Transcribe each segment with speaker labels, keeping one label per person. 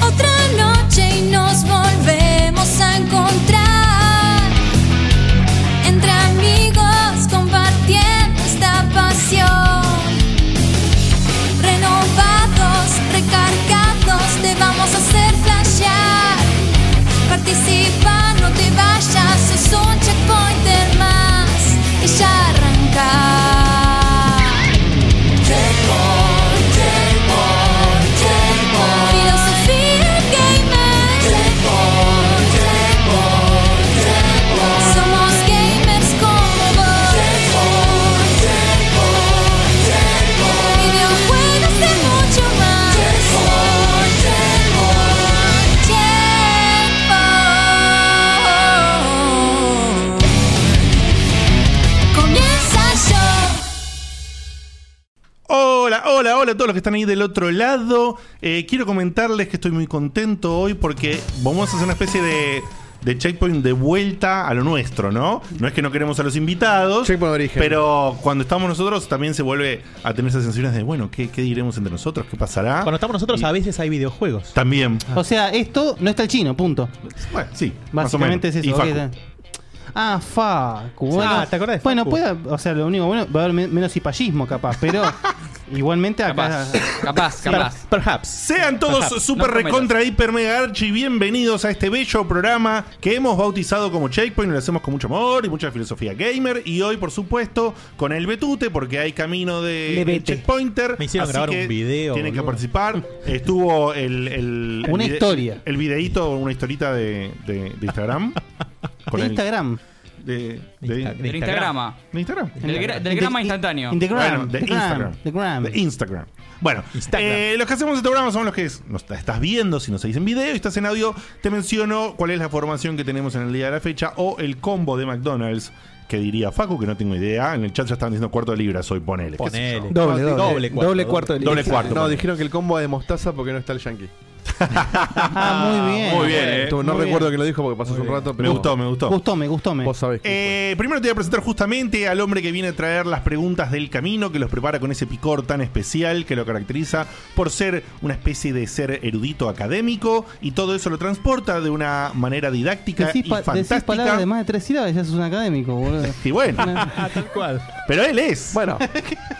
Speaker 1: Otra noche y nos volvemos a encontrar entre amigos compartiendo esta pasión. Renovados, recargados, te vamos a hacer flashear. Participa, no te vayas, es un checkpointer más y ya arrancar. Filosofía gamer. Somos gamers como vos. Videojuegos y mucho más. Checkpoint. Comienza yo.
Speaker 2: Hola, hola, hola a todos los que están ahí del otro lado. Eh, quiero comentarles que estoy muy contento hoy porque vamos a hacer una especie de, de checkpoint de vuelta a lo nuestro, ¿no? No es que no queremos a los invitados. Checkpoint de origen. Pero cuando estamos nosotros también se vuelve a tener esas sensaciones de, bueno, ¿qué, qué diremos entre nosotros? ¿Qué pasará?
Speaker 3: Cuando estamos nosotros a veces hay videojuegos.
Speaker 2: También.
Speaker 3: O sea, esto no está el chino, punto.
Speaker 2: Bueno, sí. más o
Speaker 3: Básicamente
Speaker 2: menos.
Speaker 3: es eso.
Speaker 2: Y
Speaker 3: ok,
Speaker 2: Facu.
Speaker 3: está. Ah, Facu. Bueno,
Speaker 4: Ah, ¿te acordás de
Speaker 3: Bueno,
Speaker 4: Facu?
Speaker 3: puede, o sea, lo único bueno, va a haber men- menos cipallismo capaz, pero igualmente acá...
Speaker 4: Capaz, capaz.
Speaker 3: Perhaps.
Speaker 2: Sean todos
Speaker 4: Ajá,
Speaker 2: super
Speaker 4: no cometas.
Speaker 2: recontra hiper mega archi bienvenidos a este bello programa que hemos bautizado como Checkpoint, lo hacemos con mucho amor y mucha filosofía gamer y hoy por supuesto con el Betute porque hay camino de
Speaker 3: Levete.
Speaker 2: el Checkpointer.
Speaker 4: Me hicieron grabar
Speaker 2: que
Speaker 4: un video,
Speaker 2: Tienen que
Speaker 4: boludo.
Speaker 2: participar. Estuvo el, el- el
Speaker 3: Una
Speaker 2: vide-
Speaker 3: historia.
Speaker 2: El videíto, una historita de, de- de Instagram.
Speaker 3: De
Speaker 2: el-
Speaker 3: Instagram.
Speaker 2: de- de-
Speaker 4: Insta-
Speaker 2: de
Speaker 4: de
Speaker 5: Del Instagrama.
Speaker 2: Instagram.
Speaker 5: Del, gra- del
Speaker 3: De-
Speaker 5: grama
Speaker 3: in-
Speaker 5: instantáneo.
Speaker 3: in the
Speaker 2: Bueno,
Speaker 3: gram,
Speaker 2: de
Speaker 3: the gram,
Speaker 2: Instagram.
Speaker 3: the gram.
Speaker 2: De Instagram. Bueno,
Speaker 4: Instagram.
Speaker 2: eh, los que hacemos este programa son los que es- nos estás viendo, si nos seguís en video y estás en audio, te menciono cuál es la formación que tenemos en el día de la fecha o el combo de McDonald's que diría Facu, que no tengo idea. En el chat ya estaban diciendo cuarto de libras hoy, ponele. qué sé yo.
Speaker 4: Ponele.
Speaker 6: Doble, doble.
Speaker 4: Doble cuarto.
Speaker 6: Doble cuarto de
Speaker 2: Doble
Speaker 6: libra.
Speaker 2: cuarto,
Speaker 6: No,
Speaker 2: ponele.
Speaker 6: dijeron que el combo es de mostaza porque no está el yankee.
Speaker 3: Ah, muy bien.
Speaker 2: Muy bien, eh.
Speaker 6: Estuvo- no
Speaker 3: muy
Speaker 6: recuerdo
Speaker 3: bien.
Speaker 6: que lo dijo porque pasó hace un rato,
Speaker 2: Me
Speaker 6: pero.
Speaker 2: gustó, me gustó.
Speaker 3: Gustó, me gustó, me.
Speaker 6: Vos sabés. que
Speaker 2: Eh, primero te voy a presentar justamente al hombre que viene a traer las preguntas del camino, que los prepara con ese picor tan especial que lo caracteriza por ser una especie de ser erudito académico y todo eso lo transporta de una manera didáctica
Speaker 3: Decís,
Speaker 2: Eh, y
Speaker 3: pa- decís
Speaker 2: fantástica.
Speaker 3: palabras de más de tres sílabas y ya sos un académico, boludo.
Speaker 2: Y bueno,
Speaker 4: Ah, tal cual.
Speaker 2: pero él es.
Speaker 6: Bueno,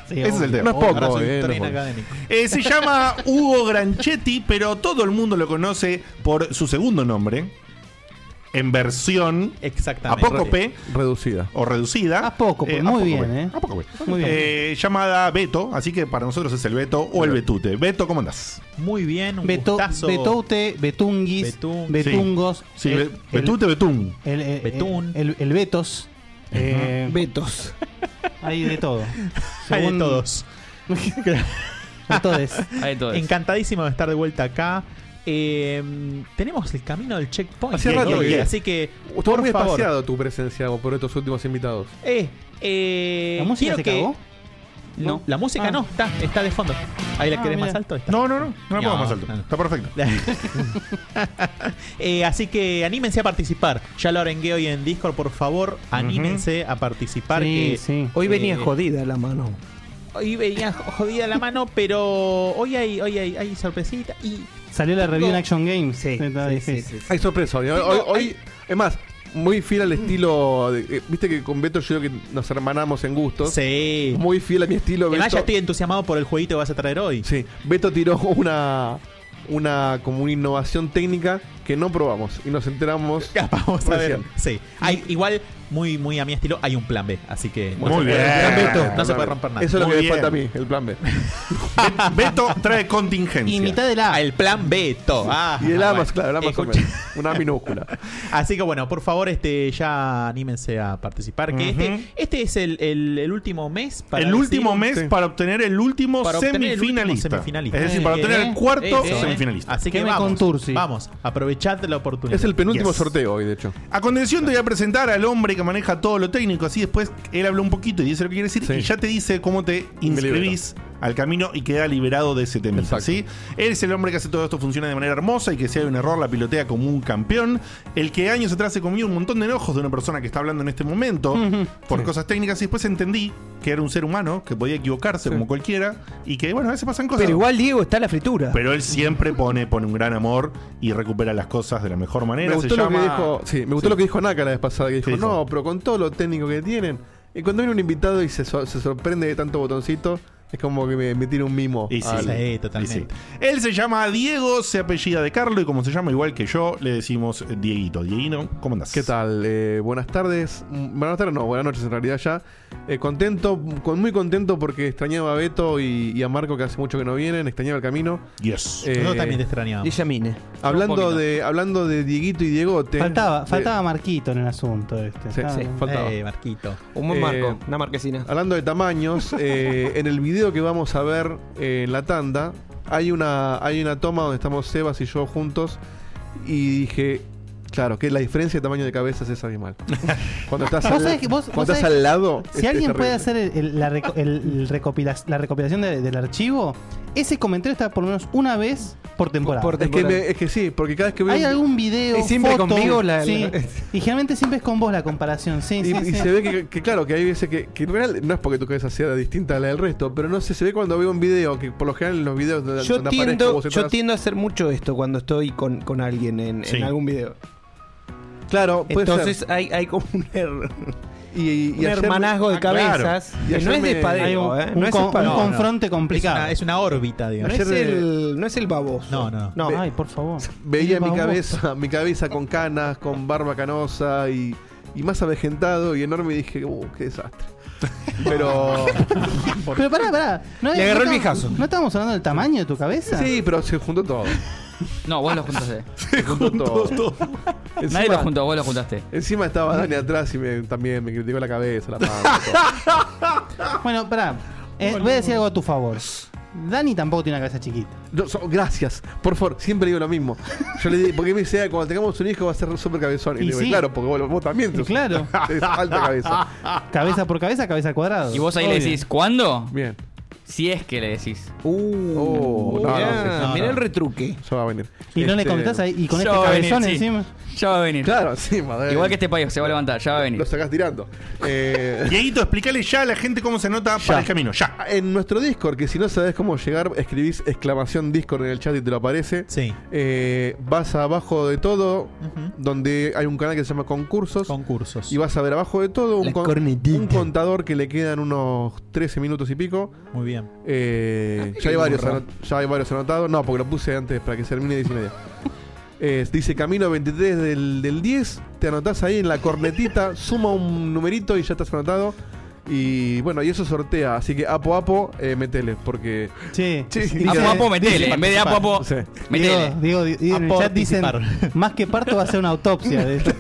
Speaker 3: Sí,
Speaker 2: ese es el
Speaker 6: no
Speaker 2: tema.
Speaker 6: es poco.
Speaker 4: Ahora soy
Speaker 6: eh,
Speaker 4: un
Speaker 6: no es
Speaker 4: tren
Speaker 6: poco.
Speaker 4: académico.
Speaker 2: Eh, se llama Hugo Granchetti, pero todo el mundo lo conoce por su segundo nombre, en versión a
Speaker 4: Exactamente.
Speaker 2: poco P
Speaker 6: Reducida.
Speaker 2: o reducida.
Speaker 3: A poco, pues,
Speaker 2: Eh, a
Speaker 3: muy
Speaker 2: poco,
Speaker 3: bien,
Speaker 2: pues.
Speaker 3: eh.
Speaker 2: A poco, pues.
Speaker 3: Muy bien.
Speaker 2: Eh, llamada Beto, así que para nosotros es el Beto o el Betute. Beto, ¿cómo andás?
Speaker 4: Muy bien, un
Speaker 3: Beto-
Speaker 4: gustazo.
Speaker 3: Betoute, Betungis,
Speaker 4: Betun-
Speaker 3: Betungos,
Speaker 2: Sí,
Speaker 3: el-
Speaker 2: Be-
Speaker 3: el-
Speaker 2: Betute, Betún.
Speaker 3: el, el-
Speaker 4: Betún.
Speaker 3: el- el Betos. eh,
Speaker 6: Betos.
Speaker 3: hay de todo.
Speaker 4: Hay de
Speaker 3: Según-
Speaker 4: todos.
Speaker 3: de todes.
Speaker 5: Ahí todo es.
Speaker 4: Encantadísimo de estar de vuelta acá. Eh, tenemos el camino del checkpoint.
Speaker 6: Hacía rato
Speaker 4: Oye,
Speaker 6: que-
Speaker 4: así que,
Speaker 6: Estuvo
Speaker 4: por
Speaker 6: muy
Speaker 4: favor.
Speaker 6: espaciado tu presencia vos, por estos últimos invitados.
Speaker 4: Eh, eh,
Speaker 3: ¿La música
Speaker 4: quiero
Speaker 3: se
Speaker 4: que-
Speaker 3: cagó?
Speaker 4: No, la música
Speaker 3: Ah.
Speaker 4: no, está, está de fondo. Ahí la
Speaker 3: Ah,
Speaker 4: querés más
Speaker 3: mira.
Speaker 4: alto. Está.
Speaker 2: No, no, no, no la
Speaker 4: No,
Speaker 2: puedo más alto.
Speaker 4: no, no.
Speaker 2: Está perfecto.
Speaker 4: Eh, así que anímense a participar. Ya lo arengué hoy en Discord, por favor. Anímense a participar.
Speaker 3: Sí,
Speaker 4: que,
Speaker 3: sí.
Speaker 7: Hoy
Speaker 4: eh,
Speaker 7: venía jodida la mano.
Speaker 4: Hoy venía jodida la mano, pero hoy hay, hoy hay, hay sorpresita. Y
Speaker 3: Salió la review en Action Games.
Speaker 7: Sí,
Speaker 3: Está
Speaker 7: sí,
Speaker 3: difícil.
Speaker 7: sí, sí.
Speaker 6: Hay sorpresa. Hoy, hoy, hoy- es más, muy fiel al estilo. de- eh, Viste que con Beto yo creo que nos hermanamos en gustos.
Speaker 4: sí.
Speaker 6: Muy fiel a mi estilo.
Speaker 4: Además, ya
Speaker 6: Beto,
Speaker 4: estoy entusiasmado por el jueguito que vas a traer hoy.
Speaker 6: sí, Beto tiró una. Una, como una innovación técnica que no probamos y nos enteramos.
Speaker 4: Vamos a ver.
Speaker 6: recién.
Speaker 4: Sí. Hay, igual, muy, muy a mi estilo, hay un plan B. Así que.
Speaker 2: Muy
Speaker 4: no se puede-
Speaker 2: bien.
Speaker 4: el plan B,
Speaker 2: Beto.
Speaker 4: No se puede romper nada.
Speaker 6: Eso es lo que
Speaker 2: Muy
Speaker 6: me
Speaker 2: bien.
Speaker 6: falta a mí, el plan B.
Speaker 2: Bet- Beto trae contingencia.
Speaker 3: Y mitad de la.
Speaker 4: Ah, el plan B, todo. Ah,
Speaker 6: Y el
Speaker 4: ah,
Speaker 6: A más,
Speaker 4: bueno.
Speaker 6: claro, el A más o
Speaker 4: Escucha.
Speaker 6: menos. Una minúscula.
Speaker 4: Así que bueno, por favor, este ya anímense a participar. Que
Speaker 2: Ujú.
Speaker 4: este, este es el, el- el último mes para
Speaker 2: el último
Speaker 4: decir-
Speaker 2: mes para obtener el último
Speaker 4: Para obtener el último
Speaker 2: semifinalista.
Speaker 4: semifinalista.
Speaker 2: Es decir,
Speaker 4: Eh,
Speaker 2: para obtener
Speaker 3: eh,
Speaker 2: el cuarto
Speaker 5: eso, eh.
Speaker 2: semifinalista.
Speaker 4: Así que
Speaker 3: Queme
Speaker 4: vamos,
Speaker 3: con Tursi.
Speaker 4: vamos, aprovechad la oportunidad.
Speaker 6: Es el penúltimo
Speaker 2: Yes.
Speaker 6: sorteo hoy, de hecho.
Speaker 2: A continuación te voy a presentar al hombre que maneja todo lo técnico, así después él habla un poquito y dice lo que quiere decir
Speaker 6: Sí.
Speaker 2: y ya te dice cómo te inscribís al camino y queda liberado de ese tema.
Speaker 6: Exacto.
Speaker 2: ¿sí? Él es el hombre que hace todo esto funcione de manera hermosa y que si hay un error la pilotea como un campeón. El que años atrás se comió un montón de enojos de una persona que está hablando en este momento por cosas técnicas y después entendí que era un ser humano, que podía equivocarse como cualquiera y que bueno, a veces pasan cosas.
Speaker 5: Pero igual Diego está en la fritura.
Speaker 2: Pero él siempre pone, pone un gran amor y recupera las cosas de la mejor manera.
Speaker 6: Me gustó,
Speaker 2: Se
Speaker 6: lo que
Speaker 2: llama-
Speaker 6: dijo, sí, me gustó lo que dijo Naka la vez pasada, que dijo,
Speaker 2: dijo?
Speaker 6: no, pero con todo lo técnico que tienen, y cuando viene un invitado y se, so- se sorprende de tanto botoncito, es como que me, me tira un mimo.
Speaker 2: Y sí,
Speaker 6: al-
Speaker 4: Sí,
Speaker 2: Y sí.
Speaker 4: totalmente.
Speaker 2: Él se llama Diego, se apellida de Carlo y como se llama igual que yo, le decimos eh, Dieguito. Dieguino, ¿cómo andás?
Speaker 6: ¿Qué tal? Eh, buenas tardes. Mm, Buenas tardes, no, buenas noches en realidad ya. Eh, contento, con, muy contento porque extrañaba a Beto y, y a Marco que hace mucho que no vienen, extrañaba el camino.
Speaker 2: Yes.
Speaker 6: Eh,
Speaker 4: Nosotros también te extrañamos.
Speaker 5: Ella mine.
Speaker 6: hablando, de, hablando de Dieguito y Diegote. eh,
Speaker 3: Faltaba,
Speaker 6: de-
Speaker 3: faltaba Marquito en el asunto este.
Speaker 6: Sí,
Speaker 3: Ah,
Speaker 6: sí, faltaba.
Speaker 4: Eh, Marquito.
Speaker 5: Un buen
Speaker 6: Eh,
Speaker 5: marco, una marquesina.
Speaker 6: Hablando de tamaños, eh, en el video que vamos a ver eh, en la tanda, hay una, hay una toma donde estamos Sebas y yo juntos y dije, claro, que la diferencia de tamaño de cabezas es abismal. Cuando estás,
Speaker 3: Vos
Speaker 6: al,
Speaker 3: sabés que vos-
Speaker 6: cuando
Speaker 3: vos
Speaker 6: estás
Speaker 3: sabés-
Speaker 6: al lado... es-
Speaker 3: Si
Speaker 6: es
Speaker 3: alguien
Speaker 6: terrible.
Speaker 3: puede hacer el- el- la, reco- el- el recopila- la recopilación de- del archivo, ese comentario está por lo menos una vez por temporada.
Speaker 5: Por- por
Speaker 6: Es que, me- es que sí, porque cada vez que veo...
Speaker 3: Hay algún video.
Speaker 5: Y siempre
Speaker 3: foto,
Speaker 5: conmigo la-
Speaker 3: sí.
Speaker 5: la-
Speaker 3: Y generalmente siempre es con vos la comparación. Sí,
Speaker 6: Y,
Speaker 3: sí,
Speaker 6: y
Speaker 3: sí.
Speaker 6: se ve que, que claro, que hay veces que, que en real, no es porque tu cabeza sea distinta a la del resto, pero no sé, se ve cuando veo un video, que por lo general en los videos donde,
Speaker 5: Yo
Speaker 6: donde aparezco
Speaker 5: tiendo,
Speaker 6: vos
Speaker 5: yo
Speaker 6: estás-
Speaker 5: tiendo a hacer mucho esto cuando estoy con, con alguien en, en
Speaker 2: Sí.
Speaker 5: algún video.
Speaker 6: Claro, puede ser.
Speaker 5: Entonces hay, hay como un, her-
Speaker 6: y, y- y
Speaker 5: un
Speaker 6: ayer-
Speaker 5: hermanazgo de
Speaker 2: Ah, claro.
Speaker 5: cabezas.
Speaker 6: Y
Speaker 5: que
Speaker 6: ayer
Speaker 5: no es
Speaker 6: me-
Speaker 3: Hay
Speaker 5: despadeo,
Speaker 3: un,
Speaker 5: ¿eh?
Speaker 3: un
Speaker 5: No es
Speaker 3: con- un
Speaker 5: despadeo.
Speaker 4: no.
Speaker 3: confronte
Speaker 4: Es
Speaker 3: complicado.
Speaker 4: una, es una órbita,
Speaker 5: No
Speaker 4: digamos.
Speaker 5: es
Speaker 6: Ayer, eh,
Speaker 5: el, no es el baboso.
Speaker 4: No, no, no.
Speaker 5: No,
Speaker 3: Ay, por favor.
Speaker 6: Veía
Speaker 3: Mira,
Speaker 6: mi
Speaker 3: vos.
Speaker 6: cabeza, mi cabeza con canas, con barba canosa y, y más avejentado y enorme y dije, uh, qué desastre. Pero
Speaker 3: Pero pará, pará. No
Speaker 5: Le agarró el
Speaker 3: estamos-
Speaker 5: mijazo.
Speaker 3: ¿No estamos hablando del tamaño de tu cabeza?
Speaker 6: sí, pero se juntó todo.
Speaker 7: No, vos lo juntaste.
Speaker 6: Se juntó todo. Encima,
Speaker 7: Nadie lo juntó, vos lo juntaste.
Speaker 6: encima estaba Dani atrás y me- también me criticó la cabeza, la mano. todo.
Speaker 3: Bueno, pará. Eh, voy a decir algo a tu favor. Dani tampoco tiene una cabeza chiquita.
Speaker 6: No, so- gracias, por favor, siempre digo lo mismo. Yo le dije, porque me decía, cuando tengamos un hijo va a ser súper cabezón. Y,
Speaker 3: Y
Speaker 6: le digo,
Speaker 3: sí.
Speaker 6: claro, porque vos, vos también
Speaker 3: Y claro.
Speaker 6: tenés alta cabeza.
Speaker 3: Cabeza por cabeza, cabeza al cuadrado.
Speaker 7: Y vos ahí le
Speaker 3: Obvio.
Speaker 7: decís, ¿cuándo?
Speaker 6: Bien.
Speaker 7: Si es que le decís.
Speaker 5: Uh,
Speaker 6: Oh, no,
Speaker 5: mirá,
Speaker 6: no, sí,
Speaker 4: no,
Speaker 5: mirá
Speaker 4: no.
Speaker 5: el retruque.
Speaker 6: Ya va a venir.
Speaker 3: Y no le
Speaker 6: Este,
Speaker 3: contestás ahí. Y con
Speaker 7: Ya
Speaker 3: este
Speaker 7: va a venir,
Speaker 3: cabezón
Speaker 7: sí.
Speaker 3: encima.
Speaker 7: Ya va a venir.
Speaker 6: Claro, sí, madre.
Speaker 7: Igual que este país se va a levantar, ya va a venir.
Speaker 6: Lo sacás tirando. Eh,
Speaker 2: Dieguito, explícale ya a la gente cómo se anota para el camino. Ya.
Speaker 6: En nuestro Discord, que si no sabes cómo llegar, escribís exclamación Discord en el chat y te lo aparece.
Speaker 4: Sí.
Speaker 6: Eh, vas abajo de todo,
Speaker 4: Ujú.
Speaker 6: donde hay un canal que se llama Concursos.
Speaker 4: Concursos.
Speaker 6: y vas a ver abajo de todo un,
Speaker 5: La
Speaker 6: con-
Speaker 5: cornetita.
Speaker 6: un contador que le quedan unos 13 minutos y pico.
Speaker 4: Muy bien.
Speaker 6: Eh, ya, hay varios ano- ya hay varios anotados. No, porque lo puse antes para que se termine 10 y media. Eh, dice camino 23 del, del 10. Te anotás ahí en la cornetita, suma un numerito y ya estás anotado. Y bueno, y eso sortea. Así que apo apo, eh, metele. Porque.
Speaker 3: Sí.
Speaker 6: Sí.
Speaker 7: Apo, apo, metele. En vez de apo, apo,
Speaker 6: No sé.
Speaker 7: metele.
Speaker 3: Diego, Diego, Diego, en el
Speaker 4: A
Speaker 3: chat dicen
Speaker 4: participar.
Speaker 3: más que parto va a ser una autopsia. de esto.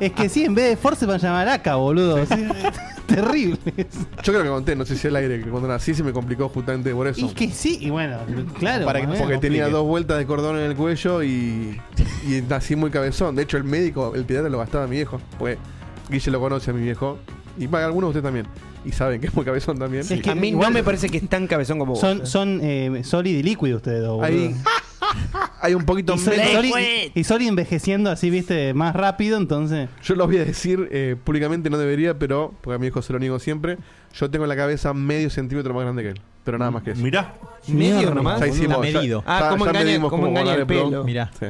Speaker 3: es que sí, en vez de force van a llamar acá, boludo. Sí, terrible.
Speaker 6: Yo creo que conté, no sé si el aire, que cuando nací se me complicó justamente por eso.
Speaker 3: Y que sí, y bueno, claro.
Speaker 4: Para que-
Speaker 3: más o
Speaker 6: Porque
Speaker 3: menos.
Speaker 6: tenía dos vueltas de cordón en el cuello y, y nací muy cabezón. De hecho, el médico, el pediatra lo gastaba a mi viejo. Pues Guille lo conoce a mi viejo. Y para algunos de ustedes también. Y saben que es muy cabezón también.
Speaker 3: Sí. Es que
Speaker 5: a mí
Speaker 3: igual-
Speaker 5: no me parece que es tan cabezón como vos.
Speaker 3: Son, son eh, sólido y líquido ustedes dos, boludo.
Speaker 6: Hay,
Speaker 2: ah,
Speaker 6: hay un
Speaker 3: Y
Speaker 6: poquito
Speaker 3: Sol-
Speaker 6: menos.
Speaker 3: Sol- y- y Sol envejeciendo así, viste, más rápido, entonces.
Speaker 6: Yo lo voy a decir eh, públicamente, no debería, pero porque a mi hijo se lo niego siempre. Yo tengo la cabeza medio centímetro más grande que él. Pero nada más que eso.
Speaker 2: Mirá.
Speaker 5: medio nomás.
Speaker 6: Ya
Speaker 4: Está medido.
Speaker 6: ya-
Speaker 5: Ah,
Speaker 6: ya-
Speaker 5: cómo
Speaker 6: ya
Speaker 5: engaña-
Speaker 6: medimos
Speaker 5: cómo engaña
Speaker 6: ganar
Speaker 5: el
Speaker 6: pro.
Speaker 5: pelo.
Speaker 4: Mirá,
Speaker 6: Sí.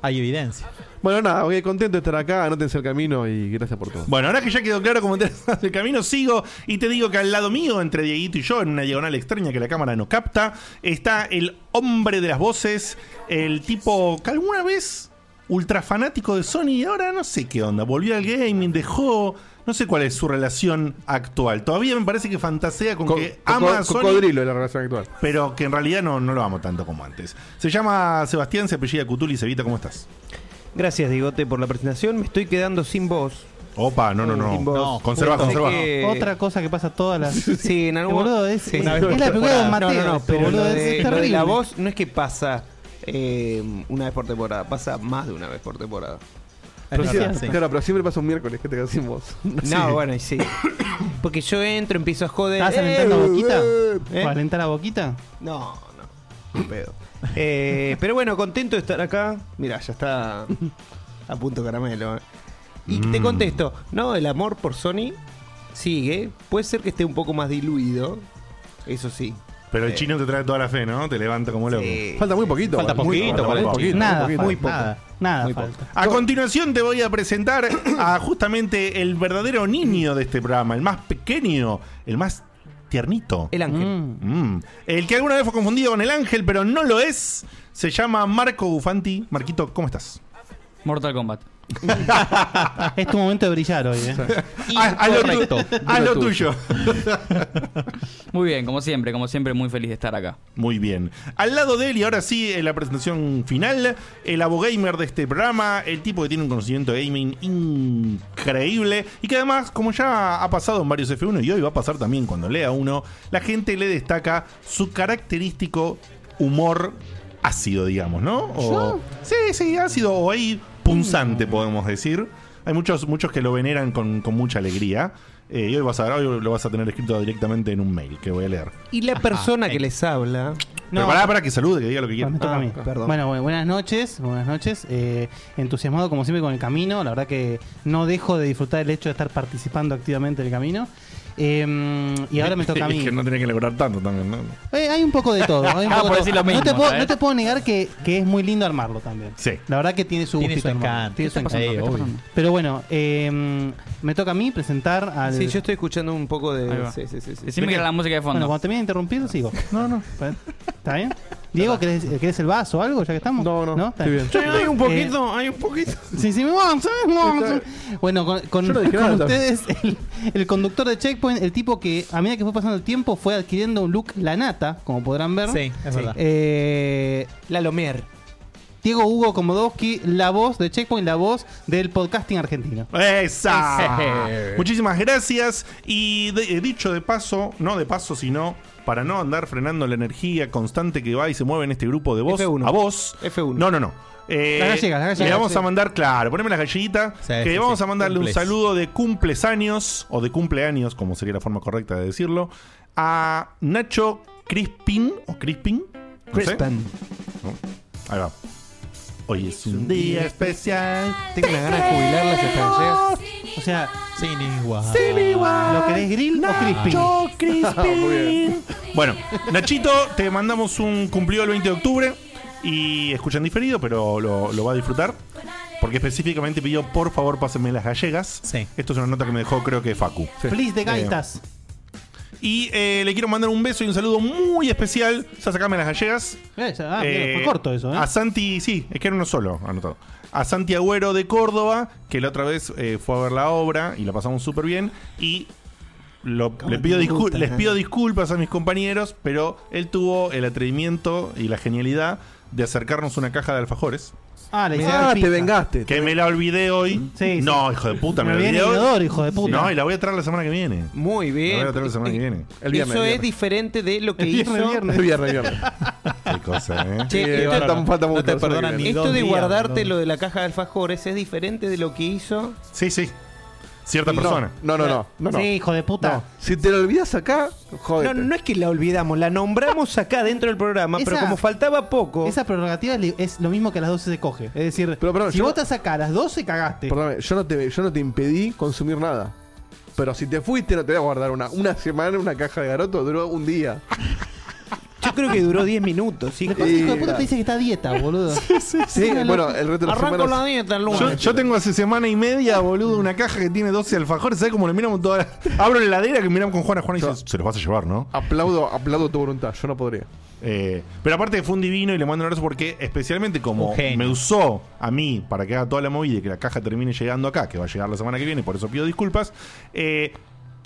Speaker 4: hay evidencia.
Speaker 6: Bueno, nada, oye, contento de estar acá. Anótense el camino y gracias por todo.
Speaker 2: Bueno, ahora que ya quedó claro cómo te haces el camino, sigo y te digo que al lado mío, entre Dieguito y yo, en una diagonal extraña que la cámara no capta, está el hombre de las voces, el tipo que alguna vez ultra fanático de Sony y ahora no sé qué onda, volvió al gaming, dejó, no sé cuál es su relación actual. Todavía me parece que fantasea con,
Speaker 6: Co-
Speaker 2: que
Speaker 6: co-
Speaker 2: ama a
Speaker 6: co-
Speaker 2: Sony
Speaker 6: cocodrilo de la relación actual.
Speaker 2: pero que en realidad no, no lo amo tanto como antes. Se llama Sebastián, se apellida Cutuli, Sevita, ¿cómo estás?
Speaker 5: Gracias, Digote, por la presentación. Me estoy quedando sin voz.
Speaker 2: Opa, Ah, no, no, no.
Speaker 5: Sin voz.
Speaker 2: No, conserva,
Speaker 5: Sé
Speaker 2: conserva.
Speaker 5: que-
Speaker 3: Otra cosa que pasa todas las. Eh,
Speaker 5: Sí, en algún
Speaker 3: Boludo, es-
Speaker 5: sí.
Speaker 3: es la película de Mateo,
Speaker 5: No, no, no,
Speaker 3: esto,
Speaker 5: pero
Speaker 3: boludo,
Speaker 5: lo
Speaker 3: es-
Speaker 5: de,
Speaker 3: es
Speaker 5: lo de la
Speaker 3: terrible.
Speaker 5: voz no es que pasa.
Speaker 8: eh, una vez por temporada. Pasa más de una vez por temporada.
Speaker 6: Pero
Speaker 4: Es
Speaker 6: siempre-
Speaker 4: verdad, sí.
Speaker 6: Claro, pero siempre pasa un miércoles que te quedas sin voz.
Speaker 8: No, bueno, y sí. Porque yo entro, empiezo a joder.
Speaker 3: ¿Estás
Speaker 8: ¡Eh,
Speaker 3: alentando
Speaker 8: eh,
Speaker 3: boquita?
Speaker 8: eh!
Speaker 3: ¿Para alentar la boquita?
Speaker 8: No, no. Un pedo. Eh, pero bueno, contento de estar acá. Mira, ya está a punto caramelo. eh. Y te contesto, no, el amor por Sony sigue. Puede ser que esté un poco más diluido. Eso sí.
Speaker 2: Pero el chino te trae toda la fe, ¿no? Te levanta como loco.
Speaker 8: Sí.
Speaker 6: Falta muy poquito.
Speaker 4: Falta
Speaker 6: Muy-
Speaker 4: poquito,
Speaker 6: falta muy
Speaker 4: falta
Speaker 6: poquito.
Speaker 3: nada,
Speaker 6: muy
Speaker 3: falta,
Speaker 6: poquito.
Speaker 3: nada, nada falta.
Speaker 2: A continuación te voy a presentar a justamente el verdadero niño de este programa, el más pequeño, el más tiernito.
Speaker 8: El ángel.
Speaker 3: Mm.
Speaker 2: Mm. El que alguna vez fue confundido con el ángel, pero no lo es. Se llama Marco Bufanti. Marquito, ¿cómo estás?
Speaker 7: Mortal Kombat.
Speaker 6: Este
Speaker 3: Es tu momento de brillar hoy, eh.
Speaker 2: Haz haz Ah, lo, tu- haz lo tuyo.
Speaker 7: Muy bien, como siempre, como siempre, muy feliz de estar acá.
Speaker 2: Muy bien. Al lado de él, y ahora sí, en la presentación final, el abogamer de este programa, el tipo que tiene un conocimiento de gaming increíble y que además, como ya ha pasado en varios F1 y hoy va a pasar también cuando lea uno, la gente le destaca su característico humor ácido, digamos, ¿no? O- sí, sí, ácido o ahí punzante, podemos decir. Hay muchos, muchos que lo veneran con, con mucha alegría. Eh, y hoy vas a hoy lo vas a tener escrito directamente en un mail que voy a leer.
Speaker 8: Y la persona que les habla.
Speaker 2: Pero pará, pará, que salude, que diga lo que
Speaker 3: Ah,
Speaker 2: quiera.
Speaker 3: me toca a mí.
Speaker 8: Ah, perdón.
Speaker 3: Bueno, bueno, buenas noches, buenas noches. Eh, entusiasmado como siempre con el camino, la verdad que no dejo de disfrutar el hecho de estar participando activamente del camino. Eh, y ahora me toca a mí.
Speaker 2: Es que no tenés que elaborar tanto también, ¿no?
Speaker 3: Eh, hay un poco de todo. hay un
Speaker 7: Ah,
Speaker 3: poco
Speaker 7: por
Speaker 3: de
Speaker 7: decir
Speaker 3: todo.
Speaker 7: lo mismo,
Speaker 3: no, te puedo,
Speaker 7: ¿eh?
Speaker 3: no te puedo negar que, que es muy lindo armarlo también.
Speaker 2: Sí.
Speaker 3: La verdad que tiene su
Speaker 4: Tiene
Speaker 3: gustito
Speaker 4: su
Speaker 3: armarlo,
Speaker 4: encanto.
Speaker 3: Tiene su
Speaker 4: ¿Qué está
Speaker 3: encanto.
Speaker 4: pasando? ¿Qué está pasando?
Speaker 3: Pero bueno, eh, me toca a mí presentar al.
Speaker 8: Sí, yo estoy escuchando un poco
Speaker 7: Ahí
Speaker 8: de.
Speaker 7: va.
Speaker 8: Sí, sí, sí, sí.
Speaker 7: Decime que era la música de
Speaker 3: Bueno,
Speaker 7: fondo.
Speaker 3: cuando termine de interrumpir, sigo. No, no. ¿Está bien? Diego, ¿querés, querés el vaso o algo ya que estamos?
Speaker 6: No, no,
Speaker 3: ¿Está
Speaker 6: estoy bien.
Speaker 8: Hay un
Speaker 3: poquito,
Speaker 8: hay un poquito.
Speaker 3: Sí, sí, me vamos, ¿sabes? Me vamos. Bueno, con, con-
Speaker 6: Yo no dije nada
Speaker 3: con
Speaker 6: también.
Speaker 3: ustedes, el, el conductor de Checkpoint, el tipo que a medida que fue pasando el tiempo fue adquiriendo un look la nata, como podrán ver.
Speaker 4: Sí, es verdad.
Speaker 3: Eh,
Speaker 8: La Lomer.
Speaker 3: Diego Hugo Komodowski, la voz de Checkpoint, la voz del podcasting argentino.
Speaker 2: ¡Esa!
Speaker 7: Ese.
Speaker 2: Muchísimas gracias. Y de- eh, dicho de paso, no de paso, sino para no andar frenando la energía constante que va y se mueve en este grupo de voz
Speaker 8: F1.
Speaker 2: a voz.
Speaker 8: F1.
Speaker 2: No, no, no. Eh,
Speaker 3: Las gallegas, las
Speaker 2: Le
Speaker 3: gallegas,
Speaker 2: vamos
Speaker 3: sí.
Speaker 2: a mandar, claro, poneme las galletitas.
Speaker 4: Sí,
Speaker 2: que
Speaker 4: sí,
Speaker 2: vamos
Speaker 4: sí.
Speaker 2: a mandarle
Speaker 4: Cumples.
Speaker 2: un saludo de cumpleaños, o de cumpleaños, como sería la forma correcta de decirlo, a Nacho Crispin, o Crispin. no sé. Ahí va. Hoy es un día especial.
Speaker 8: Tengo una ganas de jubilar las extranjeras.
Speaker 3: O sea,
Speaker 4: Sin igual.
Speaker 3: ¿lo querés grill o crispy?
Speaker 2: Bueno, Nachito, te mandamos un cumplido el 20 de octubre y escuchan diferido, pero lo, lo va a disfrutar. Porque específicamente pidió, por favor, pásenme las gallegas.
Speaker 4: Sí.
Speaker 2: Esto es una nota que me dejó, creo que Facu. Eh,
Speaker 3: Please de gaitas.
Speaker 2: Y eh, le quiero mandar un beso y un saludo muy especial. Ya sacame las gallegas.
Speaker 3: Eh, ah, mira,
Speaker 2: Eh,
Speaker 3: fue corto eso, ¿eh?
Speaker 2: A Santi, sí, es que era uno solo, anotado. A Santi Agüero de Córdoba, que la otra vez eh, fue a ver la obra y la pasamos súper bien. Y lo- le pido
Speaker 8: te
Speaker 2: discul-
Speaker 8: gusta,
Speaker 3: ¿eh?
Speaker 2: les
Speaker 8: nena?
Speaker 2: pido disculpas a mis compañeros, pero él tuvo el atrevimiento y la genialidad de acercarnos una caja de alfajores.
Speaker 3: ah, le hicieron
Speaker 6: Ah, te
Speaker 3: pizza.
Speaker 6: vengaste.
Speaker 2: Que me la olvidé hoy.
Speaker 3: Sí,
Speaker 2: no, hijo de puta, me,
Speaker 3: Me
Speaker 2: la
Speaker 3: viene
Speaker 2: olvidé hoy.
Speaker 3: inodoro, hijo de puta.
Speaker 2: No, y la voy a traer la semana que viene.
Speaker 8: Muy
Speaker 2: La voy
Speaker 8: bien.
Speaker 2: a traer la semana que viene.
Speaker 6: El viernes, el
Speaker 8: Eso es
Speaker 6: viernes.
Speaker 8: diferente de lo que
Speaker 3: El viernes,
Speaker 8: hizo.
Speaker 3: viernes.
Speaker 6: El viernes, el viernes.
Speaker 2: Qué cosa, ¿eh?
Speaker 8: Che,
Speaker 6: Eh,
Speaker 8: esto-
Speaker 6: falta- falta
Speaker 4: no
Speaker 6: mucho,
Speaker 4: te
Speaker 6: eso
Speaker 4: perdonan
Speaker 6: hay que
Speaker 4: ni
Speaker 6: ver.
Speaker 4: dos
Speaker 8: Esto de
Speaker 4: días,
Speaker 8: guardarte
Speaker 4: perdón.
Speaker 8: lo de la caja de alfajores es diferente de lo que hizo.
Speaker 2: Sí, sí. Cierta persona.
Speaker 6: No, no, no. no, no.
Speaker 3: Sí, Eh, hijo de puta.
Speaker 6: No. Si te lo olvidas acá,
Speaker 8: No,
Speaker 6: joder.
Speaker 8: no es que la olvidamos, la nombramos acá dentro del programa, pero
Speaker 3: Esa-
Speaker 8: como faltaba poco.
Speaker 3: Esa prerrogativa es li- es lo mismo que a las 12 se coge. Es decir,
Speaker 6: Pero, perdón,
Speaker 3: si
Speaker 6: yo-
Speaker 3: vos te sacás a las 12, cagaste.
Speaker 6: Perdóname, yo no, te, yo no te impedí consumir nada. Pero si te fuiste, no te voy a guardar una, una semana una caja de garoto. Duró un día.
Speaker 8: Yo creo que duró 10 minutos. hijo.
Speaker 3: Después, hijo de puta
Speaker 6: mira.
Speaker 3: te dice que está a dieta, boludo.
Speaker 6: Sí, bueno, el resto de las
Speaker 8: Arranco la
Speaker 6: semanas.
Speaker 8: dieta el
Speaker 2: Yo,
Speaker 8: lunes.
Speaker 2: yo tengo hace semana y media, boludo, una caja que tiene 12 alfajores. ¿Sabes cómo le miramos toda la... Abro la heladera que miramos con Juana. Juana dice, se los vas a llevar, ¿no?
Speaker 6: Aplaudo, aplaudo tu voluntad. Yo no podría.
Speaker 2: Eh, pero aparte fue un divino y le mando un abrazo porque especialmente como
Speaker 4: Un genio.
Speaker 2: me usó a mí para que haga toda la movida y que la caja termine llegando acá, que va a llegar la semana que viene, por eso pido disculpas, eh,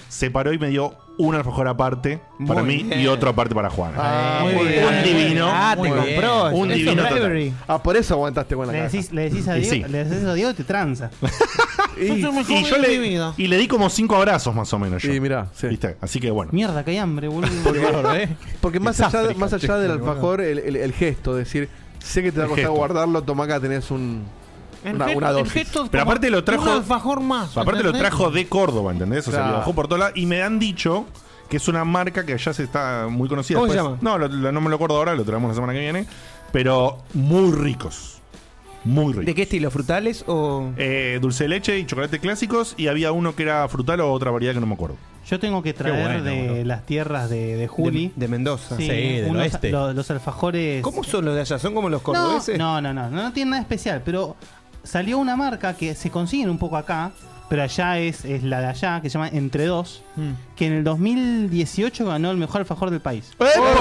Speaker 2: se paró y me dio un alfajor aparte para mí y otro aparte para Juana.
Speaker 4: muy
Speaker 6: Ah, muy
Speaker 4: bien.
Speaker 2: un divino.
Speaker 8: Ah, te
Speaker 4: Muy bien.
Speaker 8: compró.
Speaker 2: Un
Speaker 8: Eso es
Speaker 2: divino total.
Speaker 8: bravery.
Speaker 6: Ah, por eso aguantaste con la
Speaker 3: Le
Speaker 6: caja.
Speaker 3: decís, le decís a
Speaker 2: Y
Speaker 3: Diego,
Speaker 2: sí.
Speaker 3: le decís a Diego y te tranza.
Speaker 6: Y,
Speaker 2: Y yo le, y le di como cinco abrazos más o menos. yo.
Speaker 6: y mirá, sí.
Speaker 2: ¿Viste? Así que bueno.
Speaker 3: Mierda, que hay hambre, boludo.
Speaker 4: Qué bárbaro, ¿eh?
Speaker 6: Porque más allá, más allá del alfajor, el, el- el gesto, decir, Sé que te va a
Speaker 2: El
Speaker 6: costar
Speaker 2: gesto.
Speaker 6: guardarlo, tomá acá tenés un, una, una dosis.
Speaker 2: Pero aparte lo trajo-
Speaker 8: Un alfajor más.
Speaker 2: Aparte lo
Speaker 8: ¿entendés?
Speaker 2: trajo de Córdoba, ¿entendés? O sea,
Speaker 6: Claro.
Speaker 2: lo bajó por todos lados. Y me han dicho que es una marca que allá se está muy conocida.
Speaker 8: ¿Cómo se
Speaker 2: Después-
Speaker 8: llama?
Speaker 2: No, lo- lo- no me lo acuerdo ahora, lo traemos la semana que viene. Pero muy ricos. Muy ricos.
Speaker 8: ¿De qué estilo? ¿Frutales o.?
Speaker 2: Eh, dulce de leche y chocolate clásicos. Y había uno que era frutal o otra variedad que no me acuerdo.
Speaker 3: Yo tengo que traer
Speaker 4: bueno,
Speaker 3: de
Speaker 4: boludo.
Speaker 3: las tierras de, de Juli.
Speaker 8: De, de Mendoza.
Speaker 4: Sí, del
Speaker 3: unos-
Speaker 4: oeste.
Speaker 3: lo- los alfajores.
Speaker 8: ¿Cómo son los de allá? ¿Son como los
Speaker 3: No,
Speaker 8: cordobeses?
Speaker 3: no, no, no, no, no tiene nada especial, pero salió una marca que se consiguen un poco acá, pero allá es, es la de allá, que se llama Entre Dos,
Speaker 2: Mm.
Speaker 3: que en el 2018 ganó el mejor alfajor del país.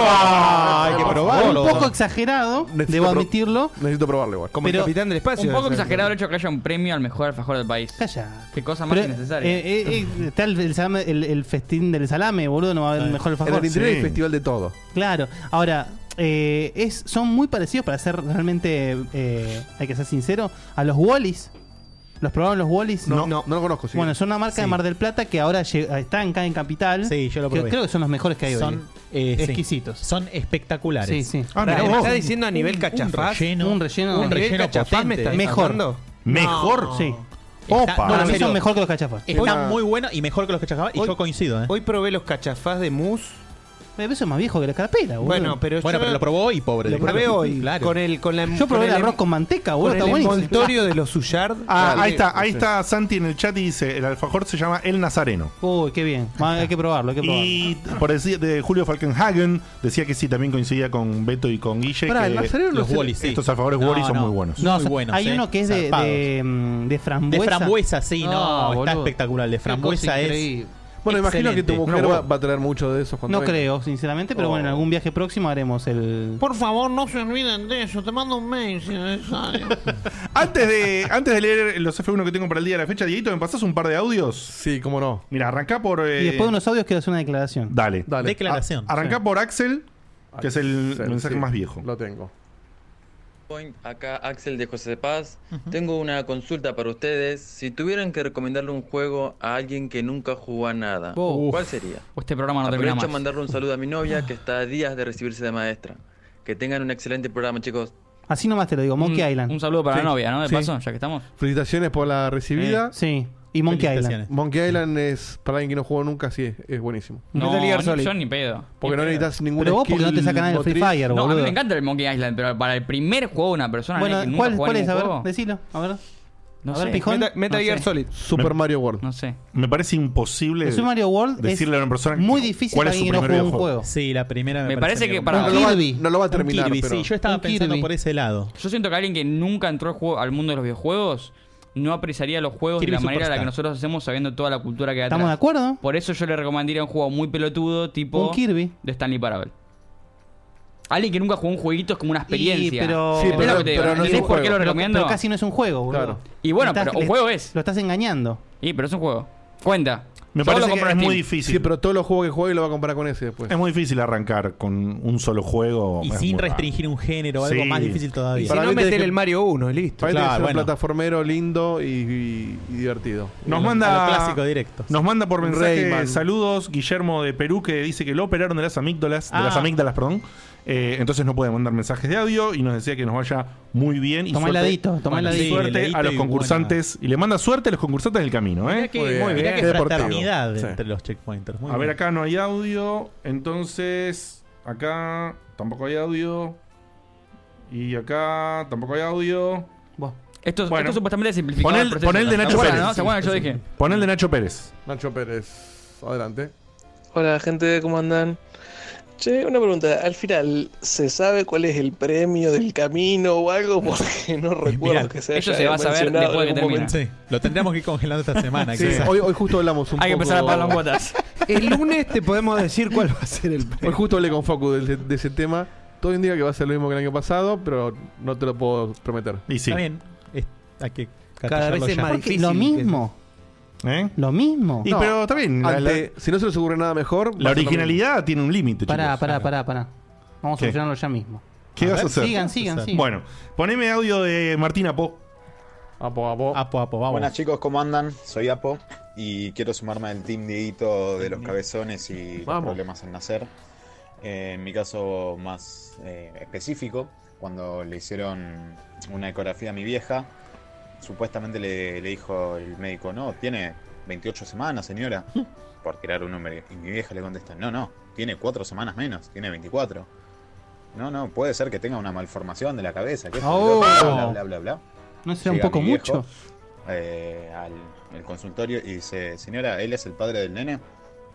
Speaker 4: ¡Epa! Hay que probarlo.
Speaker 3: un poco exagerado,
Speaker 6: Necesito
Speaker 3: debo
Speaker 6: pro-
Speaker 3: admitirlo.
Speaker 6: Necesito probarlo igual.
Speaker 8: Como
Speaker 3: Pero-
Speaker 8: el capitán del espacio.
Speaker 7: Un poco
Speaker 8: Exacto.
Speaker 7: exagerado el hecho que haya un premio al mejor alfajor del país.
Speaker 3: Calla.
Speaker 7: Qué cosa más
Speaker 3: Pero,
Speaker 7: innecesaria.
Speaker 3: eh, eh, eh, está el, el salame- el- el festín del salame, boludo, no va a haber mejor
Speaker 6: En
Speaker 3: alfajor.
Speaker 6: el interior
Speaker 2: Sí.
Speaker 6: hay festival de todo.
Speaker 3: Claro. Ahora, eh, es, son muy parecidos para ser realmente, eh, hay que ser sincero, a los Wallis. ¿Los probaron los Wallis?
Speaker 6: No, no, lo conozco, sí.
Speaker 3: Bueno, es una marca de
Speaker 4: Sí.
Speaker 3: Mar del Plata que ahora lle- está en, acá en Capital.
Speaker 4: Sí, yo lo
Speaker 3: Que
Speaker 4: probé.
Speaker 3: creo que son los mejores que hay hoy.
Speaker 4: son eh, sí.
Speaker 3: Exquisitos.
Speaker 4: Son espectaculares.
Speaker 3: Sí, sí.
Speaker 2: Ah, mirá
Speaker 8: Pará, ¿me
Speaker 2: vos.
Speaker 8: está diciendo a nivel cachafaz?
Speaker 4: relleno.
Speaker 3: Un relleno-
Speaker 8: ¿Un
Speaker 3: Un
Speaker 8: nivel
Speaker 4: relleno
Speaker 8: cachafaz me
Speaker 4: potente.
Speaker 8: estás
Speaker 3: Mejor.
Speaker 8: mandando?
Speaker 2: Mejor.
Speaker 3: Sí.
Speaker 4: Está-
Speaker 2: Opa.
Speaker 4: no,
Speaker 3: Para
Speaker 4: en
Speaker 3: mí
Speaker 4: serio,
Speaker 3: son mejor que los cachafas. Eh,
Speaker 4: Está
Speaker 6: Una-
Speaker 4: muy bueno y mejor que los cachafas. Y
Speaker 8: Hoy-
Speaker 4: yo coincido, ¿eh?
Speaker 8: Hoy probé los cachafás de mousse.
Speaker 3: Eso es más viejo que la carapela, boludo.
Speaker 8: Bueno, pero yo
Speaker 4: bueno, pero lo probó hoy, pobre.
Speaker 8: Lo probé hoy.
Speaker 4: Claro.
Speaker 8: Con el, con la,
Speaker 3: Yo probé
Speaker 8: con
Speaker 3: el
Speaker 8: el-
Speaker 3: arroz con manteca,
Speaker 8: con
Speaker 3: boludo.
Speaker 8: el
Speaker 3: Está buenísimo.
Speaker 8: envoltorio de los Suyard.
Speaker 2: Ah,
Speaker 6: Dale.
Speaker 2: ahí está, ahí
Speaker 6: Sí.
Speaker 2: está Santi en el chat y dice, el alfajor se llama El Nazareno.
Speaker 3: Uy, qué bien. Ma- Hay que probarlo, hay que probarlo.
Speaker 2: Y por decir de Julio Falkenhagen decía que sí, también coincidía con Beto y con Guille.
Speaker 6: Pará,
Speaker 2: que
Speaker 6: el Nazareno no
Speaker 4: Los
Speaker 6: se-
Speaker 4: Wallis, sí.
Speaker 2: Estos alfajores
Speaker 4: No,
Speaker 2: Wallis son
Speaker 4: no.
Speaker 2: muy buenos.
Speaker 4: No,
Speaker 3: sa-
Speaker 4: buenos,
Speaker 3: hay
Speaker 4: eh,
Speaker 3: uno que es de,
Speaker 4: zarpados.
Speaker 3: de, mm, de
Speaker 4: De
Speaker 3: frambuesa.
Speaker 4: frambuesa, sí,
Speaker 7: Ah,
Speaker 4: no. está
Speaker 7: boludo.
Speaker 4: espectacular. El de frambuesa es.
Speaker 6: Bueno, imagino que tu
Speaker 4: Excelente.
Speaker 6: mujer
Speaker 2: No,
Speaker 6: va,
Speaker 2: bueno.
Speaker 6: va a traer mucho de esos cuando
Speaker 3: No
Speaker 6: venga.
Speaker 3: creo, sinceramente, pero bueno, en algún viaje próximo haremos el...
Speaker 8: Por favor, no se olviden de eso. Te mando un mail si es necesario.
Speaker 2: Antes de, antes de leer los F1 que tengo para el día de la fecha, Dieguito, ¿me pasás un par de audios?
Speaker 6: Sí, cómo no.
Speaker 2: Mira, arrancá por. eh,
Speaker 3: Y después de unos audios quiero hacer una declaración.
Speaker 2: Dale.
Speaker 6: Dale.
Speaker 4: Declaración.
Speaker 2: A- arrancá por Axel, que es el
Speaker 6: Sí,
Speaker 2: mensaje
Speaker 6: sí,
Speaker 2: más viejo.
Speaker 6: Lo tengo.
Speaker 9: Point, acá Axel de José de Paz. Tengo una consulta para ustedes. Si tuvieran que recomendarle un juego a alguien que nunca jugó a nada,
Speaker 7: Oh.
Speaker 9: ¿cuál sería?
Speaker 7: Este programa no termina
Speaker 9: Aprovecho a
Speaker 7: más.
Speaker 9: mandarle un saludo a mi novia que está a días de recibirse de maestra. Que tengan un excelente programa, chicos.
Speaker 3: Así nomás te lo digo, Monkey
Speaker 7: Mm, un,
Speaker 3: Island.
Speaker 7: un saludo para
Speaker 6: Sí.
Speaker 7: la novia, ¿no? De
Speaker 6: Sí.
Speaker 7: paso, ya que estamos.
Speaker 6: Felicitaciones por la recibida.
Speaker 3: Sí, y Monkey Island.
Speaker 4: Felicitaciones.
Speaker 6: Monkey Island es, para alguien que no jugó nunca, sí, es, es buenísimo.
Speaker 7: No,
Speaker 8: Metal Gear
Speaker 7: ni-
Speaker 8: Solid.
Speaker 7: yo ni pedo.
Speaker 6: Porque no
Speaker 7: Ni pedo.
Speaker 6: necesitas ningún
Speaker 3: Pero vos porque no te
Speaker 6: skill
Speaker 3: sacan nada del Free
Speaker 6: motriz.
Speaker 3: Fire,
Speaker 7: No, a mí
Speaker 3: boludo.
Speaker 7: me encanta el Monkey Island, pero para el primer juego de una persona no, que
Speaker 3: Bueno,
Speaker 7: nunca
Speaker 3: ¿cuál,
Speaker 7: jugó a
Speaker 3: cuál es?
Speaker 7: ningún
Speaker 3: A ver,
Speaker 7: juego,
Speaker 3: decilo, a ver.
Speaker 7: no
Speaker 3: a ver,
Speaker 7: sé,
Speaker 3: pijón.
Speaker 8: Meta, Meta
Speaker 7: No
Speaker 8: Gear
Speaker 7: sé.
Speaker 8: Solid.
Speaker 6: Super Mario World.
Speaker 7: No sé.
Speaker 2: Me parece imposible
Speaker 3: El Super Mario World
Speaker 2: decirle a
Speaker 3: es
Speaker 2: una persona
Speaker 3: muy difícil
Speaker 2: cuál
Speaker 3: para
Speaker 2: es su
Speaker 3: alguien que no
Speaker 2: primer
Speaker 3: jugó un
Speaker 2: videojuego.
Speaker 3: juego.
Speaker 4: Sí, la primera
Speaker 7: Me parece que
Speaker 4: complicada.
Speaker 7: para-
Speaker 6: No, lo va,
Speaker 3: Kirby.
Speaker 6: no lo va a
Speaker 4: Un
Speaker 6: terminar,
Speaker 4: Kirby,
Speaker 6: pero
Speaker 4: sí, yo estaba
Speaker 3: Un
Speaker 4: pensando
Speaker 3: Kirby.
Speaker 4: por ese lado.
Speaker 7: Yo siento que alguien que nunca entró al juego- al mundo de los videojuegos no apreciaría los juegos
Speaker 4: Kirby
Speaker 7: de la manera en la
Speaker 4: Superstar.
Speaker 7: que nosotros hacemos sabiendo toda la cultura que hay
Speaker 3: ¿Estamos de
Speaker 7: atrás.
Speaker 3: acuerdo?
Speaker 7: Por eso yo le recomendaría un juego muy pelotudo tipo
Speaker 3: Un Kirby.
Speaker 7: de Stanley Parable. Alguien que nunca jugó un jueguito es como una experiencia.
Speaker 3: Y, pero-
Speaker 6: Sí,
Speaker 7: Es
Speaker 6: pero-
Speaker 7: lo que te digo.
Speaker 6: pero no es un
Speaker 7: ¿Entendés por qué
Speaker 6: juego.
Speaker 7: lo
Speaker 3: Pero-
Speaker 7: recomiendo?
Speaker 3: Pero casi no es un juego, boludo.
Speaker 6: Claro.
Speaker 7: Y bueno,
Speaker 3: Le estás-
Speaker 7: pero un
Speaker 3: le-
Speaker 7: juego es.
Speaker 3: Lo estás engañando.
Speaker 7: Y, pero es un juego. Cuenta.
Speaker 2: Me
Speaker 7: Yo
Speaker 2: parece
Speaker 7: lo
Speaker 2: que
Speaker 7: compro
Speaker 2: es
Speaker 7: en
Speaker 2: muy
Speaker 7: Steam.
Speaker 2: difícil.
Speaker 6: Sí, pero todos los juegos que juegue lo va a comparar con ese después.
Speaker 2: Es muy difícil arrancar con un solo juego.
Speaker 4: Y
Speaker 2: Es
Speaker 4: sin
Speaker 2: muy raro.
Speaker 4: restringir un género, algo
Speaker 2: Sí.
Speaker 4: más difícil
Speaker 8: Y
Speaker 4: todavía.
Speaker 8: si
Speaker 6: Para
Speaker 8: no,
Speaker 6: mí tenés
Speaker 8: meter
Speaker 6: que-
Speaker 8: el Mario 1 y listo.
Speaker 6: Para mí tiene que
Speaker 4: Claro,
Speaker 6: ser un
Speaker 4: bueno.
Speaker 6: plataformero lindo y, y- y divertido.
Speaker 2: Nos
Speaker 4: A lo-
Speaker 2: manda.
Speaker 4: a lo clásico directo.
Speaker 2: Nos manda por mensaje
Speaker 6: Rayman.
Speaker 2: saludos Guillermo de Perú que dice que lo operaron de las amígdalas, de
Speaker 3: Ah.
Speaker 2: las amígdalas, perdón. Eh, entonces no puede mandar mensajes de audio y nos decía que nos vaya muy bien y
Speaker 3: Toma
Speaker 2: suerte,
Speaker 3: heladito, toma
Speaker 2: y
Speaker 3: heladito.
Speaker 4: Sí,
Speaker 2: suerte
Speaker 4: heladito
Speaker 2: a los
Speaker 4: y
Speaker 2: concursantes y le manda suerte a los concursantes del camino, ¿eh?
Speaker 4: Mirá que,
Speaker 6: Muy bien.
Speaker 4: muy bien, mirá
Speaker 6: Qué
Speaker 4: que
Speaker 6: deportivo.
Speaker 4: fraternidad
Speaker 6: Sí.
Speaker 4: entre los checkpointers. Muy
Speaker 2: a ver
Speaker 4: bien.
Speaker 2: acá no hay audio, entonces acá tampoco hay audio y acá tampoco hay audio.
Speaker 3: Vos.
Speaker 7: Esto,
Speaker 2: Bueno.
Speaker 7: esto supuestamente simplificó
Speaker 2: Pon el-
Speaker 7: el proceso.
Speaker 2: pon el de
Speaker 7: ¿Se
Speaker 2: Nacho
Speaker 7: acuerdan,
Speaker 2: Pérez.
Speaker 7: ¿no? ¿Se acuerdan que yo dije?
Speaker 2: Pon el de Nacho Pérez.
Speaker 6: Nacho Pérez, adelante.
Speaker 10: Hola gente, ¿cómo andan? Che, una pregunta. Al final, ¿se sabe cuál es el premio del camino o algo? Porque no recuerdo
Speaker 4: Mirá,
Speaker 10: que se
Speaker 7: Eh, eso
Speaker 10: haya
Speaker 7: se va a saber
Speaker 10: mencionado
Speaker 7: después de
Speaker 10: en
Speaker 7: que
Speaker 10: algún
Speaker 7: termine.
Speaker 10: momento.
Speaker 4: Sí, lo tendríamos que ir congelando esta semana.
Speaker 6: Sí,
Speaker 4: quizás.
Speaker 6: hoy, hoy justo hablamos un
Speaker 7: Hay que
Speaker 6: poco-
Speaker 7: empezar a pagar las cuotas.
Speaker 8: El lunes te podemos decir cuál va a ser el
Speaker 6: Hoy Pues justo hablé con Facu de, de ese tema. Todo indica que va a ser lo mismo que el año pasado, pero no te lo puedo prometer.
Speaker 2: Y sí.
Speaker 4: Está bien. Es- hay que
Speaker 8: Cada vez
Speaker 4: catillarlo
Speaker 8: es
Speaker 4: ya.
Speaker 8: más difícil.
Speaker 3: Lo mismo,
Speaker 2: ¿Eh?
Speaker 3: lo mismo.
Speaker 2: Y
Speaker 6: No.
Speaker 2: pero está bien, la, la-
Speaker 6: Ante- si no se les ocurre nada mejor.
Speaker 2: la
Speaker 6: va a ser lo
Speaker 2: originalidad tiene un límite,
Speaker 3: Pará,
Speaker 2: chicos.
Speaker 3: pará, pará, pará. Vamos a
Speaker 2: ¿Qué?
Speaker 3: solucionarlo ya mismo.
Speaker 2: ¿Qué
Speaker 4: A
Speaker 2: vas a
Speaker 4: ver,
Speaker 2: hacer?
Speaker 3: Sigan, sigan, sigan.
Speaker 2: Bueno, poneme audio de Martina Po.
Speaker 6: mismo. Apo, apo.
Speaker 4: Apo, apo, vamos.
Speaker 11: Buenas chicos, ¿cómo andan? Soy Apo y quiero sumarme al team Dieguito de los cabezones y los
Speaker 6: Vamos.
Speaker 11: problemas al nacer. Eh, en mi caso más eh, específico, cuando le hicieron una ecografía a mi vieja, supuestamente le, le dijo el médico, no, tiene 28 semanas, señora, por tirar un número. Y mi vieja le contesta, no, no, tiene 4 semanas menos, tiene 24. No, no, puede ser que tenga una malformación de la cabeza, que esto, que lo
Speaker 3: Oh.
Speaker 11: otro, bla, bla, bla, bla.
Speaker 3: ¿No será
Speaker 11: Llega
Speaker 3: un poco
Speaker 11: mi viejo,
Speaker 3: mucho?
Speaker 11: eh, al al consultorio y dice, señora, ¿él es el padre del nene?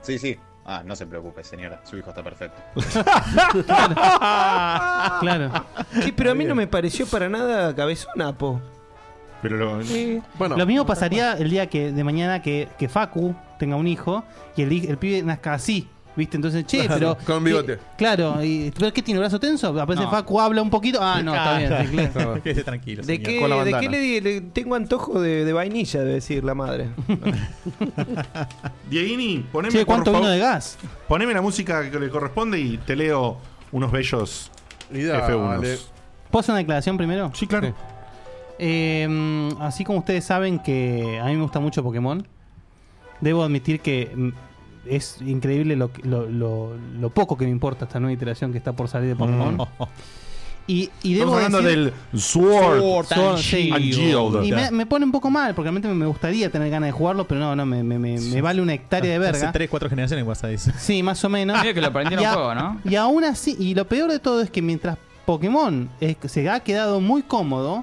Speaker 11: Sí, sí. Ah, no se preocupe, señora, su hijo está perfecto.
Speaker 8: Ah.
Speaker 3: Claro.
Speaker 8: Sí, pero a mí no me pareció para nada cabezona, po.
Speaker 2: Pero lo.
Speaker 3: lo mismo pasaría el día que de mañana que, que Facu tenga un hijo y el, hij- el pibe nazca así. ¿Viste? Entonces, che,
Speaker 6: Claro,
Speaker 3: pero.
Speaker 6: con bigote.
Speaker 3: Claro, y, ¿pero qué tiene? ¿Brazo tenso? Aparece
Speaker 6: No.
Speaker 3: Facu, habla un poquito. Ah, no, está
Speaker 8: Ah,
Speaker 3: bien. sí, claro.
Speaker 8: claro.
Speaker 4: Quédese tranquilo.
Speaker 8: ¿De
Speaker 4: señor.
Speaker 8: qué,
Speaker 4: Con la
Speaker 8: de
Speaker 4: bandana.
Speaker 8: qué le, di- le- tengo antojo de, de vainilla, debe decir la madre?
Speaker 2: Dieguini, poneme.
Speaker 3: Che, ¿cuánto
Speaker 2: por favor-
Speaker 3: vino de gas?
Speaker 2: Poneme la música que le corresponde y te leo unos bellos F1.
Speaker 3: ¿Puedo hacer una declaración primero? Eh,
Speaker 2: Sí, claro.
Speaker 3: así como ustedes saben que a mí me gusta mucho Pokémon, debo admitir que mm, es increíble lo, que- lo- lo- lo poco que me importa esta nueva iteración que está por salir de Pokémon. Y, y debo
Speaker 2: Mm. Estamos hablando
Speaker 3: decir-
Speaker 2: del Sword,
Speaker 3: Sword, sí.
Speaker 2: and Shield.
Speaker 3: Y me, me pone un poco mal, porque realmente me gustaría tener ganas de jugarlo, pero no, no, me, me- me- me vale una hectárea de verga.
Speaker 4: Ah, Hace 3, 4 generaciones pasa eso.
Speaker 3: Sí, más o menos.
Speaker 4: Medio que lo aprendieron
Speaker 3: Y a-
Speaker 4: juego, ¿no?
Speaker 3: Y aún así, y lo peor de todo es que mientras Pokémon eh, se ha quedado muy cómodo,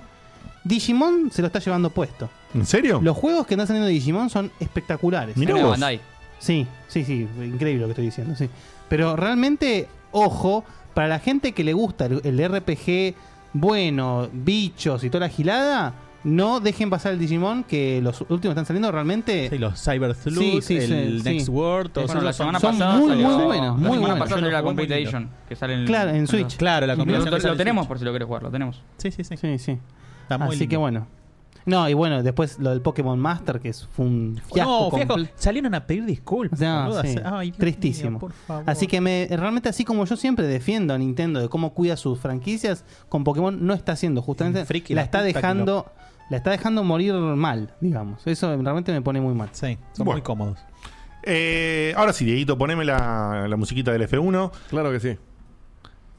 Speaker 3: Digimon se lo está llevando puesto.
Speaker 2: ¿En serio?
Speaker 3: Los juegos que están saliendo de Digimon son espectaculares.
Speaker 2: Mirá Mira vos. Bandai.
Speaker 3: Sí, sí, sí, increíble lo que estoy diciendo, sí. Pero realmente, ojo, para la gente que le gusta el, el RPG bueno, bichos y toda la gilada, no dejen pasar el Digimon, que los últimos que están saliendo realmente...
Speaker 4: Sí, los Cyber Sleuth, el Next World, todos
Speaker 7: Bueno, la
Speaker 4: esos
Speaker 7: semana
Speaker 4: son-
Speaker 7: pasada
Speaker 3: muy,
Speaker 7: salió-
Speaker 3: muy buenos, muy
Speaker 7: La semana
Speaker 3: buenos.
Speaker 7: pasada
Speaker 3: Yo
Speaker 7: salió
Speaker 3: lo
Speaker 7: la
Speaker 3: jugué muy
Speaker 7: Computation,
Speaker 3: lindo.
Speaker 7: que sale en
Speaker 3: Claro, en Switch. Claro, la
Speaker 7: Lo,
Speaker 3: combinación que
Speaker 7: lo
Speaker 3: sale en
Speaker 7: tenemos por si lo querés jugar, lo tenemos.
Speaker 4: Sí, sí, sí.
Speaker 3: Sí, sí.
Speaker 4: muy
Speaker 3: Así
Speaker 4: lindo.
Speaker 3: que bueno. No, y bueno, después lo del Pokémon Master, que es- fue un fiasco.
Speaker 4: no, fiasco.
Speaker 3: completo.
Speaker 4: Salieron a pedir disculpas.
Speaker 3: No,
Speaker 4: boludo.
Speaker 3: sí.
Speaker 4: Ay, Dios
Speaker 3: Tristísimo.
Speaker 4: mío, por favor.
Speaker 3: Así que me, realmente así como yo siempre defiendo a Nintendo de cómo cuida sus franquicias, con Pokémon no está haciendo justamente
Speaker 4: Friki,
Speaker 3: la
Speaker 4: la
Speaker 3: está
Speaker 4: puta que
Speaker 3: dejando la está dejando morir mal, digamos. Eso realmente me pone muy mal.
Speaker 4: Sí,
Speaker 2: son Bueno. muy
Speaker 4: cómodos.
Speaker 2: Eh, ahora sí, Dieguito, poneme la, la musiquita del F1.
Speaker 6: Claro que sí.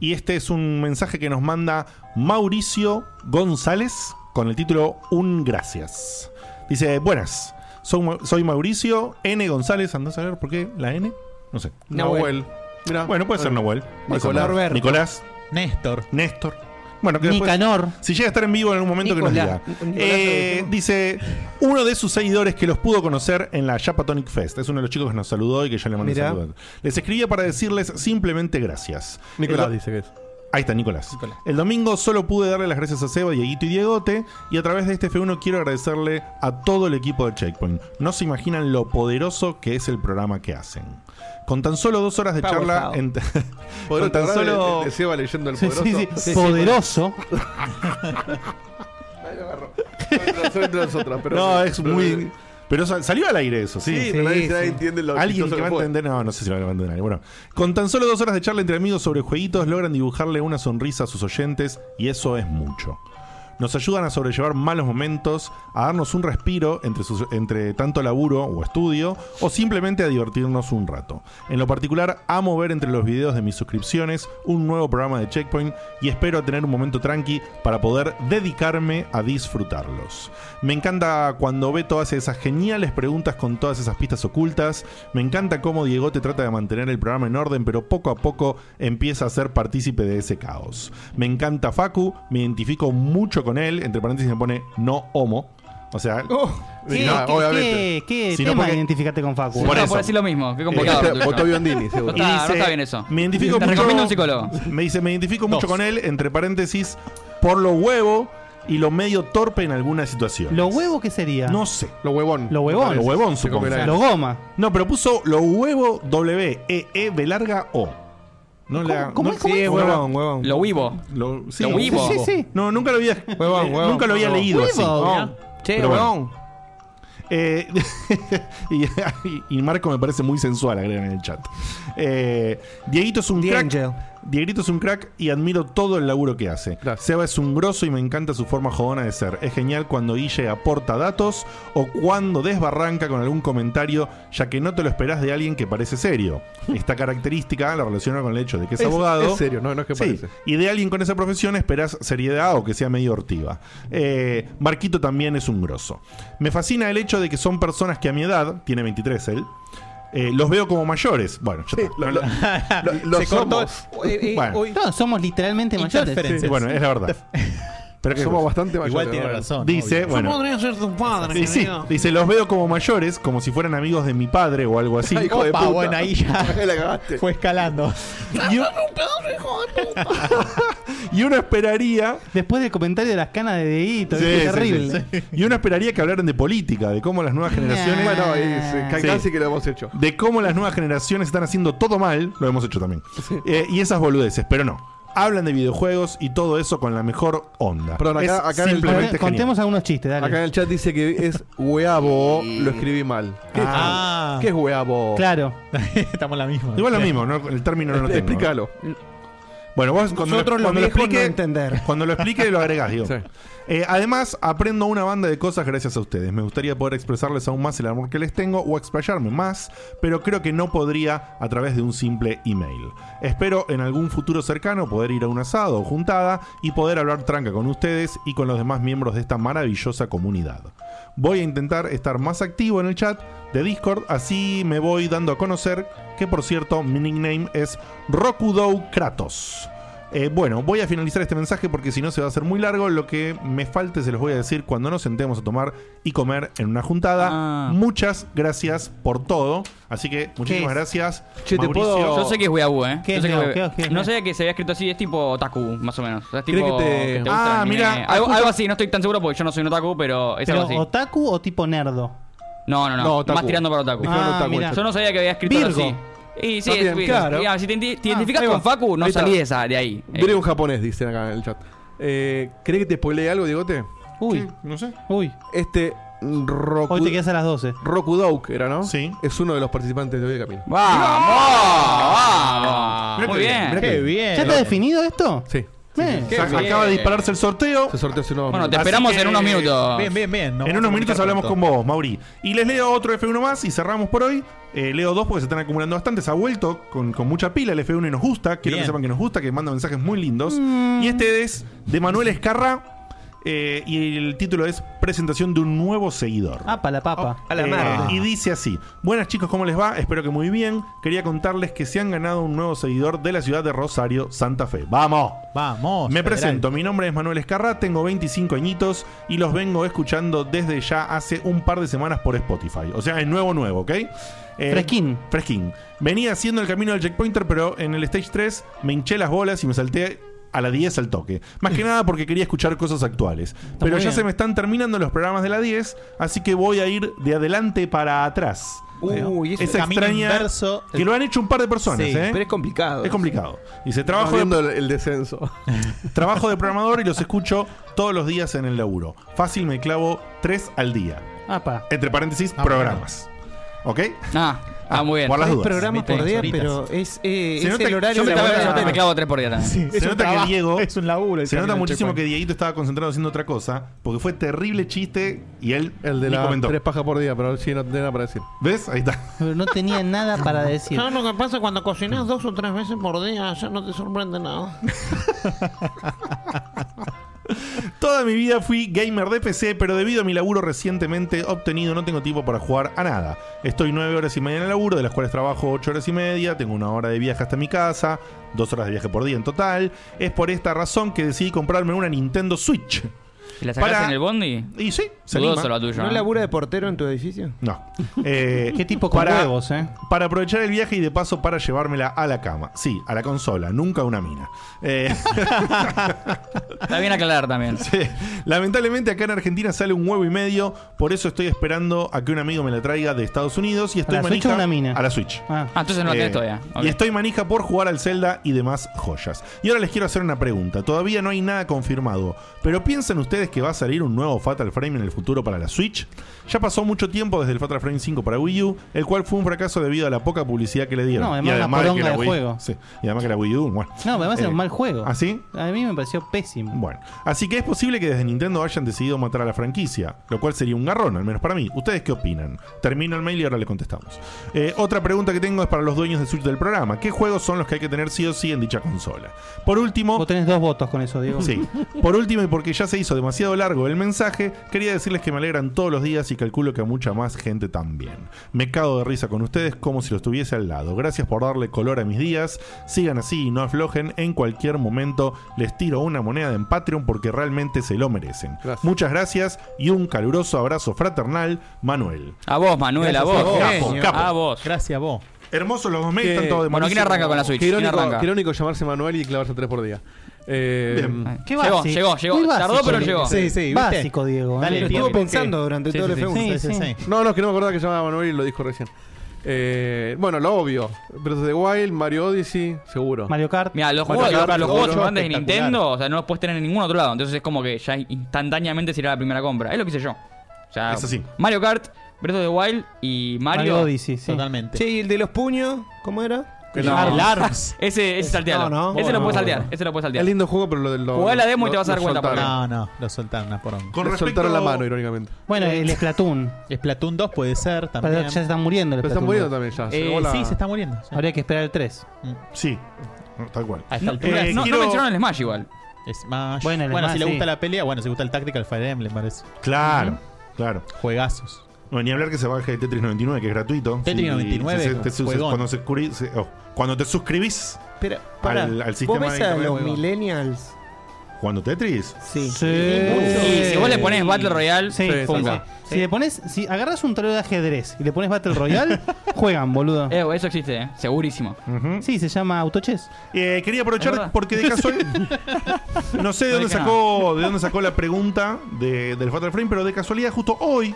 Speaker 2: Y este es un mensaje que nos manda Mauricio González con el título Un Gracias. Dice, buenas, soy, Ma- soy Mauricio N. González. Andás a ver por qué la N. No sé.
Speaker 6: Nahuel. Mirá.
Speaker 2: Bueno, puede ser Nahuel. Puede ser
Speaker 6: Nicolás.
Speaker 2: Nahuel. Nicolás.
Speaker 4: Néstor.
Speaker 2: Néstor. Bueno, que después-
Speaker 3: Nicanor.
Speaker 2: si llega a estar en vivo en algún momento
Speaker 3: Nicolás.
Speaker 2: que nos diga.
Speaker 3: Nicolás,
Speaker 2: Eh, dice, uno de sus seguidores que los pudo conocer en la Japatonic Fest. Es uno de los chicos que nos saludó y que yo le mandé
Speaker 6: Mirá.
Speaker 2: saludos. Les escribía para decirles simplemente gracias.
Speaker 6: Nicolás
Speaker 2: El do-
Speaker 6: dice que es.
Speaker 2: Ahí está, Nicolás. El domingo solo pude darle las gracias a Seba, Dieguito y Diegote. Y a través de este F1 quiero agradecerle a todo el equipo de Checkpoint. No se imaginan lo poderoso que es el programa que hacen. Con tan solo dos horas de
Speaker 6: Está
Speaker 2: charla.
Speaker 6: agotado.
Speaker 2: en-
Speaker 6: Poderoso,
Speaker 2: con tan
Speaker 6: ¿verdad?
Speaker 2: solo.
Speaker 6: De- de Seba leyendo el
Speaker 2: Sí,
Speaker 6: poderoso.
Speaker 2: sí, sí. Sí, sí.
Speaker 3: Poderoso.
Speaker 6: Ahí lo agarró. Son- son entre nosotros, pero-
Speaker 2: no, es
Speaker 6: pero-
Speaker 2: muy. Pero sal- salió al aire eso, sí.
Speaker 6: Sí, pero nadie- nadie entiende lo
Speaker 2: Alguien
Speaker 6: chistoso
Speaker 2: que va a
Speaker 6: fue.
Speaker 2: entender, no, no sé si lo va a entender nadie. Bueno, con tan solo dos horas de charla entre amigos sobre jueguitos, logran dibujarle una sonrisa a sus oyentes y eso es mucho. Nos ayudan a sobrellevar malos momentos, a darnos un respiro entre, sus- entre tanto laburo o estudio, o simplemente a divertirnos un rato. En lo particular, amo ver entre los videos de mis suscripciones un nuevo programa de Checkpoint y espero tener un momento tranqui para poder dedicarme a disfrutarlos. Me encanta cuando Beto hace esas geniales preguntas con todas esas pistas ocultas. Me encanta cómo Diego te trata de mantener el programa en orden, pero poco a poco empieza a ser partícipe de ese caos. Me encanta Facu, me identifico mucho con él. Entre paréntesis me pone no homo. O sea,
Speaker 3: ¿Qué,
Speaker 2: si no-
Speaker 3: qué- qué- qué
Speaker 2: Si no,
Speaker 3: tema
Speaker 2: porque-
Speaker 3: identificate con Facu?
Speaker 2: Por eso.
Speaker 7: complicado, Arturo. Voto Biondini, seguro. Ah,
Speaker 2: Y
Speaker 7: No está- no
Speaker 2: dice,
Speaker 7: está bien eso.
Speaker 2: Me identifico
Speaker 7: Te
Speaker 2: mucho,
Speaker 7: recomiendo un psicólogo.
Speaker 2: Me dice, me identifico mucho
Speaker 7: Dos.
Speaker 2: con él, entre paréntesis, por lo huevo y lo medio torpe en alguna situación.
Speaker 3: ¿Lo huevo qué sería?
Speaker 2: No sé.
Speaker 6: Lo huevón.
Speaker 2: Lo huevón. Lo huevón,
Speaker 6: Se
Speaker 2: supongo.
Speaker 6: comerá.
Speaker 3: Lo goma.
Speaker 2: No, pero puso lo huevo W E E B larga O. No la,
Speaker 3: cómo
Speaker 2: no-
Speaker 3: es, cómo es?
Speaker 2: huevón,
Speaker 6: huevón.
Speaker 7: Lo vivo.
Speaker 2: Lo, sí,
Speaker 7: Lo huevo.
Speaker 2: Sí, sí, sí. No, nunca lo había, eh, nunca lo había leído así.
Speaker 3: Huevo.
Speaker 2: Pero bueno. Eh, y, y Marco me parece muy sensual, agregan en el chat. Eh, Dieguito es un crack. Dieguito es un crack y admiro todo el laburo que hace. Seba es un grosso y me encanta su forma jodona de ser. Es genial cuando Guille aporta datos o cuando desbarranca con algún comentario, ya que no te lo esperás de alguien que parece serio. Esta característica la relaciona con el hecho de que es,
Speaker 6: Es-
Speaker 2: abogado.
Speaker 6: es serio, no- no es que
Speaker 2: Sí,
Speaker 6: parece.
Speaker 2: y de alguien con esa profesión esperás seriedad o que sea medio hortiva. Eh, Marquito también es un grosso. Me fascina el hecho de que son personas que a mi edad, tiene 23 él, eh, los veo como mayores. Bueno, ya está.
Speaker 3: Se cortó. Eh, eh,
Speaker 2: Bueno.
Speaker 3: hoy- No, somos literalmente mayores.
Speaker 2: Sí, bueno, es la verdad. Pero
Speaker 6: Somos bastante Igual
Speaker 3: mayores, tiene ¿no? razón,
Speaker 2: Dice,
Speaker 3: obvio.
Speaker 2: Eh, bueno.
Speaker 3: Yo podría ser tu padre,
Speaker 2: Sí, sí.
Speaker 3: querido.
Speaker 2: dice, los veo como mayores, como si fueran amigos de mi padre o algo así.
Speaker 4: Hijo de Opa, puta. bueno, ahí ya fue escalando.
Speaker 2: Y uno esperaría.
Speaker 3: Después del comentario de las canas de Deito,
Speaker 2: Sí,
Speaker 3: es
Speaker 2: sí,
Speaker 3: terrible.
Speaker 2: sí, sí. Y uno esperaría que hablaran de política, de cómo las nuevas generaciones.
Speaker 6: Bueno, y sí,
Speaker 2: Sí.
Speaker 6: casi que lo hemos hecho.
Speaker 2: De cómo las nuevas generaciones están haciendo todo mal, lo hemos hecho también. Eh, y esas boludeces, pero no. Hablan de videojuegos y todo eso con la mejor onda.
Speaker 6: Perdón, acá-
Speaker 2: Es
Speaker 6: acá en el-
Speaker 2: simplemente
Speaker 6: Conte-
Speaker 2: genial.
Speaker 3: Contemos algunos chistes, dale.
Speaker 6: Acá en el chat dice que es hueabo, lo escribí mal. ¿Qué, es-
Speaker 4: Ah.
Speaker 6: ¿qué es hueabo?
Speaker 3: Claro.
Speaker 4: Estamos la misma.
Speaker 2: Igual lo mismo, ¿no? el término no lo tengo.
Speaker 6: Explícalo.
Speaker 2: Bueno, vos cuando
Speaker 6: Nosotros
Speaker 2: lo,
Speaker 6: los
Speaker 2: cuando lo
Speaker 6: viejos
Speaker 2: explique,
Speaker 6: no
Speaker 2: Cuando lo explique lo agregás, digo. Eh, además, aprendo una banda de cosas gracias a ustedes. Me gustaría poder expresarles aún más el amor que les tengo o explayarme más, pero creo que no podría a través de un simple email. Espero en algún futuro cercano poder ir a un asado o juntada y poder hablar tranca con ustedes y con los demás miembros de esta maravillosa comunidad. Voy a intentar estar más activo en el chat de Discord, así me voy dando a conocer que por cierto mi nickname es Rokudou Kratos. Eh, bueno, voy a finalizar este mensaje porque si no se va a hacer muy largo. Lo que me falte se los voy a decir cuando nos sentemos a tomar y comer en una juntada.
Speaker 7: Ah.
Speaker 2: Muchas gracias por todo. Así que muchísimas
Speaker 7: es?
Speaker 2: gracias.
Speaker 7: Yo sé que es weabú, ¿eh?
Speaker 2: ¿Qué
Speaker 7: Yo
Speaker 2: es
Speaker 7: sé que
Speaker 2: weabú?
Speaker 7: es weabú.
Speaker 2: ¿Qué es?
Speaker 7: No sabía que se había escrito así. Es tipo otaku, más o menos. O sea, es tipo
Speaker 2: ¿Crees que te-
Speaker 7: que te
Speaker 2: Ah,
Speaker 7: gusta el anime.
Speaker 2: mira,
Speaker 7: Algo,
Speaker 2: justo-
Speaker 7: algo así. No estoy tan seguro porque yo no soy un otaku, pero es
Speaker 3: Pero
Speaker 7: algo así.
Speaker 3: otaku o tipo nerdo.
Speaker 7: No, no, no.
Speaker 3: No, otaku.
Speaker 7: Más tirando para otaku.
Speaker 3: Dijeron Ah, otaku, mirá.
Speaker 7: Yo no sabía que había escrito
Speaker 3: Virgo.
Speaker 7: así. Y sí,
Speaker 6: También,
Speaker 7: es Virgo.
Speaker 6: claro.
Speaker 7: Mira, si te identi- te identificas
Speaker 6: Ahí va.
Speaker 7: con Facu, no
Speaker 6: Ahí está.
Speaker 7: salí de, esa, de ahí. Eh,
Speaker 6: Viene un japonés, dicen acá en el chat. Eh, ¿Crees que te spoileé algo, Diegote?
Speaker 3: Uy.
Speaker 2: No sé.
Speaker 3: Uy.
Speaker 6: Este. Roku...
Speaker 3: Hoy te quedas a las 12.
Speaker 6: Rokudouk era, ¿no?
Speaker 2: Sí.
Speaker 6: Es uno de los participantes de hoy de camino.
Speaker 7: ¡Vamos!
Speaker 6: Mirá
Speaker 7: Muy
Speaker 6: qué Ah, bien,
Speaker 7: bien.
Speaker 6: mirá qué bien.
Speaker 3: ¿Ya está definido esto?
Speaker 6: Sí.
Speaker 3: Eh.
Speaker 2: Sa- Acaba de dispararse el sorteo.
Speaker 6: Se sorteó hace unos
Speaker 7: Bueno, te esperamos en unos minutos.
Speaker 4: eh, bien, bien, bien. Nos
Speaker 2: en
Speaker 4: vamos
Speaker 2: unos minutos
Speaker 4: a comunicar
Speaker 2: hablamos
Speaker 4: pronto.
Speaker 2: con vos, Mauri. Y les leo otro F1 más y cerramos por hoy. Eh, leo dos porque se están acumulando bastantes. Ha vuelto con, con mucha pila el F1 y nos gusta. Quiero
Speaker 4: Bien.
Speaker 2: que sepan que nos gusta, que manda mensajes muy lindos.
Speaker 7: Mm.
Speaker 2: Y este es de Manuel Escarra. eh, y el título es Presentación de un nuevo seguidor.
Speaker 3: Ah, para la papa.
Speaker 4: Oh,
Speaker 2: A la Y dice así: Buenas chicos, ¿cómo les va? Espero que muy bien. Quería contarles que se han ganado un nuevo seguidor de la ciudad de Rosario, Santa Fe. ¡Vamos!
Speaker 4: Vamos.
Speaker 2: Me
Speaker 4: federal.
Speaker 2: presento, mi nombre es Manuel Escarra, tengo 25 añitos y los vengo escuchando desde ya hace un par de semanas por Spotify. O sea, es nuevo, nuevo, ¿ok? Eh,
Speaker 3: Fresquín.
Speaker 2: Fresquín. Venía haciendo el camino del checkpointer, pero en el stage 3 me hinché las bolas y me salté a la 10 al toque. Más que nada porque quería escuchar cosas actuales. Pero
Speaker 3: muy
Speaker 2: ya
Speaker 3: bien.
Speaker 2: se me están terminando los programas de la 10, así que voy a ir de adelante para atrás.
Speaker 8: Uy, ese
Speaker 2: Esa
Speaker 8: camino inverso-
Speaker 2: que lo han hecho un par de personas,
Speaker 8: Sí,
Speaker 2: ¿eh?
Speaker 8: pero es complicado.
Speaker 2: Es complicado. Dice, trabajo de
Speaker 6: viendo el, el descenso.
Speaker 2: Trabajo de programador y los escucho todos los días en el laburo. Fácil me clavo tres al día.
Speaker 3: Apa.
Speaker 2: Entre paréntesis, programas. ¿ok?
Speaker 7: Ah, ah, muy bien.
Speaker 2: por las
Speaker 7: Tres
Speaker 2: dudas.
Speaker 7: programas por día, pero
Speaker 8: es, eh,
Speaker 7: es el horario
Speaker 2: yo me
Speaker 7: laboral.
Speaker 2: clavo-
Speaker 7: Yo te- me clavo tres por día también.
Speaker 2: Sí,
Speaker 7: Es
Speaker 2: se
Speaker 7: un
Speaker 2: nota
Speaker 7: trabajo,
Speaker 2: que Diego.
Speaker 4: es un laburo el
Speaker 2: Se nota
Speaker 4: camino del
Speaker 2: muchísimo
Speaker 4: checkpoint.
Speaker 2: que Dieguito estaba concentrado haciendo otra cosa porque fue terrible chiste y él
Speaker 6: El de
Speaker 2: ni
Speaker 6: las
Speaker 2: comentó.
Speaker 6: tres pajas por día, pero sí, no tenía nada para decir.
Speaker 2: ¿Ves? Ahí está.
Speaker 3: Pero no tenía nada para decir.
Speaker 12: ¿Sabes lo que pasa? Cuando cocinas dos o tres veces por día, ya no te sorprende nada.
Speaker 2: Toda mi vida fui gamer de PC, pero debido a mi laburo recientemente obtenido no tengo tiempo para jugar a nada. Estoy 9 horas y media en el laburo, de las cuales trabajo 8 horas y media, tengo una hora de viaje hasta mi casa, dos horas de viaje por día en total. Es por esta razón que decidí comprarme una Nintendo Switch.
Speaker 7: ¿Y la sacaste en el bondi?
Speaker 2: Y sí, se
Speaker 7: Dudoso
Speaker 2: anima.
Speaker 7: lo tuyo.
Speaker 2: No
Speaker 7: ¿eh?
Speaker 2: la
Speaker 8: ¿Labura de portero en tu edificio?
Speaker 2: No. Eh,
Speaker 3: ¿Qué tipo con
Speaker 2: para-
Speaker 3: huevos, eh?
Speaker 2: Para aprovechar el viaje y de paso para llevármela a la cama. Sí, a la consola, nunca a una mina. Eh,
Speaker 7: Está bien aclarar también.
Speaker 2: Lamentablemente acá en Argentina sale un huevo y medio, por eso estoy esperando a que un amigo me la traiga de Estados Unidos y estoy
Speaker 3: ¿A la Switch
Speaker 2: manija
Speaker 3: o una mina?
Speaker 2: a la Switch.
Speaker 3: Ah.
Speaker 7: Ah, entonces no la
Speaker 2: Eh,
Speaker 7: tenés todavía. Ok.
Speaker 2: Y estoy manija por jugar al Zelda y demás joyas. Y ahora les quiero hacer una pregunta. Todavía no hay nada confirmado, pero piensan ustedes ustedes que va a salir un nuevo Fatal Frame en el futuro para la Switch? Ya pasó mucho tiempo desde el Fatal Frame 5 para Wii U, el cual fue un fracaso debido a la poca publicidad que le dieron.
Speaker 3: No, además la poronga de
Speaker 2: Wii,
Speaker 3: juego.
Speaker 2: sí, y además que la Wii U, bueno.
Speaker 3: No, además
Speaker 2: Eh,
Speaker 3: era un mal juego.
Speaker 2: ¿Ah, sí?
Speaker 3: A mí me pareció pésimo.
Speaker 2: Bueno, así que es posible que desde Nintendo hayan decidido matar a la franquicia, lo cual sería un garrón, al menos para mí. ¿Ustedes qué opinan? Termino el mail y ahora le contestamos. Eh, otra pregunta que tengo es para los dueños de Switch del programa. ¿Qué juegos son los que hay que tener sí o sí en dicha consola? Por último... Vos
Speaker 3: tenés dos votos con eso, Diego.
Speaker 2: Sí. Por último, y porque ya se hizo demasiado largo el mensaje, quería decirles que me alegran todos los días y calculo que a mucha más gente también. Me cago de risa con ustedes como si los tuviese al lado. Gracias por darle color a mis días. Sigan así y no aflojen. En cualquier momento les tiro una moneda en Patreon porque realmente se lo merecen. Muchas gracias y un caluroso abrazo fraternal, Manuel.
Speaker 8: Ah.
Speaker 7: A vos, Manuel,
Speaker 2: Gracias
Speaker 7: a vos.
Speaker 2: a vos. Capo, capo.
Speaker 7: A vos.
Speaker 4: Gracias a vos.
Speaker 2: Hermosos los dos mails, están todos de
Speaker 6: malísimo. Qué
Speaker 2: ¿Quién
Speaker 6: irónico,
Speaker 2: arranca?
Speaker 6: qué irónico llamarse Manuel y clavarse tres por día. Eh,
Speaker 2: Bien.
Speaker 3: Qué Llegó, básico. llegó, llegó. Muy Tardó, básico, pero Diego. llegó. Sí, sí, ¿viste? Básico, Diego, ¿eh? Dale
Speaker 6: Lo
Speaker 3: tiempo.
Speaker 6: estuvo pensando
Speaker 3: Sí.
Speaker 6: durante
Speaker 3: Sí,
Speaker 6: todo el
Speaker 3: sí,
Speaker 6: F1.
Speaker 3: sí. Sí, sí, sí.
Speaker 6: No, no, es que no me acordaba que se llamaba Manuel y lo dijo recién. Eh, bueno, lo obvio. Breath of the Wild, Mario Odyssey, seguro.
Speaker 3: Mario Kart.
Speaker 7: Mira, los
Speaker 6: Mario
Speaker 7: juegos,
Speaker 6: Kart,
Speaker 7: los juegos
Speaker 6: seguro.
Speaker 7: grandes de Nintendo, o sea, no los puedes tener en ningún otro lado. Entonces es como que ya instantáneamente sería la primera compra. Es lo que hice yo. O sea,
Speaker 8: Es así.
Speaker 7: Mario Kart, Breath of the Wild y Mario.
Speaker 8: Mario Odyssey, sí.
Speaker 4: Totalmente.
Speaker 8: Che, ¿y el de los puños? ¿Cómo era?
Speaker 7: El
Speaker 8: No.
Speaker 7: Arms. Ese, ese saltealo.
Speaker 8: No, no.
Speaker 7: Ese lo
Speaker 8: No,
Speaker 7: puedes
Speaker 8: no,
Speaker 7: saltear.
Speaker 8: no.
Speaker 7: Ese lo puedes saltear.
Speaker 6: Es lindo juego, pero lo del. lo-
Speaker 7: Jugá la demo y
Speaker 6: lo-
Speaker 7: te vas a dar
Speaker 6: lo
Speaker 7: cuenta por qué.
Speaker 6: soltaron.
Speaker 4: No, no, lo soltaron una poronga.
Speaker 6: Con Le respecto- soltaron la mano, irónicamente.
Speaker 3: Bueno, el Splatoon.
Speaker 4: Splatoon 2 puede ser también.
Speaker 3: Pero ya se están muriendo. el
Speaker 4: Pero están
Speaker 3: Splatoon
Speaker 4: muriendo
Speaker 3: 2.
Speaker 4: también ya, se Eh, llegó la- sí, se está muriendo, sí.
Speaker 3: Habría que esperar el 3.
Speaker 2: Sí, tal cual.
Speaker 4: Mm. A esta altura,
Speaker 7: no, no mencionaron el Smash igual.
Speaker 4: eh, Smash.
Speaker 7: Bueno,
Speaker 4: Bueno,
Speaker 7: el
Speaker 4: si
Speaker 7: Smash,
Speaker 4: le
Speaker 7: sí.
Speaker 4: gusta la pelea, bueno, si le gusta el Tactical Fire Emblem, parece.
Speaker 2: Claro, claro.
Speaker 4: Juegazos.
Speaker 2: No, ni hablar que se baje Tetris 99, que es gratuito.
Speaker 4: Tetris
Speaker 2: Sí,
Speaker 4: 99,
Speaker 2: se- se- te- se-
Speaker 4: juegón.
Speaker 2: cuando, se curi- se- oh, cuando te suscribís
Speaker 8: Pero, pará,
Speaker 2: al, al
Speaker 8: ¿vos
Speaker 2: sistema
Speaker 8: ves
Speaker 2: de
Speaker 8: a
Speaker 2: internet.
Speaker 8: los millennials?
Speaker 2: ¿Jugando Tetris?
Speaker 8: Sí.
Speaker 7: Y si vos le pones Battle Royale,
Speaker 3: Sí,
Speaker 7: sí,
Speaker 3: sí,
Speaker 7: sí.
Speaker 3: sí. Si le pones, si agarras un tablero de ajedrez y le pones Battle Royale, juegan, boludo.
Speaker 7: Eh, eso existe, eh. segurísimo.
Speaker 3: Sí, se llama autochess.
Speaker 2: Eh, Mm. quería aprovechar porque de casual no sé de
Speaker 3: No
Speaker 2: dónde
Speaker 3: dije
Speaker 2: sacó de dónde sacó la pregunta de- del Fatal Frame, pero de casualidad justo hoy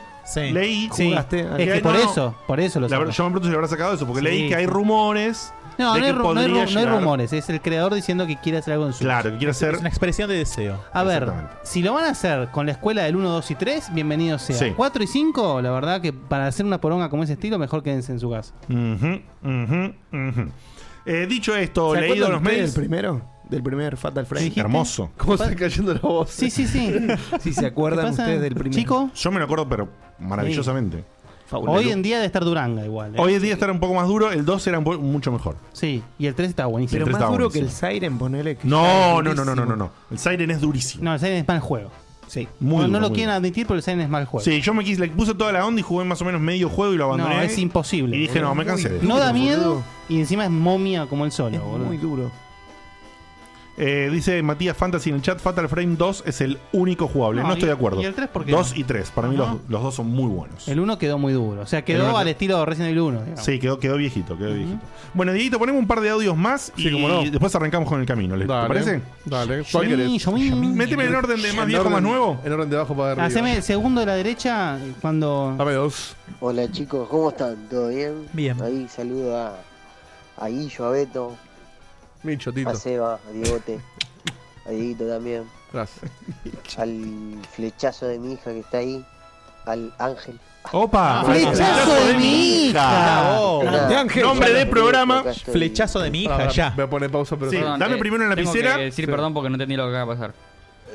Speaker 2: leí
Speaker 3: Sí.
Speaker 2: Jugaste.
Speaker 3: Es
Speaker 2: Que
Speaker 3: que
Speaker 2: hay-
Speaker 3: por
Speaker 2: no, no.
Speaker 3: eso, por eso lo
Speaker 2: La verdad, yo
Speaker 3: sacó.
Speaker 2: me pregunto si le habrá sacado eso, porque
Speaker 3: Sí.
Speaker 2: leí que hay rumores.
Speaker 3: No,
Speaker 2: de
Speaker 3: no hay,
Speaker 2: que
Speaker 3: ru- no hay
Speaker 2: podría
Speaker 3: ru- no hay
Speaker 2: llegar-
Speaker 3: rumores, es el creador diciendo que quiere hacer algo en su
Speaker 2: Claro, que quiere hacer.
Speaker 4: Es una expresión de deseo.
Speaker 3: A ver,
Speaker 4: Exactamente.
Speaker 3: si lo van a hacer con la escuela del 1, 2 y 3, bienvenido sea.
Speaker 2: Sí.
Speaker 3: 4 y 5, la verdad que para hacer una poronga como ese estilo, mejor quédense en su casa.
Speaker 2: Ujú, ujú, ujú. Eh, dicho esto,
Speaker 8: ¿Se
Speaker 2: leído
Speaker 8: acuerdan
Speaker 2: los
Speaker 8: ustedes
Speaker 2: mails.
Speaker 8: del primero? Del primer Fatal Frame.
Speaker 2: Sí, hermoso.
Speaker 6: ¿Cómo está cayendo la voz?
Speaker 3: Sí, sí, sí.
Speaker 8: Si se acuerdan ustedes del primero.
Speaker 3: Chico,
Speaker 2: Yo me lo acuerdo, pero maravillosamente.
Speaker 3: hoy en día de estar Duranga igual. ¿eh?
Speaker 2: Hoy en día estará un poco más duro, el 2 era un po- mucho mejor.
Speaker 3: Sí, y el 3 está buenísimo.
Speaker 8: Pero
Speaker 2: Siempre
Speaker 8: más
Speaker 2: está
Speaker 8: duro que el
Speaker 2: buenísimo.
Speaker 8: Siren, ponele. Que
Speaker 2: No,
Speaker 8: ya
Speaker 2: no,
Speaker 8: es
Speaker 2: no, no, no, no,
Speaker 8: durísimo.
Speaker 2: no. El Siren es durísimo.
Speaker 3: No, el Siren es mal juego.
Speaker 8: Sí.
Speaker 2: Muy
Speaker 3: no, no
Speaker 2: duro,
Speaker 3: lo
Speaker 2: muy
Speaker 3: quieren admitir porque el Siren es mal juego.
Speaker 2: Sí, yo me quise, le puse toda la onda y jugué más o menos medio juego y lo abandoné.
Speaker 3: No, es imposible.
Speaker 2: Y dije, no, me cansé.
Speaker 3: No da miedo y encima es momia como el solo, boludo.
Speaker 8: Muy duro.
Speaker 2: Eh, dice Matías Fantasy en el chat, Fatal Frame 2 es el único jugable. No,
Speaker 3: No, y-
Speaker 2: estoy de acuerdo.
Speaker 3: ¿y el tres por qué
Speaker 2: 2
Speaker 3: no?
Speaker 2: y 3. Para mí
Speaker 3: Ajá.
Speaker 2: los, los dos son muy buenos.
Speaker 3: El 1 quedó muy duro. O sea,
Speaker 2: El
Speaker 3: quedó
Speaker 2: uno-
Speaker 3: al estilo Resident Evil 1. digamos.
Speaker 2: Sí, quedó, quedó viejito, quedó viejito. Bueno, Dieguito, ponemos un par de audios más y después arrancamos con el camino. ¿les- ¿Te
Speaker 6: Dale.
Speaker 2: parece?
Speaker 6: Dale.
Speaker 2: Yo-
Speaker 6: ¿Cuál querés?
Speaker 3: yo- Yamín.
Speaker 2: Méteme en orden de más viejo,
Speaker 6: orden-
Speaker 2: más nuevo.
Speaker 6: En orden de abajo para arriba.
Speaker 3: Haceme el segundo de la derecha cuando.
Speaker 6: Dame dos.
Speaker 13: Hola chicos, ¿cómo están? ¿Todo bien?
Speaker 4: Bien.
Speaker 13: Ahí saludo a, a Guillo, a Beto,
Speaker 6: Micho, Tito.
Speaker 13: a Seba, a Diegote, a Dieguito también,
Speaker 6: Gracias.
Speaker 13: al flechazo de mi hija que está ahí, al Ángel.
Speaker 2: ¡Opa!
Speaker 13: ¡Flechazo de mi
Speaker 6: Ah,
Speaker 13: hija!
Speaker 4: Bravo.
Speaker 13: Grande Ángel.
Speaker 2: Nombre de programa.
Speaker 4: Flechazo de mi hija,
Speaker 2: Pará,
Speaker 4: ya.
Speaker 6: Voy a poner pausa, pero.
Speaker 2: Sí, dame
Speaker 7: eh,
Speaker 2: primero en la
Speaker 7: tengo
Speaker 2: lapicera.
Speaker 7: que decir
Speaker 2: Sí.
Speaker 7: perdón porque no entendí lo que acaba de pasar.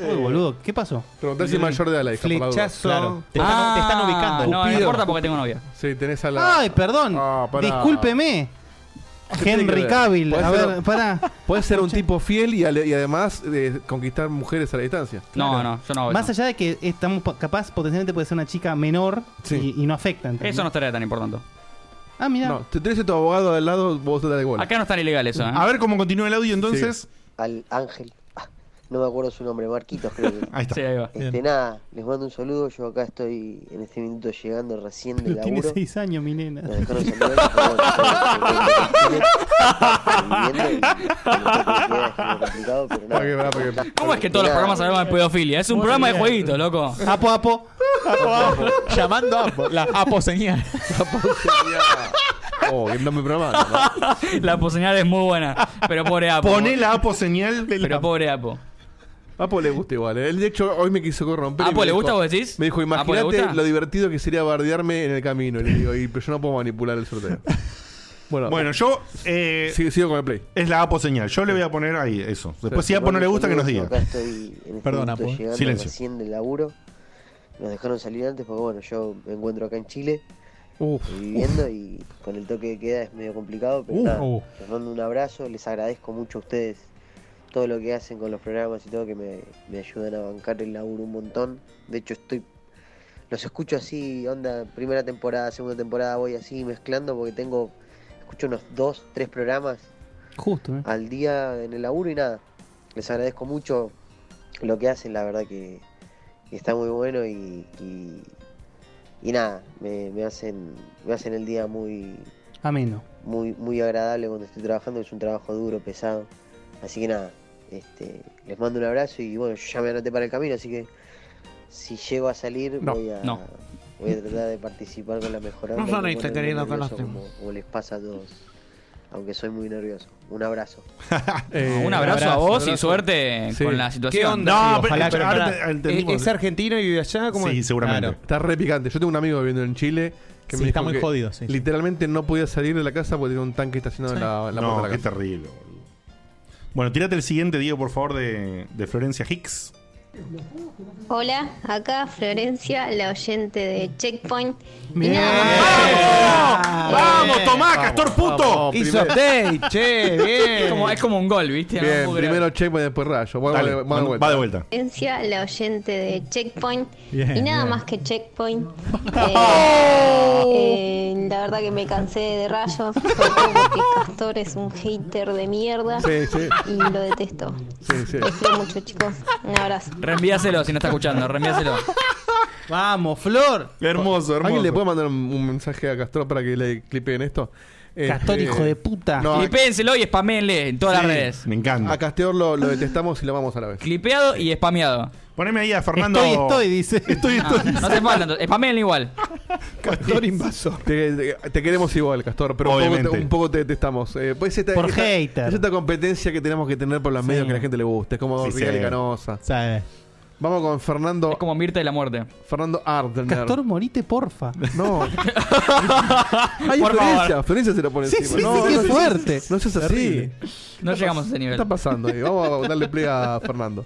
Speaker 3: Uy, boludo, ¿qué pasó?
Speaker 6: Preguntá si es mayor de edad la hija. por la duda.
Speaker 3: Flechazo. Claro.
Speaker 6: Te están-
Speaker 7: Ah,
Speaker 6: te están ubicando.
Speaker 7: No, no
Speaker 6: Cupido.
Speaker 7: importa porque tengo novia.
Speaker 6: Sí, tenés a la.
Speaker 3: Ay, perdón.
Speaker 6: Ah, pará.
Speaker 3: Discúlpeme.
Speaker 6: tiene que
Speaker 3: Henry
Speaker 6: ver?
Speaker 3: Cavill.
Speaker 6: Puede
Speaker 3: A
Speaker 6: ser-
Speaker 3: ver, pará.
Speaker 6: Puedes ser un tipo fiel y, ale- y además eh, conquistar mujeres a la distancia.
Speaker 7: No, no,
Speaker 6: Ah,
Speaker 7: yo no.
Speaker 3: Más allá de que estamos po- capaz, potencialmente puede ser una chica menor y, y no afecta. ¿entendés?
Speaker 7: Eso no estaría tan importante.
Speaker 3: Ah, mira.
Speaker 6: No, te tenés a tu abogado al lado, vos te das igual.
Speaker 7: Acá no es tan ilegal eso, ¿eh?
Speaker 2: A ver cómo continúa el audio entonces.
Speaker 13: Al Ángel. Ah, No me acuerdo su nombre, Marquitos creo que.
Speaker 2: Ahí está.
Speaker 7: Sí, ahí va.
Speaker 13: Este, nada, les mando un saludo. Yo acá estoy en este minuto llegando recién del
Speaker 3: Pero tiene
Speaker 13: laburo.
Speaker 3: 6 años, mi nena.
Speaker 13: Nos dejaron saludar, por favor, todos los que estén viendo y- y- complicado, pero
Speaker 6: Ah,
Speaker 13: nada.
Speaker 7: ¿Cómo es que todos los programas hablamos de pedofilia? Es un programa de jueguitos, loco.
Speaker 3: Apo, apo.
Speaker 4: Llamando a Apo. La Apo señal.
Speaker 6: Oh, el nombre programa.
Speaker 7: La Apo señal es muy buena. Pero pobre Apo.
Speaker 2: Poné la Apo señal.
Speaker 7: Pero pobre Apo.
Speaker 6: Apo le gusta igual. ¿eh? Él, de hecho, hoy me quiso corromper. y
Speaker 7: ¿Apo
Speaker 6: me
Speaker 7: le
Speaker 6: dijo-
Speaker 7: gusta, vos decís?
Speaker 6: Me dijo,
Speaker 7: ¿Apo le gusta?
Speaker 6: imagínate lo divertido que sería bardearme en el camino. Y le digo, y, pero yo no puedo manipular el sorteo. Bueno,
Speaker 2: Bueno, yo. Eh,
Speaker 6: sigo con el play.
Speaker 2: Es la Apo señal. Yo le voy a poner ahí eso. Después, si
Speaker 13: a
Speaker 2: Apo no le gusta, que nos diga.
Speaker 13: Acá estoy en este
Speaker 2: Perdón,
Speaker 13: momento
Speaker 2: Apo.
Speaker 13: llegando
Speaker 2: Silencio.
Speaker 13: recién del laburo. Nos dejaron salir antes porque, bueno, yo me encuentro acá en Chile. estoy viviendo y con el toque de queda es medio complicado, pero
Speaker 14: Uf.
Speaker 13: nada,
Speaker 14: Uh.
Speaker 13: les mando un abrazo, les agradezco mucho a ustedes todo lo que hacen con los programas y todo que me, me ayudan a bancar el laburo un montón. De hecho estoy los escucho así, onda, primera temporada, segunda temporada voy así mezclando porque tengo escucho unos dos, tres programas
Speaker 3: Justo, ¿eh?
Speaker 13: al día en el laburo y nada. Les agradezco mucho lo que hacen, la verdad que, que está muy bueno y, y, y nada, me, me hacen me hacen el día muy
Speaker 3: Ameno.
Speaker 13: muy muy agradable cuando estoy trabajando, es un trabajo duro, pesado. Así que nada, este, les mando un abrazo y bueno, yo ya me anoté para el camino, así que si llego a salir
Speaker 12: No,
Speaker 13: voy a
Speaker 12: no.
Speaker 13: voy a tratar de participar con la mejor
Speaker 12: No
Speaker 13: onda y me
Speaker 12: sonriste,
Speaker 13: pone muy
Speaker 12: querido,
Speaker 13: nervioso
Speaker 12: con lástima.
Speaker 13: como, como les pasa a todos. Aunque soy muy nervioso. Un abrazo.
Speaker 7: un abrazo, a vos y suerte
Speaker 13: Eh, Sí.
Speaker 7: con la situación.
Speaker 13: ¿Qué onda, No, tío? pero- Ojalá
Speaker 8: pero
Speaker 13: que-
Speaker 8: pará,
Speaker 13: ahora te-
Speaker 8: ¿es,
Speaker 7: eh,
Speaker 13: entendimos.
Speaker 8: es argentino y vive allá? ¿Cómo es? Claro.
Speaker 6: Está re picante. Yo tengo un amigo viviendo en Chile que
Speaker 8: Sí,
Speaker 6: me
Speaker 8: está
Speaker 6: dijo
Speaker 8: muy
Speaker 6: que
Speaker 8: jodido, sí.
Speaker 6: Literalmente no podía salir de la casa porque tenía un tanque estacionado en la, en la
Speaker 2: no,
Speaker 6: puerta de
Speaker 2: qué
Speaker 6: la casa.
Speaker 2: terrible, boludo. Bueno, tírate el siguiente, Diego, por favor, de, de Florencia Hicks.
Speaker 15: Hola, acá Florencia, la oyente de Checkpoint. Eh,
Speaker 2: ¡Vamos, tomá,
Speaker 6: ¡Ah,
Speaker 2: Castor puto!
Speaker 8: Hizo update, che, bien.
Speaker 7: Es como, es como un gol, ¿viste?
Speaker 6: Bien,
Speaker 7: No puedo creer.
Speaker 6: primero checkpoint y después rayo. Va,
Speaker 2: Dale,
Speaker 6: va- va
Speaker 2: manda-
Speaker 6: de vuelta.
Speaker 2: va de vuelta.
Speaker 15: Florencia, la oyente de Checkpoint.
Speaker 6: Bien,
Speaker 15: y nada
Speaker 6: bien.
Speaker 15: más que Checkpoint. Eh, eh, la verdad que me cansé de rayos. sobre todo Porque Castor es un hater de mierda.
Speaker 6: Sí, sí.
Speaker 15: Y lo detesto.
Speaker 6: Sí, sí.
Speaker 15: Los quiero mucho, chicos. Un abrazo.
Speaker 7: Reenvíaselo si no está escuchando, reenvíaselo.
Speaker 3: Vamos, Flor.
Speaker 2: Hermoso, hermoso.
Speaker 6: ¿Alguien le puede mandar un, un mensaje a Castor para que le clipeen esto? Este,
Speaker 7: Castor, hijo de
Speaker 3: puta.
Speaker 6: No, a,
Speaker 7: Clipéenselo y spamenle en todas
Speaker 6: Sí,
Speaker 7: las redes.
Speaker 2: Me encanta.
Speaker 6: a Castor lo, lo detestamos y lo amamos a la vez.
Speaker 7: Clipeado y spameado.
Speaker 2: Poneme ahí a
Speaker 6: Fernando- Estoy, estoy,
Speaker 3: dice.
Speaker 2: Estoy,
Speaker 7: estoy. No, te falta, entonces, spamenle igual.
Speaker 6: Castor invasor. Te, te- te queremos igual, Castor, pero un poco,
Speaker 2: Obviamente.
Speaker 6: te, un poco te detestamos. Eh, pues esta,
Speaker 2: Por
Speaker 6: esta-
Speaker 2: hater.
Speaker 6: Es esta competencia que tenemos que tener por los medios que a la gente le guste. Es como
Speaker 7: Sí,
Speaker 6: Rial y
Speaker 7: sí.
Speaker 6: Canosa. Vamos con Fernando. Es
Speaker 7: como Mirta de la Muerte.
Speaker 6: Fernando Ardner.
Speaker 3: Castor, morite, porfa.
Speaker 6: No. Ay,
Speaker 3: Por
Speaker 6: Florencia.
Speaker 3: favor.
Speaker 6: Florencia se lo pone
Speaker 3: Sí,
Speaker 6: encima.
Speaker 3: sí, sí, qué
Speaker 6: seas-
Speaker 3: fuerte.
Speaker 6: No seas así.
Speaker 3: Terrible.
Speaker 7: No llegamos a ese nivel.
Speaker 6: ¿Qué está pasando ahí? Vamos a darle play a Fernando.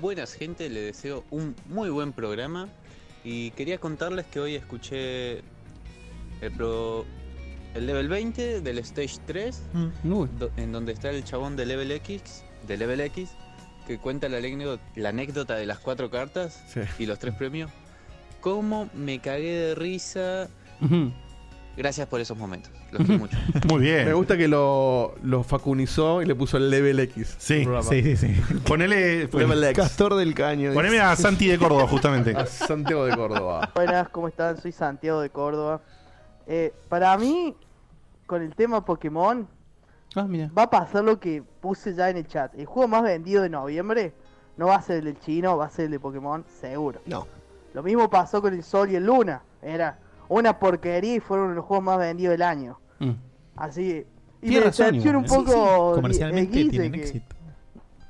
Speaker 16: Buenas gente, les deseo un muy buen programa y quería contarles que hoy escuché el, pro- el level 20 del stage 3, do- en donde está el chabón de level X, de level X, que cuenta la, anécdo- la anécdota de las cuatro cartas
Speaker 6: Sí.
Speaker 16: y los tres premios. Cómo me cagué de risa. Gracias por esos momentos. Los quiero mucho.
Speaker 2: Muy bien.
Speaker 6: Me gusta que lo, lo facunizó y le puso el level X.
Speaker 2: Sí,
Speaker 6: sí,
Speaker 2: Ponele.
Speaker 6: Level X. Castor del caño.
Speaker 2: Poneme a Santi de Córdoba, justamente.
Speaker 6: A Santiago de Córdoba.
Speaker 17: Buenas, ¿cómo están? Soy Santiago de Córdoba. Eh, para mí, con el tema Pokémon,
Speaker 7: Ah,
Speaker 17: va a pasar lo que puse ya en el chat. El juego más vendido de noviembre no va a ser el del chino, va a ser el de Pokémon, seguro.
Speaker 8: No.
Speaker 17: Lo mismo pasó con el Sol y el Luna. Era una porquería y fueron los juegos más vendidos del año.
Speaker 3: Mm.
Speaker 17: Así que. Y me
Speaker 7: Tiene razón,
Speaker 17: decepciona un
Speaker 7: igual, ¿eh? Sí, sí.
Speaker 17: poco.
Speaker 7: Comercialmente
Speaker 17: eh, Guille,
Speaker 7: tienen
Speaker 17: que-
Speaker 7: éxito.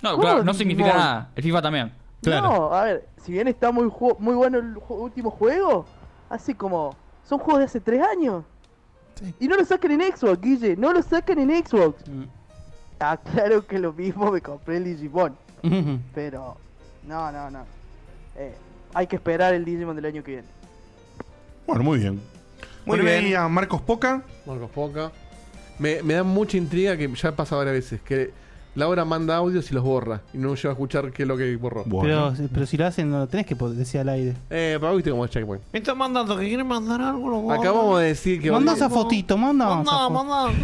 Speaker 7: No,
Speaker 17: ¿Cómo
Speaker 7: claro, no significa
Speaker 17: no?
Speaker 7: nada. El FIFA también.
Speaker 17: No, a ver, si bien está muy, ju- muy bueno el ju- último juego, hace como. Son juegos de hace tres años. Y no lo sacan en Xbox, Guille, no lo sacan en Xbox. Ah, claro que lo mismo me compré el Digimon. Pero. No, no, no. Eh, hay que esperar el Digimon del año que viene.
Speaker 2: Bueno, muy bien.
Speaker 6: Muy
Speaker 2: Poneme
Speaker 6: bien.
Speaker 2: ahí a Marcos Poca.
Speaker 6: Marcos Poca. Me, me da mucha intriga que ya pasa varias veces. Que Laura manda audios y los borra. Y no lleva a escuchar qué es lo que borró.
Speaker 3: Pero, eh, pero si lo hacen, no lo tenés que po- decir al aire.
Speaker 6: Eh, pero viste cómo es Checkpoint.
Speaker 12: Me está mandando que quiere mandar algo, loco.
Speaker 6: Acabamos de decir que.
Speaker 3: Mandá
Speaker 6: hoy-
Speaker 3: esa fotito, mandá esa
Speaker 12: Mandá,
Speaker 3: fo-
Speaker 12: mandá.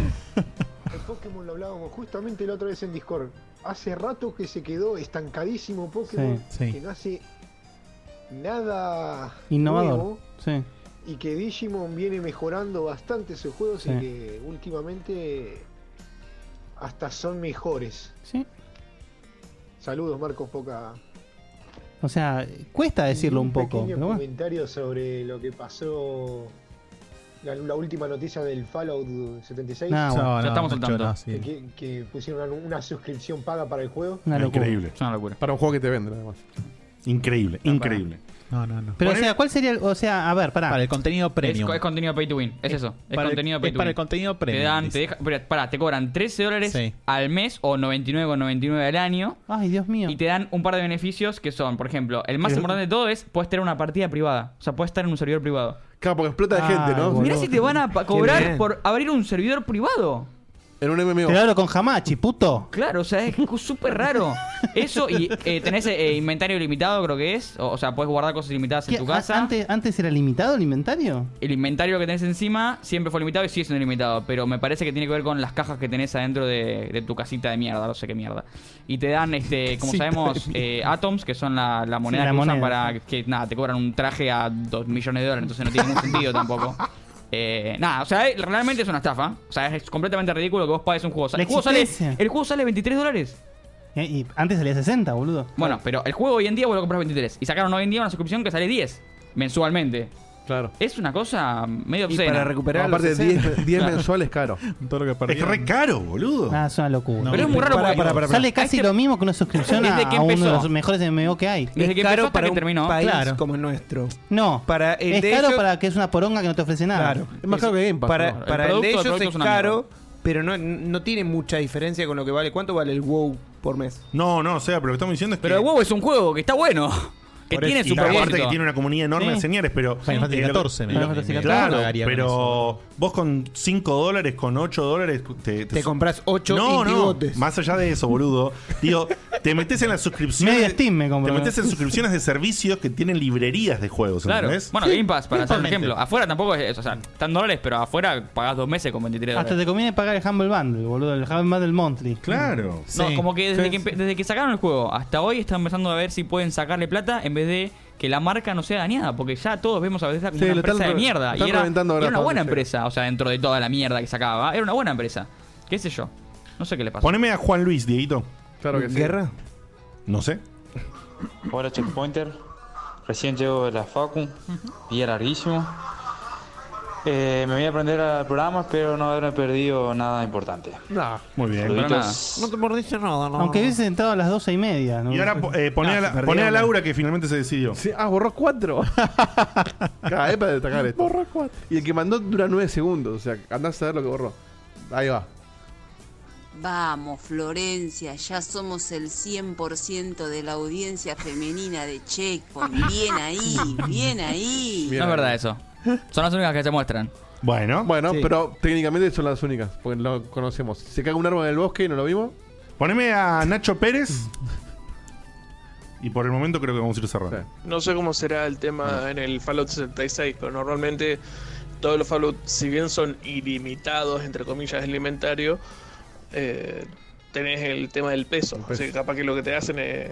Speaker 18: El Pokémon lo hablábamos justamente la otra vez en Discord. Hace rato que se quedó estancadísimo Pokémon,
Speaker 3: Sí, sí.
Speaker 18: que no hace nada
Speaker 3: Innovador.
Speaker 18: nuevo,
Speaker 3: Sí.
Speaker 18: y que Digimon viene mejorando bastante sus juegos
Speaker 3: Sí.
Speaker 18: y que últimamente hasta son mejores.
Speaker 3: Sí.
Speaker 18: Saludos Marcos Poca.
Speaker 3: O sea, cuesta decirlo un poco.
Speaker 18: Pequeño
Speaker 3: pero bueno.
Speaker 18: comentario sobre lo que pasó la, la última noticia del Fallout 76.
Speaker 4: No, bueno, No, ya no, estamos
Speaker 18: Que-
Speaker 4: al tanto. no, sí.
Speaker 18: Que, que pusieron una, una suscripción paga para el juego.
Speaker 2: Increíble.
Speaker 6: Para un juego que te venden, además.
Speaker 2: Increíble, increíble.
Speaker 4: No, no, no.
Speaker 3: Pero, o sea, ¿cuál sería el, o sea, a ver, pará.
Speaker 4: Para el contenido
Speaker 7: Es, co- es contenido pay to win, es, eso. Es
Speaker 4: para el-
Speaker 7: contenido pay
Speaker 4: es
Speaker 7: to win.
Speaker 4: para el contenido premium,
Speaker 7: Te dan,
Speaker 4: dice.
Speaker 7: te deja- pero, pará, te cobran 13 dólares
Speaker 4: Sí.
Speaker 7: al mes o 99,99 al año.
Speaker 3: Ay, Dios mío.
Speaker 7: Y te dan un par de beneficios que son, por ejemplo, el más
Speaker 4: Pero-
Speaker 7: importante de todo es puedes tener una partida privada. O sea, puedes estar en un servidor privado.
Speaker 6: Claro, porque explota de gente, ¿no?
Speaker 7: Mirá si te van a pa-
Speaker 6: Qué bien.
Speaker 7: cobrar por abrir un servidor privado.
Speaker 6: En un MMO.
Speaker 3: Te lo hablo con Hamachi, puto.
Speaker 7: Claro, o sea, es cu- súper raro. Eso y eh, tenés eh, inventario limitado, creo que es. O, o sea, puedes guardar cosas ilimitadas en
Speaker 3: ¿Qué,
Speaker 7: tu
Speaker 4: Ah,
Speaker 3: a-
Speaker 7: casa.
Speaker 3: antes, ¿Antes era limitado el inventario?
Speaker 7: El inventario que tenés encima siempre fue limitado y sigue siendo limitado, pero me parece que tiene que ver con las cajas que tenés adentro de, de tu casita de mierda, no sé qué mierda. Y te dan, este, como
Speaker 3: Casita de
Speaker 7: sabemos, eh, atoms, que son la, la moneda
Speaker 3: la
Speaker 7: que usan
Speaker 3: moneda.
Speaker 7: para que, nada, te cobran un traje a 2 millones de dólares, entonces no tiene ningún sentido tampoco. Eh, nada, o sea, eh, realmente es una estafa. O sea, es completamente ridículo que vos pagues un juego. O sea,
Speaker 3: La
Speaker 7: el, juego sale,
Speaker 3: existencia.
Speaker 7: el juego sale 23 dólares.
Speaker 3: Eh, y antes salía 60, boludo.
Speaker 7: Bueno, pero el juego hoy en día vos lo compras 23. Y sacaron hoy en día una suscripción que sale 10 mensualmente.
Speaker 6: Claro.
Speaker 7: Es una cosa medio obscena.
Speaker 6: Aparte, 10, 10
Speaker 7: Claro.
Speaker 6: mensuales caro.
Speaker 4: Todo lo que
Speaker 6: perdieron.
Speaker 2: Es re caro, boludo.
Speaker 3: Ah, es una locura.
Speaker 6: No, Pero es muy raro
Speaker 3: Pará,
Speaker 6: porque-
Speaker 3: pará, pará, pará. Sale
Speaker 6: Este-
Speaker 3: casi lo mismo que una suscripción a,
Speaker 6: ¿Desde que
Speaker 3: a uno de
Speaker 6: empezó?
Speaker 3: los mejores MMO que hay.
Speaker 7: Desde que empezó hasta que terminó.
Speaker 8: país
Speaker 3: Claro.
Speaker 8: como el nuestro.
Speaker 3: No,
Speaker 8: para el
Speaker 3: es
Speaker 8: Eh, de
Speaker 3: caro
Speaker 8: ellos-
Speaker 3: para que es una poronga que no te ofrece nada.
Speaker 8: Claro. Para, para el, de ellos es, caro, pero no, no tiene mucha diferencia con lo que vale. ¿Cuánto vale el WoW por mes?
Speaker 2: No, no, o sea, pero lo que estamos diciendo es
Speaker 7: Pero el huevo es un juego que está bueno. Que
Speaker 2: Por
Speaker 7: tiene
Speaker 2: eso-
Speaker 7: su
Speaker 2: y aparte que tiene una comunidad enorme de
Speaker 7: Sí.
Speaker 2: señores, pero.
Speaker 4: Final Fantasy
Speaker 2: eh, lo-
Speaker 4: 14 me-
Speaker 2: lo-
Speaker 4: me- me-
Speaker 2: Claro,
Speaker 4: pagaría con
Speaker 2: pero vos con 5 dólares, con 8 dólares. Te,
Speaker 8: Te compras ocho
Speaker 2: no, no,
Speaker 8: indigotes.
Speaker 2: Más allá de eso, boludo. Digo, te metes en las suscripciones.
Speaker 3: Media Steam me compro.
Speaker 2: Te metes en suscripciones de servicios que tienen librerías de juegos,
Speaker 7: Claro.
Speaker 2: ¿entendés?
Speaker 7: Bueno, Game Pass, para hacer un
Speaker 2: Totalmente.
Speaker 7: ejemplo. Afuera tampoco es eso. O sea, están dólares, pero afuera pagás dos meses con 23 dólares.
Speaker 3: Hasta te conviene pagar el Humble Bundle, boludo, el Humble Bundle Monthly.
Speaker 2: Claro.
Speaker 6: Mm.
Speaker 7: No, como que desde, que empe- desde que sacaron el juego hasta hoy están empezando a ver si pueden sacarle plata en vez de que la marca no sea dañada, porque ya todos vemos a veces como
Speaker 6: Sí,
Speaker 7: una
Speaker 6: lo
Speaker 7: empresa
Speaker 6: están
Speaker 7: de
Speaker 6: re-
Speaker 7: mierda. Y
Speaker 6: están
Speaker 7: era,
Speaker 6: reventando ahora
Speaker 7: era una
Speaker 6: hasta
Speaker 7: buena
Speaker 6: donde
Speaker 7: empresa, o sea, dentro de toda la mierda que sacaba, era una buena empresa. ¿Qué sé yo? No sé qué le pasó.
Speaker 2: Poneme a Juan Luis, Dieguito.
Speaker 6: Claro
Speaker 2: que sí. ¿Guerra? No sé.
Speaker 16: Hola Checkpointer, recién llego de la Facu, día larguísimo. Eh, me voy a aprender al programa, espero no haberme perdido nada importante.
Speaker 6: No.
Speaker 2: Muy bien.
Speaker 16: Saluditos.
Speaker 8: No te mordiste nada, no.
Speaker 3: Aunque hubiese entrado a las 12 y media. ¿no?
Speaker 2: Y ahora po- eh, poné,
Speaker 3: Ah,
Speaker 2: a,
Speaker 3: se
Speaker 2: la-
Speaker 3: perdió
Speaker 2: poné a
Speaker 3: una.
Speaker 2: Laura que finalmente se decidió.
Speaker 6: Sí, ah, borró 4. Cada vez para destacar esto. Borró 4. Y el que mandó dura 9 segundos. O sea, andás a ver lo que borró. Ahí va.
Speaker 14: Vamos, Florencia, ya somos el 100% de la audiencia femenina de Checkpoint. Bien ahí, bien ahí.
Speaker 7: no es verdad eso. Son las únicas que se muestran.
Speaker 2: Bueno.
Speaker 6: Bueno,
Speaker 7: Sí.
Speaker 6: pero técnicamente son las únicas. Porque lo conocemos. Se caga un árbol en el bosque y no lo vimos.
Speaker 2: Poneme a Nacho Pérez. Y por el momento creo que vamos a ir cerrando.
Speaker 10: No sé cómo será el
Speaker 6: Ah.
Speaker 10: tema en el Fallout 66, pero normalmente todos los Fallout, si bien son ilimitados, entre comillas, el inventario, eh, tenés el tema del peso. O sea, capaz que lo que te hacen es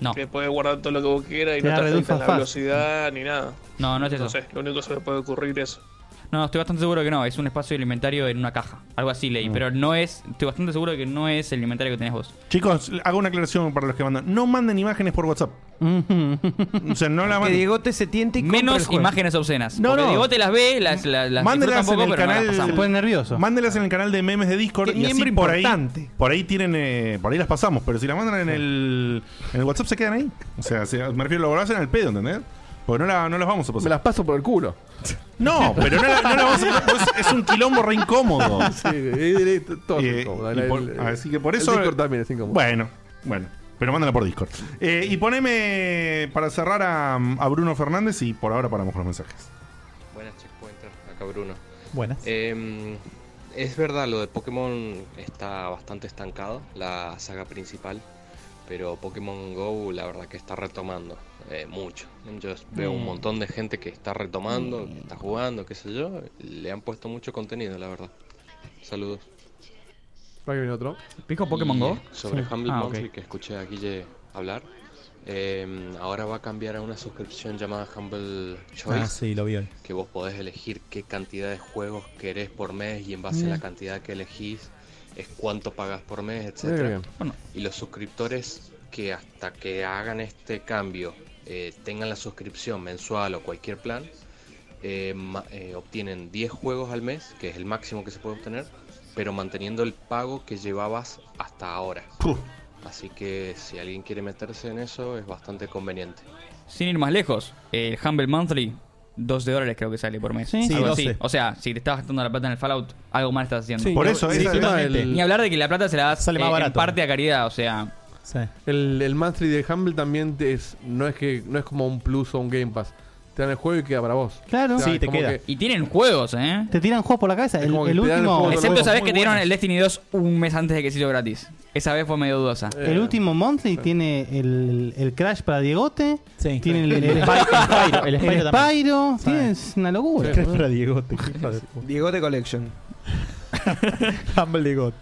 Speaker 7: No.
Speaker 10: que puedes guardar todo lo que vos quieras y
Speaker 7: Te
Speaker 10: no
Speaker 7: da
Speaker 10: te afecta
Speaker 7: reducción
Speaker 10: la
Speaker 7: fast.
Speaker 10: velocidad ni nada.
Speaker 7: No, no es eso.
Speaker 10: No sé, lo único que se me puede ocurrir es
Speaker 7: No, estoy bastante seguro que no. Es un espacio del inventario en una caja. Algo así leí.
Speaker 6: Mm.
Speaker 7: Pero no es. Estoy bastante seguro de que no es el inventario que tenés vos.
Speaker 2: Chicos, hago una aclaración para los que mandan. No manden imágenes por WhatsApp. o sea, no la
Speaker 7: Que
Speaker 2: manden.
Speaker 7: Diegote
Speaker 8: se tiente
Speaker 7: Menos imágenes obscenas.
Speaker 2: No,
Speaker 7: No,
Speaker 2: no.
Speaker 7: no. Diego te las ve, las, las, las
Speaker 2: Mándelas
Speaker 7: disfruta
Speaker 2: en
Speaker 7: un
Speaker 2: el
Speaker 7: poco, pero no las
Speaker 2: canal.
Speaker 7: pasamos.
Speaker 3: nervioso.
Speaker 2: Mándelas en el canal de memes de Discord
Speaker 8: Qué
Speaker 2: y así
Speaker 8: miembro
Speaker 2: por ahí,
Speaker 8: importante.
Speaker 2: por ahí tienen, eh, por ahí las pasamos. Pero si las mandan en el, en el WhatsApp se quedan ahí. O sea, se- me refiero, lo hacen al pedo, ¿entendés? Porque no, la- no las vamos a pasar. Me las
Speaker 6: paso por el culo.
Speaker 2: No, pero no, la- no las vamos a pasar. porque Es, es un quilombo re incómodo.
Speaker 6: Sí, eh, eh, todo es
Speaker 2: Eh,
Speaker 6: incómodo.
Speaker 2: y
Speaker 6: El-
Speaker 2: por-
Speaker 6: el-
Speaker 2: así que por
Speaker 6: el
Speaker 2: eso.
Speaker 6: Discord también es incómodo.
Speaker 2: Bueno, bueno. Pero mándala por Discord. Eh, y poneme para cerrar a, a Bruno Fernández y por ahora paramos con los mensajes.
Speaker 19: Buenas checkpointer, acá Bruno.
Speaker 4: Buenas.
Speaker 19: Em, es verdad, lo de Pokémon está bastante estancado, la saga principal, pero Pokémon Go la verdad que está retomando eh, mucho. Yo veo un
Speaker 20: Mm.
Speaker 19: montón de gente que está retomando,
Speaker 7: Mm.
Speaker 19: que está jugando, qué sé yo, le han puesto mucho contenido, la verdad. Saludos.
Speaker 6: Ahí viene otro.
Speaker 7: ¿Pico Pokémon Go?
Speaker 19: Sobre
Speaker 7: Sí.
Speaker 19: Humble
Speaker 7: Ah, ok.
Speaker 19: Monthly que escuché a Guille hablar. em, ahora va a cambiar a una suscripción llamada Humble Choice
Speaker 4: Ah, sí, lo vi hoy.
Speaker 19: que vos podés elegir qué cantidad de juegos querés por mes y en base a la
Speaker 4: Mira.
Speaker 19: cantidad que elegís es cuánto pagás por mes,
Speaker 4: Mira qué
Speaker 19: etcétera.
Speaker 4: bien. Bueno.
Speaker 19: Y los suscriptores que hasta que hagan este cambio eh, tengan la suscripción mensual o cualquier plan, eh, ma- eh, obtienen 10 juegos al mes, que es el máximo que se puede obtener, pero manteniendo el pago que llevabas hasta ahora. Así que si alguien quiere meterse en eso, es bastante conveniente.
Speaker 7: Sin ir más lejos, el Humble Monthly, 12 dólares creo que sale por mes.
Speaker 19: Sí,
Speaker 7: algo así.
Speaker 19: 12.
Speaker 7: O sea, si te estás gastando la plata en el Fallout, algo mal estás haciendo.
Speaker 6: Sí, Por eso, sí, esa es la-
Speaker 7: totalmente.
Speaker 6: el-
Speaker 7: Ni hablar de que la plata se la das
Speaker 6: Sale más
Speaker 7: eh, en
Speaker 6: barato.
Speaker 7: parte a caridad, o sea.
Speaker 6: El, el monthly de Humble también te es, no es que no es como un plus o un Game Pass. Te dan el juego y queda para vos. O sea, es como que-
Speaker 7: Y tienen juegos, ¿eh?
Speaker 3: Te tiran juegos por la cabeza. El,
Speaker 6: como que
Speaker 3: el
Speaker 6: te dan el
Speaker 3: último.
Speaker 7: Excepto esa vez que te dieron el Destiny 2 un mes antes de que se hizo gratis. Esa vez fue medio dudosa.
Speaker 6: Eh.
Speaker 3: El último monthly tiene el, el Crash para Diegote. Tiene el, el,
Speaker 7: El Spyro,
Speaker 3: el
Speaker 7: el Spyro también.
Speaker 3: Spyro, sí, es una locura.
Speaker 8: El Crash para
Speaker 3: Diegote.
Speaker 8: Diegote Collection.
Speaker 4: Humble Diegote.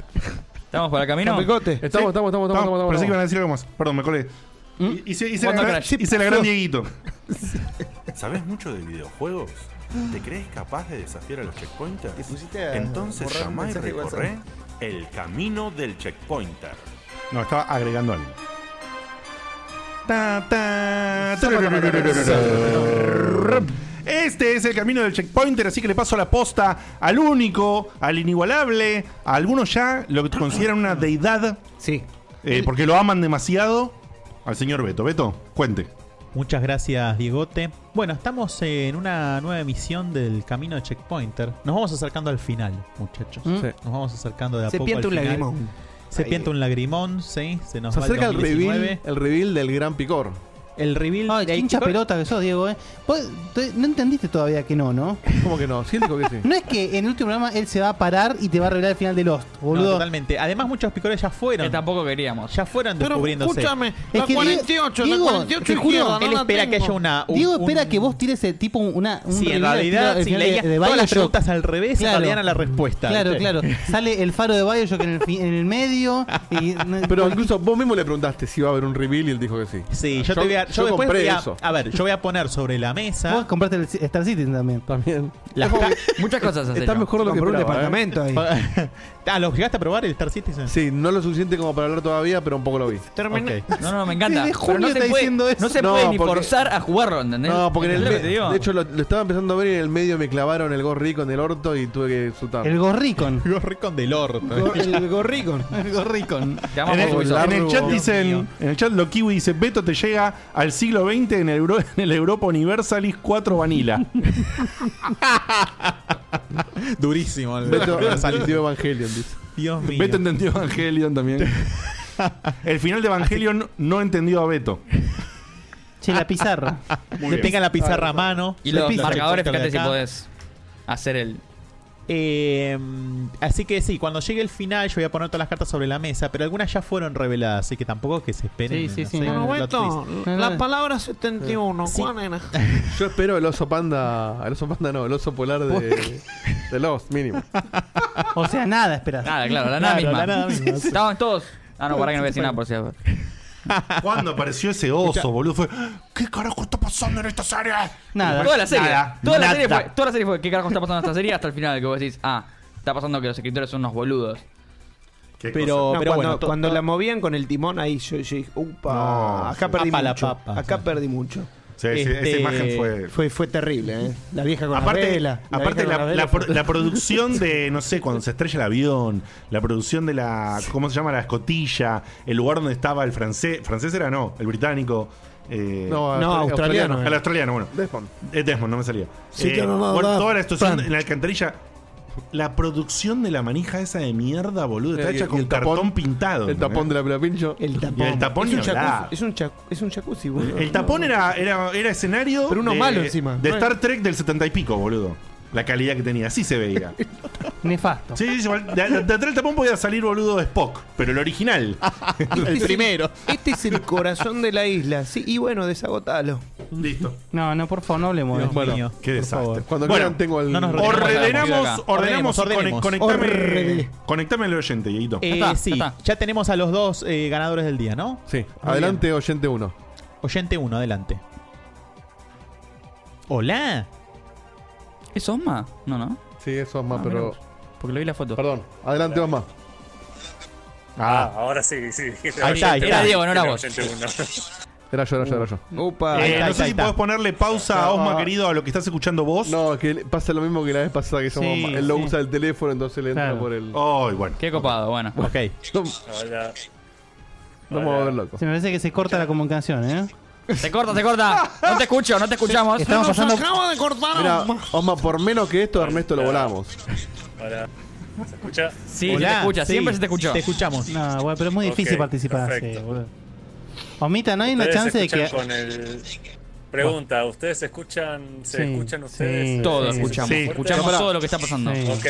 Speaker 7: ¿Estamos por el camino?
Speaker 2: Estamos,
Speaker 6: estamos, estamos, estamos, estamos,
Speaker 2: Ah, Pensé
Speaker 6: estamos.
Speaker 2: que iban a decir algo más. Perdón, me colé. Y- Hice, hice la,
Speaker 6: ¿Cuándo
Speaker 2: gran,
Speaker 6: Crash?
Speaker 2: hice la gran Dieguito.
Speaker 20: ¿Sabes mucho de videojuegos? ¿Te crees capaz de desafiar a los checkpointers?
Speaker 2: a
Speaker 20: Entonces
Speaker 2: borrar un
Speaker 20: llama y
Speaker 2: mensaje de
Speaker 20: recorre
Speaker 2: WhatsApp.
Speaker 20: el camino del checkpointer.
Speaker 2: No, estaba agregando algo. Ta, ta, Este es el camino del checkpointer, así que le paso la posta al único, al inigualable, a algunos ya lo consideran una deidad. Eh,
Speaker 8: Sí.
Speaker 2: porque lo aman demasiado. Al señor Beto. Beto, cuente.
Speaker 4: Muchas gracias, Diegote. Bueno, estamos en una nueva emisión del Camino de Checkpointer. Nos vamos acercando al final, muchachos.
Speaker 8: Mm. Sí.
Speaker 4: Nos vamos acercando de a
Speaker 8: Se
Speaker 4: poco
Speaker 8: pienta
Speaker 4: al
Speaker 8: un
Speaker 4: final.
Speaker 8: lagrimón.
Speaker 4: Se
Speaker 8: Ahí.
Speaker 4: pienta un lagrimón, sí. Se nos
Speaker 6: Se
Speaker 4: va
Speaker 6: acerca el reveal,
Speaker 4: 2019.
Speaker 6: el reveal del Gran Picor.
Speaker 4: El reveal
Speaker 3: Ay, qué hincha pelota que sos, Diego, ¿eh? Vos te- no entendiste todavía que no, ¿no?
Speaker 6: ¿Cómo que no? Siento que sí.
Speaker 3: No es que en el último programa él se va a parar y te va a revelar el final de Lost,
Speaker 4: No,
Speaker 3: boludo.
Speaker 4: totalmente. Además, muchos picores ya fueron.
Speaker 7: tampoco queríamos.
Speaker 4: Ya fueron
Speaker 3: Pero
Speaker 4: descubriéndose.
Speaker 3: escúchame, la Es que 48, la Diego, 48 te juro, izquierda, no
Speaker 4: él
Speaker 3: la
Speaker 4: espera que
Speaker 3: tengo.
Speaker 4: haya una. un-
Speaker 3: Diego
Speaker 4: un-
Speaker 3: espera que vos tires eh, tipo una. un
Speaker 4: Sí, en
Speaker 3: reveal al
Speaker 4: realidad,
Speaker 3: final- al
Speaker 4: si
Speaker 3: final de-
Speaker 4: leías
Speaker 3: de
Speaker 4: todas las
Speaker 3: Bioshock.
Speaker 4: preguntas al revés,
Speaker 3: Claro.
Speaker 4: salían a la respuesta.
Speaker 3: Claro,
Speaker 4: ¿viste?
Speaker 3: claro. Sale el faro de Bioshock en el, fi- en el medio. Y,
Speaker 6: Pero incluso vos mismo le preguntaste si iba a haber un reveal y él dijo que sí.
Speaker 4: Sí, yo, te voy a, yo, después
Speaker 6: compré
Speaker 4: voy a,
Speaker 6: eso.
Speaker 4: a ver, yo voy a poner sobre la mesa
Speaker 3: Vos compraste el C- Star Citizen también.
Speaker 6: También.
Speaker 7: Muchas cosas
Speaker 6: has Está hecho. mejor de lo que
Speaker 4: Compró
Speaker 6: esperaba, ¿eh?
Speaker 4: ahí. ah, ¿lo llegaste a probar el Star Citizen?
Speaker 6: Sí, no lo suficiente como para hablar todavía, pero un poco lo vi.
Speaker 4: Ok.
Speaker 7: No, no, me encanta.
Speaker 6: Desde
Speaker 7: Pero
Speaker 6: junio
Speaker 7: no se
Speaker 6: está
Speaker 7: puede,
Speaker 6: diciendo eso.
Speaker 7: No se
Speaker 6: No,
Speaker 7: puede ni
Speaker 6: porque-
Speaker 7: forzar a jugarlo, ¿entendés?
Speaker 6: No, porque en el
Speaker 7: Es lo
Speaker 6: me-
Speaker 7: que te digo.
Speaker 6: de hecho lo, lo estaba empezando a ver y en el medio me clavaron el gorricon del orto y tuve que insultar.
Speaker 3: El gorricon.
Speaker 4: El gorricon del orto.
Speaker 8: El gorricon.
Speaker 3: El gorricon.
Speaker 2: En el, en el chat dicen, en el chat lo kiwi dice, Beto te llega al siglo XX en el, Euro- en el Europa Universalis 4 Vanilla.
Speaker 4: Durísimo. el-
Speaker 6: Beto
Speaker 4: el-
Speaker 6: entendió Evangelion, dice.
Speaker 4: Dios mío.
Speaker 2: Beto entendió Evangelion también. El final de Evangelion no entendió a Beto.
Speaker 3: Che, la pizarra.
Speaker 4: Que tengan la pizarra a mano.
Speaker 7: Y los
Speaker 4: Pizarra.
Speaker 7: marcadores, fíjate si
Speaker 4: Acá.
Speaker 7: podés hacer el.
Speaker 4: Eh, así que sí, cuando llegue el final yo voy a poner todas las cartas sobre la mesa, pero algunas ya fueron reveladas, así que tampoco que se
Speaker 8: Sí,
Speaker 4: esperen.
Speaker 8: sí,
Speaker 4: no
Speaker 8: sí.
Speaker 4: sé,
Speaker 8: Bueno,
Speaker 4: plot
Speaker 8: Beto,
Speaker 4: twist.
Speaker 8: la palabra 71,
Speaker 4: Sí.
Speaker 8: ¿cuál era?
Speaker 6: Yo espero el oso panda. El oso panda no, el oso polar de, de Lost, mínimo.
Speaker 3: O sea, nada esperás.
Speaker 7: Nada, claro, la nada misma. Estaban todos. Ah, no, para que no voy a decir nada por si.
Speaker 2: Cuando apareció ese oso, boludo, fue ¿Qué carajo está pasando en esta serie?
Speaker 7: Nada. Toda la serie.
Speaker 2: Nada.
Speaker 7: toda, la
Speaker 2: Nada.
Speaker 7: serie fue, toda la serie fue. ¿Qué carajo está pasando en esta serie? Hasta el final, que vos decís, ah, está pasando que los escritores son unos boludos.
Speaker 8: No, cuando, cuando la movían con el timón ahí, yo, yo dije, upa,
Speaker 7: No,
Speaker 8: acá
Speaker 7: sí.
Speaker 8: perdí
Speaker 7: Apa la
Speaker 8: mucho.
Speaker 7: papa,
Speaker 8: acá perdí mucho. Este,
Speaker 2: Sí, sí, esa imagen fue-
Speaker 8: fue. fue terrible, ¿eh? La vieja con
Speaker 2: aparte,
Speaker 8: la vela. la
Speaker 2: aparte
Speaker 8: vieja con
Speaker 2: la,
Speaker 8: vela
Speaker 2: la
Speaker 8: fue-
Speaker 2: pro- la producción de, no sé, cuando se estrella el avión, la producción de la, ¿cómo se llama? La escotilla, el lugar donde estaba el francés, francés era no, el británico. eh,
Speaker 6: No, No, australiano. australiano eh. era.
Speaker 2: El australiano, bueno.
Speaker 6: Desmond.
Speaker 2: Eh, Desmond, no me salía.
Speaker 6: Sí,
Speaker 2: Eh,
Speaker 6: claro, no,
Speaker 2: bueno,
Speaker 6: no,
Speaker 2: toda la situación
Speaker 6: Fran.
Speaker 2: en la alcantarilla. La producción de la manija esa de mierda, boludo,
Speaker 6: Eh,
Speaker 2: está
Speaker 6: y-
Speaker 2: heula
Speaker 6: y
Speaker 2: con
Speaker 6: el tapón-
Speaker 2: cartón pintado.
Speaker 6: El tapón de la pelapincho.
Speaker 8: El
Speaker 2: tapón. el tapón
Speaker 8: es,
Speaker 2: ni
Speaker 8: un
Speaker 2: hablar.
Speaker 8: jacuzzi, es, un jac- es un jacuzzi, boludo.
Speaker 2: El tapón era, era, era escenario.
Speaker 8: Pero uno
Speaker 2: de-
Speaker 8: malo encima.
Speaker 2: De
Speaker 8: No
Speaker 2: Star
Speaker 8: es-
Speaker 2: Trek del 70 y pico, boludo. La calidad que tenía, así se veía.
Speaker 3: Nefasto.
Speaker 2: Sí, sí, igual, de, de atrás del tapón podía salir boludo de Spock, pero el original.
Speaker 8: Este es Este es el corazón de la isla. Sí, y bueno, desagotalo.
Speaker 2: Listo.
Speaker 3: No, no, por favor, no hablemos de
Speaker 8: Dios
Speaker 3: eso.
Speaker 8: mío. Bueno,
Speaker 2: qué desastre.
Speaker 6: Cuando
Speaker 2: Bueno,
Speaker 6: quieran tengo el.
Speaker 2: no nos
Speaker 6: ordenamos
Speaker 2: ordenamos,
Speaker 6: acá.
Speaker 2: ordenamos,
Speaker 4: Ordenemos,
Speaker 2: y
Speaker 4: ordenemos.
Speaker 2: conec- conectame,
Speaker 4: Orde-
Speaker 2: conectame al oyente, Dieguito.
Speaker 4: Eh, sí, ya, tenemos a los dos eh, ganadores del día, ¿no?
Speaker 6: Sí, adelante, oyente 1.
Speaker 4: Oyente 1, adelante. Hola.
Speaker 7: ¿Es Osma? No, no.
Speaker 6: Sí, eso es más,
Speaker 7: Ah, mira
Speaker 6: pero.
Speaker 7: vos. Porque le vi la foto.
Speaker 6: Perdón, adelante, Osma.
Speaker 21: Ah, ahora sí, sí.
Speaker 7: Ahí está, ahí está. Era Diego, no era vos.
Speaker 6: Era yo, era yo, era yo.
Speaker 2: Eh, no sé si podés ponerle pausa a Osma, querido, a lo que estás escuchando vos.
Speaker 6: No, que le- pasa lo mismo que la vez pasada que llamó a
Speaker 2: Sí,
Speaker 6: Osma. Él lo
Speaker 2: sí.
Speaker 6: usa el teléfono, entonces le entra
Speaker 2: Claro.
Speaker 6: por el.
Speaker 2: Ay, bueno.
Speaker 7: Qué copado, bueno.
Speaker 6: Ok.
Speaker 9: Hola.
Speaker 6: No me voy a volver loco.
Speaker 3: Se me parece que se corta la comunicación, ¿eh?
Speaker 7: Se corta, se corta. No te escucho, no te escuchamos.
Speaker 6: Estamos
Speaker 7: Nos
Speaker 6: pasando-
Speaker 7: acaba de cortar.
Speaker 6: Mira, Osma, por menos que esto, Ernesto lo volamos.
Speaker 21: Hola. ¿Se escucha?
Speaker 7: Sí, se te escucha, siempre se te escuchó.
Speaker 3: No, bueno, pero es muy difícil
Speaker 21: Ok,
Speaker 3: participar.
Speaker 21: perfecto.
Speaker 3: sí, boludo. Omita, ¿no hay una
Speaker 21: ¿Ustedes
Speaker 3: chance de que.
Speaker 21: escuchan con el- Pregunta, ¿ustedes escuchan? ¿Se
Speaker 3: Sí,
Speaker 21: escuchan
Speaker 3: sí,
Speaker 21: ustedes?
Speaker 3: sí,
Speaker 21: eh,
Speaker 7: Todo
Speaker 21: se
Speaker 7: escuchamos.
Speaker 21: fuerte?
Speaker 7: Escuchamos
Speaker 21: Pará.
Speaker 7: todo lo que está pasando.
Speaker 21: Ok.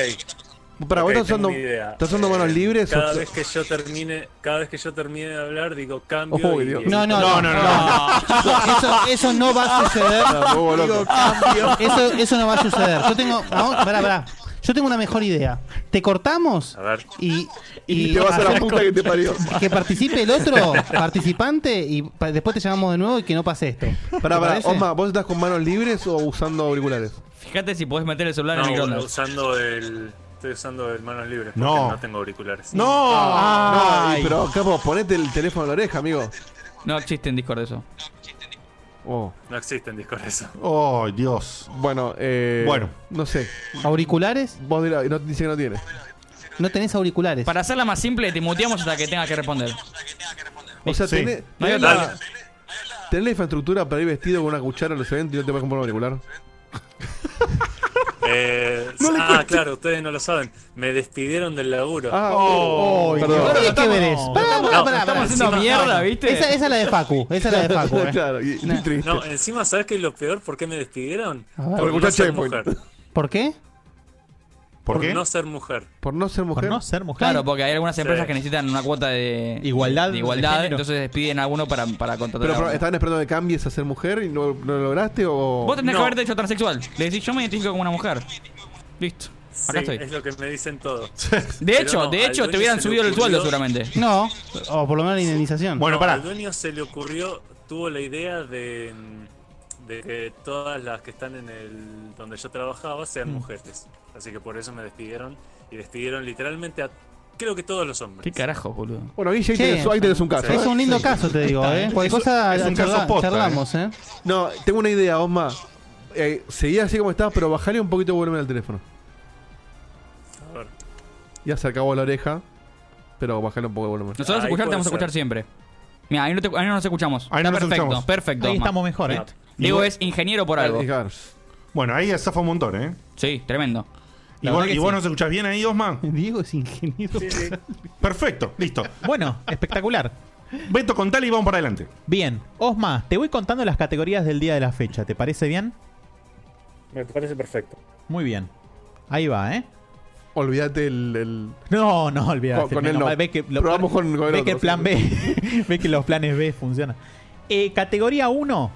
Speaker 6: Pará, ¿vos
Speaker 21: Ok,
Speaker 6: estás
Speaker 21: tengo
Speaker 6: usando-
Speaker 21: una idea. Eh,
Speaker 6: estás usando manos libres
Speaker 21: Cada
Speaker 6: o-
Speaker 21: vez que yo termine, cada vez que yo termine de hablar, digo cambio.
Speaker 6: Uy,
Speaker 21: y-
Speaker 6: Dios.
Speaker 21: y-
Speaker 3: No, no, no, no, Chicos, Eso, eso no va
Speaker 21: Ah.
Speaker 3: a suceder.
Speaker 6: Digo,
Speaker 3: cambio. Eso, eso no va a suceder. Yo tengo. vamos, pará, pará. Yo tengo una mejor idea. Te cortamos
Speaker 21: A ver.
Speaker 3: y.
Speaker 6: Y te vas a la puta que te parió.
Speaker 3: Que participe el otro participante y pa- después te llamamos de nuevo y que no pase esto.
Speaker 6: Pará,
Speaker 3: ¿Te
Speaker 6: pará,
Speaker 3: parece?
Speaker 6: Osma, ¿vos estás con manos libres o usando auriculares?
Speaker 7: Fíjate si podés meter el celular
Speaker 21: No,
Speaker 7: en el
Speaker 21: bueno,
Speaker 7: microondas.
Speaker 21: usando el. Estoy usando el manos libres porque
Speaker 6: No.
Speaker 21: no, tengo auriculares.
Speaker 6: Ah, No,
Speaker 7: Ay.
Speaker 6: y- pero capo, ponete el teléfono en la oreja, amigo.
Speaker 7: No existe en Discord eso.
Speaker 6: Oh.
Speaker 21: No existe en Discord eso.
Speaker 6: Oh, Dios. Bueno, eh.
Speaker 21: Bueno.
Speaker 6: No sé.
Speaker 3: ¿Auriculares?
Speaker 6: Vos dirás, no, dice que no tiene.
Speaker 3: No tenés auriculares.
Speaker 7: Para hacerla más simple, te muteamos hasta que tenga que responder.
Speaker 6: O sea,
Speaker 7: Sí.
Speaker 6: tenés,
Speaker 7: No hay
Speaker 6: tenés
Speaker 7: otra.
Speaker 6: la, tenés la infraestructura para ir vestido con una cuchara a los eventos y no te vas a comprar un auricular.
Speaker 21: Eh,
Speaker 6: No le
Speaker 21: ah,
Speaker 6: cuentes.
Speaker 21: claro, ustedes no lo saben. Me despidieron del laburo.
Speaker 6: Ah, oh,
Speaker 3: perdón. ¿Qué tiene que ver eso? Pará,
Speaker 21: no,
Speaker 3: pará,
Speaker 21: no,
Speaker 3: pará,
Speaker 21: estamos
Speaker 3: pará.
Speaker 21: haciendo mierda, ¿viste?
Speaker 3: Esa, esa es la de Facu. Esa es la de Facu. eh. Nah.
Speaker 21: No, encima, ¿sabes qué es lo peor? ¿Por qué me despidieron?
Speaker 3: A
Speaker 21: Por,
Speaker 3: ver. Por
Speaker 21: no
Speaker 3: escuchar
Speaker 21: ser
Speaker 3: Checkpoint.
Speaker 21: mujer.
Speaker 3: ¿Por qué?
Speaker 21: ¿Por,
Speaker 3: qué?
Speaker 21: no ser mujer.
Speaker 6: Por no ser mujer.
Speaker 21: no
Speaker 4: ser
Speaker 21: mujer.
Speaker 7: Claro, porque hay algunas
Speaker 21: Sí.
Speaker 7: empresas que necesitan una cuota de
Speaker 4: igualdad,
Speaker 7: de
Speaker 6: de
Speaker 7: igualdad
Speaker 6: género.
Speaker 7: entonces piden a alguno para, para contratar
Speaker 6: Pero,
Speaker 7: a
Speaker 6: pero,
Speaker 7: otro.
Speaker 6: estaban esperando que cambies a ser mujer y no, no lo lograste o.
Speaker 7: Vos tendrías que haberte hecho transexual. Le decís, yo me identifico como una mujer. Listo.
Speaker 21: Sí,
Speaker 7: Acá estoy.
Speaker 21: Es lo que me dicen todos.
Speaker 7: De hecho, de hecho, te hubieran subido el sueldo seguramente.
Speaker 3: No. O por lo menos la indemnización.
Speaker 21: Bueno, Al dueño se le ocurrió, tuvo la idea de, mm, de que todas las que están en el donde yo trabajaba sean
Speaker 4: Mm.
Speaker 21: mujeres. Así que por eso me despidieron y despidieron literalmente a creo que todos los hombres.
Speaker 7: ¿Qué carajo, boludo?
Speaker 6: Bueno, Guille, ahí,
Speaker 21: Sí.
Speaker 6: tenés, ahí tenés un caso.
Speaker 21: Es
Speaker 6: ¿eh?
Speaker 21: un lindo caso, te digo,
Speaker 6: Está,
Speaker 21: ¿eh? Cualquier
Speaker 6: Es un-
Speaker 21: cosa
Speaker 6: es un
Speaker 21: charla-
Speaker 6: caso posta,
Speaker 3: charlamos, ¿eh?
Speaker 6: No, tengo una idea, Osma. Eh, seguí así como estabas, pero bajale un poquito de volumen al teléfono.
Speaker 21: A ver.
Speaker 6: Y acercá vos la oreja, pero bajale un poco de volumen.
Speaker 7: Nosotros escucharte vamos a escuchar siempre. Mira, ahí no, te- ahí no nos escuchamos.
Speaker 6: Ahí no
Speaker 7: Está
Speaker 6: nos
Speaker 7: perfecto,
Speaker 6: escuchamos.
Speaker 7: perfecto.
Speaker 6: Ahí
Speaker 7: Osman.
Speaker 6: estamos mejor, ¿eh?
Speaker 7: Diego es ingeniero por algo.
Speaker 2: Bueno, ahí estafa un montón, ¿eh?
Speaker 7: Sí, tremendo.
Speaker 2: ¿Y
Speaker 7: La
Speaker 2: vos,
Speaker 7: verdad que
Speaker 2: y vos
Speaker 7: sí.
Speaker 2: nos escuchás bien ahí, Osman?
Speaker 3: Diego es ingeniero.
Speaker 2: Perfecto, listo.
Speaker 4: Bueno, espectacular.
Speaker 2: Beto, contale y vamos para adelante.
Speaker 4: Bien. Osma, te voy contando las categorías del día de la fecha. ¿Te parece bien?
Speaker 21: Me parece perfecto.
Speaker 4: Muy bien. Ahí va, ¿eh?
Speaker 6: Olvídate el. el-
Speaker 4: No, no, olvídate.
Speaker 6: Con- con él
Speaker 4: menos
Speaker 6: no.
Speaker 4: mal. Ve que, lo-
Speaker 6: Probamos con- con el
Speaker 4: ve
Speaker 6: otro,
Speaker 4: que el plan B. ve que los planes B funcionan. Eh, categoría 1.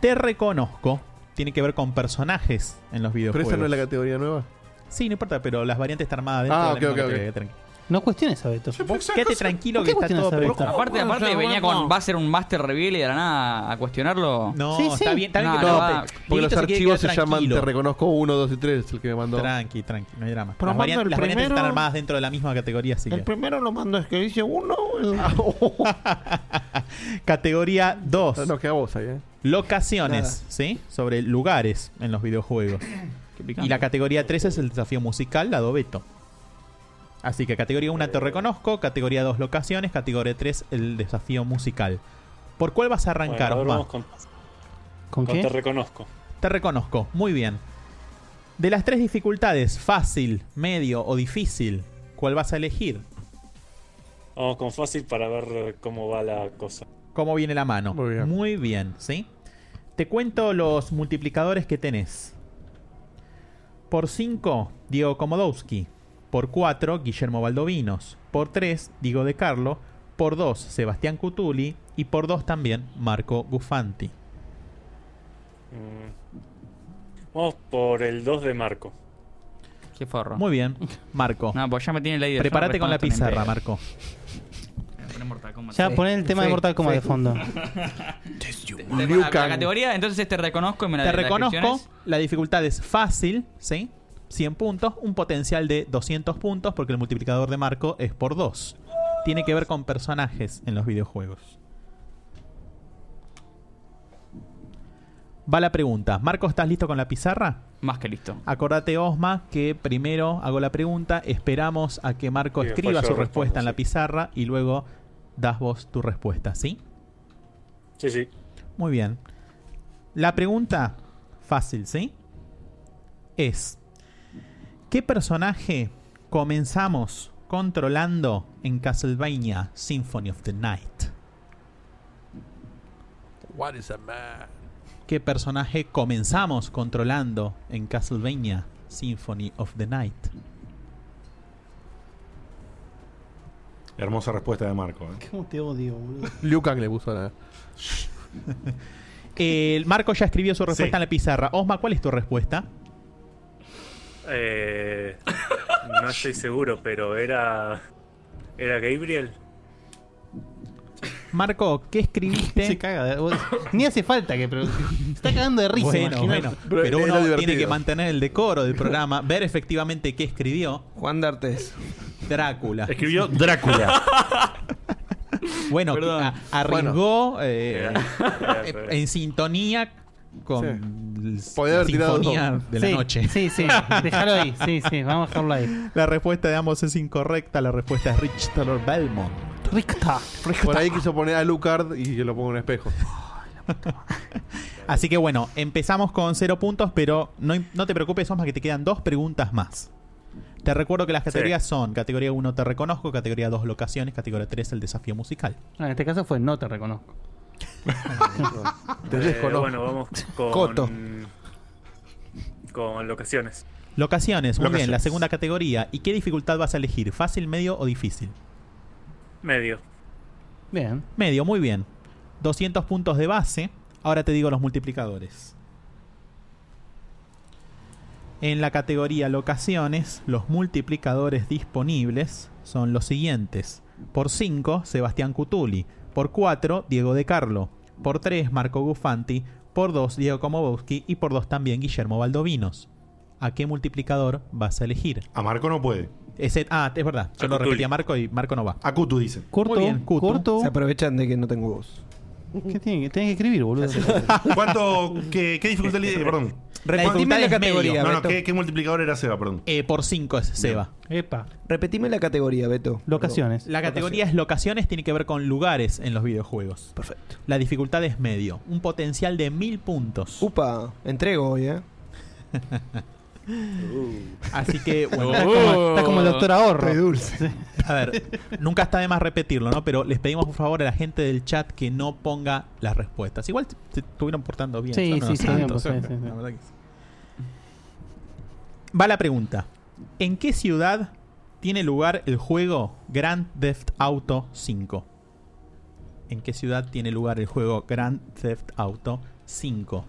Speaker 4: Te reconozco. Tiene que ver con personajes en los
Speaker 6: Pero
Speaker 4: videojuegos.
Speaker 6: esa no es la categoría nueva.
Speaker 4: Sí, no importa, pero las variantes están armadas dentro
Speaker 6: Ah,
Speaker 4: de la
Speaker 6: ok,
Speaker 4: misma
Speaker 6: ok, ok.
Speaker 4: categoría, tranqui.
Speaker 3: No cuestiones a Beto.
Speaker 4: Quédate tranquilo
Speaker 3: ¿Por qué
Speaker 4: que está
Speaker 3: cuestionas
Speaker 4: todo
Speaker 3: a Beto?
Speaker 4: preparado.
Speaker 7: Aparte, aparte venía con. Va a ser un Master Reveal y de la nada a cuestionarlo.
Speaker 4: No, Sí, sí. está bien, está bien que
Speaker 7: la
Speaker 4: no,
Speaker 7: verdad-
Speaker 6: Porque los
Speaker 4: Dieguito se quiere
Speaker 6: archivos se
Speaker 4: quedar
Speaker 6: llaman
Speaker 4: tranquilo.
Speaker 6: Te reconozco 1, 2 y 3, el que me mandó.
Speaker 4: Tranqui, tranqui, no hay drama.
Speaker 12: Pero
Speaker 4: las
Speaker 12: mando
Speaker 4: variantes,
Speaker 12: el
Speaker 4: las variantes están
Speaker 12: primero.
Speaker 4: armadas dentro de la misma categoría, así
Speaker 12: El
Speaker 4: que.
Speaker 12: primero lo mando es que dice uno. el-
Speaker 3: Ah,
Speaker 4: Categoría 2.
Speaker 6: No queda vos ahí, ¿eh?
Speaker 4: Locaciones, ¿sí? Sobre lugares en los videojuegos. Y la categoría 3 es el desafío musical, la Dobeto. Así que categoría 1 te reconozco, categoría 2 locaciones, categoría 3 el desafío musical. ¿Por cuál vas a
Speaker 21: Bueno,
Speaker 4: arrancar,
Speaker 21: ahora
Speaker 4: Osma?
Speaker 21: vamos con, con Te reconozco.
Speaker 4: Te reconozco, muy bien. De las tres dificultades, fácil, medio o difícil, ¿cuál vas a elegir?
Speaker 21: Vamos con fácil para ver eh, cómo va la cosa.
Speaker 4: ¿Cómo viene la mano? Muy bien. ¿sí? Te cuento los multiplicadores que tenés. Por 5, Diego Komodowski. Por 4, Guillermo Baldovinos. Por 3, Diego De Carlo. Por 2, Sebastián Cutuli. Y por 2 también, Marco Gufanti.
Speaker 21: Mm. Vamos por el 2 de Marco.
Speaker 7: Qué forro.
Speaker 4: Muy bien, Marco.
Speaker 7: No, pues ya me tiene la idea.
Speaker 4: Prepárate
Speaker 7: Yo no
Speaker 4: con la
Speaker 7: respondo ni en
Speaker 4: pizarra,
Speaker 7: pedo.
Speaker 4: Marco.
Speaker 3: Ya, poné el tema de Mortal Kombat de fondo.
Speaker 7: Te- te- La, la categoría, entonces te reconozco y me la
Speaker 4: Te
Speaker 7: las
Speaker 4: reconozco,
Speaker 7: descripciones.
Speaker 4: la dificultad es fácil, ¿sí? 100 puntos, un potencial de 200 puntos porque el multiplicador de Marco es por 2. Tiene que ver con personajes en los videojuegos. Va la pregunta. Marco, ¿estás listo con la pizarra?
Speaker 7: Más que listo.
Speaker 4: Acordate, Osma, que primero hago la pregunta, esperamos a que Marco
Speaker 7: Y después
Speaker 4: escriba su
Speaker 7: yo respondo,
Speaker 4: respuesta en la pizarra y luego das vos tu respuesta, ¿sí?
Speaker 21: Sí, sí.
Speaker 4: Muy bien. La pregunta fácil, ¿sí? Es, ¿qué personaje comenzamos controlando en Castlevania Symphony of the Night?
Speaker 6: What is a man?
Speaker 4: ¿Qué personaje comenzamos controlando en Castlevania Symphony of the Night?
Speaker 2: Hermosa respuesta de Marco. ¿eh?
Speaker 3: ¿Cómo te odio, boludo?
Speaker 6: Liu Kang le puso la.
Speaker 4: El Marco ya escribió su respuesta
Speaker 6: Sí.
Speaker 4: en la pizarra. Osma, ¿cuál es tu respuesta?
Speaker 21: Eh, no estoy seguro, pero era. ¿Era Gabriel?
Speaker 4: Marco, ¿qué escribiste?
Speaker 3: Se caga. de- vos- Ni hace falta que. Pero, se está cagando de risa.
Speaker 4: Bueno,
Speaker 3: imagínate.
Speaker 4: bueno, pero, uno tiene que mantener el decoro del programa, ver efectivamente qué escribió. Juan D'Artes. Drácula.
Speaker 2: Escribió Drácula.
Speaker 4: bueno,
Speaker 2: Perdón.
Speaker 4: a- arriesgó
Speaker 2: Bueno.
Speaker 4: eh, eh, en sintonía con
Speaker 6: Podía
Speaker 4: la
Speaker 6: haber tirado
Speaker 4: sinfonía
Speaker 6: dos.
Speaker 4: de la
Speaker 6: Sí,
Speaker 4: noche.
Speaker 6: sí, sí.
Speaker 3: Déjalo ahí. Sí, sí. Vamos a dejarlo ahí.
Speaker 4: La respuesta de ambos es incorrecta. La respuesta es Richter Belmont.
Speaker 3: Ricta.
Speaker 6: Por ahí quiso poner a Lucard y yo lo pongo en un espejo.
Speaker 4: Así que bueno, empezamos con cero puntos, pero no, no te preocupes, Osma, que te quedan dos preguntas más. Te recuerdo que las categorías son categoría 1 te reconozco, categoría 2 locaciones, categoría 3 el desafío musical.
Speaker 3: Ah, en este caso fue no te reconozco.
Speaker 4: Te
Speaker 21: Eh,
Speaker 4: desconozco.
Speaker 21: bueno, vamos con.
Speaker 4: Coto.
Speaker 21: Con locaciones.
Speaker 4: Locaciones, muy bien, la
Speaker 21: Locaciones.
Speaker 4: segunda categoría. ¿Y qué dificultad vas a elegir? ¿Fácil, medio o difícil?
Speaker 21: Medio.
Speaker 3: Bien.
Speaker 4: Medio, muy bien. 200 puntos de base. Ahora te digo los multiplicadores. En la categoría locaciones, los multiplicadores disponibles son los siguientes. Por 5, Sebastián Cutuli. Por 4, Diego De Carlo. Por 3, Marco Gufanti. Por 2, Diego Komobowski. Y por 2 también Guillermo Baldovinos. ¿A qué multiplicador vas a elegir?
Speaker 2: A Marco no puede.
Speaker 4: Ese, ah, es verdad. Yo
Speaker 2: A
Speaker 4: lo
Speaker 2: Cutuli.
Speaker 4: repetí a Marco y Marco no va.
Speaker 2: A Cutu dice.
Speaker 4: Corto, Muy bien, Cutu. corto.
Speaker 8: Se aprovechan de que no tengo voz.
Speaker 3: ¿Qué tiene que, tenés que escribir, boludo?
Speaker 2: ¿Cuánto, qué, qué dificultad le eh, Perdón.
Speaker 8: Repetime la categoría,
Speaker 2: No, no,
Speaker 8: Beto.
Speaker 2: ¿qué, qué multiplicador era Seba? Perdón.
Speaker 4: Eh, por 5 es Seba.
Speaker 3: Epa.
Speaker 8: Repetime la categoría, Beto.
Speaker 4: La categoría es locaciones, tiene que ver con lugares en los videojuegos. Perfecto. La dificultad es medio. Un potencial de mil puntos.
Speaker 8: Upa, entrego hoy, ¿eh?
Speaker 4: Así que, bueno.
Speaker 8: Estás como- estás como el doctor Ahorro.
Speaker 4: Re
Speaker 8: Re
Speaker 4: dulce. A ver, nunca está de más repetirlo, ¿no? Pero les pedimos por favor a la gente del chat que no ponga las respuestas. Igual se estuvieron portando bien.
Speaker 3: Sí,
Speaker 4: son unos
Speaker 3: sí, sí,
Speaker 4: santos.
Speaker 3: bien, pues, sí, sí.
Speaker 4: La verdad que sí. Va la pregunta. ¿En qué ciudad tiene lugar el juego Grand Theft Auto 5? ¿En qué ciudad tiene lugar el juego Grand Theft Auto 5?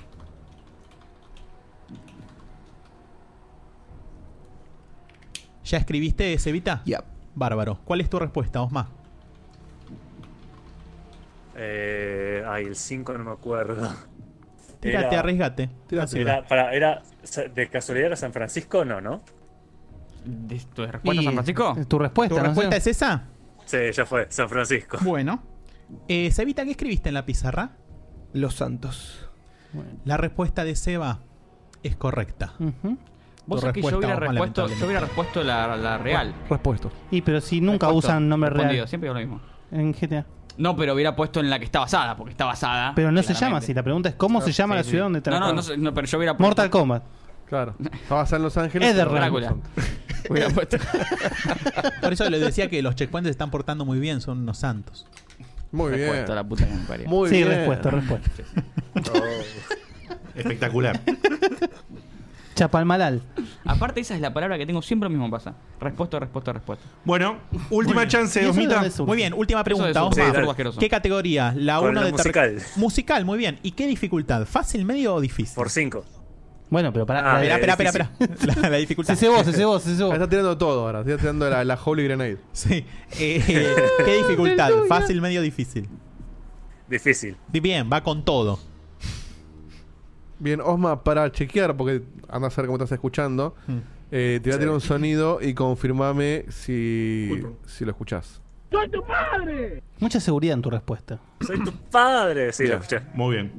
Speaker 4: ¿Ya escribiste, Cevita? Ya. Bárbaro. ¿Cuál es tu respuesta, Osma?
Speaker 21: Eh, ay, el 5 no me acuerdo.
Speaker 4: Tírate, arriesgate.
Speaker 21: Era, para, era, ¿De casualidad era San Francisco o no, no?
Speaker 7: ¿De ¿Tu
Speaker 21: respuesta, San Francisco?
Speaker 3: ¿Tu respuesta,
Speaker 4: ¿Tu
Speaker 3: no
Speaker 4: respuesta
Speaker 3: sé.
Speaker 4: es esa?
Speaker 21: Sí, ya fue, San Francisco.
Speaker 4: Bueno. Eh, Cevita, ¿qué escribiste en la pizarra?
Speaker 8: Los Santos.
Speaker 4: La respuesta de Seba es correcta. Tu
Speaker 7: Vos sabés que yo
Speaker 4: respuesta,
Speaker 7: hubiera,
Speaker 4: Osma,
Speaker 7: respuesto, yo
Speaker 4: lamentablemente.
Speaker 7: hubiera respuesto la, la real.
Speaker 8: Respuesto.
Speaker 3: Y pero si nunca
Speaker 7: Respuesto,
Speaker 3: usan nombre
Speaker 7: respondido,
Speaker 3: real.
Speaker 7: Siempre digo lo mismo.
Speaker 3: En GTA.
Speaker 7: No, pero hubiera puesto en la que está basada, porque está basada.
Speaker 3: Pero no se
Speaker 7: Ah, claramente.
Speaker 3: llama así. La pregunta es: ¿cómo se llama la ciudad donde te
Speaker 7: No, no, no, sé, no, pero yo hubiera puesto.
Speaker 3: Mortal Kombat.
Speaker 6: Claro. Estabas en Los Ángeles.
Speaker 3: Ederrealm.
Speaker 7: Drácula. Hubiera puesto.
Speaker 4: Por eso les decía que los checkpoints se están portando muy bien, son unos santos.
Speaker 6: Muy bien.
Speaker 7: Respuesta, la puta que me parió.
Speaker 6: Muy
Speaker 4: Sí,
Speaker 6: bien.
Speaker 4: respuesta, respuesta.
Speaker 2: Espectacular.
Speaker 3: Chapalmalal.
Speaker 7: Aparte, esa es la palabra que tengo siempre lo mismo pasa. Respuesta, respuesta, respuesta.
Speaker 2: Bueno, última chance, Osmita.
Speaker 4: Muy bien, última pregunta.
Speaker 7: Eso de
Speaker 4: Osma.
Speaker 7: surf, algo asqueroso.
Speaker 4: ¿Qué categoría? La
Speaker 7: Con
Speaker 4: 1
Speaker 7: la
Speaker 4: de ter- Musical, muy bien. ¿Y qué dificultad? ¿Fácil, medio o difícil? Por
Speaker 21: 5.
Speaker 3: Bueno, pero para.
Speaker 4: Ah,
Speaker 3: la-
Speaker 4: espera, espera, espera, espera. La, la dificultad.
Speaker 6: Está tirando todo ahora. Está tirando la, la Holy Grenade.
Speaker 4: Sí. Eh, ¿Qué dificultad? ¿Fácil, medio difícil?
Speaker 21: Difícil.
Speaker 4: Bien, va con todo.
Speaker 6: Bien, Osma, para chequear, porque andas a ver cómo estás escuchando,
Speaker 3: Hmm.
Speaker 6: eh, te voy a tirar un sonido y confirmame si, si lo escuchás.
Speaker 17: ¡Soy tu padre!
Speaker 3: Mucha seguridad en tu respuesta.
Speaker 21: Soy tu padre. Sí, lo escuché.
Speaker 2: Muy bien.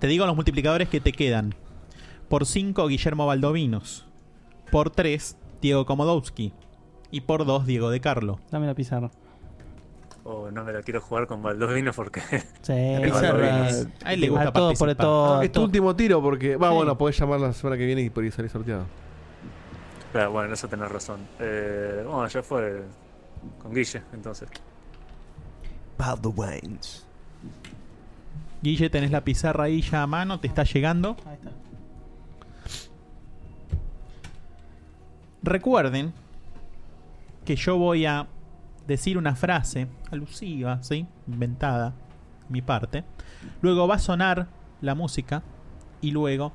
Speaker 4: Te digo los multiplicadores que te quedan. Por 5, Guillermo Baldovinos. Por 3, Diego Komodowski. Y por 2, Diego de Carlo.
Speaker 3: Dame la pizarra.
Speaker 21: Oh, no me la quiero jugar con Baldovino porque.
Speaker 3: Sí,
Speaker 21: El Baldovino.
Speaker 4: A él le gusta participar.
Speaker 6: Es tu último tiro porque. Va, bueno, podés llamar la semana que viene y por ahí salir sorteado.
Speaker 21: Claro, bueno, en eso tenés razón. Eh, bueno, ya fue con Guille, entonces.
Speaker 4: Baldovinos. Guille, tenés la pizarra ahí ya a mano, te está llegando.
Speaker 3: Ahí está.
Speaker 4: Recuerden que yo voy a decir una frase alusiva, ¿sí? Inventada, mi parte. Luego va a sonar la música y luego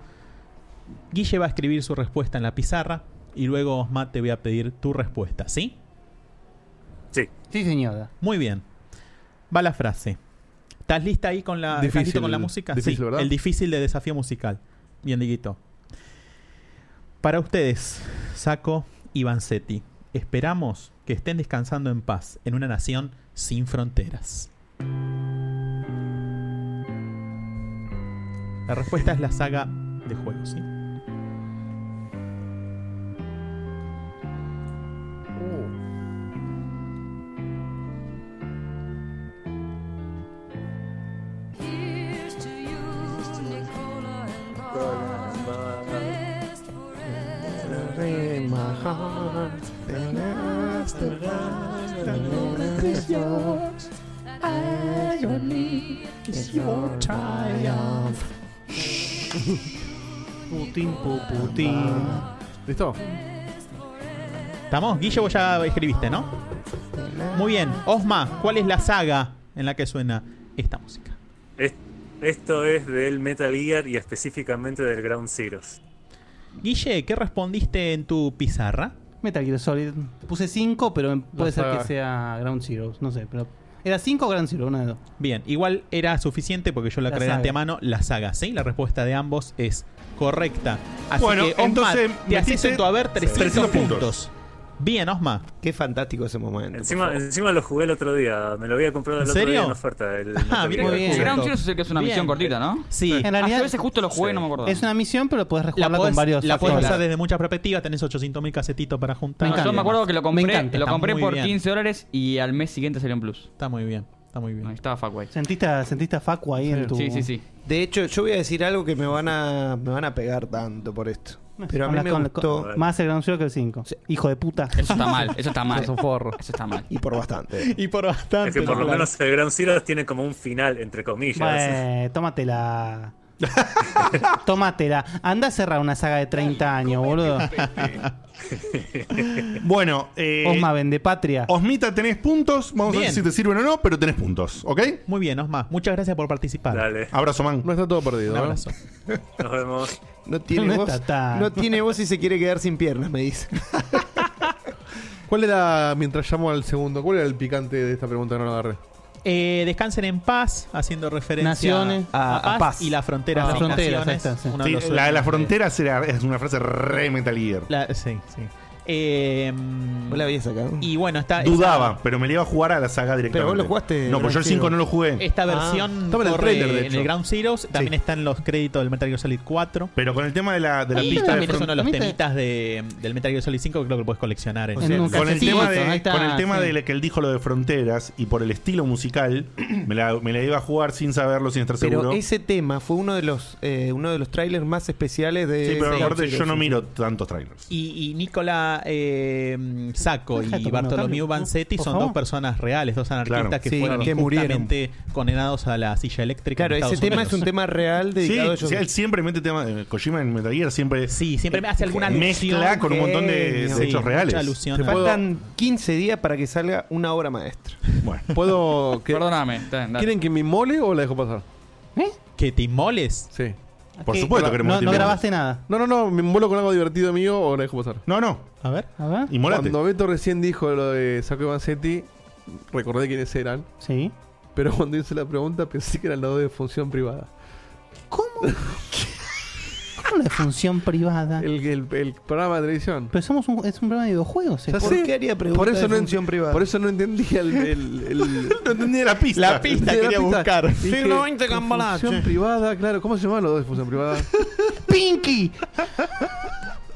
Speaker 4: Guille va a escribir su respuesta en la pizarra y luego Osma te voy a pedir tu respuesta, ¿sí?
Speaker 21: Sí.
Speaker 3: Sí, señora.
Speaker 4: Muy bien. Va la frase. ¿Estás lista ahí con la,
Speaker 6: Difícil,
Speaker 4: estás listo con la música?
Speaker 6: difícil,
Speaker 4: sí,
Speaker 6: ¿verdad?
Speaker 4: el difícil de desafío musical. Bien, Diguito. Para ustedes, Saco y Vanzetti, esperamos que estén descansando en paz en una nación sin fronteras. La respuesta es la saga de juegos, ¿sí?
Speaker 3: Putin, Putin.
Speaker 6: ¿Listo?
Speaker 4: ¿Estamos? Guille, vos ya escribiste, ¿no? Muy bien. Osma, ¿cuál es la saga en la que suena esta música?
Speaker 21: Es- esto es del Metal Gear y específicamente del Ground Zeroes.
Speaker 4: Guille, ¿qué respondiste en tu pizarra?
Speaker 3: Metal Gear Solid. Puse 5, pero puede ser
Speaker 4: saga.
Speaker 3: que sea Ground Zero. No sé, pero. ¿Era 5 o Ground Zero? Una de dos.
Speaker 4: Bien, igual era suficiente porque yo la,
Speaker 3: La
Speaker 4: creé de
Speaker 3: saga.
Speaker 4: antemano, la saga, ¿sí? La respuesta de ambos es correcta. Así
Speaker 2: Bueno,
Speaker 4: que, Osma,
Speaker 2: entonces,
Speaker 4: te haces
Speaker 2: metiste
Speaker 4: en tu haber 300,
Speaker 2: 300
Speaker 4: puntos.
Speaker 2: puntos.
Speaker 4: Bien, Osma.
Speaker 8: Qué fantástico ese momento.
Speaker 21: Encima, encima lo jugué el otro día, me lo había comprado el
Speaker 8: ¿En
Speaker 21: otro
Speaker 8: serio?
Speaker 21: día en oferta. El
Speaker 8: Ah,
Speaker 21: Metal
Speaker 8: mira,
Speaker 21: Gear.
Speaker 8: muy bien.
Speaker 7: El Ground Zero es el que es una misión cortita, ¿no?
Speaker 4: Sí.
Speaker 7: En realidad. A veces justo lo jugué y no me acuerdo.
Speaker 3: Es una misión, pero puedes
Speaker 4: La
Speaker 3: rejugarla
Speaker 4: podés,
Speaker 3: con varios.
Speaker 4: la podés
Speaker 3: actores.
Speaker 4: usar desde muchas perspectivas, tenés 800.000 casetitos para juntar.
Speaker 7: No, yo me acuerdo que lo compré, lo compré por
Speaker 4: 15
Speaker 7: 15 dólares y al mes siguiente salió en plus.
Speaker 4: Está muy bien, está muy bien.
Speaker 7: estaba Fuckway.
Speaker 3: ¿Sentiste, a- sentiste a Facu ahí en tu.
Speaker 8: De hecho, yo voy a decir algo que me van a, me van a pegar tanto por esto. Pero a mí
Speaker 3: Hablas
Speaker 8: me
Speaker 3: con-
Speaker 8: gustó.
Speaker 3: con- más el Ground Zero que el 5. Hijo de puta.
Speaker 7: Eso está mal, eso está mal.
Speaker 8: Sos un
Speaker 7: Eso está mal.
Speaker 8: Y por bastante.
Speaker 4: Y por bastante.
Speaker 21: Es que por lo menos el Ground Zeroes tiene como un final, entre comillas.
Speaker 3: Bueno, tómatela. tómatela. Anda a cerrar una saga de 30 años, boludo.
Speaker 2: Bueno, eh,
Speaker 3: Osma vende patria.
Speaker 2: Osmita, tenés puntos. Vamos a
Speaker 4: Bien.
Speaker 2: ver si te sirven o no, pero tenés puntos, ¿ok?
Speaker 4: Muy bien, Osma. Muchas gracias por participar.
Speaker 2: Abrazo, man.
Speaker 6: No está todo perdido. ¿eh?
Speaker 4: Un abrazo.
Speaker 21: Nos vemos.
Speaker 8: No tiene
Speaker 4: No
Speaker 8: voz.
Speaker 4: está tan-
Speaker 8: No tiene voz y se quiere quedar sin piernas, me dice.
Speaker 6: ¿Cuál era, mientras llamo al segundo, cuál era el picante de esta pregunta que no la agarré?
Speaker 4: Eh, descansen en paz, haciendo referencia
Speaker 2: Naciones.
Speaker 4: a,
Speaker 2: A- a
Speaker 4: paz,
Speaker 2: paz.
Speaker 4: y las fronteras.
Speaker 2: Ah,
Speaker 4: de
Speaker 2: fronteras,
Speaker 4: naciones.
Speaker 2: ahí está, sí.
Speaker 4: Uno de
Speaker 2: Sí,
Speaker 4: los
Speaker 2: la de las
Speaker 4: sueños
Speaker 2: fronteras era- es una frase re Metal Gear.
Speaker 4: La- sí, sí. Eh, mm,
Speaker 8: Vos la habías sacado.
Speaker 4: Y bueno, está.
Speaker 2: Dudaba, pero me le iba a jugar a la saga directamente.
Speaker 4: vos lo jugaste,
Speaker 2: No, pues yo el
Speaker 4: Ground
Speaker 2: 5
Speaker 4: Zero.
Speaker 2: no lo jugué.
Speaker 4: Esta versión
Speaker 2: Estaba en el
Speaker 4: corre
Speaker 2: trailer, de
Speaker 4: en
Speaker 2: hecho.
Speaker 4: el Ground Zeroes. También están los créditos del Metal Gear Solid 4.
Speaker 2: Pero con el tema de la, de la
Speaker 4: Y
Speaker 2: pista de
Speaker 4: también es uno de los
Speaker 2: fron-
Speaker 4: temitas de, del Metal Gear Solid 5 que creo que puedes coleccionar en,
Speaker 2: O sea, con, el tema de, con el tema
Speaker 4: de
Speaker 2: de la que él dijo lo de fronteras y por el estilo musical, me la, me la iba a jugar sin saberlo, sin estar
Speaker 8: Pero
Speaker 2: seguro.
Speaker 8: ese tema fue uno de los eh, uno de los trailers más especiales de.
Speaker 2: sí, pero
Speaker 8: de
Speaker 2: aparte
Speaker 8: Zero,
Speaker 2: yo no
Speaker 8: sí.
Speaker 2: miro tantos trailers.
Speaker 4: Y, y Nicola eh, Sacco y
Speaker 8: Exacto,
Speaker 4: Bartolomeo
Speaker 8: Bartolomeo,
Speaker 4: Vanzetti
Speaker 8: por
Speaker 4: son
Speaker 8: favor.
Speaker 4: dos personas reales, dos anarquistas
Speaker 8: Claro.
Speaker 4: que
Speaker 8: Sí,
Speaker 4: fueron
Speaker 8: que
Speaker 4: injustamente condenados a la silla eléctrica.
Speaker 8: Claro,
Speaker 4: en
Speaker 8: ese
Speaker 4: Estados
Speaker 8: tema
Speaker 4: Unidos.
Speaker 8: es un tema real
Speaker 2: Sí,
Speaker 8: dedicado
Speaker 2: sí,
Speaker 8: a
Speaker 2: él
Speaker 8: ellos.
Speaker 2: siempre mete tema. eh, Kojima en Metal Gear siempre. eh,
Speaker 4: Sí, siempre me hace alguna
Speaker 2: Mezcla
Speaker 4: alusión,
Speaker 2: con un montón de,
Speaker 4: genio.
Speaker 2: de
Speaker 4: Sí,
Speaker 2: hechos
Speaker 4: mucha
Speaker 2: reales.
Speaker 4: alusión
Speaker 8: Te
Speaker 4: a-
Speaker 8: faltan 15 días para que salga una obra maestra.
Speaker 2: Bueno.
Speaker 6: ¿Puedo. que-
Speaker 7: Perdóname.
Speaker 6: ¿Quieren que me inmole o la dejo pasar?
Speaker 3: ¿Eh?
Speaker 4: ¿Que te inmoles?
Speaker 6: Sí.
Speaker 3: Por ¿Qué? supuesto que No- queremos que te no inmoles. grabaste nada.
Speaker 6: No, no, no. ¿Me inmolo con algo divertido mío o la dejo pasar?
Speaker 2: No, no.
Speaker 4: A ver.
Speaker 3: A ver.
Speaker 6: Cuando Beto recién dijo lo de Saco y Vanzetti, recordé quiénes eran.
Speaker 3: Sí.
Speaker 6: Pero cuando hice la pregunta pensé que eran los dos de función privada.
Speaker 3: una función privada.
Speaker 6: El, el- el programa de televisión.
Speaker 3: Pero somos un, es un programa de videojuegos.
Speaker 6: Ya sé. por eso no en- Por eso no entendía el. el- el-
Speaker 2: no entendía la pista.
Speaker 6: La
Speaker 2: pista quería buscar.
Speaker 8: Siglo XX cambalache.
Speaker 6: Función privada, claro. ¿Cómo se llamaban los dos de función privada?
Speaker 3: ¡Pinky!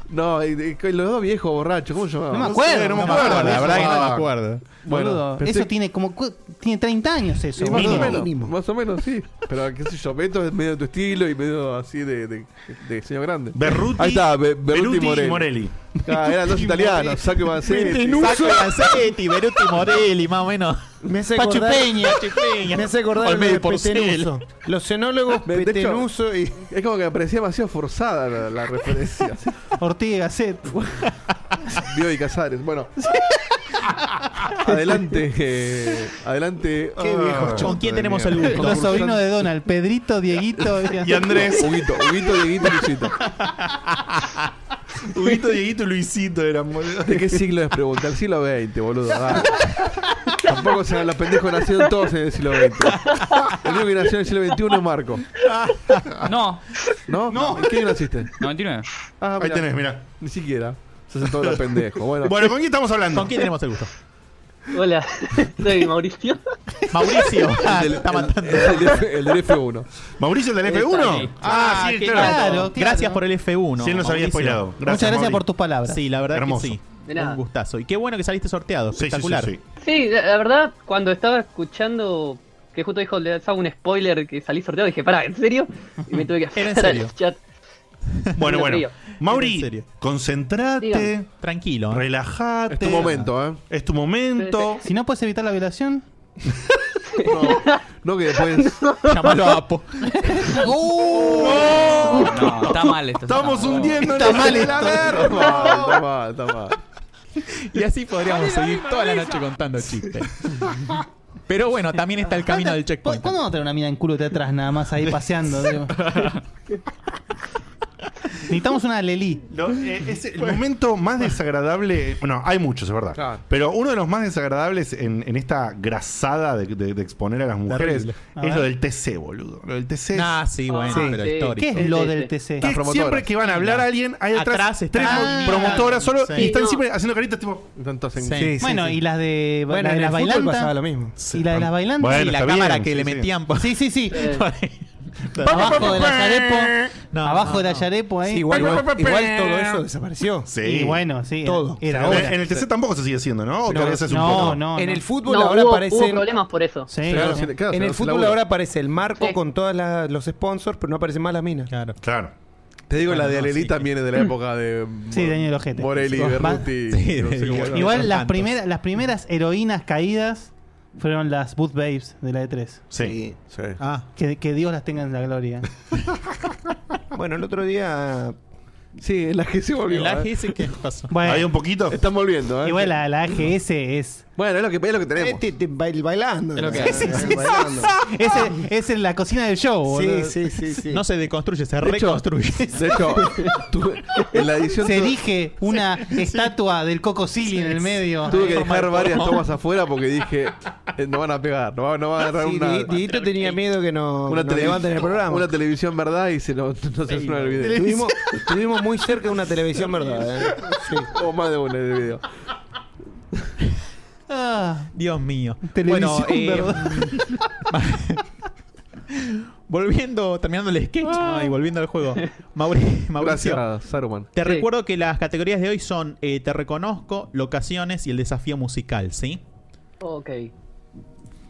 Speaker 6: No, eh, eh, los dos viejos borrachos, ¿cómo se llamaban?
Speaker 3: No me acuerdo,
Speaker 6: sé,
Speaker 3: no me acuerdo, la verdad que no me
Speaker 2: acuerdo.
Speaker 6: Bueno,
Speaker 3: Boludo,
Speaker 6: pensé-
Speaker 3: eso tiene como cu- tiene 30 años eso.
Speaker 6: Y más o
Speaker 3: mínimo.
Speaker 6: menos, más o menos, sí. Pero qué sé yo, Beto es medio de tu estilo y medio así de, de, de señor grande.
Speaker 2: Berruti,
Speaker 6: Ahí está, Be- Berruti,
Speaker 2: Beruti y
Speaker 6: y Morelli.
Speaker 2: Morelli.
Speaker 6: Ah, eran dos
Speaker 2: Y
Speaker 6: italianos,
Speaker 2: Morelli.
Speaker 6: Sacco y Vanzetti.
Speaker 4: Saco Lancetti, Beruti Morelli, más o menos.
Speaker 8: Me hace
Speaker 4: Pachu
Speaker 8: acordar-
Speaker 4: Peña.
Speaker 8: Me hace acordar
Speaker 4: Olmedo
Speaker 8: de
Speaker 4: Porcel.
Speaker 8: Petenuso. Los xenólogos
Speaker 6: De hecho,
Speaker 8: Petenuso y.
Speaker 6: Es como que me parecía demasiado forzada la, la referencia.
Speaker 3: Ortiz Gasset.
Speaker 6: Bioy y Casares. Bueno. adelante. eh, adelante.
Speaker 3: Qué viejo
Speaker 6: Ah,
Speaker 3: chonto
Speaker 6: madre mía.
Speaker 3: Los sobrinos de Donald, Pedrito, Dieguito
Speaker 2: Y Andrés.
Speaker 6: Huguito, Huguito, Dieguito y Luisito.
Speaker 2: Huguito, Dieguito y Luisito eran, boludo.
Speaker 6: ¿De qué siglo es preguntar? El siglo XX, boludo. dale. Tampoco se los pendejos nacieron todos en el siglo XX. El único que nació en el siglo XXI es Marco.
Speaker 7: No.
Speaker 6: ¿No? ¿En qué año naciste?
Speaker 7: 99.
Speaker 6: Ah,
Speaker 2: Ahí tenés, mirá.
Speaker 6: Ni siquiera. Se sentó la pendejo. Bueno.
Speaker 2: Bueno, ¿con quién estamos hablando?
Speaker 4: ¿Con quién tenemos el gusto?
Speaker 1: Hola, soy Mauricio.
Speaker 4: Mauricio. Ah,
Speaker 6: El, del-
Speaker 4: está matando.
Speaker 6: el del F- el del F1.
Speaker 2: ¿Mauricio el del F1? Ah, sí, claro.
Speaker 4: Gracias por el F1.
Speaker 2: Sí, él nos había
Speaker 4: Mauricio.
Speaker 2: spoilado. Gracias,
Speaker 4: Muchas gracias
Speaker 2: Mauri.
Speaker 4: por tus palabras. Sí, la verdad
Speaker 2: Hermoso.
Speaker 4: que sí.
Speaker 1: De nada.
Speaker 4: Un gustazo. Y qué bueno que saliste sorteado.
Speaker 2: sí, sí,
Speaker 4: Espectacular.
Speaker 2: sí.
Speaker 1: Sí, la la verdad, cuando estaba escuchando que justo dijo, le hago un spoiler que salí sorteado, dije, pará, ¿en serio? Y me tuve que
Speaker 4: Era en
Speaker 1: aferrar al
Speaker 4: serio.
Speaker 1: chat.
Speaker 2: Bueno,
Speaker 1: Lo
Speaker 2: bueno.
Speaker 1: frío.
Speaker 4: En
Speaker 2: Mauri,
Speaker 4: serio.
Speaker 2: concentrate.
Speaker 1: Dígame.
Speaker 4: Tranquilo. ¿eh?
Speaker 2: Relajate.
Speaker 6: Es tu momento, ¿eh?
Speaker 2: Es tu momento.
Speaker 3: Si no puedes evitar la violación,
Speaker 6: No, que después.
Speaker 4: Llamalo a Apo.
Speaker 7: No, está mal esto.
Speaker 2: ¡Oh! Estamos hundiendo
Speaker 4: Está mal
Speaker 2: en la
Speaker 4: esto.
Speaker 6: Está
Speaker 2: verga.
Speaker 6: mal, está mal, está mal.
Speaker 4: Y así podríamos seguir toda la noche contando chistes. Pero bueno, también está el camino del checkpoint.
Speaker 3: ¿cuándo vamos a tener una mina en culo de atrás nada más ahí paseando? digo? Necesitamos una Lelí.
Speaker 2: Lo- eh, es el momento más desagradable. Bueno, hay muchos, es verdad.
Speaker 6: Claro.
Speaker 2: Pero uno de los más desagradables en, en esta grasada de, de- de exponer a las mujeres
Speaker 4: Terrible.
Speaker 3: A
Speaker 2: es
Speaker 3: ver.
Speaker 2: lo del TC, boludo. Lo del TC. es-
Speaker 4: Ah, sí, bueno,
Speaker 2: Sí.
Speaker 4: pero
Speaker 2: Sí.
Speaker 4: histórico.
Speaker 3: ¿Qué es lo del TC?
Speaker 2: que siempre que van a hablar a alguien, hay atrás,
Speaker 4: Atrás está-
Speaker 2: tres mo-
Speaker 4: Ah,
Speaker 2: promotoras solo
Speaker 4: sí.
Speaker 2: y están
Speaker 1: No.
Speaker 2: siempre haciendo caritas tipo.
Speaker 6: Entonces, sí.
Speaker 4: Sí.
Speaker 3: bueno, y las de,
Speaker 8: Bueno,
Speaker 3: la de
Speaker 8: en
Speaker 3: las
Speaker 8: el fútbol
Speaker 3: bailantas.
Speaker 8: pasaba lo mismo.
Speaker 3: Y la de las bailantas.
Speaker 2: Bueno,
Speaker 4: y la
Speaker 2: está
Speaker 4: cámara
Speaker 2: bien,
Speaker 4: que le
Speaker 2: sí, sí.
Speaker 4: metían. por-
Speaker 3: Sí, sí, sí.
Speaker 1: Eh,
Speaker 3: Abajo de la yarepo.
Speaker 4: No,
Speaker 3: abajo
Speaker 4: no,
Speaker 3: de la
Speaker 4: no.
Speaker 3: yarepo ahí.
Speaker 8: Sí, igual, igual, igual todo eso desapareció.
Speaker 2: Sí.
Speaker 3: Y bueno, sí. era-
Speaker 8: Todo.
Speaker 3: Era
Speaker 2: En-
Speaker 3: ahora.
Speaker 2: en el TC tampoco se sigue haciendo, ¿no? ¿O todavía se hace un
Speaker 3: No,
Speaker 2: poco?
Speaker 3: no.
Speaker 8: En
Speaker 3: no.
Speaker 8: el fútbol
Speaker 1: No,
Speaker 8: ahora
Speaker 1: hubo,
Speaker 8: aparece.
Speaker 1: hubo problemas por eso.
Speaker 3: Sí,
Speaker 6: Claro,
Speaker 3: sí.
Speaker 6: sí, claro,
Speaker 8: en
Speaker 6: se lo-
Speaker 8: el
Speaker 6: se
Speaker 8: fútbol
Speaker 6: labura.
Speaker 8: ahora aparece el marco
Speaker 1: Sí.
Speaker 8: con todos los sponsors, pero no aparecen más las minas.
Speaker 4: Claro.
Speaker 2: Claro.
Speaker 6: Te digo, la
Speaker 4: Bueno,
Speaker 6: de
Speaker 4: no,
Speaker 6: Alelí
Speaker 4: sí.
Speaker 6: también es de la época de.
Speaker 3: Sí, de Año del Ojete.
Speaker 6: Morelli,
Speaker 3: Sí.
Speaker 6: Berruti.
Speaker 4: Sí,
Speaker 6: no sé
Speaker 4: de-
Speaker 6: cómo era.
Speaker 3: Igual
Speaker 4: son
Speaker 3: las
Speaker 4: tantos.
Speaker 3: primeras, las primeras heroínas caídas fueron las Boot Babes de la E E3.
Speaker 2: Sí.
Speaker 6: Sí.
Speaker 4: Ah,
Speaker 3: Que, que Dios las tenga en la gloria.
Speaker 8: Bueno, el otro día.
Speaker 6: Sí, la que se volvió.
Speaker 4: el
Speaker 6: ¿eh?
Speaker 4: AGS, ¿qué pasó?
Speaker 3: Bueno,
Speaker 2: ¿Hay un poquito?
Speaker 6: Están volviendo, ¿eh?
Speaker 3: igual la, la AGS es.
Speaker 6: Bueno, es lo que, es lo que tenemos.
Speaker 8: Este, este, bail- bailando.
Speaker 7: Es lo que
Speaker 8: ¿no?
Speaker 7: hace.
Speaker 8: Sí, bailando.
Speaker 3: Es, en- es en la cocina del show,
Speaker 8: Ah. Sí,
Speaker 3: boludo.
Speaker 8: sí, sí, sí.
Speaker 4: No se deconstruye, se reconstruye.
Speaker 6: De hecho, tú- en la edición
Speaker 3: Se
Speaker 6: tu-
Speaker 3: erige una estatua del Coco Silly en el medio.
Speaker 6: tuve que
Speaker 4: forma de
Speaker 6: dejar varias
Speaker 4: porno.
Speaker 6: tomas afuera porque dije, eh, no van a pegar, no va, no va a agarrar
Speaker 8: Sí,
Speaker 6: una,
Speaker 8: Di- Dieguito tenía miedo que no,
Speaker 6: una
Speaker 8: que nos
Speaker 6: televis-
Speaker 8: levanten el programa.
Speaker 6: una televisión verdad y se no, no se suena el video.
Speaker 8: Estuvimos, estuvimos muy cerca de una televisión, ¿verdad? eh? Sí.
Speaker 6: O más de una en el video.
Speaker 3: Ah,
Speaker 4: Dios mío. eh,
Speaker 3: Televisión,
Speaker 4: volviendo, terminando el sketch ¿no? y volviendo al juego. Mauri- Mauricio.
Speaker 6: Gracias, Saruman.
Speaker 4: Te
Speaker 1: Sí.
Speaker 4: recuerdo que las categorías de hoy son eh, Te reconozco, locaciones y el desafío musical, ¿sí?
Speaker 1: Ok.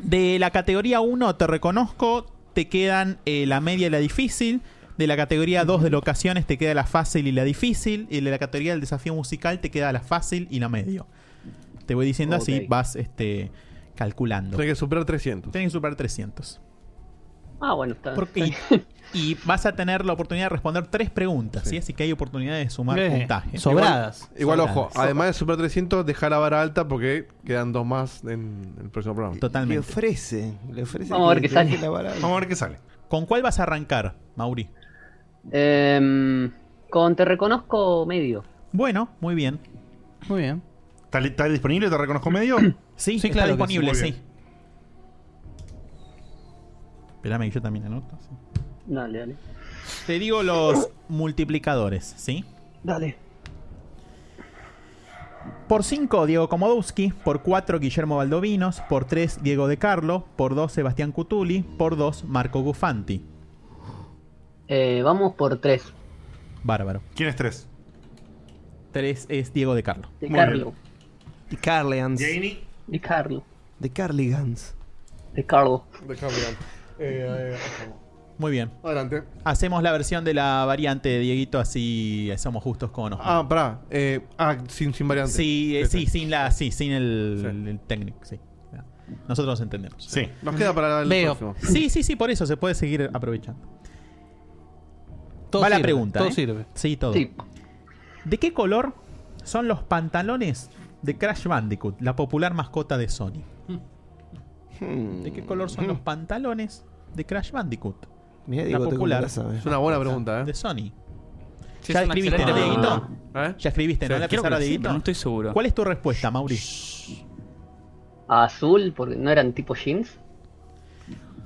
Speaker 4: De la categoría 1, Te reconozco, te quedan eh, la media y la difícil. De la categoría 2 de locaciones te queda la fácil y la difícil. Y de la categoría del desafío musical te queda la fácil y la medio. Te voy diciendo así,
Speaker 1: Ok.
Speaker 4: vas este, calculando.
Speaker 6: Tenés que superar 300.
Speaker 4: Tienes que superar 300.
Speaker 1: Ah, bueno, está.
Speaker 4: Por-
Speaker 1: está
Speaker 4: y,
Speaker 1: bien.
Speaker 4: y vas a tener la oportunidad de responder tres preguntas, ¿sí? Así que hay oportunidad de sumar
Speaker 3: eh,
Speaker 4: puntaje.
Speaker 3: Sobradas.
Speaker 6: Igual,
Speaker 4: Sobradas.
Speaker 6: ojo, además de superar 300, dejar la vara alta porque quedan dos más en el próximo programa.
Speaker 8: Le
Speaker 4: Totalmente.
Speaker 8: ofrece. Le ofrece
Speaker 1: Vamos a ver
Speaker 8: que-
Speaker 1: qué sale.
Speaker 8: que la vara-
Speaker 2: Vamos a ver qué sale.
Speaker 4: ¿Con cuál vas a arrancar, Mauri?
Speaker 1: Em, con Te Reconozco medio.
Speaker 4: Bueno, muy bien.
Speaker 3: Muy bien.
Speaker 2: ¿Está, está disponible? ¿Te reconozco medio?
Speaker 4: Sí,
Speaker 3: Sí,
Speaker 4: está
Speaker 3: claro que
Speaker 4: disponible,
Speaker 2: sí. Muy
Speaker 4: sí. Espérame que yo también anoto. sí.
Speaker 1: Dale, dale.
Speaker 4: Te digo los multiplicadores, ¿sí?
Speaker 1: Dale.
Speaker 4: Por 5, Diego Komodowski. Por 4, Guillermo Baldovinos. Por 3, Diego De Carlo. Por 2, Sebastián Cutuli. Por 2, Marco Gufanti.
Speaker 1: Eh, vamos por tres.
Speaker 4: Bárbaro.
Speaker 2: ¿Quién es 3?
Speaker 4: 3 es Diego De Carlo.
Speaker 1: De Carlo.
Speaker 8: De Carleans.
Speaker 1: De Carlo.
Speaker 8: De Carligans.
Speaker 1: De Carlo.
Speaker 6: De Carligan. Eh, eh,
Speaker 4: Muy bien.
Speaker 6: Adelante.
Speaker 4: Hacemos la versión de la variante de Dieguito, así somos justos con Osman.
Speaker 6: Ah, pará. Eh, ah, sin, sin variante. Este.
Speaker 4: Sí, eh, sí, sin la, sí, sin el, el técnico, sí. Nosotros nos entendemos.
Speaker 2: Sí.
Speaker 6: Nos queda para el
Speaker 4: Veo.
Speaker 6: próximo.
Speaker 4: Sí, sí, sí, por eso se puede seguir aprovechando.
Speaker 3: Todo
Speaker 4: Va la
Speaker 3: sirve,
Speaker 4: pregunta.
Speaker 3: todo
Speaker 4: ¿eh?
Speaker 3: sirve.
Speaker 4: Sí, todo.
Speaker 3: Sí.
Speaker 4: ¿De qué color son los pantalones de Crash Bandicoot, la popular mascota de Sony?
Speaker 6: Hmm.
Speaker 4: ¿De qué color son los pantalones de Crash Bandicoot?
Speaker 8: Mirá,
Speaker 4: la
Speaker 8: Diego, te
Speaker 4: popular.
Speaker 8: cómo la sabe.
Speaker 6: Es una buena pregunta, ¿eh?
Speaker 4: De Sony.
Speaker 6: Sí,
Speaker 4: ¿Ya
Speaker 6: es una
Speaker 4: escribiste,
Speaker 1: Ah.
Speaker 6: excelente
Speaker 4: Dieguito?
Speaker 6: pregunta. ¿Eh?
Speaker 4: ¿Ya escribiste?
Speaker 6: O sea,
Speaker 4: ¿No la
Speaker 6: creo que
Speaker 4: pizarra,
Speaker 6: sí,
Speaker 4: Dieguito?
Speaker 6: pero no estoy seguro.
Speaker 4: ¿Cuál es tu respuesta, Mauri?
Speaker 1: Azul, porque no eran tipo jeans.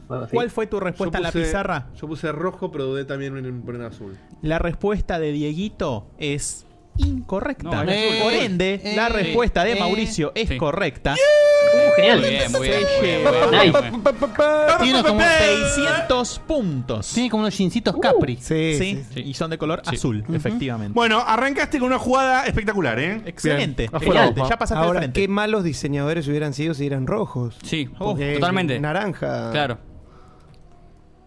Speaker 1: Algo así.
Speaker 4: ¿Cuál fue tu respuesta
Speaker 6: Yo
Speaker 4: en la
Speaker 6: puse-
Speaker 4: pizarra?
Speaker 6: Yo puse rojo, pero dudé también en en poner azul.
Speaker 4: La respuesta de Dieguito es incorrecta.
Speaker 6: No, era azul.
Speaker 4: Por ende,
Speaker 6: Eh,
Speaker 4: la respuesta de
Speaker 6: eh.
Speaker 4: Mauricio es correcta.
Speaker 1: genial.
Speaker 4: Muy bien, muy bien, muy bien, muy bien, muy bien. Tiene como 600 puntos. Tiene
Speaker 3: como unos jeancitos Capri.
Speaker 4: Sí, Y son de color azul, efectivamente.
Speaker 2: Bueno, arrancaste con una jugada espectacular, ¿eh?
Speaker 4: Excelente.
Speaker 8: Bien.
Speaker 4: Genial, ya pasaste
Speaker 8: Ahora,
Speaker 4: al frente.
Speaker 8: qué malos diseñadores hubieran sido si eran rojos.
Speaker 7: Sí,
Speaker 8: Porque
Speaker 7: totalmente.
Speaker 8: Naranja.
Speaker 7: Claro.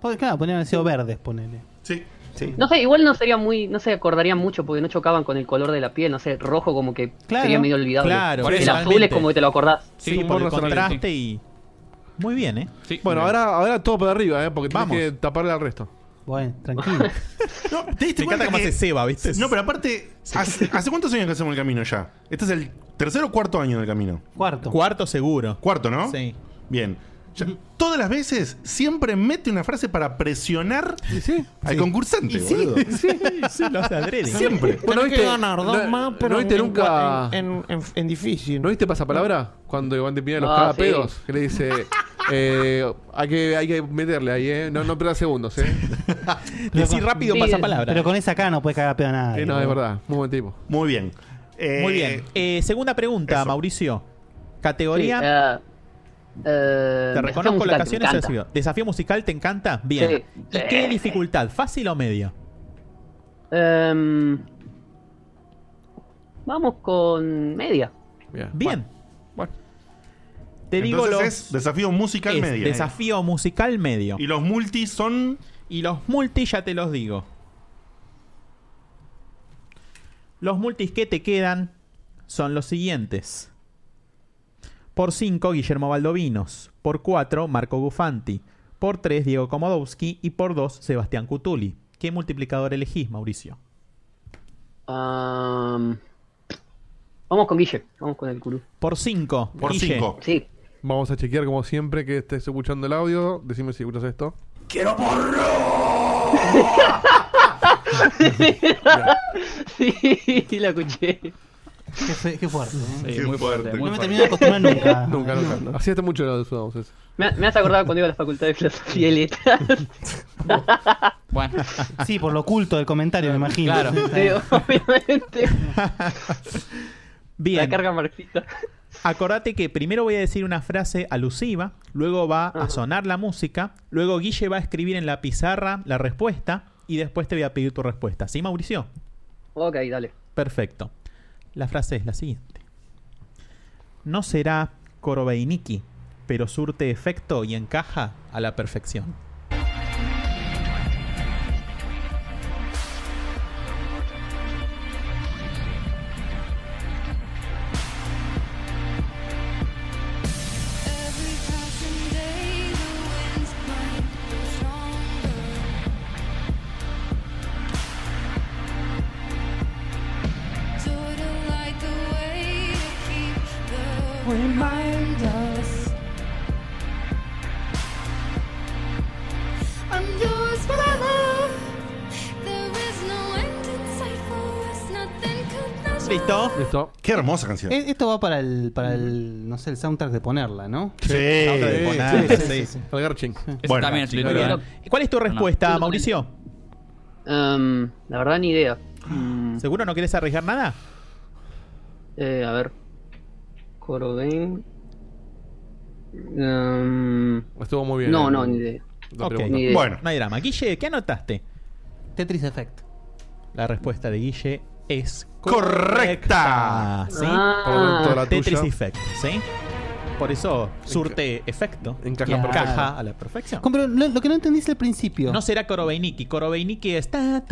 Speaker 3: Porque, claro, ponían así o verdes, ponele.
Speaker 2: Sí.
Speaker 8: Sí.
Speaker 1: No sé, igual no sería muy, no se acordarían mucho porque no chocaban con el color de la piel, no sé, rojo como que
Speaker 4: Claro.
Speaker 1: sería medio olvidable.
Speaker 4: Claro,
Speaker 1: el azul es
Speaker 4: totalmente.
Speaker 1: como que te lo acordás.
Speaker 4: Sí, por el contraste y. Muy bien, ¿eh?
Speaker 6: Bueno, ahora, ahora todo para arriba, ¿eh? Porque
Speaker 4: Vamos.
Speaker 6: tienes que taparle al resto.
Speaker 3: Bueno, tranquilo.
Speaker 2: No, ¿te diste
Speaker 4: Me
Speaker 2: cuenta
Speaker 4: encanta cómo
Speaker 2: que-
Speaker 4: se ceba, ¿viste?
Speaker 2: No, pero aparte, ¿hace, hace cuántos años que hacemos el camino ya? Este es el tercer o cuarto año del camino.
Speaker 3: Cuarto.
Speaker 4: Cuarto seguro.
Speaker 2: Cuarto, ¿no?
Speaker 4: Sí.
Speaker 2: Bien. Ya- todas las veces siempre mete una frase para presionar al concursante,
Speaker 4: Y sí,
Speaker 2: boludo.
Speaker 4: sí, sí, lo hace adrede.
Speaker 2: Siempre.
Speaker 8: Bueno,
Speaker 6: Tenés
Speaker 8: viste,
Speaker 6: que ganar dos
Speaker 8: no,
Speaker 6: más, pero
Speaker 8: ¿no viste
Speaker 6: en-
Speaker 8: nunca
Speaker 6: en-
Speaker 8: en, en- en difícil.
Speaker 6: ¿No viste pasapalabra? Cuando Iván te pide los
Speaker 8: Ah,
Speaker 6: cada
Speaker 8: sí.
Speaker 6: pedos, que le dice. eh, hay, que, hay que meterle ahí, ¿eh? No, no pierdas segundos, ¿eh?
Speaker 4: Decir rápido pasa palabra.
Speaker 3: Pero con esa acá no puedes cagar pedo a nadie.
Speaker 6: Eh, no, es verdad. Muy buen tipo.
Speaker 2: Muy bien. Eh,
Speaker 4: Muy bien. Eh, segunda pregunta, Mauricio. Categoría.
Speaker 1: Sí, ah, eh,
Speaker 4: Te reconozco
Speaker 1: musical,
Speaker 4: las canciones.
Speaker 1: me
Speaker 4: y
Speaker 1: encanta.
Speaker 4: desafío. Desafío musical, ¿te encanta? Bien.
Speaker 1: Sí. Eh.
Speaker 4: ¿Y qué dificultad? ¿Fácil o media?
Speaker 1: Em, vamos con media.
Speaker 6: Bien.
Speaker 4: Bien. Te digo
Speaker 2: Entonces
Speaker 4: los.
Speaker 2: es desafío musical
Speaker 4: es
Speaker 2: media.
Speaker 4: Desafío musical medio.
Speaker 2: Y los multis son.
Speaker 4: Y los multis ya te los digo. Los multis que te quedan son los siguientes. Por 5, Guillermo Baldovinos. Por 4, Marco Gufanti. Por 3, Diego Komodowski. Y por 2, Sebastián Cutuli. ¿Qué multiplicador elegís, Mauricio?
Speaker 1: Am, vamos con Guille, vamos con el Kuru.
Speaker 4: Por 5.
Speaker 1: Sí.
Speaker 6: Vamos a chequear, como siempre, que estés escuchando el audio. Decime si escuchas esto.
Speaker 12: ¡Quiero porro!
Speaker 1: sí, la escuché.
Speaker 3: Qué, fe- qué fuerte. ¿eh?
Speaker 7: Sí, muy fuerte, muy
Speaker 3: no me
Speaker 7: fuerte.
Speaker 3: termino de acostumbrar nunca.
Speaker 6: nunca, nunca. Así está mucho lo sudamos eso.
Speaker 1: Me, me has acordado cuando iba a la facultad de filosofía y letras.
Speaker 7: Bueno.
Speaker 3: Sí, por lo oculto del comentario, me imagino.
Speaker 7: Claro.
Speaker 3: Sí,
Speaker 1: Sí, obviamente.
Speaker 4: Bien.
Speaker 1: La carga marxista.
Speaker 4: Acordate que primero voy a decir una frase alusiva, luego va a sonar la música, luego Guille va a escribir en la pizarra la respuesta y después te voy a pedir tu respuesta. ¿Sí, Mauricio?
Speaker 1: Ok, dale.
Speaker 4: Perfecto. La frase es la siguiente. No será Korobeiniki, pero surte efecto y encaja a la perfección.
Speaker 12: Remind us. I'm yours forever. There is no end in sight for us. Nothing could not
Speaker 4: Listo.
Speaker 6: Listo.
Speaker 2: Qué hermosa canción.
Speaker 3: E- Esto va para el, para el, no sé, el soundtrack de ponerla, ¿no?
Speaker 2: Sí. Sí, Soundtrack de ponerla, sí, sí, sí.
Speaker 6: Al Garching.
Speaker 1: Bueno, sí,
Speaker 4: Muy bien.
Speaker 1: claro.
Speaker 4: ¿Y ¿Cuál es tu respuesta, Mauricio?
Speaker 1: Em, la verdad, ni idea. Mm,
Speaker 4: ¿Seguro no quieres arriesgar nada?
Speaker 1: Eh, a ver. Corobain. Em,
Speaker 6: Estuvo muy bien.
Speaker 1: No,
Speaker 6: eh,
Speaker 1: no, ni idea.
Speaker 6: la
Speaker 4: Ok.
Speaker 6: pregunta.
Speaker 4: Bueno, no hay drama. Guille, ¿qué anotaste?
Speaker 3: Tetris Effect.
Speaker 4: La respuesta de Guille es
Speaker 2: Correcta.
Speaker 4: correcta. ¿sí?
Speaker 2: Ah. Por lo tanto, la
Speaker 4: Tetris
Speaker 2: tuya.
Speaker 4: Effect, ¿sí? Por eso surte efecto.
Speaker 6: Encaja,
Speaker 4: Encaja a la perfección.
Speaker 3: Con- pero lo, lo que no entendí es el principio.
Speaker 4: No será Korobeiniki. Korobeiniki es...
Speaker 3: Ah.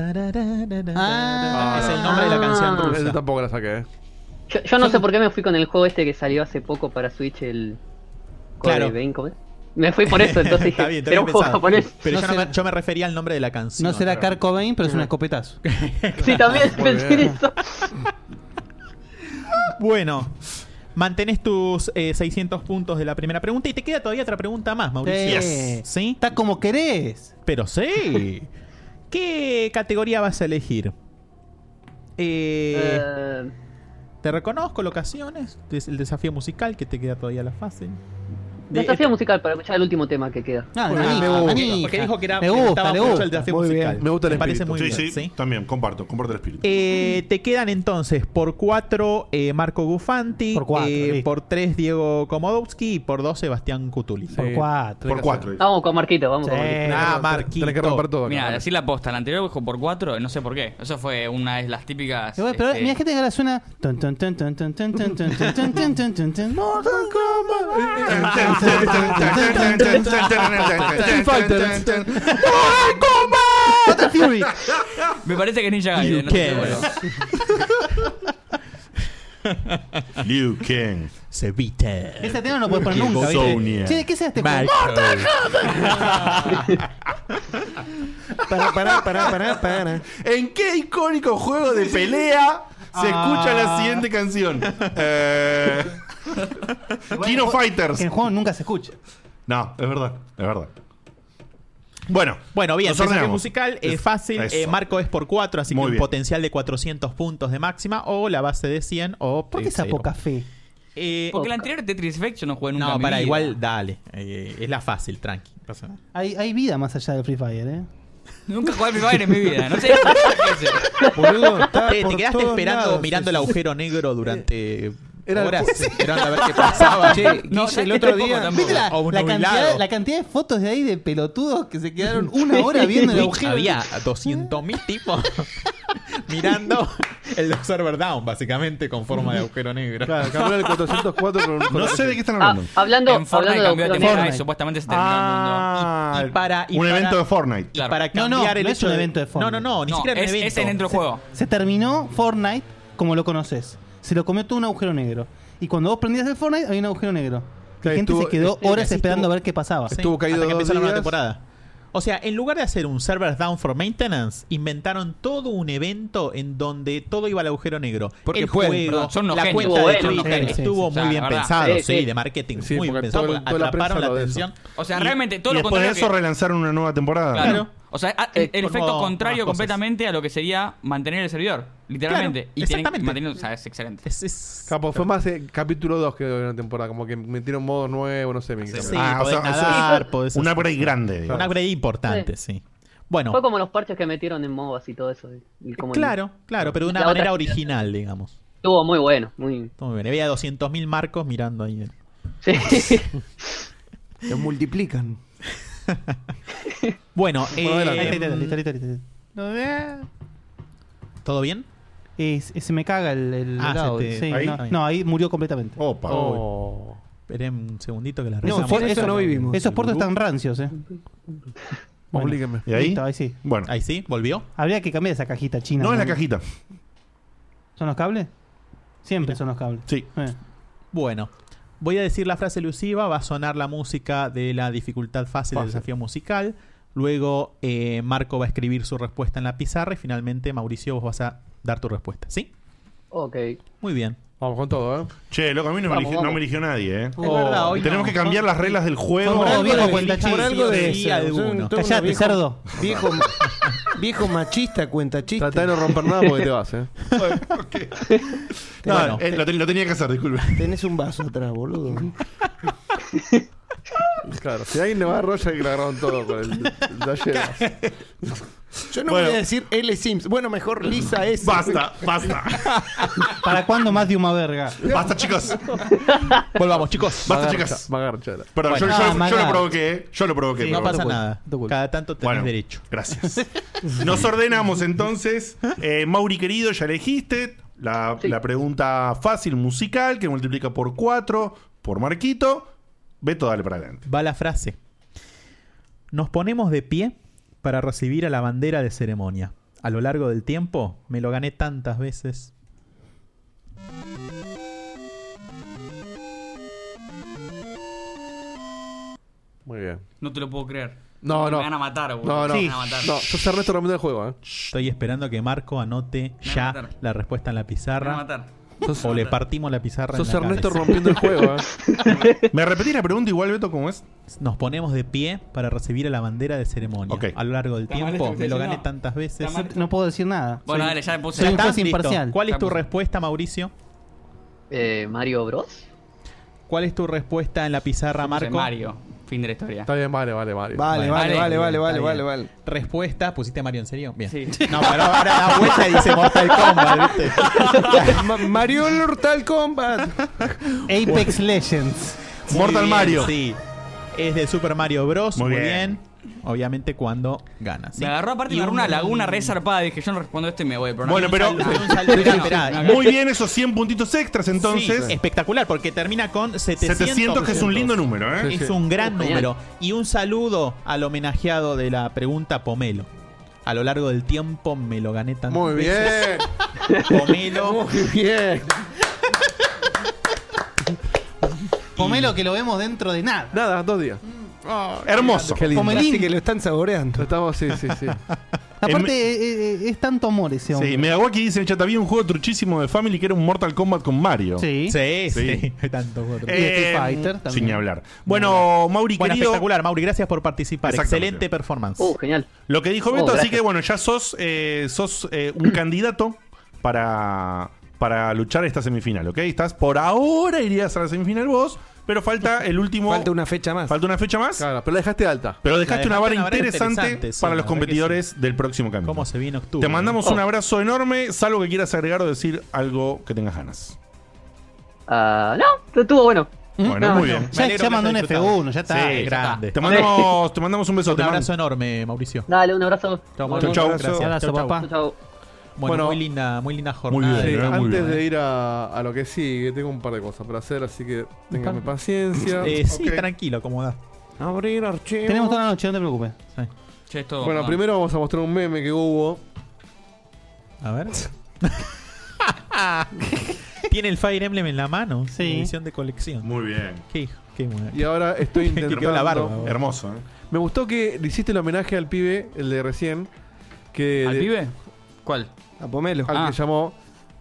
Speaker 4: es el nombre de la canción
Speaker 1: Ah.
Speaker 4: rusa.
Speaker 6: Ese tampoco la saqué.
Speaker 1: Yo, yo no sé por qué me fui con el juego este que salió hace poco para Switch, el.
Speaker 4: Claro.
Speaker 1: Corobain, ¿cómo es? Me fui por eso, entonces dije.
Speaker 4: Está bien, está
Speaker 1: era
Speaker 4: bien
Speaker 1: un juego
Speaker 4: pensado.
Speaker 1: japonés.
Speaker 4: Pero yo, no me, yo me refería al nombre de la canción.
Speaker 3: No será Kurt Cobain, pero es un escopetazo.
Speaker 1: Sí, también pensé en eso.
Speaker 4: Bueno, mantenés tus eh, 600 puntos de la primera pregunta y te queda todavía otra pregunta más, Mauricio.
Speaker 3: Sí. Yes.
Speaker 4: ¿Sí?
Speaker 3: Está como querés.
Speaker 4: Pero sí. ¿Qué categoría vas a elegir? Eh, Te reconozco locaciones, des- el desafío musical que te queda todavía la fase. De-
Speaker 1: Desafío musical para escuchar el último tema que queda.
Speaker 4: Ah, Bueno, me gusta, porque dijo que era-
Speaker 3: Le gusta,
Speaker 4: estaba
Speaker 3: le
Speaker 4: mucho
Speaker 3: gusta.
Speaker 4: el desafío
Speaker 3: Muy
Speaker 4: musical.
Speaker 3: bien.
Speaker 2: Me gusta el
Speaker 4: Me parece
Speaker 2: espíritu.
Speaker 4: muy
Speaker 2: sí,
Speaker 4: bien,
Speaker 2: sí, También, comparto, comparto el espíritu.
Speaker 4: Eh, te quedan entonces por 4 Marco Gufanti, eh, por,
Speaker 2: cuatro, listo.
Speaker 4: 3 Diego Komodowski y por 2 Sebastián Cutuli.
Speaker 1: Por
Speaker 3: cuatro,
Speaker 1: Por cuatro. Vamos con Marquito, vamos con Marquito.
Speaker 4: Ah, Marquito.
Speaker 7: Mira, decir la posta, la anterior dijo por 4, no sé por qué. Eso fue una de las típicas.
Speaker 3: Pero, pero
Speaker 7: este,
Speaker 3: mira que te la suena. Tun, tun, tun, tun, tun, tun, tun, tun, tun, tun, tun, tun, tun, tun. Mortal Kombat. Fatal Fury.
Speaker 7: Me parece que es Ninja Gaiden. No estoy seguro.
Speaker 2: Liu Kang.
Speaker 4: Se viste.
Speaker 3: Ese tema no lo puedes poner nunca, ¿viste?
Speaker 2: Sonia.
Speaker 3: Che, ¿de ¿qué es este juego?
Speaker 4: Marco.
Speaker 8: Pará, pará, pará, pará, pará.
Speaker 2: ¿En qué icónico juego de pelea se escucha la
Speaker 3: Ah.
Speaker 2: siguiente canción? Eh, Kino Fighters.
Speaker 3: Que el juego nunca se escucha.
Speaker 2: No, es verdad, es verdad. Bueno,
Speaker 4: Bueno, bien,
Speaker 2: nos
Speaker 4: desafío
Speaker 2: ordenamos.
Speaker 4: musical es
Speaker 2: Es-
Speaker 4: fácil.
Speaker 2: eso.
Speaker 4: eh, Marco es por 4, así
Speaker 2: Muy
Speaker 4: que un
Speaker 2: bien.
Speaker 4: potencial de 400 puntos de máxima o la base de 100 o.
Speaker 3: ¿Por qué esa poca fe?
Speaker 7: Eh, Porque la anterior Tetris Effect yo no jugué nunca.
Speaker 4: No,
Speaker 7: en mi
Speaker 4: para
Speaker 7: vida.
Speaker 4: igual, dale. eh, es la fácil, tranqui. no pasa nada.
Speaker 3: Hay, hay vida más allá del Free Fire, ¿eh?
Speaker 7: Nunca jugué a Free Fire en mi vida. No sé. Eh,
Speaker 4: Boludo,
Speaker 7: está
Speaker 4: te,
Speaker 7: por
Speaker 4: te quedaste
Speaker 7: todos
Speaker 4: esperando,
Speaker 7: lados,
Speaker 4: mirando
Speaker 7: sí,
Speaker 4: el
Speaker 7: sí.
Speaker 4: agujero negro durante
Speaker 7: Era el-
Speaker 4: horas,
Speaker 7: Sí.
Speaker 4: esperando a ver qué pasaba.
Speaker 8: Che, No, Guille,
Speaker 4: este
Speaker 8: el otro día-
Speaker 3: ¿Viste la, la cantidad, la cantidad de fotos de ahí de pelotudos que se quedaron una hora viendo el agujero?
Speaker 4: Había 200.000 tipos mirando el server down, básicamente, con forma de agujero negro.
Speaker 6: Claro, cambiaron el 404 con- con-
Speaker 1: Ah, hablando,
Speaker 4: En Fortnite
Speaker 1: hablando
Speaker 4: cambió
Speaker 1: de agujeros
Speaker 4: de temática y
Speaker 1: negros.
Speaker 7: supuestamente se
Speaker 4: terminó el
Speaker 2: Ah,
Speaker 4: mundo. Y- y para- y
Speaker 2: un
Speaker 4: para-
Speaker 2: evento de Fortnite.
Speaker 4: Y para
Speaker 3: No,
Speaker 4: cambiar
Speaker 3: no,
Speaker 4: el
Speaker 3: no es
Speaker 4: hecho
Speaker 3: un
Speaker 4: de-
Speaker 3: evento de Fortnite.
Speaker 4: No, no, no, ni siquiera era un evento.
Speaker 3: Se- Se, terminó Fortnite como lo conoces. Se lo comió todo un agujero negro. Y cuando vos prendías el Fortnite, había un agujero negro. La
Speaker 4: Claro,
Speaker 3: gente
Speaker 4: estuvo-
Speaker 3: se quedó
Speaker 4: estuvo-
Speaker 3: horas
Speaker 4: así
Speaker 3: esperando
Speaker 4: estuvo-
Speaker 3: a ver qué pasaba.
Speaker 4: Ah, Sí, hasta que empezó la nueva temporada. O sea, en lugar de hacer un server down for maintenance, inventaron todo un evento en donde todo iba al agujero negro.
Speaker 7: Porque
Speaker 4: el
Speaker 7: pueden,
Speaker 4: juego,
Speaker 7: perdón, son unos
Speaker 4: la
Speaker 7: genios.
Speaker 4: cuenta de
Speaker 7: Son unos
Speaker 4: Twitter
Speaker 7: genios, sí,
Speaker 4: estuvo muy
Speaker 7: sí, sí. O sea,
Speaker 4: bien
Speaker 7: la verdad.
Speaker 4: pensado,
Speaker 7: Sí,
Speaker 4: sí,
Speaker 7: sí.
Speaker 4: de marketing,
Speaker 7: Sí,
Speaker 4: muy bien
Speaker 7: porque
Speaker 4: pensado,
Speaker 7: todo
Speaker 4: porque
Speaker 7: el- toda la
Speaker 4: atraparon
Speaker 7: prensa
Speaker 4: la
Speaker 7: habló de eso.
Speaker 4: atención.
Speaker 7: O sea,
Speaker 4: Y-
Speaker 7: realmente todo
Speaker 2: y
Speaker 7: lo
Speaker 2: después de
Speaker 7: contrario.
Speaker 2: eso
Speaker 7: que-
Speaker 2: relanzaron una nueva temporada.
Speaker 7: Claro. O sea, a- el, el
Speaker 4: como
Speaker 7: efecto contrario
Speaker 4: más cosas.
Speaker 7: completamente a lo que sería mantener el servidor, literalmente.
Speaker 4: Claro,
Speaker 7: y tienen-
Speaker 4: exactamente.
Speaker 7: manteniendo- o sea, es excelente.
Speaker 6: Capo, fue más eh, capítulo 2 que de una temporada, como que metieron modos nuevos, no sé. me encanta.
Speaker 4: Sí, podés nadar, podés
Speaker 6: un
Speaker 4: hacer-
Speaker 6: upgrade grande, digamos.
Speaker 4: Un upgrade importante, sí. Bueno, Eh,
Speaker 1: Fue como los parches que metieron en MOBAs y todo eso. y como en-
Speaker 4: claro, claro, pero de una
Speaker 1: La
Speaker 4: manera
Speaker 1: otra-
Speaker 4: original, digamos.
Speaker 1: Estuvo muy bueno, muy.
Speaker 4: Estuvo muy bien. Había 200.000 marcos mirando ahí.
Speaker 8: Los multiplican.
Speaker 4: Bueno, eh,
Speaker 3: Bueno, adelante. Ahí está, ahí está, ahí está, ahí está, ahí
Speaker 4: ¿Todo bien?
Speaker 3: Es- se me caga el, el
Speaker 4: Ah, se
Speaker 3: audio,
Speaker 4: te-
Speaker 3: sí,
Speaker 4: ahí.
Speaker 3: no, no, ahí murió completamente.
Speaker 2: Opa.
Speaker 4: Oh. Esperen un segundito que la
Speaker 3: No,
Speaker 4: rezamos.
Speaker 3: por eso no vivimos. Esos puertos están rancios, eh. Bueno,
Speaker 4: Oblíguenme.
Speaker 2: ¿Y ahí?
Speaker 3: listo, ahí sí.
Speaker 2: Bueno.
Speaker 4: Ahí sí, volvió.
Speaker 3: Habría que cambiar esa cajita china.
Speaker 2: No es la cajita.
Speaker 3: ¿Son los cables? Siempre son los cables. Eh.
Speaker 2: Sí.
Speaker 4: Bueno, voy a decir la frase elusiva, va a sonar la música de la dificultad fácil del
Speaker 3: Fácil.
Speaker 4: desafío musical. Luego eh, Marco va a escribir su respuesta en la pizarra y finalmente Mauricio vos vas a dar tu respuesta, ¿sí?
Speaker 1: Ok.
Speaker 4: Muy bien.
Speaker 6: Vamos con todo, ¿eh?
Speaker 2: Che, loco, a mí no, me,
Speaker 4: Vamos,
Speaker 2: eligió,
Speaker 4: vamos.
Speaker 2: no me eligió nadie, ¿eh?
Speaker 4: Es verdad, hoy
Speaker 2: Tenemos
Speaker 4: no.
Speaker 2: que cambiar las reglas del juego.
Speaker 4: Por algo de-
Speaker 2: Por
Speaker 4: por algo de-
Speaker 2: algo de-
Speaker 4: alguno.
Speaker 8: Tengo unos
Speaker 4: Callate,
Speaker 8: viejos-
Speaker 4: cerdo.
Speaker 8: Viejo, Viejo machista cuenta chistes.
Speaker 6: Tratá de no romper nada porque te vas, eh.
Speaker 2: No, eh, lo, ten- lo tenía que hacer, disculpe.
Speaker 8: Tenés un vaso atrás, boludo.
Speaker 6: Claro, si alguien le va a Roger que lo agarraron todo con el, el taller.
Speaker 8: Yo no
Speaker 6: Bueno.
Speaker 8: voy a decir L. Sims. Bueno, mejor Lisa S.
Speaker 2: Basta, basta.
Speaker 3: ¿Para cuándo más de una verga?
Speaker 2: Basta, chicos.
Speaker 4: Volvamos, chicos.
Speaker 2: Basta, chicas.
Speaker 6: Magarchala.
Speaker 2: Perdón, yo-
Speaker 4: Bueno.
Speaker 2: yo,
Speaker 4: Ah,
Speaker 2: yo
Speaker 4: Magar.
Speaker 2: lo provoqué. eh. Yo lo provoqué.
Speaker 4: no
Speaker 2: perdón.
Speaker 4: pasa nada. Cada tanto tenés
Speaker 2: Bueno,
Speaker 4: derecho.
Speaker 2: Gracias. Nos ordenamos entonces. Eh, Mauri querido, ya elegiste. La, la pregunta fácil, musical, que multiplica por 4, por Marquito. Beto, dale para adelante.
Speaker 4: Va la frase. Nos ponemos de pie para recibir a la bandera de ceremonia. A lo largo del tiempo me lo gané tantas veces.
Speaker 6: Muy bien.
Speaker 7: No te lo puedo creer.
Speaker 6: No, no.
Speaker 7: Me van a matar,
Speaker 6: No,
Speaker 7: boludo.
Speaker 6: no.
Speaker 7: Me van a matar.
Speaker 6: No, yo cerré esto la mitad del juego, eh.
Speaker 4: Estoy esperando que Marco anote ya la respuesta en la pizarra.
Speaker 7: Me van a matar.
Speaker 6: Sos-
Speaker 4: O le partimos la pizarra.
Speaker 6: Sos
Speaker 4: en la
Speaker 6: Ernesto
Speaker 4: cabeza.
Speaker 6: rompiendo el juego, eh.
Speaker 2: ¿Me repetís la pregunta igual, Beto, cómo es?
Speaker 4: Nos ponemos de pie para recibir a la bandera de ceremonia. A lo largo del
Speaker 3: Está mal esto
Speaker 4: tiempo
Speaker 3: que
Speaker 4: me lo
Speaker 3: estoy
Speaker 4: gané
Speaker 3: diciendo.
Speaker 7: este
Speaker 4: tantas veces.
Speaker 3: No- No puedo decir nada.
Speaker 7: Bueno,
Speaker 3: Soy-
Speaker 7: dale, ya le puse.
Speaker 3: Soy un
Speaker 4: Ya está,
Speaker 3: juez
Speaker 4: listo.
Speaker 3: imparcial.
Speaker 4: ¿Cuál es tu respuesta, Mauricio?
Speaker 1: Mario Bros.
Speaker 4: ¿Cuál es tu respuesta en la pizarra,
Speaker 7: puse
Speaker 4: Marco?
Speaker 7: Mario. Fin de la historia.
Speaker 6: Está bien, vale, vale, Mario.
Speaker 8: Vale, vale, vale, vale, vale,
Speaker 4: está
Speaker 8: vale,
Speaker 4: bien.
Speaker 8: vale.
Speaker 4: Respuesta, ¿pusiste Mario en serio? Bien.
Speaker 7: Sí.
Speaker 4: No, pero ahora da vuelta y dice Mortal Kombat, ¿viste?
Speaker 8: Ma- Mario Mortal Kombat.
Speaker 3: Apex Legends.
Speaker 4: Muy bien, Sí. Es de Super Mario Bros. Muy, bien. Obviamente cuando ganas. ¿sí?
Speaker 7: Me agarró aparte,
Speaker 4: Y
Speaker 7: me agarró una
Speaker 4: un-
Speaker 7: laguna re zarpada. Dije, yo no respondo esto y me voy.
Speaker 4: Bueno, pero-
Speaker 2: eh, Muy bien, esos 100 puntitos extras entonces.
Speaker 4: Sí, espectacular, porque termina con 700.
Speaker 2: 700, que es un lindo número, ¿eh? Sí,
Speaker 4: Es
Speaker 2: sí.
Speaker 4: un gran
Speaker 2: Genial.
Speaker 4: número. Y un saludo al homenajeado de la pregunta Pomelo. A lo largo del tiempo me lo gané tanto.
Speaker 6: Muy bien.
Speaker 4: Pomelo.
Speaker 6: Muy bien.
Speaker 3: Pomelo que lo vemos dentro de nada. Mm.
Speaker 6: Nada, dos días.
Speaker 2: Hermoso.
Speaker 6: Qué lindo.
Speaker 3: Pomelín.
Speaker 6: Así
Speaker 8: que lo están saboreando.
Speaker 6: estamos, sí, sí, sí.
Speaker 3: Aparte, eh, eh, es tanto amor ese hombre.
Speaker 2: Sí, Megawaki dice en el chat, había un juego truchísimo de Family que era un Mortal Kombat con Mario.
Speaker 3: Sí.
Speaker 4: Sí, sí. Hay tantos otros.
Speaker 2: Eh, Sin ni hablar. Bueno, Mauri,
Speaker 4: Bueno,
Speaker 2: querido.
Speaker 4: espectacular, Mauri. Gracias por participar.
Speaker 2: Exactamente.
Speaker 4: Excelente performance.
Speaker 1: genial.
Speaker 2: Lo que dijo
Speaker 4: Uh, Oh,
Speaker 2: Beto, así
Speaker 4: gracias.
Speaker 2: que bueno, ya sos, eh, sos eh, un candidato para, para luchar esta semifinal, ¿ok? Estás por ahora irías a la semifinal vos, pero falta el último. Falta
Speaker 8: una fecha más.
Speaker 2: Falta una fecha más.
Speaker 6: Claro, pero la dejaste alta.
Speaker 2: Pero dejaste
Speaker 4: La
Speaker 2: una vara
Speaker 4: dejaste una vara
Speaker 2: interesante,
Speaker 4: interesante, sí,
Speaker 2: para
Speaker 4: la
Speaker 2: los
Speaker 4: verdad que
Speaker 2: competidores del próximo camino.
Speaker 4: ¿Cómo se viene octubre?
Speaker 2: Te mandamos
Speaker 4: Oh.
Speaker 2: un abrazo enorme, salvo que quieras agregar o decir algo que tengas ganas.
Speaker 1: Ah, no, estuvo bueno.
Speaker 2: Bueno,
Speaker 1: No,
Speaker 2: muy
Speaker 1: no.
Speaker 2: bien.
Speaker 1: Ya- Me alegro ya que mandó
Speaker 4: un F1, ya está,
Speaker 2: Sí,
Speaker 4: grande.
Speaker 2: Te mandamos, te mandamos un beso.
Speaker 4: Un
Speaker 2: te mando-
Speaker 4: abrazo enorme, Mauricio.
Speaker 1: Dale, un abrazo.
Speaker 4: Chau,
Speaker 1: Nos
Speaker 4: Mauricio.
Speaker 1: vemos.
Speaker 4: Gracias.
Speaker 1: Abrazo,
Speaker 4: Chau, chau.
Speaker 1: papá. Chau.
Speaker 4: Bueno,
Speaker 6: Bueno.
Speaker 4: muy linda, muy ¿eh? linda jornada.
Speaker 6: Sí,
Speaker 2: eh,
Speaker 4: de programa.
Speaker 6: antes de ir a, a lo que sigue, tengo un par de cosas para hacer, así que ténganme
Speaker 4: Pa-
Speaker 6: paciencia.
Speaker 4: Eh, sí,
Speaker 6: Ok.
Speaker 4: tranquilo, acomoda.
Speaker 8: Abrir archivo.
Speaker 3: Tenemos toda la noche, no te preocupes.
Speaker 7: Che, es todo.
Speaker 6: Bueno,
Speaker 7: Ah.
Speaker 6: primero vamos a mostrar un meme que hubo.
Speaker 4: A ver. Tiene el Fire Emblem en la mano.
Speaker 3: Sí.
Speaker 4: Edición de colección.
Speaker 2: Muy bien.
Speaker 4: Qué hijo, qué buena-
Speaker 6: Y ahora estoy
Speaker 4: Que quedó
Speaker 6: intentando.
Speaker 4: la barba, vos.
Speaker 2: Hermoso, ¿eh?
Speaker 6: Me gustó que le hiciste el homenaje al pibe, el de recién. Que
Speaker 7: ¿Al
Speaker 6: de-
Speaker 7: pibe? ¿Cuál? Ah.
Speaker 8: A Pomelo.
Speaker 6: Al que llamó.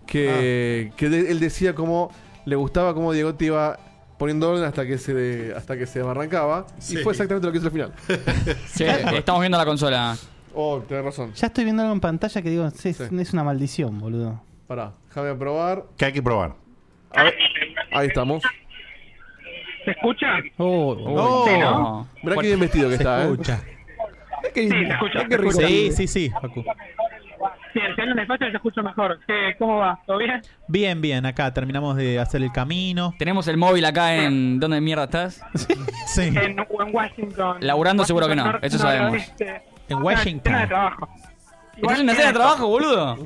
Speaker 6: Que, que de- él decía cómo le gustaba cómo Diego te iba poniendo orden hasta que se hasta que se desbarrancaba.
Speaker 7: Sí.
Speaker 6: Y fue exactamente lo que hizo al final.
Speaker 7: Sí, estamos viendo la consola.
Speaker 6: Oh, tenés razón.
Speaker 3: Ya estoy viendo algo en pantalla que digo, es, es una maldición, boludo.
Speaker 6: Pará, déjame probar.
Speaker 2: Que hay que probar.
Speaker 6: A ver, ahí estamos.
Speaker 5: ¿Se escucha?
Speaker 3: Oh,
Speaker 6: No.
Speaker 5: Sí, ¿no?
Speaker 6: Mirá qué bien vestido que
Speaker 4: Se
Speaker 6: está,
Speaker 4: escucha.
Speaker 6: ¿eh?
Speaker 5: Sí, se escucha.
Speaker 6: Qué rico.
Speaker 4: Sí, sí, sí, Facu.
Speaker 5: Bien, si hablan despacio te escucho mejor. ¿Qué, ¿Cómo va? ¿Todo bien?
Speaker 4: Bien, bien, acá terminamos de hacer el camino.
Speaker 7: Tenemos el móvil acá en. ¿Dónde mierda estás?
Speaker 4: Sí.
Speaker 5: En, en Washington.
Speaker 7: Laburando seguro que no,
Speaker 5: Washington,
Speaker 7: eso
Speaker 5: Norte,
Speaker 7: sabemos.
Speaker 5: Este,
Speaker 4: En
Speaker 5: cena de
Speaker 4: Washington.
Speaker 5: trabajo.
Speaker 7: ¿Estás en una cena de trabajo, boludo?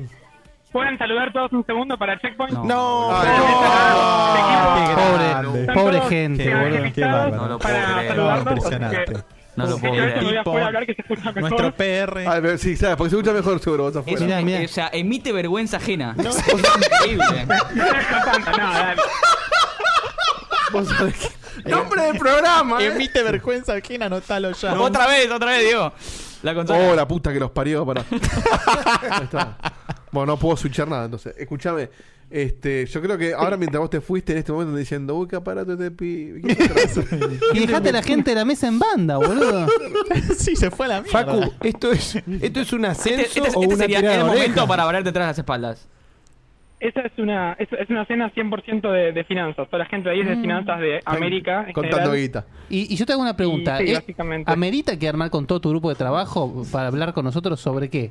Speaker 5: ¿Pueden saludar todos un segundo para Checkpoint?
Speaker 7: No.
Speaker 5: Ah,
Speaker 3: Pobre, pobre gente,
Speaker 4: Qué
Speaker 3: boludo.
Speaker 4: Qué bárbaro.
Speaker 7: No lo puedo creer.
Speaker 4: No, impresionante.
Speaker 7: No lo puedo
Speaker 4: El
Speaker 7: creer.
Speaker 4: tipo, nuestro PR.
Speaker 6: Ah, pero sí, claro, porque se escucha mejor seguro vos
Speaker 7: Es-
Speaker 6: afuera.
Speaker 7: O sea, emite vergüenza ajena. Es increíble.
Speaker 6: Vos sabés
Speaker 2: ¡Nombre del programa!
Speaker 4: eh. Emite vergüenza ajena, anotalo ya.
Speaker 7: Otra vez, otra vez, Diego. La
Speaker 6: Oh, la puta que los parió para. Bueno, no puedo switchar nada, entonces. Escúchame. Este, yo creo que ahora mientras vos te fuiste en este momento están diciendo, uy, qué aparato este pi. ¿Qué
Speaker 3: Y dejate a la gente de la mesa en banda, boludo.
Speaker 4: sí, se fue a la
Speaker 8: Facu, esto es, esto es un ascenso
Speaker 7: Este, este-
Speaker 8: o
Speaker 7: este
Speaker 8: una
Speaker 7: sería
Speaker 8: tirada de
Speaker 7: el
Speaker 8: oreja?
Speaker 7: momento para hablar detrás de las espaldas.
Speaker 5: Esa es una, es, es una cena 100% de, de finanzas. Toda la gente ahí es
Speaker 3: Mm.
Speaker 5: de finanzas de América. en general.
Speaker 3: Y, y yo te hago una pregunta.
Speaker 5: Y sí,
Speaker 3: ¿eh?
Speaker 5: básicamente.
Speaker 3: ¿Amerita que armar con todo tu grupo de trabajo para hablar con nosotros sobre qué?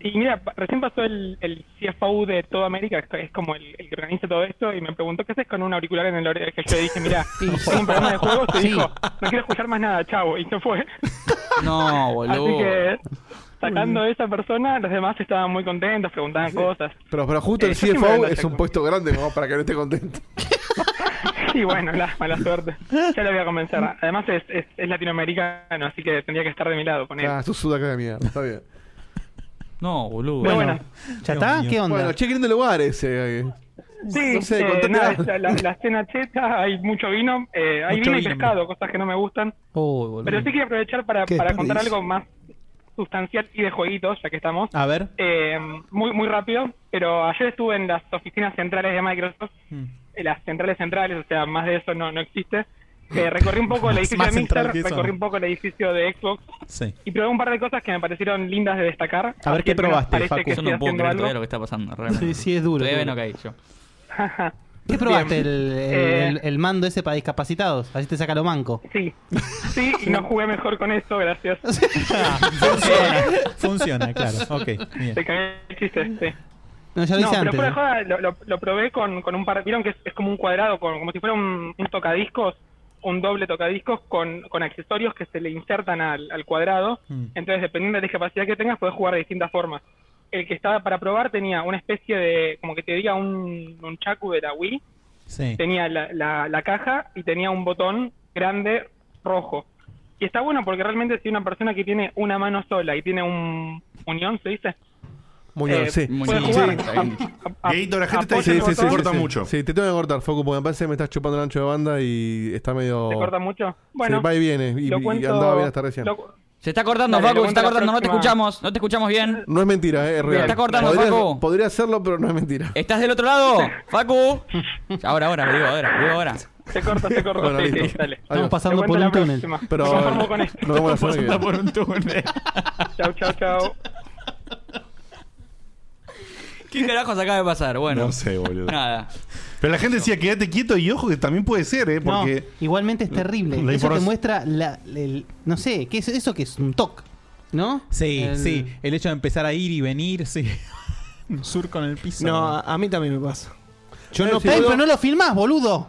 Speaker 5: Y mira, pa- recién pasó el, el CFO de toda América, que es como el, el que organiza todo esto, y me preguntó qué haces con un auricular en el oreja. Yo le dije, mira, tengo un programa de juegos, y dijo, no quiero escuchar más nada, chavo, y se fue.
Speaker 3: Ah,
Speaker 7: No,
Speaker 5: Así
Speaker 7: boludo.
Speaker 5: que, sacando a esa persona, los demás estaban muy contentos, preguntaban cosas.
Speaker 6: Pero, pero justo el
Speaker 5: Eh, yo sí me
Speaker 6: CFO
Speaker 5: enganché
Speaker 6: es un
Speaker 5: con-
Speaker 6: puesto grande como para que no esté contento.
Speaker 5: Y bueno, la mala suerte. Ya lo voy a convencer. Además es, es, es latinoamericano, así que tendría que estar de mi lado con él.
Speaker 6: Ah, sos sudaca de mierda, está bien.
Speaker 7: No, boludo.
Speaker 5: Pero bueno.
Speaker 3: ¿Ya está? ¿Qué onda?
Speaker 6: Bueno, che, qué lindo lugar ese. eh.
Speaker 5: Sí,
Speaker 6: no sé,
Speaker 5: eh,
Speaker 6: contate
Speaker 5: nada,
Speaker 6: algo.
Speaker 5: la, la- la cena cheta, hay mucho vino, eh, hay
Speaker 3: Mucho
Speaker 5: vino y
Speaker 3: vino,
Speaker 5: pescado, cosas que no me gustan.
Speaker 3: Uy, boludo.
Speaker 5: Pero sí quiero aprovechar para,
Speaker 3: Qué
Speaker 5: para contar
Speaker 3: desperdicio.
Speaker 5: algo más sustancial y de jueguitos, ya que estamos.
Speaker 4: A ver.
Speaker 5: Eh, muy, muy rápido, pero ayer estuve en las oficinas centrales de Microsoft,
Speaker 4: Mm.
Speaker 5: en las centrales centrales, o sea, más de eso no, no existe. Eh, recorrí un poco el
Speaker 4: Más
Speaker 5: edificio de
Speaker 4: central
Speaker 5: Mister,
Speaker 4: que eso,
Speaker 5: recorrí
Speaker 4: no.
Speaker 5: un poco el edificio de Xbox
Speaker 4: Sí.
Speaker 5: y probé un par de cosas que me parecieron lindas de destacar.
Speaker 7: A ver,
Speaker 5: Así
Speaker 7: ¿qué
Speaker 5: al menos
Speaker 7: probaste,
Speaker 5: parece
Speaker 7: Facu?
Speaker 5: que
Speaker 7: Yo
Speaker 5: estoy
Speaker 7: no puedo
Speaker 5: haciendo
Speaker 7: creer
Speaker 5: algo.
Speaker 7: todavía lo que está pasando. Realmente.
Speaker 3: Sí, sí, es duro,
Speaker 7: Todavía
Speaker 3: es duro.
Speaker 7: no caí yo.
Speaker 3: ¿Qué probaste?
Speaker 5: Bien.
Speaker 3: El, el-
Speaker 5: Eh,
Speaker 3: el- el mando ese para discapacitados. Así te saca lo manco.
Speaker 5: Sí, sí, y no jugué mejor con eso, gracias.
Speaker 4: Funciona, funciona, claro. Ok, bien.
Speaker 5: Te cagué el chiste, sí.
Speaker 3: No, ya lo hice
Speaker 5: pero
Speaker 3: antes,
Speaker 5: fuera de
Speaker 3: ¿eh?
Speaker 5: joda, lo, lo- lo probé con, con un par. Vieron que es, es como un cuadrado, con, como si fuera un, un tocadiscos, un doble tocadiscos con, con accesorios que se le insertan al, al cuadrado.
Speaker 16: Hmm.
Speaker 4: Mm.
Speaker 5: Entonces, dependiendo de la discapacidad que tengas, puedes jugar de distintas formas. El que estaba para probar tenía una especie de, como que te diga, un, un chaku de la Wii.
Speaker 4: Sí.
Speaker 5: Tenía la, la- la caja y tenía un botón grande rojo. Y está bueno porque realmente si una persona que tiene una mano sola y tiene un unión, ¿se dice?
Speaker 6: Muñón,
Speaker 5: Eh,
Speaker 6: sí.
Speaker 5: puede
Speaker 6: Sí.
Speaker 5: jugar.
Speaker 6: Sí.
Speaker 5: A- a- a-
Speaker 2: Gator, la gente está
Speaker 5: apoya el
Speaker 2: diciendo que se
Speaker 5: botón.
Speaker 2: corta mucho.
Speaker 6: Sí, te tengo que cortar, Foco, porque me parece que me estás chupando el ancho de banda y está medio.
Speaker 5: ¿Se corta mucho? Bueno,
Speaker 6: Sí, Oh. va y viene, y-
Speaker 5: lo
Speaker 6: y
Speaker 5: cuento-
Speaker 6: andaba bien hasta recién.
Speaker 5: lo-
Speaker 7: Se está cortando,
Speaker 5: Dale,
Speaker 7: Facu,
Speaker 5: lo
Speaker 7: se está
Speaker 5: cuento la
Speaker 7: cortando. No te
Speaker 5: próxima.
Speaker 7: escuchamos, no te escuchamos bien.
Speaker 6: No es mentira, eh, es real.
Speaker 7: está cortando,
Speaker 6: podría,
Speaker 7: Facu.
Speaker 6: podría hacerlo, pero no es mentira.
Speaker 7: ¿Estás del otro lado? Facu. Ahora, ahora, lo digo ahora, lo digo ahora.
Speaker 5: Se corta, se corta.
Speaker 7: Bueno,
Speaker 5: sí, sí,
Speaker 7: listo.
Speaker 5: dale.
Speaker 7: Estamos
Speaker 5: Te
Speaker 7: pasando
Speaker 5: cuento
Speaker 7: por
Speaker 5: la
Speaker 7: un túnel.
Speaker 5: próxima.
Speaker 7: Pero-
Speaker 5: Me conformo con esto.
Speaker 6: nos vemos la semana que viene.
Speaker 4: por un túnel.
Speaker 5: Chau, chau, chau.
Speaker 7: ¿Qué carajos acaba de pasar? Bueno.
Speaker 2: No sé, boludo.
Speaker 7: Nada.
Speaker 2: Pero la gente decía, quédate quieto y ojo que también puede ser, ¿eh?
Speaker 3: No,
Speaker 2: Porque.
Speaker 3: igualmente es terrible.
Speaker 2: La
Speaker 3: Eso te
Speaker 2: información-
Speaker 3: muestra la, el- no sé, ¿qué es eso que es un toc? ¿No?
Speaker 4: Sí,
Speaker 3: El-
Speaker 4: sí. El hecho de empezar a ir y venir, sí. Un surco en el piso.
Speaker 8: No, a, a mí también me pasa. Yo
Speaker 3: Ey,
Speaker 8: no
Speaker 3: pero
Speaker 8: puedo.
Speaker 3: no lo filmás, boludo.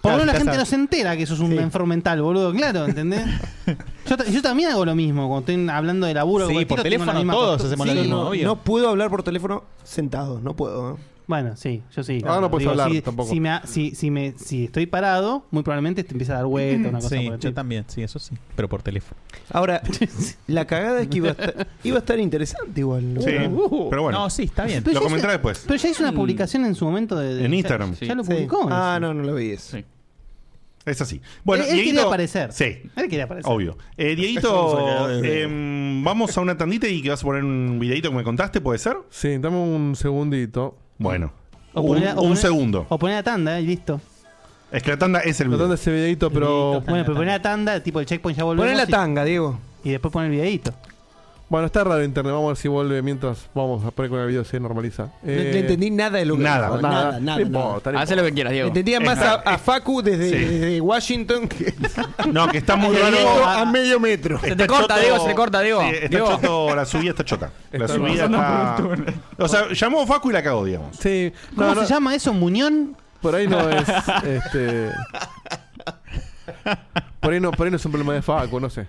Speaker 3: Por lo menos la
Speaker 8: Ya
Speaker 3: gente
Speaker 8: sabes.
Speaker 3: no se entera que sos un enfermo mental, boludo. Claro, ¿entendés? Yo, ta- yo también hago lo mismo cuando estoy hablando de laburo.
Speaker 4: Sí,
Speaker 3: con cualquiera, tengo
Speaker 4: por
Speaker 3: la
Speaker 4: teléfono
Speaker 3: misma
Speaker 4: todos
Speaker 3: costu-
Speaker 4: hacemos lo
Speaker 3: Sí,
Speaker 4: mismo,
Speaker 3: no-
Speaker 4: obvio.
Speaker 3: no-
Speaker 8: No puedo hablar por teléfono sentado, no puedo. ¿eh?
Speaker 3: Bueno, sí, yo sí.
Speaker 8: Ahora Ah, no puedes
Speaker 3: Digo,
Speaker 8: hablar
Speaker 3: si,
Speaker 8: tampoco.
Speaker 3: Si, me, ha- si, si me, si estoy parado, muy probablemente te empieza a dar vuelta, una cosa
Speaker 4: Mm, sí,
Speaker 3: por el
Speaker 4: yo
Speaker 3: estilo.
Speaker 4: también, sí, eso sí. Pero por teléfono.
Speaker 8: Ahora, la cagada es que iba a estar, iba a estar interesante igual. ¿no? Mm,
Speaker 2: Sí,
Speaker 8: uh.
Speaker 2: pero bueno.
Speaker 4: No, sí, está bien.
Speaker 3: Uh,
Speaker 4: Mm.
Speaker 3: Pero
Speaker 2: Lo
Speaker 3: ya hizo-
Speaker 2: comentará después.
Speaker 3: Pero ya hizo una publicación en su momento de, de-
Speaker 2: En
Speaker 3: ya-
Speaker 2: Instagram.
Speaker 3: Ya, lo publicó.
Speaker 8: Sí. Ah, no, no lo vi eso.
Speaker 2: Es así. Bueno,
Speaker 3: él, él quería
Speaker 2: Dieguito-
Speaker 3: aparecer.
Speaker 2: Sí.
Speaker 3: Él quería aparecer.
Speaker 2: Obvio. Eh,
Speaker 3: Eso no
Speaker 2: Dieguito,
Speaker 3: se queda
Speaker 2: em, vamos a una tandita y que vas a poner un videito que me contaste, ¿puede ser?
Speaker 6: Sí, dame un segundito.
Speaker 2: Bueno.
Speaker 3: O
Speaker 2: un
Speaker 3: poner- o
Speaker 2: un
Speaker 3: poner-
Speaker 2: segundo.
Speaker 3: O poner la tanda eh, y listo.
Speaker 2: Es que la tanda es el
Speaker 6: La
Speaker 2: video.
Speaker 6: tanda es ese videito, pero.
Speaker 3: Bueno, pero poner la tanda, tipo el checkpoint ya volvemos.
Speaker 8: Poné la
Speaker 3: y-
Speaker 8: tanga, Diego.
Speaker 3: Y después poner el videito.
Speaker 6: Bueno, está raro internet. Vamos a ver si vuelve mientras. Vamos a poner con el video si normaliza. Eh,
Speaker 8: No le entendí nada de lo que
Speaker 6: Nada,
Speaker 8: dijo,
Speaker 6: nada,
Speaker 8: nada, nada,
Speaker 6: no importa, no
Speaker 7: Haz lo que quieras, Diego.
Speaker 8: Entendía más a,
Speaker 2: Exacto.
Speaker 8: a Facu desde,
Speaker 2: Sí.
Speaker 8: desde Washington que
Speaker 2: No, que está muy
Speaker 8: que
Speaker 2: raro.
Speaker 8: Diego a medio metro.
Speaker 7: Se te corta, Diego, se te corta, Diego.
Speaker 2: Sí, está
Speaker 7: Diego.
Speaker 2: choto, la subida está chota. La
Speaker 6: Está
Speaker 2: subida
Speaker 6: pasando
Speaker 2: está.
Speaker 6: por un
Speaker 2: O sea, llamó a Facu y la cagó, digamos.
Speaker 6: Sí, no,
Speaker 3: ¿Cómo
Speaker 6: no,
Speaker 3: se llama eso? ¿Muñón?
Speaker 6: Por ahí no es. este, por, ahí no, por ahí no es un problema de Facu, no sé.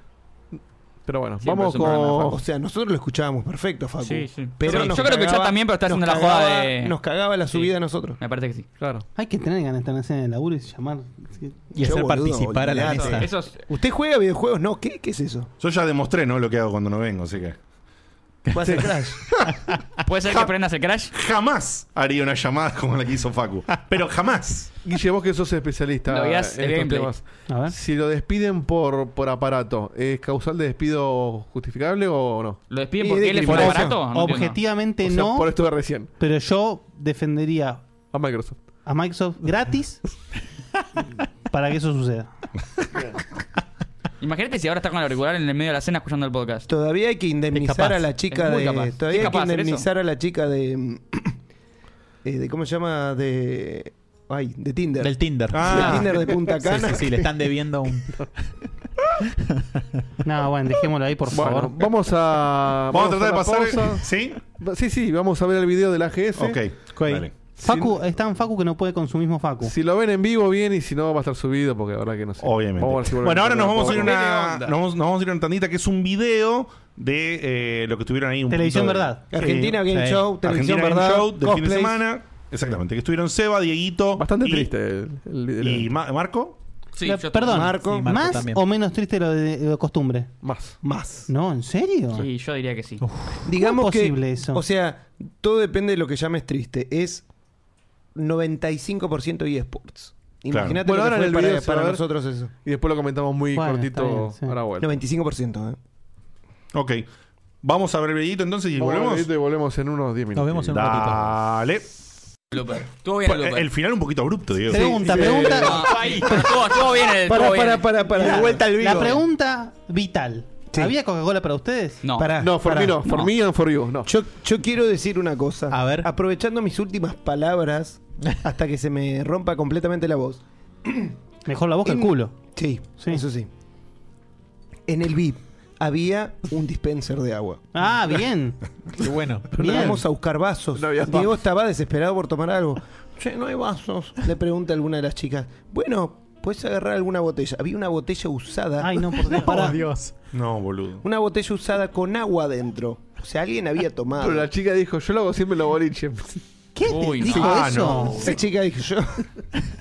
Speaker 6: Pero bueno,
Speaker 8: Siempre
Speaker 6: vamos
Speaker 8: es un programa de Facu.
Speaker 6: con.
Speaker 8: O sea, nosotros lo escuchábamos perfecto, Facu.
Speaker 7: Sí, sí.
Speaker 8: Pero
Speaker 7: Sí,
Speaker 8: nos
Speaker 7: yo creo que
Speaker 8: cagaba-
Speaker 7: ya también, pero está
Speaker 8: nos
Speaker 7: haciendo la joda
Speaker 8: cagaba-
Speaker 7: de-
Speaker 8: Nos cagaba la
Speaker 7: Sí.
Speaker 8: subida a nosotros.
Speaker 7: Me parece que sí.
Speaker 6: Claro.
Speaker 3: Hay que tener ganas de estar en la escena de laburo y llamar. sí.
Speaker 4: Y hacer participar a la
Speaker 8: olvidate.
Speaker 4: mesa.
Speaker 7: Eso es-
Speaker 8: ¿Usted juega a videojuegos? No, ¿qué, qué es eso?
Speaker 2: Yo ya demostré, ¿no? Lo que hago cuando no vengo, así que.
Speaker 7: Puede ser Crash. ¿Puede ser que prendas el Crash?
Speaker 2: Jamás haría una llamada como la que hizo Facu. Pero jamás.
Speaker 6: Guille, vos que sos especialista
Speaker 2: Lo
Speaker 6: en
Speaker 2: veías
Speaker 6: estos
Speaker 2: el gameplay.
Speaker 6: temas.
Speaker 2: A ver.
Speaker 6: Si lo despiden por, por aparato, ¿es causal de despido justificable o no?
Speaker 7: ¿Lo
Speaker 3: despiden Y porque de él que le fue por eso, aparato? No objetivamente
Speaker 6: O sea,
Speaker 3: no.
Speaker 6: Por esto de recién.
Speaker 3: Pero yo defendería
Speaker 6: a Microsoft.
Speaker 3: A Microsoft gratis para que eso suceda.
Speaker 7: Imagínate si ahora está con el auricular en el medio de la cena escuchando el podcast.
Speaker 8: Todavía hay que indemnizar
Speaker 7: capaz.
Speaker 8: a la chica
Speaker 7: Es muy
Speaker 8: de.
Speaker 7: capaz. ¿Es
Speaker 8: Todavía hay que
Speaker 7: capaz hacer
Speaker 8: indemnizar a la chica de. eh, de ¿Cómo se llama? De. Ay, de Tinder.
Speaker 4: Del Tinder.
Speaker 8: Del
Speaker 4: Ah.
Speaker 8: Tinder de Punta Cana.
Speaker 4: Sí, sí, sí, le están debiendo un.
Speaker 3: No, bueno, dejémoslo ahí, por
Speaker 6: Bueno,
Speaker 3: favor.
Speaker 6: vamos a.
Speaker 3: Vamos a tratar
Speaker 6: la
Speaker 3: de pasar-
Speaker 6: pausa.
Speaker 2: ¿Sí?
Speaker 6: Sí, sí, vamos a ver el video del AGS.
Speaker 3: Ok. Facu, está en Facu que no puede con su mismo Facu.
Speaker 6: Si lo ven en vivo, bien, y si no, va a estar subido, porque ahora que no sé. Obviamente.
Speaker 2: Bueno, ahora nos vamos a ir a una, nos vamos, nos vamos a ir a una tandita que es un video de eh, lo que estuvieron ahí. Un
Speaker 3: Televisión
Speaker 2: punto de-
Speaker 3: Verdad. Argentina Game Show, Televisión
Speaker 2: Argentina Game
Speaker 3: Verdad,
Speaker 2: Show del fin de
Speaker 3: cosplays.
Speaker 2: semana. Exactamente, que estuvieron Seba, Dieguito. Bastante
Speaker 6: triste.
Speaker 2: ¿Y Ma- Marco?
Speaker 3: La- Perdón, ¿más o menos triste lo de, lo de costumbre?
Speaker 6: Más.
Speaker 3: Más. ¿No? ¿En serio?
Speaker 7: Sí, yo diría que sí.
Speaker 8: Digamos
Speaker 3: ¿Cómo es
Speaker 8: que,
Speaker 3: posible eso?
Speaker 8: O sea, todo depende de lo que llames triste. Es 95% eSports. Imagínate
Speaker 6: Bueno,
Speaker 8: lo que
Speaker 6: ahora en
Speaker 8: fue
Speaker 6: el
Speaker 8: para,
Speaker 6: video se
Speaker 8: para
Speaker 6: va a ver.
Speaker 8: nosotros eso.
Speaker 6: Y después lo comentamos muy
Speaker 8: Bueno,
Speaker 6: cortito.
Speaker 8: está bien, sí.
Speaker 6: Ahora bueno.
Speaker 8: 95%, ¿eh?
Speaker 2: Ok. Vamos a ver el videito entonces y
Speaker 6: Vamos a ver el
Speaker 2: volvemos.
Speaker 6: videíto y volvemos en unos 10 minutos.
Speaker 2: vemos en un ratito.
Speaker 6: Dale.
Speaker 7: Estuvo bien el blooper.
Speaker 2: Pues, El final un poquito abrupto, Diego.
Speaker 3: Pregunta,
Speaker 2: Sí.
Speaker 3: pregunta.
Speaker 7: Ah, ahí, estuvo, estuvo bien el.
Speaker 8: Para,
Speaker 7: estuvo bien.
Speaker 8: para, para, para.
Speaker 3: La-
Speaker 8: De vuelta al vivo.
Speaker 3: La pregunta vital. ¿Había Coca-Cola para ustedes?
Speaker 7: No.
Speaker 8: Pará,
Speaker 6: No, for
Speaker 8: pará.
Speaker 6: me no, for me and for you, no.
Speaker 8: Yo, yo quiero decir una cosa.
Speaker 4: A ver.
Speaker 8: Aprovechando mis últimas palabras hasta que se me rompa completamente la voz.
Speaker 3: Mejor la voz que el
Speaker 8: En-
Speaker 3: culo.
Speaker 8: Sí, eso sí. En el VIP había un dispenser de agua.
Speaker 3: Ah, bien.
Speaker 4: Qué bueno.
Speaker 8: Pero no vamos a buscar vasos. Diego estaba desesperado por tomar algo. Che, no hay vasos. Le pregunta alguna de las chicas. Bueno, puedes agarrar alguna botella. Había una botella usada.
Speaker 3: Ay, no, por Dios.
Speaker 8: Pará.
Speaker 4: Dios.
Speaker 2: No, boludo.
Speaker 8: Una botella usada con agua adentro. O sea, alguien había tomado.
Speaker 6: Pero la chica dijo, yo lo hago siempre en los boliches.
Speaker 3: ¿Qué
Speaker 8: Uy,
Speaker 6: no.
Speaker 8: dijo
Speaker 6: Ah,
Speaker 8: eso?
Speaker 6: no.
Speaker 8: La chica dijo yo.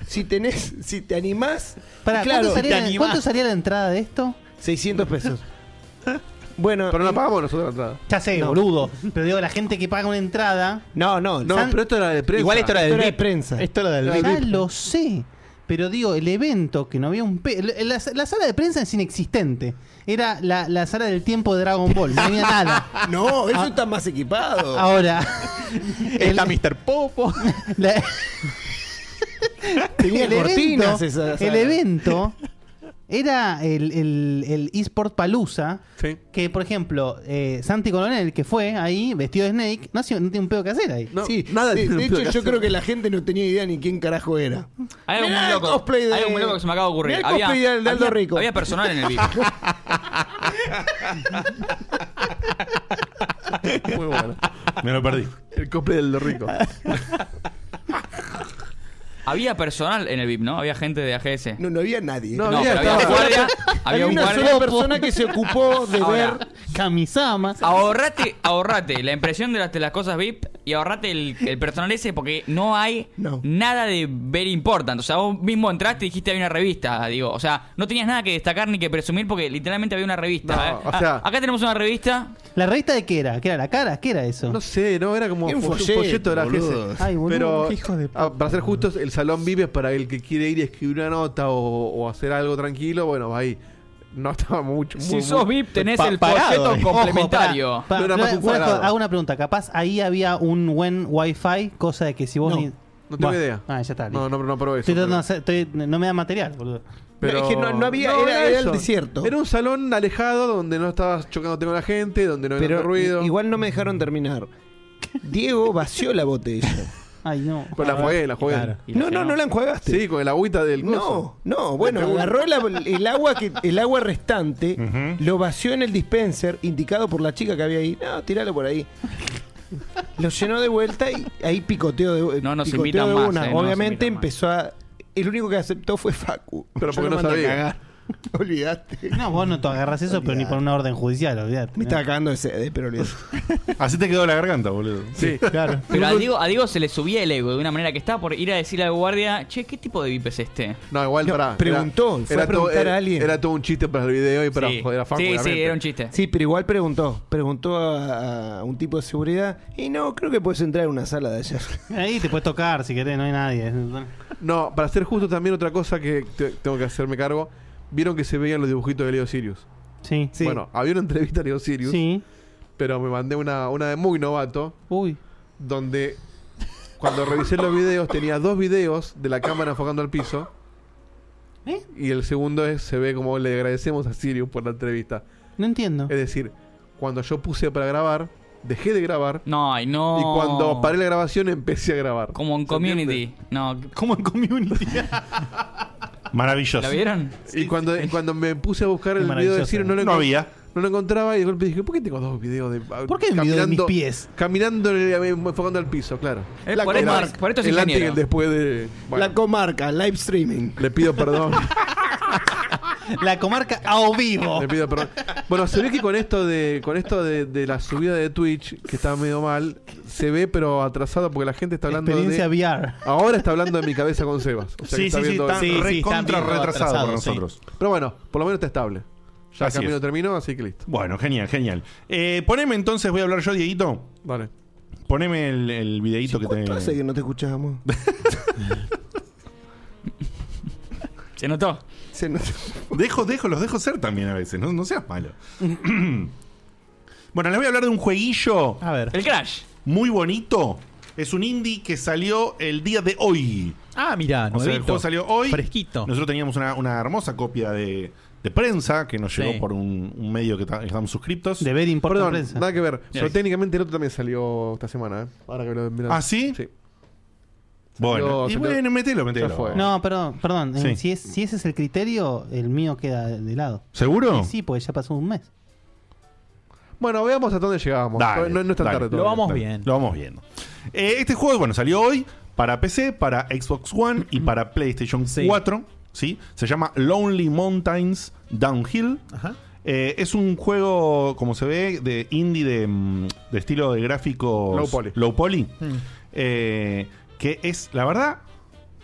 Speaker 8: Si tenés, si te animás,
Speaker 3: Pará,
Speaker 8: si
Speaker 3: ¿cuánto,
Speaker 8: te
Speaker 3: salía,
Speaker 8: animás,
Speaker 3: cuánto salía la entrada de esto?
Speaker 8: 600 pesos. Bueno,
Speaker 6: Pero no pagamos nosotros la entrada.
Speaker 3: Ya sé,
Speaker 8: No.
Speaker 3: boludo. Pero digo, la gente que paga una entrada.
Speaker 8: No, no, no,
Speaker 3: San-
Speaker 8: pero esto era de prensa.
Speaker 3: Igual esto era del
Speaker 8: de
Speaker 3: VIP.
Speaker 8: prensa.
Speaker 4: Esto era del
Speaker 3: Ya lo sé. Pero digo, el evento que no había un pe- la, la- la sala de prensa es inexistente. Era la, la sala del tiempo de Dragon Ball. No había nada. Ah.
Speaker 8: No, eso está más equipado.
Speaker 3: Ahora.
Speaker 4: Está Mr. Popo.
Speaker 3: La-
Speaker 8: Tenía
Speaker 3: el
Speaker 8: cortinas
Speaker 3: evento,
Speaker 8: esa sala.
Speaker 3: el evento era el, el, el eSport Palusa. Que, por ejemplo, eh, Santi Coronel, que fue ahí vestido de Snake, no, hacía- no tiene un pedo que hacer ahí.
Speaker 8: sí,
Speaker 3: nada
Speaker 8: de,
Speaker 3: tiene
Speaker 8: de hecho
Speaker 3: un pedo que
Speaker 8: yo
Speaker 3: hacer.
Speaker 8: creo que la gente no tenía idea ni quién carajo era.
Speaker 7: Hay algo
Speaker 8: Mirá
Speaker 7: muy
Speaker 8: el
Speaker 7: loco.
Speaker 8: cosplay de-
Speaker 7: Hay algo muy loco que se me acaba de ocurrir.
Speaker 8: Mirá el
Speaker 7: había,
Speaker 8: cosplay del- del
Speaker 7: había-
Speaker 8: Aldo Rico.
Speaker 7: había personal en el VIP.
Speaker 6: Muy bueno.
Speaker 2: Me lo perdí.
Speaker 6: El cosplay del Lo Rico.
Speaker 7: había personal en el VIP, ¿no? Había gente de AGS.
Speaker 8: No, no había nadie.
Speaker 7: No, pero había un guardia. Había
Speaker 8: Había
Speaker 7: un
Speaker 8: una
Speaker 7: guardia.
Speaker 8: sola persona que se ocupó de
Speaker 7: Ahora.
Speaker 8: ver.
Speaker 3: Kamisamas.
Speaker 7: Ahorrate, ahorrate la impresión de las, de las cosas VIP y ahorrate el, el personal ese porque no hay nada de very important. O sea, vos mismo entraste y dijiste había una revista, digo. O sea, no tenías nada que destacar ni que presumir porque literalmente había una revista. ¿eh?
Speaker 3: o
Speaker 7: Ah,
Speaker 3: sea-
Speaker 7: acá tenemos una revista.
Speaker 3: ¿La revista de qué era? ¿Qué era la cara? ¿Qué era eso? No
Speaker 6: sé, no, era como
Speaker 3: un
Speaker 6: un folleto, de la GS.
Speaker 3: Ay, boludo,
Speaker 6: Pero,
Speaker 3: qué hijo de puta.
Speaker 6: ah, para ser justos, el salón vive es para el que quiere ir y escribir una nota o, o hacer algo tranquilo. Bueno, va ahí. No estaba mucho.
Speaker 7: Si sos VIP, tenés el folleto
Speaker 6: eh.
Speaker 7: complementario.
Speaker 3: Ojo, pará, pará,
Speaker 6: No era más
Speaker 3: pará,
Speaker 6: un
Speaker 3: fuera de joda,
Speaker 6: cuadrado.
Speaker 3: hago una pregunta. Capaz ahí había un buen wifi, cosa de que si vos
Speaker 6: No,
Speaker 3: ni-
Speaker 6: no tengo
Speaker 3: Bueno,
Speaker 6: idea.
Speaker 3: Ah, ya está.
Speaker 6: No, no, no probé eso.
Speaker 3: Estoy tratando de hacer- estoy- no me da material, boludo.
Speaker 6: Pero-
Speaker 8: Es que no- no había- era- era el
Speaker 6: eso.
Speaker 8: desierto.
Speaker 6: Era un salón alejado donde no estabas chocándote con la gente, donde no había
Speaker 8: Pero
Speaker 6: tanto ruido.
Speaker 8: igual no me dejaron terminar. Diego vació la botella.
Speaker 3: Ay, no. Ah,
Speaker 6: Pero Pues
Speaker 7: Ah,
Speaker 6: la jugué, la jugué.
Speaker 8: No, no, no la enjuagaste.
Speaker 6: Sí, con el agüita del
Speaker 8: No,
Speaker 6: coso.
Speaker 8: no, bueno,
Speaker 6: Del
Speaker 8: agarró la- el agua que el agua restante, lo vació en el dispenser indicado por la chica que había ahí. No, tiralo por ahí. Lo llenó de vuelta y ahí picoteo de
Speaker 7: No nos
Speaker 8: picoteo
Speaker 7: invitan
Speaker 8: de
Speaker 7: más,
Speaker 8: una.
Speaker 7: eh, no nos
Speaker 8: Obviamente
Speaker 7: invitan más.
Speaker 8: empezó a el único que aceptó fue Facu.
Speaker 6: Pero
Speaker 8: Yo
Speaker 6: porque
Speaker 8: lo
Speaker 6: no
Speaker 8: mandé a
Speaker 6: sabía.
Speaker 8: cagar. Olvídate.
Speaker 3: No, vos no te agarras eso, pero ni por una orden judicial, olvídate. Me
Speaker 8: estaba cagando de sede, pero olvídate.
Speaker 2: Así te quedó la garganta, boludo.
Speaker 8: Sí, claro.
Speaker 7: Pero a Diego, a Diego se le subía el ego de una manera que estaba por ir a decirle al guardia, che, ¿qué tipo de VIP es este?
Speaker 6: No, igual para.
Speaker 8: preguntó, fue a preguntar a alguien.
Speaker 6: Era todo un chiste para el video y para
Speaker 7: Sí.
Speaker 6: joder a Facu,
Speaker 7: Sí, sí,
Speaker 6: obviamente.
Speaker 7: era un chiste.
Speaker 8: Sí, pero igual preguntó. Preguntó a, a un tipo de seguridad. Y no, creo que puedes entrar a una sala de ayer.
Speaker 3: Ahí te puedes tocar si querés, no hay nadie.
Speaker 6: No, para ser justo también otra cosa que te- tengo que hacerme cargo. Vieron que se veían los dibujitos de Leo Sirius.
Speaker 3: Sí. Sí.
Speaker 6: Bueno, había una entrevista a Leo Sirius.
Speaker 3: Sí.
Speaker 6: Pero me mandé una, una de muy novato.
Speaker 3: Uy.
Speaker 6: Donde cuando revisé los videos tenía dos videos de la cámara enfocando al piso.
Speaker 3: ¿Eh?
Speaker 6: Y el segundo es, se ve como le agradecemos a Sirius por la entrevista.
Speaker 3: No entiendo.
Speaker 6: Es decir, cuando yo puse para grabar, dejé de grabar.
Speaker 7: No, ay, no.
Speaker 6: Y cuando paré la grabación empecé a grabar.
Speaker 7: Como en
Speaker 6: ¿Se entiende?
Speaker 7: community. No.
Speaker 3: Como en community.
Speaker 2: Maravilloso.
Speaker 7: ¿La vieron?
Speaker 6: Y cuando, y cuando me puse a buscar el video de
Speaker 2: Maravilloso.
Speaker 6: Ciro, no lo
Speaker 2: No
Speaker 6: encon-
Speaker 2: había.
Speaker 6: No lo encontraba y de golpe dije, ¿por qué tengo dos videos de. ¿Por
Speaker 3: qué hay un video de mis pies?
Speaker 6: Caminando, en el- enfocando al piso, claro.
Speaker 7: Eh, por
Speaker 6: comarca.
Speaker 7: esto es- por esto es
Speaker 6: el antes y
Speaker 7: ingeniero.
Speaker 6: el después de.
Speaker 8: La comarca, live streaming.
Speaker 6: Le pido perdón.
Speaker 3: La comarca a vivo.
Speaker 6: Le pido perdón. Bueno, se ve que con esto de con esto de, de la subida de Twitch, que está medio mal, se ve pero atrasado porque la gente está hablando
Speaker 3: Experiencia
Speaker 6: de.
Speaker 3: VR.
Speaker 6: Ahora está hablando de mi cabeza con Sebas. O sea,
Speaker 2: Sí,
Speaker 6: que está
Speaker 2: sí, sí,
Speaker 6: viendo-
Speaker 2: está Sí, sí, está recontra viendo retrasado atrasado, por sí. nosotros.
Speaker 6: Pero bueno, por lo menos está estable. Ya el
Speaker 2: Así
Speaker 6: camino
Speaker 2: es.
Speaker 6: terminó, así que listo.
Speaker 2: Bueno, genial, genial. Eh, poneme entonces, voy a hablar yo, Dieguito.
Speaker 6: Vale.
Speaker 2: Poneme el, el videíto que te.
Speaker 8: Parece que no te escuchábamos.
Speaker 7: ¿Se notó?
Speaker 8: Se notó.
Speaker 2: Dejo, dejo, los dejo ser también a veces, no, no seas malo. bueno, les voy a hablar de un jueguillo.
Speaker 4: A ver.
Speaker 7: El Crash.
Speaker 2: Muy bonito. Es un indie que salió el día de hoy.
Speaker 4: Ah, mirá,
Speaker 2: O sea, el
Speaker 4: nuevito.
Speaker 2: juego salió hoy.
Speaker 4: Fresquito.
Speaker 2: Nosotros teníamos una, una hermosa copia de, de prensa que nos llegó
Speaker 4: Sí.
Speaker 2: por un, un medio que ta- estamos suscriptos.
Speaker 3: De ver importa
Speaker 6: Perdón, nada que ver. Pero técnicamente el otro también salió esta semana, ¿eh? Ahora que lo mirá.
Speaker 2: ¿Ah, sí?
Speaker 6: Sí.
Speaker 2: Bueno,
Speaker 6: Salió-
Speaker 2: y bueno, metelo, metelo.
Speaker 6: Ya fue.
Speaker 3: No, perdón, perdón. eh,
Speaker 2: Sí.
Speaker 3: Si, es- si ese es el criterio, el mío queda de lado.
Speaker 2: ¿Seguro?
Speaker 3: Sí, sí, porque ya pasó un mes.
Speaker 6: Bueno, veamos hasta dónde llegábamos.
Speaker 2: Dale,
Speaker 6: no, no es tan
Speaker 2: dale.
Speaker 6: tarde
Speaker 2: Lo vamos bien. Lo vamos viendo. Eh, este juego, bueno, salió hoy para PC, para Xbox One y para PlayStation 4. ¿sí? Se llama Lonely Mountains Downhill. Eh, es un juego, como se ve, de indie de, mm, de estilo de gráficos
Speaker 6: Low poly.
Speaker 2: Mm. Eh, que es, la verdad,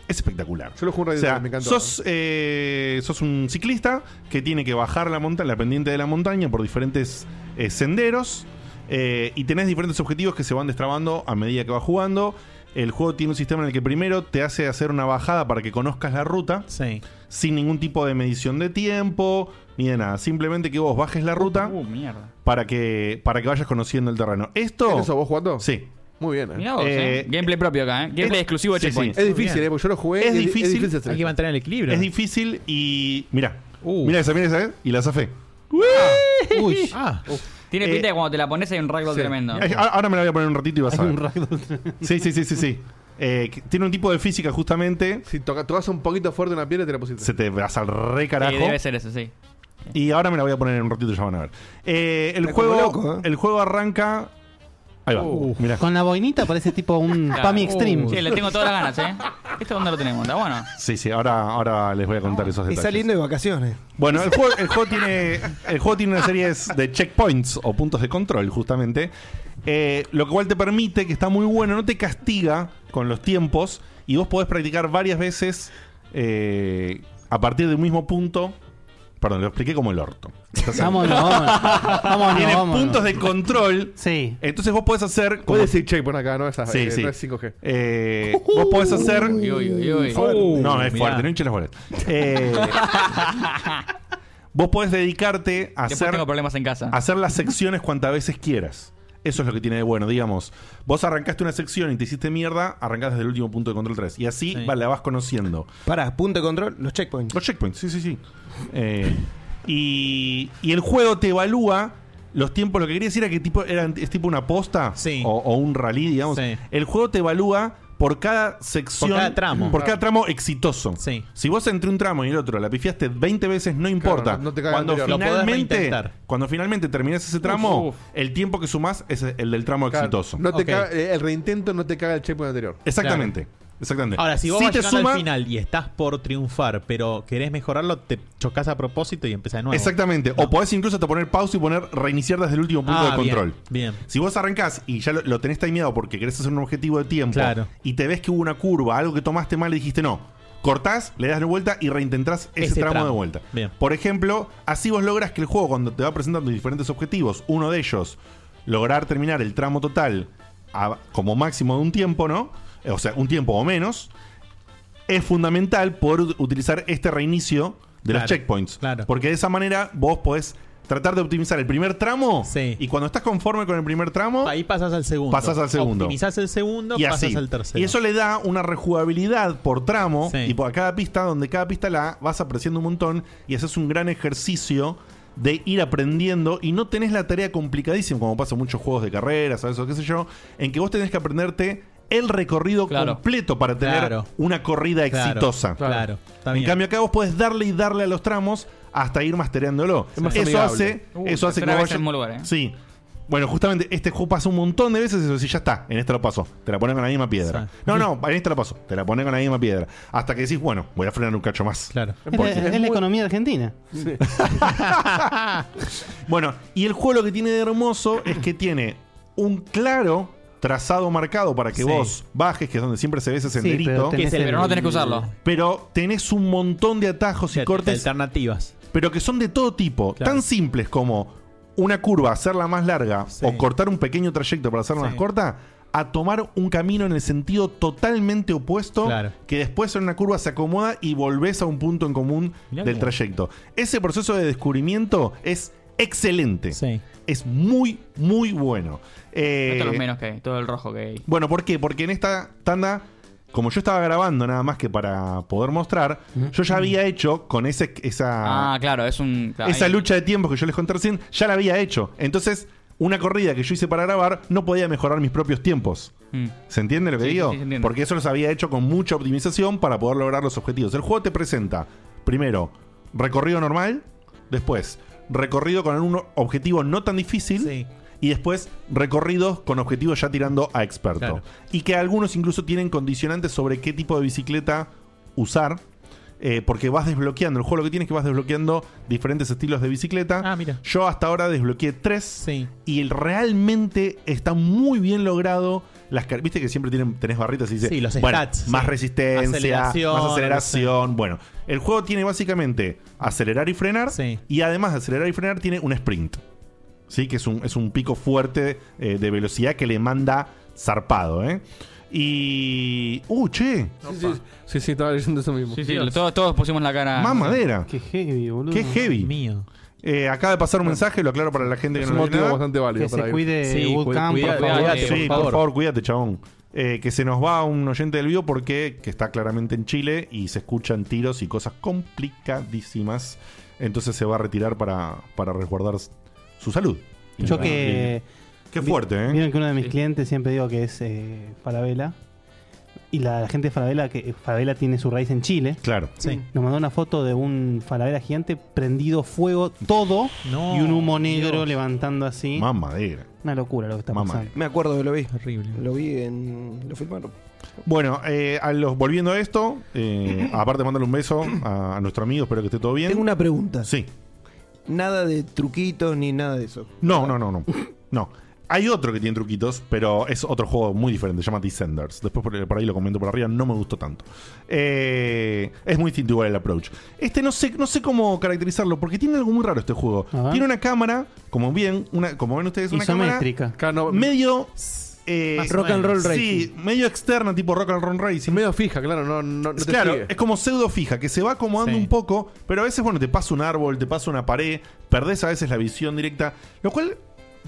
Speaker 2: es espectacular.
Speaker 6: Yo lo jugué en
Speaker 2: O
Speaker 6: radio,
Speaker 2: sea,
Speaker 6: me encantó.
Speaker 2: Sos, eh, sos un ciclista que tiene que bajar la montaña, la pendiente de la montaña por diferentes eh, senderos eh, y tenés diferentes objetivos que se van destrabando a medida que vas jugando. El juego tiene un sistema en el que primero te hace hacer una bajada para que conozcas la ruta sin ningún tipo de medición de tiempo ni de nada. Simplemente que vos bajes la ruta
Speaker 7: Uh, mierda.
Speaker 2: para que para que vayas conociendo el terreno. Esto.
Speaker 6: ¿Eso vos jugando?
Speaker 2: Sí.
Speaker 6: Muy bien. ¿eh?
Speaker 7: Mirá vos,
Speaker 2: Eh,
Speaker 7: eh. Gameplay propio acá, ¿eh? Gameplay
Speaker 2: es-
Speaker 7: exclusivo de
Speaker 2: sí,
Speaker 7: Checkpoint.
Speaker 2: sí. Es difícil,
Speaker 6: eh, porque yo lo jugué.
Speaker 2: Es difícil.
Speaker 6: hacer
Speaker 2: Hay que
Speaker 4: mantener el equilibrio.
Speaker 2: Es difícil y. Mira. Mira esa, mira esa. Y la zafé. Ah, Uy.
Speaker 7: Tiene
Speaker 2: Eh,
Speaker 7: pinta de que cuando te la pones hay un ragdoll tremendo.
Speaker 2: Ay, Ahora ahora me la voy a poner un ratito y vas a ver. Sí, sí, sí, sí, sí. Eh, que tiene un tipo de física justamente.
Speaker 6: Si toca- tocas un poquito fuerte una piedra, te la pusiste.
Speaker 2: Se te vas al re carajo.
Speaker 7: Sí, debe ser eso, sí.
Speaker 2: Y ahora me la voy a poner en un ratito, ya van a ver. Eh, el,
Speaker 6: Está como
Speaker 2: juego,
Speaker 6: loco, ¿eh?
Speaker 2: el juego arranca. Ahí va. Mirá.
Speaker 3: Con la boinita parece tipo un
Speaker 7: Claro. Uh.
Speaker 3: Pami Extreme.
Speaker 7: Sí, le tengo todas las ganas, ¿eh? ¿Esto dónde lo tenemos? Está bueno.
Speaker 2: Sí, sí, ahora, ahora les voy a contar esos
Speaker 8: Y
Speaker 2: detalles.
Speaker 8: saliendo de vacaciones.
Speaker 2: Bueno, el juego, el juego tiene el juego tiene una serie de checkpoints o puntos de control, justamente. Eh, lo cual te permite, que está muy bueno, no te castiga con los tiempos y vos podés practicar varias veces eh, a partir de un mismo punto. Perdón, lo expliqué como el orto. Estás-
Speaker 3: Vámonos, vámonos. Vámonos,
Speaker 2: Tiene
Speaker 3: vámonos.
Speaker 2: puntos de control.
Speaker 3: Sí.
Speaker 2: Entonces vos podés hacer. como-
Speaker 6: Puedes decir checkpoint acá, ¿no? Esa,
Speaker 2: Sí,
Speaker 6: eh,
Speaker 2: sí.
Speaker 6: no es 5G.
Speaker 2: Eh, vos podés hacer.
Speaker 6: Uy, uy, uy, uy.
Speaker 2: Fuerte.
Speaker 6: Uh,
Speaker 2: no, es
Speaker 6: mirá.
Speaker 2: fuerte, no hinches las bolas. Eh, vos podés dedicarte a
Speaker 7: Después
Speaker 2: hacer,
Speaker 7: tengo problemas en casa.
Speaker 2: a hacer las secciones cuantas veces quieras. Eso es lo que tiene de bueno, digamos. Vos arrancaste una sección y te hiciste mierda, arrancás desde el último punto de control 3. Y así va- la vas conociendo.
Speaker 8: Pará, punto de control, los checkpoints.
Speaker 2: Los checkpoints, sí, sí, sí. Eh, y, y el juego te evalúa los tiempos. Lo que quería decir era que tipo, eran- es tipo una posta o, o un rally, digamos. El juego te evalúa por cada sección.
Speaker 4: Por cada tramo.
Speaker 2: Por cada tramo exitoso. Si vos entre un tramo y el otro la pifiaste 20 veces, no importa.
Speaker 6: no te cagas
Speaker 2: cuando,
Speaker 6: anterior. Lo podés
Speaker 2: finalmente,
Speaker 6: reintentar.
Speaker 2: cuando finalmente terminás ese tramo,
Speaker 6: Uf, uf.
Speaker 2: el tiempo que sumás es el del tramo
Speaker 6: Claro.
Speaker 2: exitoso.
Speaker 6: eh. No te caga- eh, el reintento no te caga el checkpoint anterior.
Speaker 2: Exactamente. Exactamente.
Speaker 4: Ahora, si vos
Speaker 2: Sí
Speaker 4: vas
Speaker 2: te
Speaker 4: llegando
Speaker 2: suma-
Speaker 4: al final y estás por triunfar, pero querés mejorarlo, te chocas a propósito y empezás de nuevo.
Speaker 2: Exactamente. O podés incluso hasta poner pausa y poner reiniciar desde el último punto
Speaker 4: Ah,
Speaker 2: de
Speaker 4: bien,
Speaker 2: control.
Speaker 4: Bien.
Speaker 2: Si vos arrancás y ya lo, lo tenés timeado porque querés hacer un objetivo de tiempo
Speaker 4: Claro.
Speaker 2: y te ves que hubo una curva, algo que tomaste mal y dijiste no, cortás, le das la vuelta y reintentás ese,
Speaker 4: Ese
Speaker 2: tramo,
Speaker 4: tramo.
Speaker 2: de vuelta.
Speaker 4: Bien.
Speaker 2: Por ejemplo, así vos logras que el juego cuando te va presentando diferentes objetivos, uno de ellos, lograr terminar el tramo total a- como máximo de un tiempo, ¿no? Eh, O sea, un tiempo o menos, es fundamental poder ut- utilizar este reinicio de los
Speaker 4: Claro,
Speaker 2: checkpoints. Porque de esa manera vos podés tratar de optimizar el primer tramo y cuando estás conforme con el primer tramo... Ahí
Speaker 4: pasas al segundo.
Speaker 2: Pasas al segundo.
Speaker 4: Optimizás el segundo,
Speaker 2: y
Speaker 4: pasas
Speaker 2: así.
Speaker 4: al tercero.
Speaker 2: Y eso le da una rejugabilidad por tramo y por cada pista, donde cada pista la vas apreciando un montón y haces un gran ejercicio de ir aprendiendo y no tenés la tarea complicadísima, como pasa en muchos juegos de carreras, ¿sabes? O qué sé yo, en que vos tenés que aprenderte el recorrido completo para tener
Speaker 4: Claro.
Speaker 2: una corrida
Speaker 4: Claro,
Speaker 2: exitosa.
Speaker 4: claro, está
Speaker 2: En
Speaker 4: bien.
Speaker 2: cambio, acá vos podés darle y darle a los tramos hasta ir mastereándolo.
Speaker 7: Es más
Speaker 2: eso
Speaker 7: amigable.
Speaker 2: hace,
Speaker 7: Uh,
Speaker 2: eso hace que
Speaker 7: tercera vez
Speaker 2: vaya-
Speaker 7: en mismo lugar, ¿eh?
Speaker 2: Sí. Bueno, justamente este juego pasa un montón de veces y decís, ya está, en esta lo paso. Te la ponen con la misma piedra. No, no, en esta lo paso. Te la ponen con la misma piedra. Hasta que decís, bueno, voy a frenar un cacho más. Claro.
Speaker 3: Es la, es la economía argentina.
Speaker 2: Bueno, y el juego lo que tiene de hermoso es que tiene un claro trazado marcado para que
Speaker 4: Sí.
Speaker 2: vos bajes, que es donde siempre se ve ese
Speaker 4: Sí,
Speaker 2: senderito.
Speaker 4: pero tenés Que es el- pero no tenés que usarlo.
Speaker 2: Pero tenés un montón de atajos y cortes.
Speaker 4: Alternativas.
Speaker 2: Pero que son de todo tipo, tan simples como una curva, hacerla más larga o cortar un pequeño trayecto para hacerla más corta, a tomar un camino en el sentido totalmente opuesto, que después en una curva se acomoda y volvés a un punto en común
Speaker 4: Mirá
Speaker 2: del
Speaker 4: cómo.
Speaker 2: trayecto. Ese proceso de descubrimiento es excelente. Es muy, muy bueno. Eh,
Speaker 7: Esto es lo menos que hay, todo el rojo que hay.
Speaker 2: bueno, ¿por qué? Porque en esta tanda, como yo estaba grabando nada más que para poder mostrar, yo ya había hecho con ese, esa,
Speaker 7: Ah, claro, es un. claro,
Speaker 2: esa
Speaker 7: ahí-
Speaker 2: lucha de tiempos que yo les conté recién, ya la había hecho. Entonces, una corrida que yo hice para grabar no podía mejorar mis propios tiempos.
Speaker 21: Mm.
Speaker 2: ¿Se entiende lo que
Speaker 7: Sí,
Speaker 2: digo?
Speaker 7: sí, sí, se entiende.
Speaker 2: Porque eso los había hecho con mucha optimización para poder lograr los objetivos. El juego te presenta, primero, recorrido normal, después, recorrido con un objetivo no tan difícil. Y después recorridos con objetivos ya tirando a experto.
Speaker 4: Claro.
Speaker 2: Y que algunos incluso tienen condicionantes sobre qué tipo de bicicleta usar. eh, porque vas desbloqueando. El juego lo que tienes es que vas desbloqueando diferentes estilos de bicicleta. Yo hasta ahora desbloqueé tres. Y el- realmente está muy bien logrado. Las, car- Viste que siempre tienen, tenés barritas y dice
Speaker 4: Sí, los
Speaker 2: bueno,
Speaker 4: stats,
Speaker 2: Más
Speaker 4: sí.
Speaker 2: resistencia,
Speaker 4: Aceleración,
Speaker 2: más aceleración. Bueno, el juego tiene básicamente acelerar y frenar. Y además de acelerar y frenar, tiene un sprint. ¿sí? Que es un, es un pico fuerte eh, de velocidad que le manda zarpado, ¿eh? Y. ¡Uh, che!
Speaker 6: Sí, sí, sí, sí, estaba leyendo eso mismo.
Speaker 7: Sí, sí, todos, todos pusimos la cara.
Speaker 6: Ah,
Speaker 2: Más madera.
Speaker 3: Qué heavy, boludo.
Speaker 2: ¡Qué heavy!
Speaker 4: Mío.
Speaker 2: acaba de pasar un mensaje, lo aclaro para la gente que
Speaker 6: Es
Speaker 2: no
Speaker 6: un
Speaker 2: lo
Speaker 6: motivo
Speaker 2: nada.
Speaker 6: bastante válido Que para se ir. cuide Woodcamp,
Speaker 2: cuida-
Speaker 6: por favor.
Speaker 2: cuidate,
Speaker 6: Cuidate, por
Speaker 2: sí, por
Speaker 6: favor.
Speaker 2: favor, cuídate, chabón. Eh, que se nos va un oyente del vivo porque que está claramente en Chile y se escuchan tiros y cosas complicadísimas. Entonces se va a retirar para, para resguardar su salud.
Speaker 3: Yo que.
Speaker 2: Qué fuerte, ¿eh?
Speaker 3: Vieron que uno de mis clientes siempre digo que es eh, Falabella. Y la, la gente de Falabella, que Falabella tiene su raíz en Chile.
Speaker 2: Claro.
Speaker 4: Sí.
Speaker 3: Nos mandó una foto de un Falabella gigante prendido fuego todo y un humo negro levantando así.
Speaker 2: Mamadera.
Speaker 3: Una locura lo que está pasando.
Speaker 8: Me acuerdo que lo vi.
Speaker 4: Horrible.
Speaker 8: Lo vi en. Lo filmaron.
Speaker 2: Bueno, eh, a los, volviendo a esto, eh, aparte mandarle un beso a, a nuestro amigo, espero que esté todo bien.
Speaker 8: Tengo una pregunta.
Speaker 2: Sí.
Speaker 8: Nada de truquitos ni nada de eso.
Speaker 2: No, no, no, no. No. Hay otro que tiene truquitos, pero es otro juego muy diferente, se llama Descenders. Después por, por ahí lo comento por arriba, no me gustó tanto. Eh, es muy distinto igual el approach. Este no sé, no sé cómo caracterizarlo, porque tiene algo muy raro este juego. Tiene una cámara, como bien, una, como ven ustedes, una cámara
Speaker 3: Isométrica.
Speaker 2: medio eh,
Speaker 6: Más rock and roll
Speaker 2: Sí, medio externa, tipo rock and roll racing.
Speaker 6: Medio fija, claro, no, no, no te
Speaker 2: claro,
Speaker 6: sigue.
Speaker 2: es como pseudo fija, que se va acomodando un poco, pero a veces, bueno, te pasa un árbol, te pasa una pared, perdés a veces la visión directa, lo cual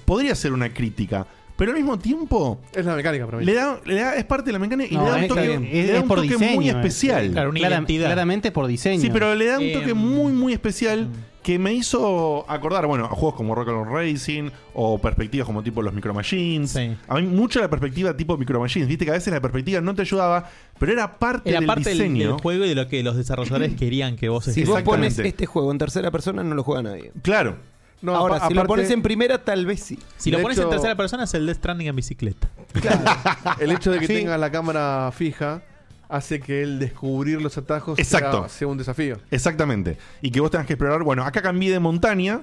Speaker 2: podría ser una crítica, pero al mismo tiempo.
Speaker 6: Es la mecánica para mí.
Speaker 2: Le da, le da- es parte de la mecánica y
Speaker 3: No,
Speaker 2: le da un
Speaker 3: está
Speaker 2: toque,
Speaker 3: bien.
Speaker 2: le da
Speaker 3: Es
Speaker 2: un
Speaker 3: por
Speaker 2: toque
Speaker 3: diseño,
Speaker 2: muy
Speaker 3: eh.
Speaker 2: especial.
Speaker 3: Claro, una Clara- identidad. claramente por diseño. Mm.
Speaker 2: Sí, pero le da un toque
Speaker 3: Eh,
Speaker 2: muy, muy especial que me hizo acordar, bueno, a juegos como Rock and Roll Racing o perspectivas como tipo los Micro Machines. A mí mucho la perspectiva tipo Micro Machines. Viste que a veces la perspectiva no te ayudaba, pero era parte
Speaker 4: Era
Speaker 2: del
Speaker 4: parte del,
Speaker 2: diseño.
Speaker 4: del juego y de lo que los desarrolladores querían que vos este
Speaker 8: Si vos pones
Speaker 4: Exactamente.
Speaker 8: este juego en tercera persona, no lo juega nadie.
Speaker 2: Claro.
Speaker 8: Ahora, si lo
Speaker 4: aparte-
Speaker 8: pones en primera, tal vez sí.
Speaker 4: Si lo pones en tercera persona es el Death Stranding en bicicleta.
Speaker 6: El hecho de que
Speaker 4: Sí.
Speaker 6: tenga la cámara fija hace que el descubrir los atajos
Speaker 2: Exacto.
Speaker 6: sea, sea un desafío.
Speaker 2: Exactamente. Y que vos tengas que explorar. Bueno, acá cambié de montaña.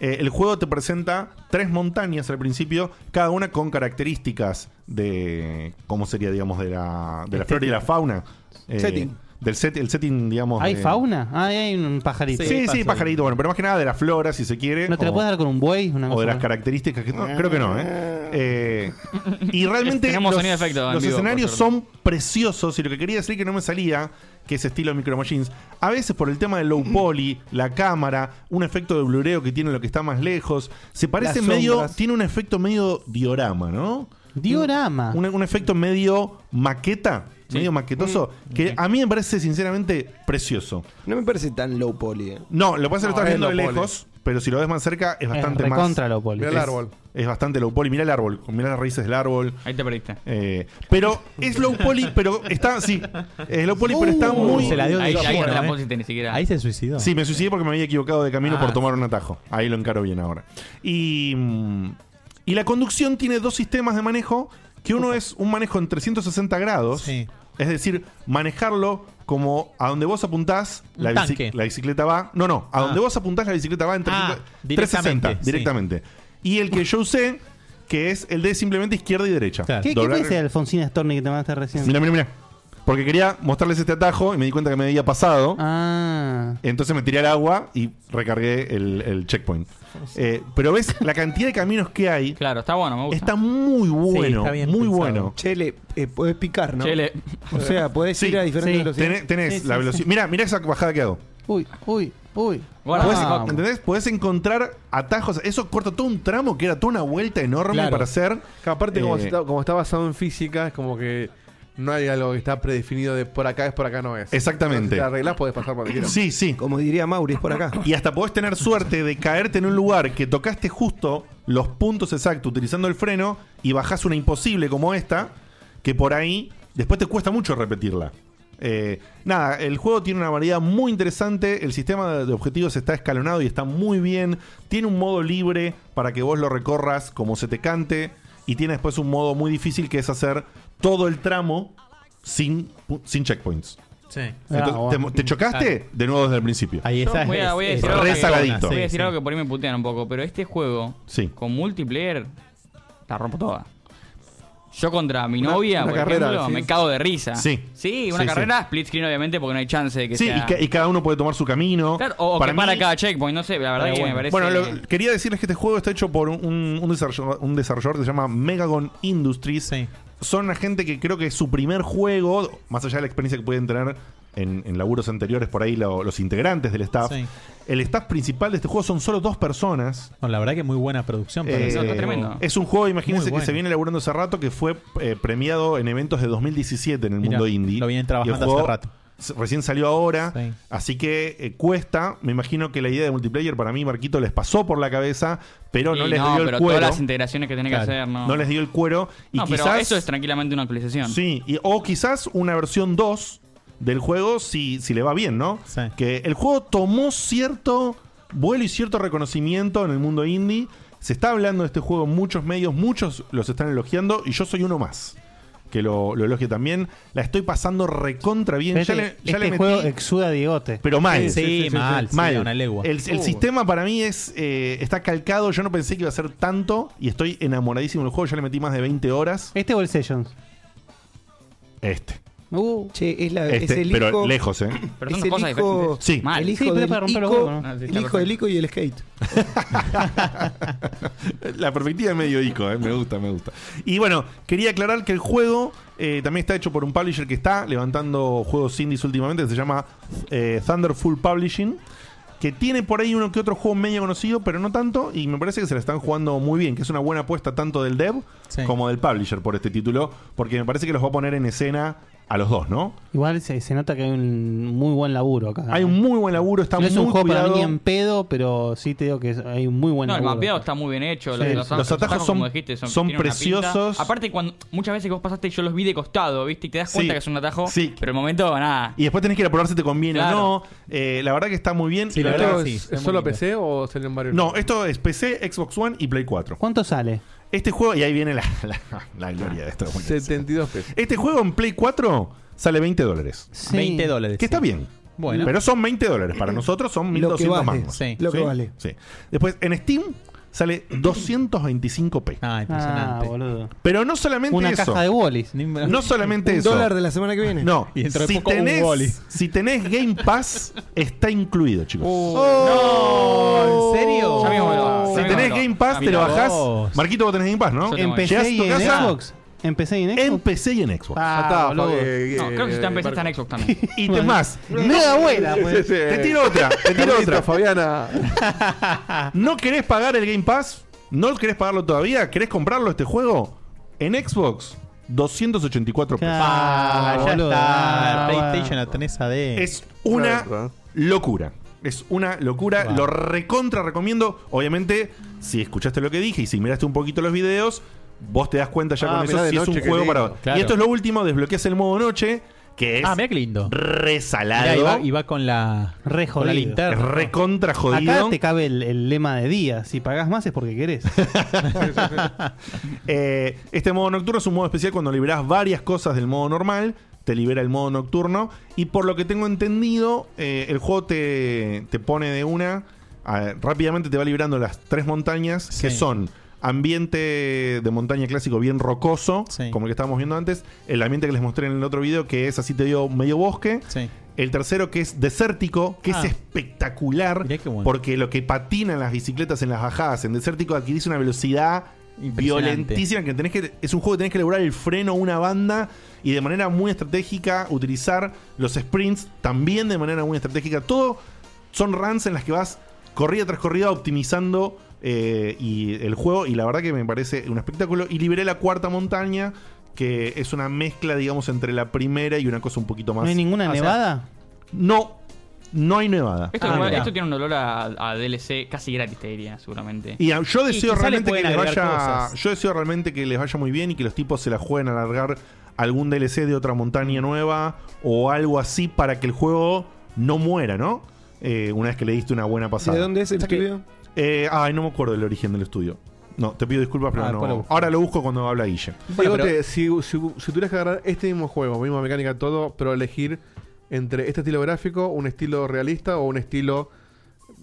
Speaker 2: Eh, el juego te presenta tres montañas al principio, cada una con características de cómo sería, digamos, de la, de la
Speaker 3: Estética.
Speaker 2: flora y la fauna. Eh,
Speaker 3: Setting.
Speaker 2: Del set, el setting, digamos.
Speaker 3: ¿Hay
Speaker 2: de-
Speaker 3: fauna? Ah, hay un pajarito.
Speaker 2: Sí, sí, pajarito, bueno, pero más que nada de la flora, si se quiere.
Speaker 3: ¿No te la
Speaker 2: o-
Speaker 3: puedes dar con un buey? Una
Speaker 2: o
Speaker 3: cosa
Speaker 2: de las
Speaker 3: más?
Speaker 2: características que no, creo que no, ¿eh? Eh, y realmente
Speaker 7: Tenemos
Speaker 2: los,
Speaker 7: sonido de efecto en
Speaker 2: los
Speaker 7: vivo,
Speaker 2: escenarios
Speaker 7: por suerte.
Speaker 2: son preciosos y lo que quería decir que no me salía, que es estilo Micro Machines, a veces por el tema del low poly, la cámara, un efecto de blureo que tiene lo que está más lejos, se parece
Speaker 3: Las
Speaker 2: medio,
Speaker 3: sombras.
Speaker 2: tiene un efecto medio diorama, ¿no?
Speaker 3: Diorama.
Speaker 2: Un, un efecto medio maqueta, medio maquetoso,
Speaker 3: Mm.
Speaker 2: que a mí me parece sinceramente precioso.
Speaker 8: No me parece tan low poly. eh.
Speaker 2: No, lo que pasa es que lo estás
Speaker 8: No, es
Speaker 2: viendo de
Speaker 8: low poly.
Speaker 2: lejos, pero si lo ves más cerca es bastante más.
Speaker 8: recontra low poly. Mirá el
Speaker 2: Es-
Speaker 8: árbol.
Speaker 2: Es bastante low poly. Mira el árbol, mira las raíces del árbol. Eh,
Speaker 7: Ahí te perdiste.
Speaker 2: pero es low poly, pero está, sí. Es low poly, pero está
Speaker 7: Uh,
Speaker 2: muy.
Speaker 7: se la dio Ahí- directo, ahí no la ¿eh? pusiste ni siquiera. Ahí se
Speaker 4: suicidó.
Speaker 2: Sí, me suicidé porque me había equivocado de camino
Speaker 4: Ah.
Speaker 2: por tomar un atajo. Ahí lo encaro bien ahora. Y. mm, Y la conducción tiene dos sistemas de manejo, que uno es un manejo en 360 grados. Es decir, manejarlo como a donde vos apuntás,
Speaker 4: Un
Speaker 2: la, bici-
Speaker 4: tanque.
Speaker 2: la bicicleta va. No, no, a
Speaker 4: Ah.
Speaker 2: donde vos apuntás, la bicicleta va en 360,
Speaker 4: Ah, directamente,
Speaker 2: 360,
Speaker 4: sí.
Speaker 2: directamente. Y el que yo usé, que es el de simplemente izquierda y derecha.
Speaker 3: ¿Qué, ¿qué
Speaker 2: Doblar-
Speaker 3: puede ser Alfonsina Storni que te mandaste recién?
Speaker 2: Mira, mira, mira. Porque quería mostrarles este atajo y me di cuenta que me había pasado. Entonces me tiré al agua y recargué el, el checkpoint. Eh, pero ves la cantidad de caminos que hay.
Speaker 7: Claro, está bueno, me gusta.
Speaker 2: Está muy bueno, muy bueno.
Speaker 8: Chele, eh, podés picar, ¿no?
Speaker 7: Chele.
Speaker 8: O sea, podés
Speaker 2: Sí,
Speaker 8: ir a diferentes
Speaker 2: sí.
Speaker 8: velocidades.
Speaker 2: Tenés, tenés la velocidad. Mira, mira esa bajada que hago.
Speaker 3: Uy, uy, uy.
Speaker 2: Podés-
Speaker 3: Vamos.
Speaker 2: ¿Entendés? Podés encontrar atajos. Eso corta todo un tramo que era toda una vuelta enorme
Speaker 6: Claro.
Speaker 2: para hacer.
Speaker 6: Que aparte, como,
Speaker 2: Eh,
Speaker 6: está, como está basado en física, es como que no hay algo que está predefinido de por acá es por acá no es. Si
Speaker 2: Exactamente.
Speaker 6: te arreglás, podés pasar por donde quieras.
Speaker 2: Sí, sí.
Speaker 8: Como diría Mauri, es por acá.
Speaker 2: Y hasta podés tener suerte de caerte en un lugar que tocaste justo los puntos exactos utilizando el freno y bajás una imposible como esta, que por ahí después te cuesta mucho repetirla. Eh, nada, el juego tiene una variedad muy interesante, el sistema de- de objetivos está escalonado y está muy bien, tiene un modo libre para que vos lo recorras como se te cante y tiene después un modo muy difícil que es hacer todo el tramo sin, pu- sin checkpoints.
Speaker 4: Sí.
Speaker 2: Entonces, te- te, chocaste de nuevo desde el principio.
Speaker 4: Ahí
Speaker 7: Ah, Yo voy a, voy a decir, algo,
Speaker 2: Re
Speaker 7: que-
Speaker 2: saladito.
Speaker 7: voy a decir algo que por ahí me putean un poco, pero este juego con multiplayer la rompo toda. Yo contra mi
Speaker 2: Una-
Speaker 7: novia,
Speaker 2: una
Speaker 7: por
Speaker 2: carrera,
Speaker 7: ejemplo,
Speaker 2: sí.
Speaker 7: me cago de risa.
Speaker 2: Sí.
Speaker 7: Sí,
Speaker 2: Sí,
Speaker 7: una
Speaker 2: sí.
Speaker 7: carrera split screen obviamente porque no hay chance de que
Speaker 2: Sí,
Speaker 7: sea...
Speaker 2: y, ca- y cada uno puede tomar su camino.
Speaker 7: Claro, o, o que para cada checkpoint, no sé, la verdad que me parece...
Speaker 2: Bueno, lo- quería decirles que este juego está hecho por un, un- un desarrollador, un desarrollador que se llama Megagon Industries. Son una gente que creo que es su primer juego, más allá de la experiencia que pueden tener en, en laburos anteriores por ahí lo- los integrantes del staff.
Speaker 4: Sí.
Speaker 2: El staff principal de este juego son solo dos personas.
Speaker 4: Ah, No, la verdad que muy buena producción. para
Speaker 2: Eh,
Speaker 4: hacer algo.
Speaker 2: Es un juego,
Speaker 4: Muy
Speaker 2: imagínense,
Speaker 4: bueno.
Speaker 2: que se viene elaborando hace rato, que fue eh, premiado en eventos de 2017 en el
Speaker 4: Mirá,
Speaker 2: mundo indie.
Speaker 4: lo vienen trabajando
Speaker 2: Y el juego
Speaker 4: hace rato.
Speaker 2: s- Recién salió ahora,
Speaker 4: Sí.
Speaker 2: así que eh, cuesta. Me imagino que la idea de multiplayer para mí, Marquito, les pasó por la cabeza, pero no
Speaker 7: Y
Speaker 2: les
Speaker 7: no,
Speaker 2: dio
Speaker 7: pero
Speaker 2: el cuero.
Speaker 7: todas las integraciones que tenés que hacer, no.
Speaker 2: les dio el cuero. Y
Speaker 7: no,
Speaker 2: quizás.
Speaker 7: pero eso es tranquilamente una actualización.
Speaker 2: Sí, y- o quizás una versión 2 del juego si, si le va bien, ¿no? Que el juego tomó cierto vuelo y cierto reconocimiento en el mundo indie. Se está hablando de este juego en muchos medios, muchos los están elogiando y yo soy uno más que lo, lo elogie también. La estoy pasando recontra bien.
Speaker 3: Este,
Speaker 2: ya le, ya
Speaker 3: este
Speaker 2: le metí-
Speaker 3: juego exuda diegote.
Speaker 2: pero mal. Mal.
Speaker 4: una legua.
Speaker 2: El, el
Speaker 4: Uh.
Speaker 2: sistema para mí es eh, está calcado. Yo no pensé que iba a ser tanto y estoy enamoradísimo del juego. Ya le metí más de 20 horas.
Speaker 3: ¿Este o el Sessions?
Speaker 2: Este.
Speaker 8: Che, es, la,
Speaker 2: Este,
Speaker 8: es el
Speaker 2: pero
Speaker 8: hijo-
Speaker 2: lejos, ¿eh? Pero
Speaker 8: es
Speaker 2: son
Speaker 8: el
Speaker 2: cosas
Speaker 8: hijo,
Speaker 2: diferentes. Sí.
Speaker 8: el
Speaker 2: Mal.
Speaker 8: hijo
Speaker 2: Sí, pero
Speaker 8: del
Speaker 2: para romper el
Speaker 8: Ico,
Speaker 2: huevo, ¿no? Ah, sí,
Speaker 8: el
Speaker 2: está
Speaker 8: hijo del Ico y el skate.
Speaker 2: La perspectiva es medio ico, eh, me gusta, me gusta. Y bueno, quería aclarar que el juego eh, también está hecho por un publisher que está levantando juegos indies últimamente, se llama eh, Thunderful Publishing, que tiene por ahí uno que otro juego medio conocido, pero no tanto, y me parece que se la están jugando muy bien, que es una buena apuesta tanto del dev como del publisher por este título, porque me parece que los va a poner en escena a los dos, ¿no?
Speaker 3: Igual se, se nota que hay un muy buen laburo acá.
Speaker 2: Hay un muy buen laburo, está
Speaker 3: no es
Speaker 2: muy
Speaker 3: un juego para
Speaker 2: cuidado.
Speaker 3: mí ni en pedo, pero sí te digo que es- hay un muy buen
Speaker 7: No, el
Speaker 3: laburo.
Speaker 7: mapeado está muy bien hecho. los-
Speaker 3: Sí.
Speaker 7: Los,
Speaker 3: Los atajos
Speaker 7: como
Speaker 3: son-
Speaker 7: dijiste,
Speaker 3: son
Speaker 7: tienen una pinta.
Speaker 3: preciosos.
Speaker 7: Aparte, cuando, muchas veces que vos pasaste, yo los vi de costado, ¿viste? Y te das
Speaker 2: Sí.
Speaker 7: cuenta que es un atajo.
Speaker 2: Sí.
Speaker 7: Pero el momento, nada.
Speaker 2: Y después tenés que ir a probar si te conviene
Speaker 7: Claro.
Speaker 2: o no. Eh, la verdad que está muy bien.
Speaker 6: Sí,
Speaker 2: Y
Speaker 6: la verdad
Speaker 2: que
Speaker 6: es- ¿es solo PC o salió en varios?
Speaker 2: No, esto es PC, Xbox One y Play 4.
Speaker 3: ¿Cuánto sale?
Speaker 2: Este juego, y ahí viene la, la- la gloria de esto.
Speaker 6: 72 pesos.
Speaker 2: Este juego en Play 4 sale 20 dólares.
Speaker 4: 20 dólares,
Speaker 2: Que está bien.
Speaker 4: Bueno.
Speaker 2: Pero son 20 dólares. Para nosotros son
Speaker 4: Lo que
Speaker 2: 1200
Speaker 4: vale,
Speaker 2: mangos.
Speaker 4: sí. Lo que vale.
Speaker 2: sí. Después, en Steam sale 225 pesos.
Speaker 4: Ah, impresionante.
Speaker 3: boludo.
Speaker 2: Pero no solamente
Speaker 3: Una
Speaker 2: eso.
Speaker 3: caja de Wallis.
Speaker 2: No solamente
Speaker 3: Un
Speaker 2: eso.
Speaker 3: dólar de
Speaker 8: la semana que viene.
Speaker 2: No.
Speaker 3: Y dentro de
Speaker 2: si,
Speaker 3: poco un
Speaker 2: tenés,
Speaker 3: Wally.
Speaker 2: si tenés Game Pass, está incluido, chicos.
Speaker 3: Oh,
Speaker 4: ¿En serio?
Speaker 3: Ah,
Speaker 2: Si tenés Game Pass, te lo bajás. Marquito, vos tenés Game Pass, ¿no?
Speaker 3: ¿En
Speaker 2: Llegás
Speaker 3: PC
Speaker 2: a
Speaker 3: y
Speaker 2: tu
Speaker 3: en
Speaker 2: casa-
Speaker 3: Xbox? ¿En PC y en Xbox? En
Speaker 2: PC y en Xbox.
Speaker 3: Ah, boludo.
Speaker 7: No, creo que si está en PC, está en Xbox también.
Speaker 2: Y te más.
Speaker 3: Mega abuela, pues.
Speaker 2: Sí, sí, sí. Te tiro otra, te tiro
Speaker 6: Carlito,
Speaker 2: otra.
Speaker 6: Fabiana.
Speaker 2: ¿No querés pagar el Game Pass? ¿No querés pagarlo todavía? ¿Querés comprarlo este juego? En Xbox, 284 pesos.
Speaker 4: Ah, ya está. PlayStation la tenés
Speaker 2: Ah,
Speaker 4: AD.
Speaker 2: Es
Speaker 4: ¿eh?
Speaker 2: una locura. Es una locura. Lo recontra recomiendo. Obviamente, si escuchaste lo que dije y si miraste un poquito los videos, vos te das cuenta ya
Speaker 4: Ah,
Speaker 2: con eso
Speaker 4: mirá de
Speaker 2: si es un
Speaker 4: noche, qué
Speaker 2: juego
Speaker 4: lindo.
Speaker 2: para.
Speaker 4: Claro.
Speaker 2: Y esto es lo último, desbloqueas el modo noche, que es
Speaker 4: Ah, mirá qué lindo. Mirá,
Speaker 2: resalado.
Speaker 4: y, va, y va con la,
Speaker 3: Re
Speaker 4: con
Speaker 3: jodido.
Speaker 4: la linterna.
Speaker 2: Es recontra jodido.
Speaker 3: Acá te cabe el, el lema de día. Si pagás más es porque querés.
Speaker 2: Eh, este modo nocturno es un modo especial cuando liberas varias cosas del modo normal. Te libera el modo nocturno. Y por lo que tengo entendido, eh, el juego te, te pone de una. a- rápidamente te va liberando las tres montañas que son. Ambiente de montaña clásico bien rocoso, como el que estábamos viendo antes. El ambiente que les mostré en el otro video, que es así te dio medio bosque. El tercero que es desértico, que
Speaker 4: Ah.
Speaker 2: es espectacular. Porque lo que patinan las bicicletas en las bajadas en desértico adquirís una velocidad
Speaker 4: Impresionante.
Speaker 2: violentísima que tenés que es un juego que tenés que lograr el freno una banda y de manera muy estratégica utilizar los sprints también de manera muy estratégica todo son runs en las que vas corrida tras corrida optimizando eh, y el juego y la verdad que me parece un espectáculo y liberé la cuarta montaña que es una mezcla digamos entre la primera y una cosa un poquito más
Speaker 3: ¿No hay ninguna
Speaker 2: O sea,
Speaker 3: nevada? Ah,
Speaker 2: no no hay nevada
Speaker 7: Esto,
Speaker 2: No hay
Speaker 7: igual-
Speaker 2: nevada.
Speaker 7: esto tiene un olor a, a DLC casi gratis, te diría, seguramente.
Speaker 2: Y a- yo deseo
Speaker 7: quizá le
Speaker 2: realmente que
Speaker 7: pueden
Speaker 2: les
Speaker 7: agregar
Speaker 2: vaya.
Speaker 7: cosas.
Speaker 2: Yo deseo realmente que les vaya muy bien y que los tipos se la jueguen a alargar algún DLC de otra montaña nueva o algo así para que el juego no muera, ¿no? Eh, una vez que le diste una buena pasada.
Speaker 8: ¿De dónde es el
Speaker 2: O sea que-
Speaker 8: estudio?
Speaker 2: Eh, ay, no me acuerdo del origen del estudio. No, te pido disculpas, pero
Speaker 8: Ah,
Speaker 2: no.
Speaker 8: después lo busco.
Speaker 2: Ahora lo busco cuando habla Guille.
Speaker 6: Digo, te- si, si, si tuvieras que agarrar este mismo juego, misma mecánica, todo, pero elegir entre este estilo gráfico, un estilo realista o un estilo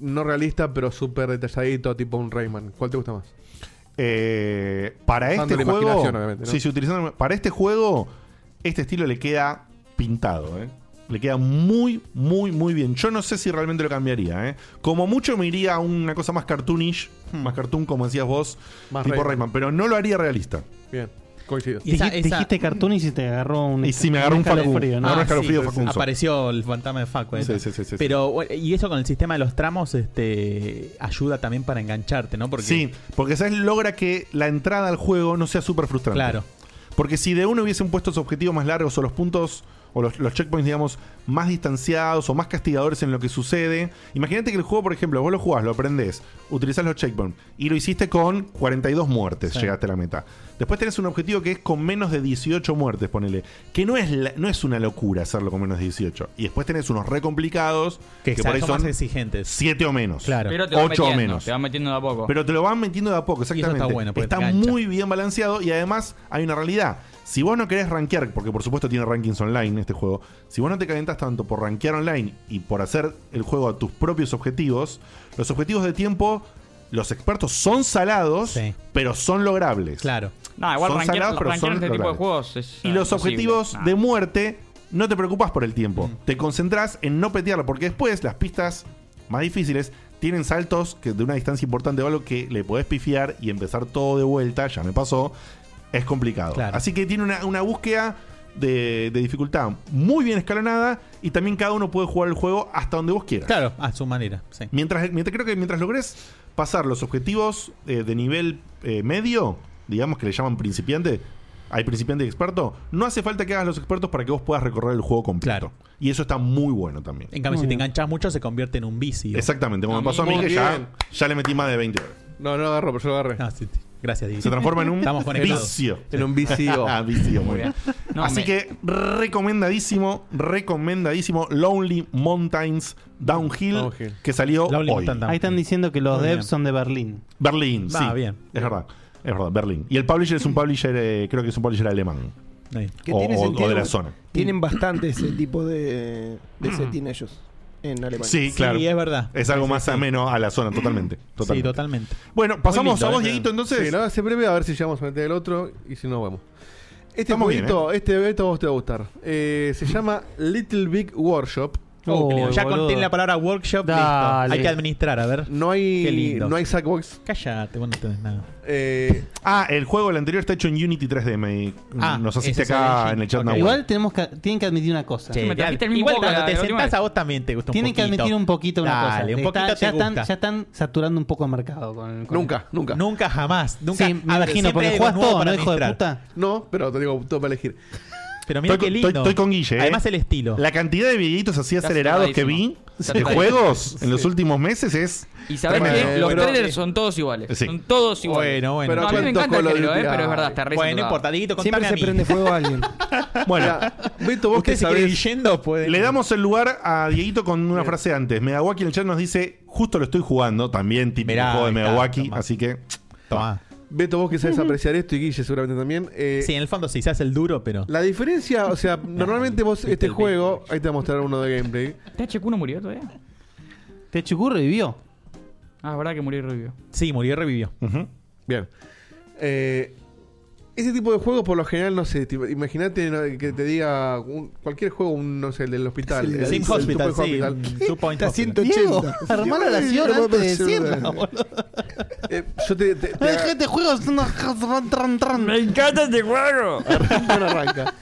Speaker 6: no realista, pero súper detalladito, tipo un Rayman. ¿Cuál te gusta más?
Speaker 2: Eh, para este
Speaker 6: Usando la
Speaker 2: juego,
Speaker 6: imaginación, obviamente, ¿no?
Speaker 2: sí, sí, utilizando- para este juego, este estilo le queda pintado, ¿eh? Le queda muy, muy, muy bien. Yo no sé si realmente lo cambiaría, ¿eh? Como mucho me iría a una cosa más cartoonish, más cartoon, como decías vos,
Speaker 6: Hmm. Más
Speaker 2: tipo
Speaker 6: Rayman.
Speaker 2: Rayman. pero no lo haría realista.
Speaker 6: Bien, coincido.
Speaker 4: Y esa-
Speaker 3: Dijiste-
Speaker 4: esa-
Speaker 3: Dijiste cartoon y si te agarró un.
Speaker 2: Y si me agarró un
Speaker 3: escalofrío,
Speaker 2: Facu.
Speaker 3: ¿no? Ah,
Speaker 2: Me agarró un
Speaker 4: sí,
Speaker 2: escalofrío,
Speaker 4: pues,
Speaker 2: Facunzo.
Speaker 4: apareció el fantasma de Facu. ¿eh?
Speaker 2: Sí, sí, sí, sí,
Speaker 4: Pero, bueno, y eso con el sistema de los tramos este, ayuda también para engancharte, ¿no? Porque
Speaker 2: Sí, porque ¿sabes? logra que la entrada al juego no sea súper frustrante.
Speaker 4: Claro.
Speaker 2: Porque si de uno hubiesen puesto los objetivos más largos o los puntos o los, los checkpoints, digamos, más distanciados o más castigadores en lo que sucede. Imagínate que el juego, por ejemplo, vos lo jugás, lo aprendés, utilizás los checkpoints y lo hiciste con 42 muertes,
Speaker 20: Sí.
Speaker 2: llegaste a la meta. Después tenés un objetivo que es con menos de 18 muertes, ponele. Que no es, la- no es una locura hacerlo con menos de 18. Y después tenés unos re complicados
Speaker 4: que,
Speaker 2: que, por ahí
Speaker 4: son más
Speaker 2: son
Speaker 4: exigentes.
Speaker 2: 7 o menos.
Speaker 4: Claro.
Speaker 7: Pero te van
Speaker 2: 8 o
Speaker 7: metiendo,
Speaker 2: menos.
Speaker 7: Te van metiendo de a poco.
Speaker 2: Pero te lo van metiendo de a poco, exactamente.
Speaker 4: está bueno, porque
Speaker 2: Está
Speaker 4: te engancha.
Speaker 2: muy bien balanceado y además hay una realidad. Si vos no querés rankear, porque por supuesto tiene rankings online este juego, si vos no te calentas tanto por rankear online y por hacer el juego a tus propios objetivos, los objetivos de tiempo, los expertos son salados, pero son logrables. Claro.
Speaker 7: No, igual
Speaker 2: son
Speaker 7: rankear,
Speaker 2: salados, pero
Speaker 7: rankear
Speaker 2: son
Speaker 7: este tipo de
Speaker 2: logrables.
Speaker 7: juegos es,
Speaker 2: Y
Speaker 7: eh,
Speaker 2: los
Speaker 7: imposible.
Speaker 2: objetivos
Speaker 7: Nah. Mm.
Speaker 2: de muerte, no te preocupas por el tiempo. Te concentras en no petearlo, porque después las pistas más difíciles tienen saltos que de una distancia importante o algo que le podés pifiar y empezar todo de vuelta, ya me pasó, es complicado. Así que tiene una, una búsqueda de, de dificultad muy bien escalonada y también cada uno puede jugar el juego hasta donde vos quieras.
Speaker 4: Claro, a su manera. sí.
Speaker 2: Mientras, mientras- creo que mientras logres pasar los objetivos eh, de nivel eh, medio, digamos que le llaman principiante, hay principiante y experto, no hace falta que hagas los expertos para que vos puedas recorrer el juego completo. Y eso está muy bueno también.
Speaker 4: En cambio, si te enganchas mucho, se convierte en un vicio.
Speaker 2: Exactamente, como me pasó a mí, que ya, ya le metí más de 20 horas. No, no lo agarro, pero yo lo agarré.
Speaker 4: Ah, Gracias, Diego.
Speaker 2: Se transforma en un
Speaker 4: Estamos conectados.
Speaker 2: vicio.
Speaker 4: En un vicio.
Speaker 2: ah, vicio, muy bien.
Speaker 4: No,
Speaker 2: Así
Speaker 4: me-
Speaker 2: que recomendadísimo, recomendadísimo Lonely Mountains Downhill,
Speaker 3: Downhill.
Speaker 2: que salió hoy.
Speaker 3: Ahí están diciendo que los
Speaker 2: Muy
Speaker 3: devs
Speaker 2: bien.
Speaker 3: son de Berlín.
Speaker 2: Berlín,
Speaker 3: Ah,
Speaker 2: sí.
Speaker 3: bien.
Speaker 2: Es verdad. Es verdad, Berlín. Y el publisher es un publisher, eh, creo que es un publisher alemán.
Speaker 8: Que
Speaker 2: O,
Speaker 8: tiene
Speaker 2: o- o
Speaker 8: sentido,
Speaker 2: de la zona.
Speaker 8: Tienen bastante ese tipo de, de setting ellos en Alemania.
Speaker 2: Sí, claro.
Speaker 4: es verdad.
Speaker 2: Es algo más ameno a la zona, totalmente.
Speaker 4: Sí,
Speaker 2: totalmente.
Speaker 4: totalmente.
Speaker 2: Bueno, pasamos a
Speaker 4: ¿eh?
Speaker 2: vos,
Speaker 6: Dieguito,
Speaker 2: Dieguito, entonces.
Speaker 6: Sí, lo hace breve a ver si llegamos a meter el otro y si no, vamos. Este
Speaker 2: Estamos bien,
Speaker 6: jueguito, este evento a vos te va a gustar. Eh, se llama Little Big Workshop.
Speaker 4: Oh, ya contiene la palabra workshop. Listo. Hay que administrar, a ver.
Speaker 6: No hay,
Speaker 4: Qué lindo.
Speaker 6: no hay Sackbox.
Speaker 4: Cállate, vos no tenés nada.
Speaker 2: ah, el juego, el anterior, está hecho en Unity 3D. me-
Speaker 4: Ah,
Speaker 2: nos asiste
Speaker 4: ese es el
Speaker 2: acá
Speaker 4: engine.
Speaker 2: en el chat
Speaker 4: Ok.
Speaker 2: Nahuel.
Speaker 3: Igual tenemos que, tienen que admitir una cosa.
Speaker 4: Che, ya- igual cuando te sentás a vos también te gusta un
Speaker 3: Tienen que
Speaker 4: poquito.
Speaker 3: admitir un poquito una
Speaker 4: Dale,
Speaker 3: cosa.
Speaker 4: un poquito
Speaker 3: Está-
Speaker 4: te
Speaker 3: ya, están,
Speaker 4: gusta.
Speaker 3: ya están saturando un poco el mercado. Con, con-
Speaker 6: nunca.
Speaker 4: Nunca jamás. Nunca.
Speaker 3: Sí, me
Speaker 4: A ver,
Speaker 3: imagino,
Speaker 4: siempre
Speaker 3: porque
Speaker 4: hay algo
Speaker 3: jugás
Speaker 4: nuevo
Speaker 3: todo,
Speaker 4: para
Speaker 3: ¿no, hijo de
Speaker 4: administrar.
Speaker 3: puta?
Speaker 6: No, pero te digo, todo para elegir.
Speaker 4: Pero mira
Speaker 2: Estoy con-
Speaker 4: qué lindo.
Speaker 2: Estoy, estoy con Guille. ¿eh?
Speaker 4: Además el estilo.
Speaker 2: La cantidad de videitos así
Speaker 4: Está
Speaker 2: acelerados que vi
Speaker 4: saturadísimo.
Speaker 2: de
Speaker 4: Saturadísimo.
Speaker 2: juegos en los
Speaker 4: Sí.
Speaker 2: últimos meses es.
Speaker 7: Y sabés
Speaker 2: tremendo.
Speaker 7: que los trailers son todos iguales.
Speaker 2: Sí.
Speaker 7: Son todos iguales.
Speaker 2: Bueno, bueno.
Speaker 7: No, a mí me
Speaker 2: ¿cuánto
Speaker 7: encanta el
Speaker 2: Call of
Speaker 7: género, eh,
Speaker 2: Duty
Speaker 7: pero es
Speaker 2: hay?
Speaker 7: verdad, está re
Speaker 2: Bueno,
Speaker 7: saturado.
Speaker 2: no importa, Dieguito,
Speaker 8: Siempre se prende fuego a alguien.
Speaker 2: Bueno, Beto, vos
Speaker 8: Usted
Speaker 2: que
Speaker 8: si quiere
Speaker 2: sabés-
Speaker 8: ir
Speaker 2: Le damos el lugar a Dieguito con una frase antes. Megawaki en el chat nos dice: Justo lo estoy jugando. También, típico
Speaker 6: Mirá,
Speaker 2: juego de
Speaker 6: ahí está,
Speaker 2: Megawaki. Así que. Toma.
Speaker 6: Beto, vos que sabes apreciar esto y Guille seguramente también. eh,
Speaker 4: Sí, en el fondo sí, se hace el duro, pero.
Speaker 6: La diferencia, o sea, normalmente vos este juego, ahí te voy a mostrar uno de gameplay.
Speaker 7: THQ no murió todavía.
Speaker 3: THQ revivió.
Speaker 7: Ah, es verdad que murió y revivió.
Speaker 4: Sí, murió y revivió.
Speaker 6: Bien. Eh, ese tipo de juegos por lo general, no sé, tipo, imagínate no, que te diga un- cualquier juego, un, no sé, el del hospital.
Speaker 4: Sí,
Speaker 6: el- el-
Speaker 4: Sim
Speaker 6: el
Speaker 4: Hospital,
Speaker 6: tipo de
Speaker 4: sí,
Speaker 6: hospital.
Speaker 4: un Two Point Está Hospital.
Speaker 3: 180. Armá la oración antes de decirla,
Speaker 6: Eh, yo te, te- te-
Speaker 3: Este juego es una... Me
Speaker 7: encanta este juego.
Speaker 6: arranca, no arranca.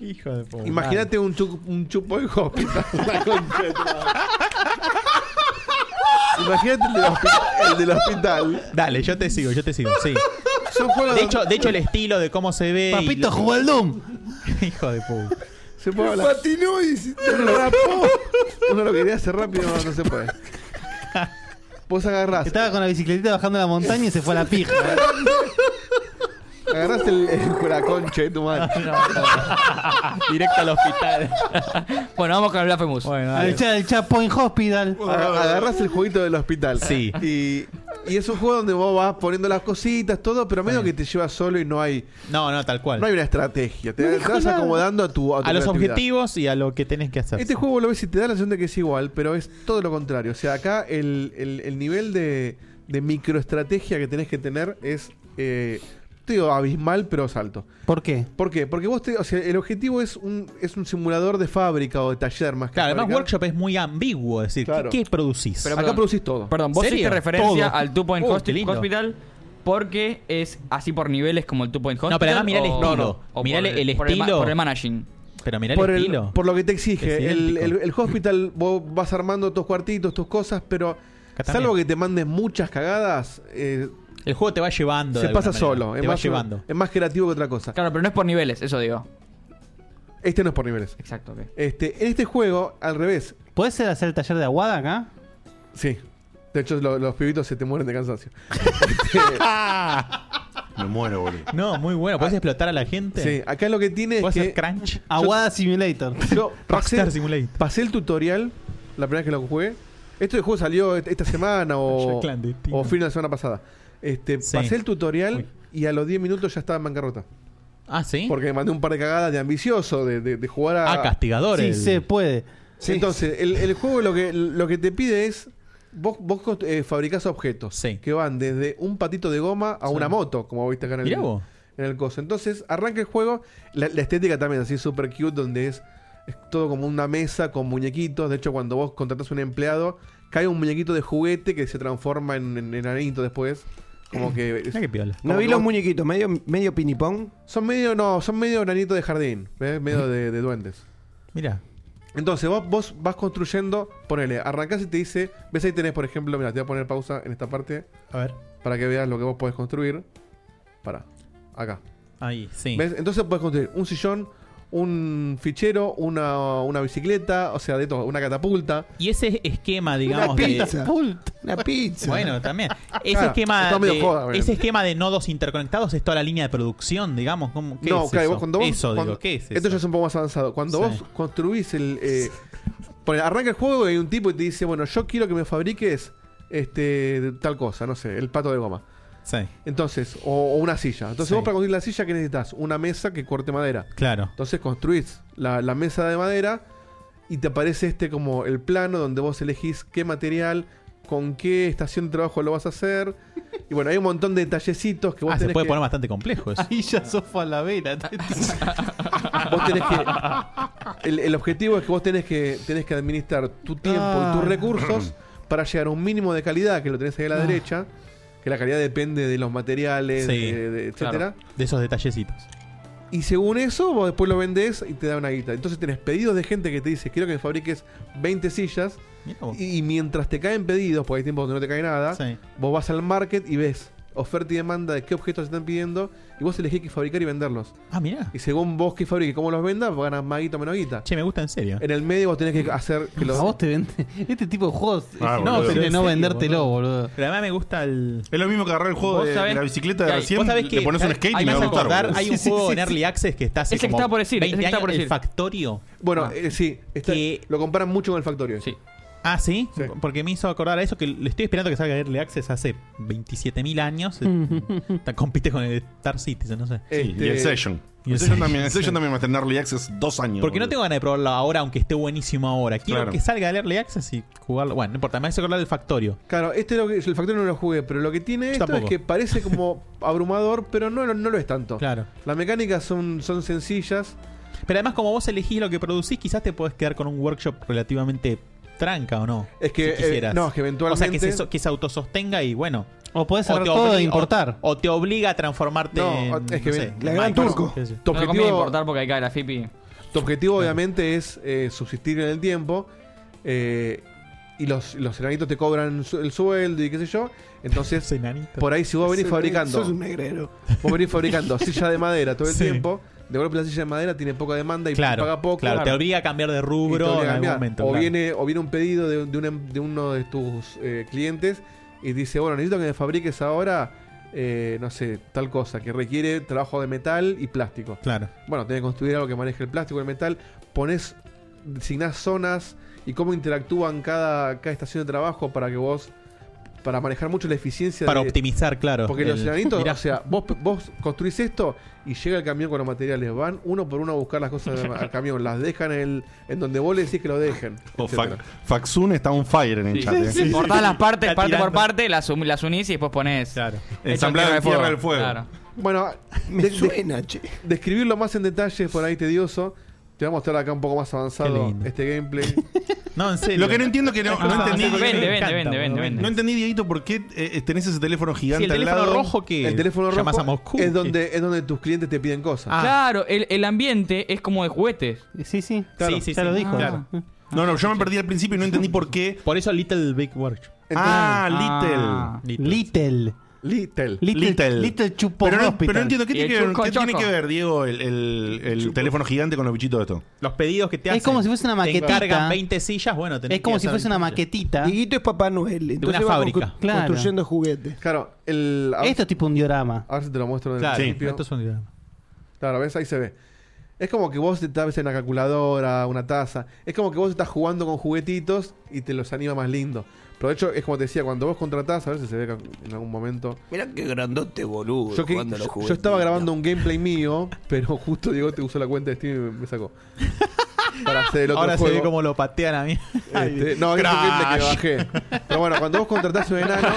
Speaker 4: Hijo de puta.
Speaker 6: Imagínate un, chu- un chupo de hospital. La concha de tu madre. Imagínate el del hospi- el del hospital.
Speaker 4: Dale, yo te sigo, yo te sigo, sí.
Speaker 6: Son juegos
Speaker 4: De hecho, de hecho el estilo de cómo se ve. y
Speaker 6: Papito
Speaker 4: lo-
Speaker 6: jugó al Doom.
Speaker 4: Hijo de puta.
Speaker 6: Se puede hablar. Patinó y se rapó. Uno lo quería hacer rápido, no, no se puede. Vos agarrás.
Speaker 3: Estaba con la bicicletita bajando la montaña y se fue a la pija.
Speaker 6: Agarrás el, el- la concha de tu madre.
Speaker 4: Directo al hospital.
Speaker 7: bueno, vamos con el Blasphemous.
Speaker 4: Bueno,
Speaker 3: Al cha- al Chapoin Hospital.
Speaker 6: Aga- Agarrás el jueguito del hospital.
Speaker 4: Sí.
Speaker 6: Y, y es un juego donde vos vas poniendo las cositas, todo, pero medio que te llevas solo y no hay.
Speaker 4: No, no, tal cual.
Speaker 6: No hay una estrategia. Te,
Speaker 4: No
Speaker 6: te
Speaker 4: dijo
Speaker 6: vas
Speaker 4: nada.
Speaker 6: acomodando a tu. tu
Speaker 4: A los
Speaker 6: creatividad.
Speaker 4: objetivos y a lo que tenés que hacer.
Speaker 6: Este juego lo ves y te da la sensación de que es igual, pero es todo lo contrario. O sea, acá el, el- el nivel de, de microestrategia que tenés que tener es, eh, te digo, abismal, pero salto.
Speaker 3: ¿Por
Speaker 4: Ah,
Speaker 3: qué?
Speaker 6: ¿Por qué? Porque vos te, o sea, el objetivo es un, es un simulador de fábrica o de taller más que
Speaker 4: Claro, además
Speaker 6: fábrica.
Speaker 4: Workshop es muy ambiguo, es decir, ¿qué-
Speaker 6: Claro.
Speaker 4: ¿qué, producís?
Speaker 7: Pero,
Speaker 6: Acá
Speaker 7: perdón.
Speaker 6: producís todo.
Speaker 7: Perdón, vos
Speaker 4: ¿Serio?
Speaker 7: hiciste referencia
Speaker 4: Todo.
Speaker 7: al Two Point
Speaker 4: Uy, qué
Speaker 7: Hosti-
Speaker 4: lindo.
Speaker 7: Hospital porque es así por niveles como el Two Point Hospital.
Speaker 4: No, pero además mirá el
Speaker 7: o-
Speaker 4: estilo.
Speaker 7: o
Speaker 4: Mirá
Speaker 7: por
Speaker 4: el, el
Speaker 7: por ma-
Speaker 4: estilo.
Speaker 7: por el managing.
Speaker 4: Pero mirá
Speaker 6: por,
Speaker 4: el
Speaker 6: el-
Speaker 4: estilo.
Speaker 6: por lo que te
Speaker 4: Es
Speaker 6: exige. El,
Speaker 4: idéntico.
Speaker 6: el- el hospital, vos vas armando tus cuartitos, tus cosas, pero
Speaker 4: también.
Speaker 6: salvo que te mandes muchas cagadas, eh,
Speaker 4: El juego te va llevando. de
Speaker 6: se pasa
Speaker 4: alguna manera.
Speaker 6: solo.
Speaker 4: Te
Speaker 6: Es
Speaker 4: va
Speaker 6: más, este,
Speaker 4: llevando.
Speaker 6: es más creativo que otra cosa.
Speaker 7: Claro, pero no es por niveles, eso digo.
Speaker 6: Este no es por niveles.
Speaker 7: Exacto, ok.
Speaker 6: Este, en este juego, al revés.
Speaker 3: ¿Puedes hacer el taller de aguada acá?
Speaker 6: Sí. De hecho, lo- los pibitos se te mueren de cansancio.
Speaker 2: Me muero, boludo.
Speaker 4: No, muy bueno. ¿Puedes explotar a la gente?
Speaker 6: Ah, Sí, acá lo que tiene es
Speaker 4: ¿Puedes
Speaker 6: que.
Speaker 4: hacer crunch?
Speaker 3: Aguada Simulator.
Speaker 6: Yo pasé,
Speaker 4: Rockstar Simulator.
Speaker 6: pasé el tutorial la primera vez que lo jugué. Este juego salió et- esta semana o,
Speaker 4: Ya clandestino.
Speaker 6: o fin de la semana pasada. Este,
Speaker 4: Sí.
Speaker 6: Pasé el tutorial y a los 10 minutos ya estaba en bancarrota.
Speaker 4: Ah, sí.
Speaker 6: Porque me mandé un par de cagadas de ambicioso, de, de- de jugar a.
Speaker 4: Ah, castigador.
Speaker 3: Sí,
Speaker 4: el-
Speaker 3: se puede.
Speaker 6: Sí, Entonces, el, el juego lo que, lo que te pide es. Vos, vos cost- eh, fabricás objetos que van desde un patito de goma a una moto, como viste acá en el,
Speaker 4: Mirá vos.
Speaker 6: en el coso. Entonces, arranca el juego. La, la estética también, así super cute, donde es, es todo como una mesa con muñequitos. De hecho, cuando vos contratás un empleado, cae un muñequito de juguete que se transforma en, en enanito después. Como que. es-
Speaker 8: No
Speaker 6: como
Speaker 8: vi
Speaker 6: que
Speaker 8: los
Speaker 6: vos-
Speaker 8: muñequitos, medio, medio pinipón.
Speaker 6: Son medio, no, son medio enanito de jardín, ¿ves? medio de, de duendes.
Speaker 4: Mira.
Speaker 6: Entonces vos, vos vas construyendo, ponele, arrancás y te dice, ves ahí tenés, por ejemplo, mira, te voy a poner pausa en esta parte
Speaker 4: A ver.
Speaker 6: para que veas lo que vos podés construir. Para, acá.
Speaker 4: Ahí, sí.
Speaker 6: ¿Ves? Entonces puedes construir un sillón, un fichero, una, una bicicleta, o sea, de todo, una catapulta.
Speaker 4: Y ese esquema,
Speaker 6: Una
Speaker 4: digamos. de-
Speaker 6: pizza.
Speaker 8: Una pizza.
Speaker 4: Bueno, también. Ese,
Speaker 6: Claro,
Speaker 4: esquema
Speaker 6: está medio
Speaker 4: de,
Speaker 6: joda,
Speaker 4: ese
Speaker 6: obviamente.
Speaker 4: esquema de nodos interconectados es toda la línea de producción, digamos. ¿Cómo, ¿Qué
Speaker 6: no,
Speaker 4: es
Speaker 6: claro,
Speaker 4: eso?
Speaker 6: vos cuando vos.
Speaker 4: Eso,
Speaker 6: cuando-
Speaker 4: digo, ¿qué es eso?
Speaker 6: Esto ya es un poco más avanzado. Cuando
Speaker 4: Sí.
Speaker 6: vos construís el. eh, ponele, arranca el juego y hay un tipo y te dice, bueno, yo quiero que me fabriques este tal cosa, no sé, el pato de goma.
Speaker 4: Sí.
Speaker 6: Entonces, o, o una silla. Entonces,
Speaker 4: Sí.
Speaker 6: vos para conseguir la silla, ¿qué necesitas? Una mesa que corte madera.
Speaker 4: Claro.
Speaker 6: Entonces, construís la, la mesa de madera y te aparece este como el plano donde vos elegís qué material, con qué estación de trabajo lo vas a hacer. Y bueno, hay un montón de detallecitos que vos
Speaker 4: Ah, se
Speaker 6: tenés
Speaker 4: puede
Speaker 6: que-
Speaker 4: poner bastante complejo eso.
Speaker 3: Ahí ya sofa la vela.
Speaker 6: Vos tenés que. El, el objetivo es que vos tenés que, tenés que administrar tu tiempo y tus
Speaker 3: Ah.
Speaker 6: recursos para llegar a un mínimo de calidad, que lo tenés ahí a la
Speaker 4: Ah.
Speaker 6: derecha, que la calidad depende de los materiales,
Speaker 4: Sí,
Speaker 6: de- de-
Speaker 4: claro.
Speaker 6: etcétera.
Speaker 4: De esos detallecitos.
Speaker 6: Y según eso, vos después lo vendés y te da una guita. Entonces tenés pedidos de gente que te dice, quiero que me fabriques 20 sillas. Y, y mientras te caen pedidos, porque hay tiempos donde no te cae nada,
Speaker 4: Sí.
Speaker 6: vos vas al market y ves oferta y demanda de qué objetos están pidiendo y vos elegís qué fabricar y venderlos.
Speaker 4: Ah, mirá.
Speaker 6: Y según vos qué fabriques, cómo los vendas, ganas más guita o menos guita.
Speaker 4: Che, me gusta en serio.
Speaker 6: En el medio vos tenés que hacer que los...
Speaker 3: A vos te vende. Este tipo de juegos
Speaker 6: Ah,
Speaker 3: no,
Speaker 6: boludo.
Speaker 3: pero
Speaker 6: En
Speaker 3: no
Speaker 6: serio,
Speaker 3: vendértelo, boludo.
Speaker 4: Pero además me gusta el.
Speaker 2: Es lo mismo que agarrar el juego
Speaker 4: ¿Vos
Speaker 2: de,
Speaker 4: sabés-
Speaker 2: de la bicicleta de
Speaker 4: Ay,
Speaker 2: recién.
Speaker 4: vos sabés
Speaker 2: le pones un skate y
Speaker 4: ahí
Speaker 2: le
Speaker 4: me
Speaker 2: va a
Speaker 4: vas a
Speaker 2: gustar.
Speaker 4: acordar,
Speaker 2: boludo.
Speaker 4: Hay un juego en Early Access que está hace
Speaker 6: Ese que
Speaker 4: como
Speaker 6: estaba por decir, ese
Speaker 4: 20
Speaker 6: que estaba
Speaker 4: años,
Speaker 6: por
Speaker 4: El
Speaker 6: decir.
Speaker 4: Factorio.
Speaker 6: Bueno, eh, sí, está- lo comparan mucho con el Factorio.
Speaker 7: Sí.
Speaker 4: Ah, ¿sí? Porque me hizo acordar a eso que le estoy esperando que salga Early Access hace 27.000 años. Está- Compite con el Star Citizen, no sé.
Speaker 2: Sí, y el
Speaker 7: este-
Speaker 2: Session. Este,
Speaker 4: Y
Speaker 2: el Session también, el
Speaker 4: Sí.
Speaker 2: Session también va a tener Early Access dos años.
Speaker 4: Porque no
Speaker 2: boludo.
Speaker 4: tengo ganas de probarlo ahora, aunque esté buenísimo ahora. Quiero
Speaker 2: Claro.
Speaker 4: que salga el Early Access y jugarlo. Bueno, no importa, me hace acordar del Factorio.
Speaker 6: Claro, este lo que, el Factorio no lo jugué, pero lo que tiene esto
Speaker 4: tampoco.
Speaker 6: es que parece como abrumador, pero no, no, no lo es tanto.
Speaker 4: Claro.
Speaker 6: Las mecánicas son, son sencillas.
Speaker 4: Pero además, como vos elegís lo que producís, quizás te podés quedar con un workshop relativamente tranca o no.
Speaker 6: Es que,
Speaker 4: Si quisieras.
Speaker 6: eh, no, es que
Speaker 4: O sea, que
Speaker 6: eventualmente-
Speaker 4: se, so- que se autosostenga y bueno.
Speaker 3: O podés
Speaker 4: hacer
Speaker 3: cerrar todo e importar.
Speaker 4: O, te obliga a transformarte
Speaker 6: No,
Speaker 4: en.
Speaker 6: es que
Speaker 4: no sé,
Speaker 6: ven- la gran
Speaker 4: Microsoft,
Speaker 6: turco.
Speaker 4: qué sé yo.
Speaker 6: Tu
Speaker 7: No lo conviene
Speaker 6: objetivo-
Speaker 7: importar porque ahí cae la FIPI.
Speaker 6: Tu objetivo obviamente es eh, subsistir en el tiempo. eh, y los, los enanitos te cobran su- el sueldo y qué sé yo. Entonces, por ahí si vos venís
Speaker 8: Ese-
Speaker 6: fabricando...
Speaker 8: sos un negrero.
Speaker 6: Vos venís fabricando silla de madera todo el
Speaker 4: Sí.
Speaker 6: tiempo. De golpe la silla de madera tiene poca demanda y
Speaker 4: Claro,
Speaker 6: paga poco.
Speaker 4: claro, te obliga a cambiar de rubro
Speaker 6: Y te obliga a
Speaker 4: en algún
Speaker 6: cambiar.
Speaker 4: momento,
Speaker 6: O,
Speaker 4: claro.
Speaker 6: viene, o viene un pedido de, de una em- de uno de tus eh, clientes y dice, bueno, necesito que me fabriques ahora, eh, no sé, tal cosa, que requiere trabajo de metal y plástico.
Speaker 4: Claro.
Speaker 6: Bueno, tenés que construir algo que maneje el plástico y el metal. Pones, designás zonas y cómo interactúan cada, cada estación de trabajo para que vos... Para manejar mucho la eficiencia.
Speaker 4: Para
Speaker 6: de-
Speaker 4: optimizar, claro,
Speaker 6: Porque los
Speaker 4: el-
Speaker 6: enanitos,
Speaker 4: Mirá.
Speaker 6: o sea, vos, vos construís esto y llega el camión con los materiales. Van uno por uno a buscar las cosas al al camión. Las dejan en, el- en donde vos le decís que lo dejen.
Speaker 2: O
Speaker 6: etcétera.
Speaker 2: Fac- Faxun está on fire en el chat. eh.
Speaker 7: Cortás las partes, parte por parte, las, un- las unís y después ponés. Claro.
Speaker 2: Ensamblar en Tierra del Fuego.
Speaker 7: Claro.
Speaker 6: Bueno, me suena, che. Describirlo más en detalle es por ahí tedioso. Te voy a mostrar acá un poco más avanzado este gameplay.
Speaker 4: No, en
Speaker 2: Lo que no entiendo que no, no entendí.
Speaker 7: Ah, Vende, vende, vende, vende, vende.
Speaker 2: No entendí, Dieguito, por qué eh, tenés ese teléfono gigante
Speaker 7: Sí, el
Speaker 2: al
Speaker 7: teléfono
Speaker 2: lado.
Speaker 7: rojo que
Speaker 6: El teléfono rojo
Speaker 7: Llamás a Moscú, Ah.
Speaker 6: es donde es donde tus clientes te piden cosas.
Speaker 7: Claro, el, el ambiente es como de juguetes.
Speaker 3: Ah. Sí, sí.
Speaker 7: Claro.
Speaker 4: Sí, sí, Ya sí. lo dijo. Claro.
Speaker 2: No, no, yo me perdí al principio y no entendí por qué.
Speaker 4: Por eso Little Big Workshop.
Speaker 2: Ah,
Speaker 3: Little. Little.
Speaker 6: Little.
Speaker 3: Little. Little, Chupón
Speaker 2: pero, no,
Speaker 3: Hospital.
Speaker 2: pero no entiendo, ¿qué tiene, que ver, qué tiene que ver, Diego, el, el- el teléfono gigante con los bichitos de esto?
Speaker 4: Los pedidos que te
Speaker 3: Es
Speaker 4: hacen.
Speaker 3: como si fuese una
Speaker 4: Te
Speaker 3: maquetita.
Speaker 4: cargan 20 sillas, bueno, tenés
Speaker 3: Es como
Speaker 4: que
Speaker 3: si
Speaker 4: hacer
Speaker 3: fuese una
Speaker 4: 20 sillas.
Speaker 3: maquetita.
Speaker 8: Dieguito es Papá Noel. entonces
Speaker 4: una
Speaker 8: va
Speaker 4: fábrica.
Speaker 8: constru-
Speaker 3: Claro.
Speaker 8: Construyendo juguetes.
Speaker 6: Claro, el, a-
Speaker 3: Esto es tipo un diorama.
Speaker 6: Ahora te lo muestro en el
Speaker 4: Claro,
Speaker 6: principio.
Speaker 4: esto es un diorama.
Speaker 6: Claro, ¿ves? Ahí se ve. Es como que vos te ves en la calculadora, una taza. Es como que vos estás jugando con juguetitos y te los anima más lindo. Pero de hecho, es como te decía, cuando vos contratás, a ver si se ve acá en algún momento.
Speaker 8: Mirá qué grandote, boludo.
Speaker 6: Yo, que-
Speaker 8: jugando a los
Speaker 6: yo- yo
Speaker 8: juguetes.
Speaker 6: estaba grabando un gameplay mío, pero justo Diego te usó la cuenta de Steam y me, me sacó. Para hacer el otro
Speaker 4: Ahora se
Speaker 6: juego.
Speaker 4: ve como lo patean a mí.
Speaker 6: Este, no, es un gameplay que bajé. Pero bueno, cuando vos contratás un enano,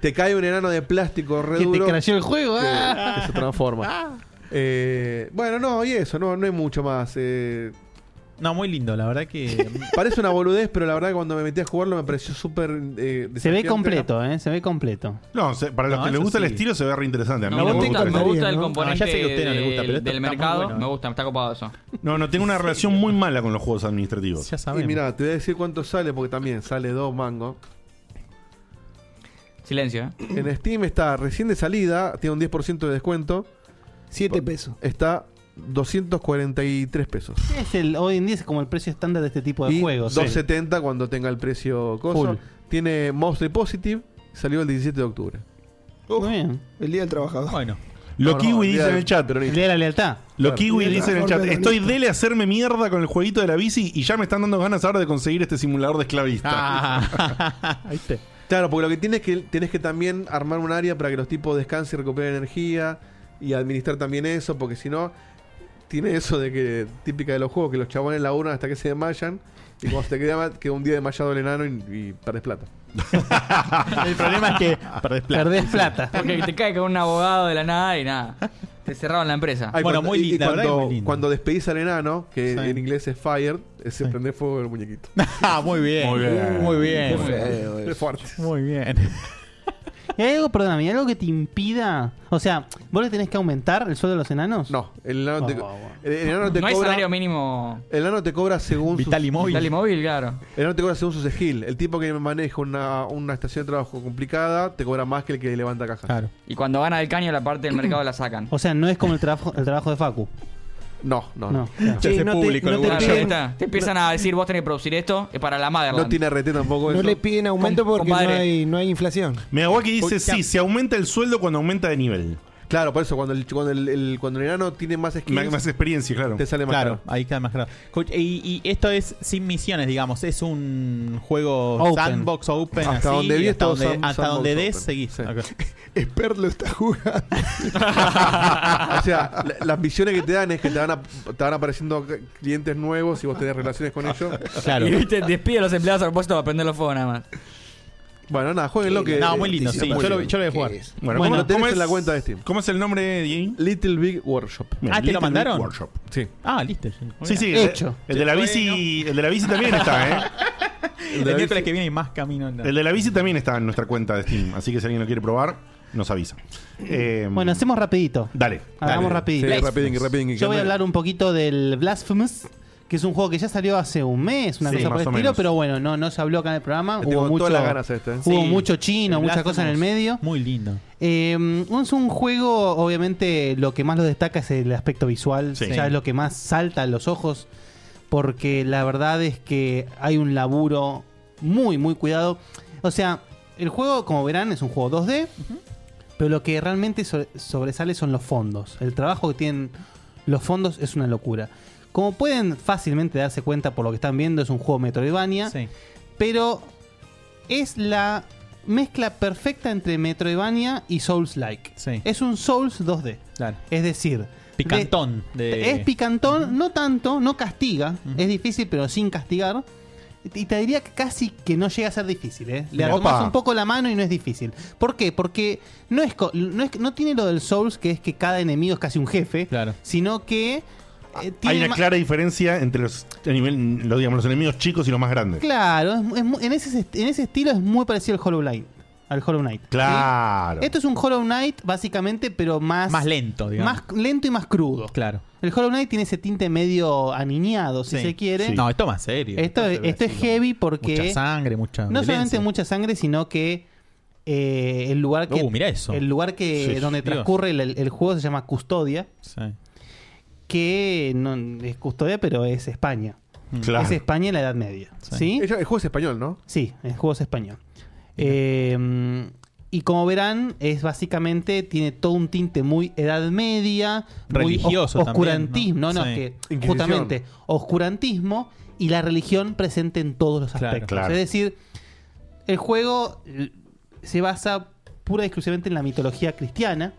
Speaker 6: te cae un enano de plástico re
Speaker 3: Que te
Speaker 6: duro
Speaker 3: crasheó el juego,
Speaker 6: que-
Speaker 3: ah.
Speaker 6: que se transforma. Eh, bueno, no, y eso, no, no hay mucho más. eh,
Speaker 4: No, muy lindo, la verdad que.
Speaker 6: parece una boludez, pero la verdad que cuando me metí a jugarlo me pareció súper. eh,
Speaker 3: Se ve
Speaker 6: desafiante.
Speaker 3: completo, ¿eh? Se ve completo.
Speaker 2: No, se- para los
Speaker 3: No,
Speaker 2: que les
Speaker 3: eso
Speaker 2: gusta el
Speaker 3: sí.
Speaker 2: estilo se ve re interesante. A mí
Speaker 3: No,
Speaker 2: me
Speaker 3: vos te
Speaker 2: gusta.
Speaker 7: Me gusta el
Speaker 3: ¿no?
Speaker 7: componente
Speaker 3: Ah, ya sé que a usted no le gusta, pero
Speaker 7: del,
Speaker 3: esto
Speaker 7: del
Speaker 3: está muy
Speaker 7: mercado.
Speaker 3: bueno,
Speaker 7: Me gusta, me está copado eso.
Speaker 2: No, no, tengo una relación muy mala con los juegos administrativos.
Speaker 6: Y mira, te voy a decir cuánto sale, porque también sale dos mangos.
Speaker 7: Silencio, ¿eh?
Speaker 6: En Steam está recién de salida, tiene un 10% de descuento.
Speaker 8: 7 pesos.
Speaker 6: Está 243 pesos.
Speaker 3: Es el, hoy en día es como el precio estándar de este tipo de
Speaker 6: Y
Speaker 3: juegos.
Speaker 6: 270 cuando tenga el precio coso.
Speaker 3: Full.
Speaker 6: Tiene Monster Positive, salió el 17 de octubre.
Speaker 3: Muy bien.
Speaker 8: El día del trabajador.
Speaker 4: Bueno.
Speaker 2: Lo
Speaker 6: No, no,
Speaker 2: kiwi
Speaker 6: el día
Speaker 2: dice en
Speaker 6: del
Speaker 2: el chat.
Speaker 6: peronista.
Speaker 3: El día de la lealtad.
Speaker 2: Lo
Speaker 6: Claro.
Speaker 2: kiwi
Speaker 6: Bien,
Speaker 2: dice en el
Speaker 6: mejor
Speaker 2: chat.
Speaker 6: peronista.
Speaker 2: Estoy dele a hacerme mierda con el jueguito de la bici y ya me están dando ganas ahora de conseguir este simulador de esclavista.
Speaker 4: Ah, ahí está.
Speaker 6: Claro, porque lo que tienes que tienes que también armar un área para que los tipos descansen y recuperen energía y administrar también eso, porque si no tiene eso de que típica de los juegos que los chabones laburan hasta que se desmayan y cuando se te queda ma- queda un día desmayado el enano y, y perdés plata.
Speaker 4: El problema es que perdés plata.
Speaker 7: Porque te cae con un abogado de la nada y nada. Te cerraron la empresa.
Speaker 6: Ay, cuando- y- y cuando, cuando despedís al enano, que en inglés es fired, es prende fuego el muñequito.
Speaker 4: Ah, muy bien.
Speaker 6: Muy
Speaker 4: Muy
Speaker 6: bien.
Speaker 4: bien.
Speaker 6: Qué feo eso. Qué fuerte.
Speaker 4: Muy bien.
Speaker 3: ¿Y hay algo, perdóname, ¿hay algo que te impida? O sea, ¿vos le tenés que aumentar el sueldo de los enanos?
Speaker 6: No, el enano te- el- el enano te
Speaker 7: No hay
Speaker 6: cobra-
Speaker 7: salario mínimo.
Speaker 6: El enano te cobra según
Speaker 7: Vital y
Speaker 6: sus-
Speaker 7: móvil. Vital y móvil, claro.
Speaker 6: El enano te cobra según sus skills. El tipo que maneja una, una estación de trabajo complicada te cobra más que el que levanta cajas.
Speaker 3: Claro.
Speaker 7: Y cuando gana el caño, la parte del mercado la sacan.
Speaker 3: O sea, no es como el trabajo, el trabajo de Facu.
Speaker 6: No, no, no.
Speaker 7: Che, no te- no te,
Speaker 3: lugar.
Speaker 7: piden- te empiezan a decir, vos tenés que producir esto, es para la madre.
Speaker 6: No tiene RT tampoco
Speaker 7: eso.
Speaker 8: No le piden aumento
Speaker 7: Com-
Speaker 8: porque no
Speaker 7: compadre.
Speaker 8: hay, no hay inflación.
Speaker 2: Megawaki dice
Speaker 6: Uy, ya.
Speaker 2: sí, se aumenta el sueldo cuando aumenta de nivel.
Speaker 6: Claro, por eso cuando el, cuando el, el- cuando el enano tiene más skills,
Speaker 2: Más experiencia, claro.
Speaker 6: te sale más
Speaker 4: Claro,
Speaker 6: caro.
Speaker 4: ahí queda más claro. Escuch- Y, y esto es sin misiones, digamos. Es un juego
Speaker 6: Open.
Speaker 4: sandbox open.
Speaker 6: Hasta
Speaker 4: así,
Speaker 6: donde
Speaker 4: y
Speaker 6: vi es
Speaker 4: hasta
Speaker 6: todo
Speaker 4: donde,
Speaker 6: sand-
Speaker 4: hasta
Speaker 6: sandbox
Speaker 4: donde des, Ah,
Speaker 6: open.
Speaker 4: seguís. Ok.
Speaker 6: Expert lo está jugando. o sea, la- las misiones que te dan es que te van, a- te van apareciendo c- clientes nuevos y vos tenés relaciones con ellos.
Speaker 4: Claro.
Speaker 7: Y viste, despide a los empleados a propósito para prender los fuegos nada más.
Speaker 6: Bueno, nada, jueguenlo que. pues.
Speaker 4: No, muy lindo, sí. Yo lo- yo lo voy
Speaker 6: ¿Qué
Speaker 4: a jugar.
Speaker 6: es? Bueno,
Speaker 4: Bueno,
Speaker 6: ¿cómo
Speaker 4: ¿cómo
Speaker 6: lo tenés
Speaker 4: es-
Speaker 6: en la cuenta de Steam?
Speaker 2: ¿Cómo es el nombre, Jim?
Speaker 6: Little Big Workshop.
Speaker 4: Ah, ¿te lo mandaron?
Speaker 6: Sí.
Speaker 4: Ah, listo.
Speaker 2: Sí, sí, El, el de la bici, el de la bici también está, ¿eh?
Speaker 4: El
Speaker 2: bici-
Speaker 4: miércoles que viene hay más camino. en la-
Speaker 2: El de la bici también está en nuestra cuenta de Steam, así que si alguien lo quiere probar, nos avisa. Eh,
Speaker 3: Bueno, hacemos rapidito.
Speaker 2: dale.
Speaker 3: Hagamos
Speaker 2: dale.
Speaker 3: rapidito. Yo voy a hablar un poquito del Blasphemous, que es un juego que ya salió hace un mes, una
Speaker 2: Sí,
Speaker 3: cosa por
Speaker 2: más
Speaker 3: el
Speaker 2: o
Speaker 3: estilo,
Speaker 2: menos.
Speaker 3: pero bueno, no, no se habló acá en el programa.
Speaker 6: Le tengo
Speaker 3: hubo mucho,
Speaker 6: todas las ganas a este, ¿eh?
Speaker 3: hubo
Speaker 6: Sí.
Speaker 3: muchas chino,
Speaker 6: El
Speaker 3: muchas cosas en el
Speaker 6: Blasphemous.
Speaker 3: medio.
Speaker 4: Muy lindo.
Speaker 3: Eh, es un juego, obviamente, lo que más lo destaca es el aspecto visual.
Speaker 4: Sí.
Speaker 3: Ya es lo que más salta a los ojos. Porque la verdad es que hay un laburo muy, muy cuidado. O sea, el juego, como verán, es un juego 2D. Pero lo que realmente so- sobresale son los fondos. El trabajo que tienen los fondos es una locura. Como pueden fácilmente darse cuenta por lo que están viendo, es un juego Metroidvania. Pero es la mezcla perfecta entre Metroidvania y Souls-like. Es un Souls 2D. Es decir,
Speaker 4: Picantón. de-
Speaker 3: es picantón, no tanto, no castiga. Es difícil, pero sin castigar. Y te diría que casi que no llega a ser difícil, ¿eh? Le
Speaker 4: Opa.
Speaker 3: tomas un poco la mano y no es difícil. ¿Por qué? Porque no, es, co- no, es- no tiene lo del Souls, que es que cada enemigo es casi un jefe, sino que... eh,
Speaker 2: Hay
Speaker 4: Ah,
Speaker 3: tiene
Speaker 2: una
Speaker 3: ma-
Speaker 2: clara diferencia entre los, a nivel, lo, digamos, los enemigos chicos y los más grandes.
Speaker 3: Claro, es mu- es mu- en, ese, est- en ese estilo es muy parecido al Hollow Knight. Al Hollow Knight.
Speaker 2: Claro.
Speaker 3: Esto es un Hollow Knight, básicamente, pero más.
Speaker 4: Más lento, digamos.
Speaker 3: Más lento y más crudo.
Speaker 4: Claro.
Speaker 3: El Hollow Knight tiene ese tinte medio aniñado, si
Speaker 4: Sí.
Speaker 3: se quiere.
Speaker 4: Sí. No, esto más serio.
Speaker 3: Esto,
Speaker 4: se ve
Speaker 3: esto es
Speaker 4: así,
Speaker 3: heavy porque.
Speaker 4: Mucha sangre, mucha.
Speaker 3: No solamente
Speaker 4: violencia.
Speaker 3: mucha sangre, sino que eh, el lugar que.
Speaker 4: Uh, mirá eso.
Speaker 3: El lugar que
Speaker 4: Sí,
Speaker 3: donde
Speaker 4: Dios.
Speaker 3: transcurre el, el juego se llama Custodia. Que no es Custodia, pero es España.
Speaker 4: Mm.
Speaker 6: Claro.
Speaker 3: Es España en la Edad Media. ¿sí?
Speaker 6: Ella- El juego es español, ¿no?
Speaker 3: Sí, el juego es español. Eh, y como verán, es básicamente, tiene todo un tinte muy edad media, muy
Speaker 4: Religioso
Speaker 3: os-
Speaker 4: también,
Speaker 3: oscurantismo,
Speaker 4: ¿no?
Speaker 3: no, no,
Speaker 4: Sí.
Speaker 3: que
Speaker 4: Inquisición.
Speaker 3: justamente oscurantismo y la religión presente en todos los
Speaker 4: Claro.
Speaker 3: aspectos.
Speaker 4: Claro.
Speaker 3: Es decir, el juego eh, se basa pura y exclusivamente en la mitología cristiana.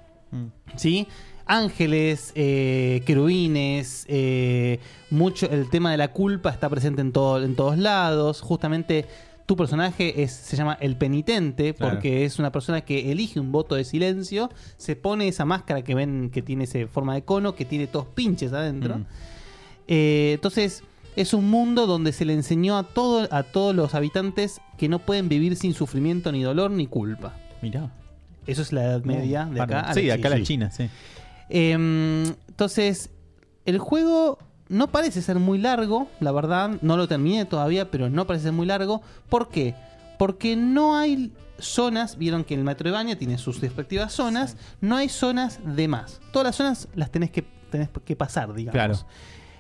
Speaker 3: ¿Sí? Ángeles, eh, querubines, eh, mucho, el tema de la culpa está presente en, todo, en todos lados. Justamente tu personaje es, se llama el penitente
Speaker 4: Claro.
Speaker 3: porque es una persona que elige un voto de silencio, se pone esa máscara que ven que tiene esa forma de cono, que tiene todos pinches adentro.
Speaker 4: Mm.
Speaker 3: Eh, entonces, es un mundo donde se le enseñó a, todo, a todos los habitantes que no pueden vivir sin sufrimiento, ni dolor, ni culpa.
Speaker 4: Mirá.
Speaker 3: Eso es la Edad Media de acá. a
Speaker 4: Sí,
Speaker 3: la
Speaker 4: de acá a la China, sí.
Speaker 3: Em, entonces, el juego no parece ser muy largo, la verdad. No lo terminé todavía, pero no parece ser muy largo. ¿Por qué? Porque no hay zonas, vieron que el Metroidvania tiene sus respectivas zonas, no hay zonas de más. Todas las zonas las tenés que, tenés que pasar, digamos.
Speaker 4: Claro.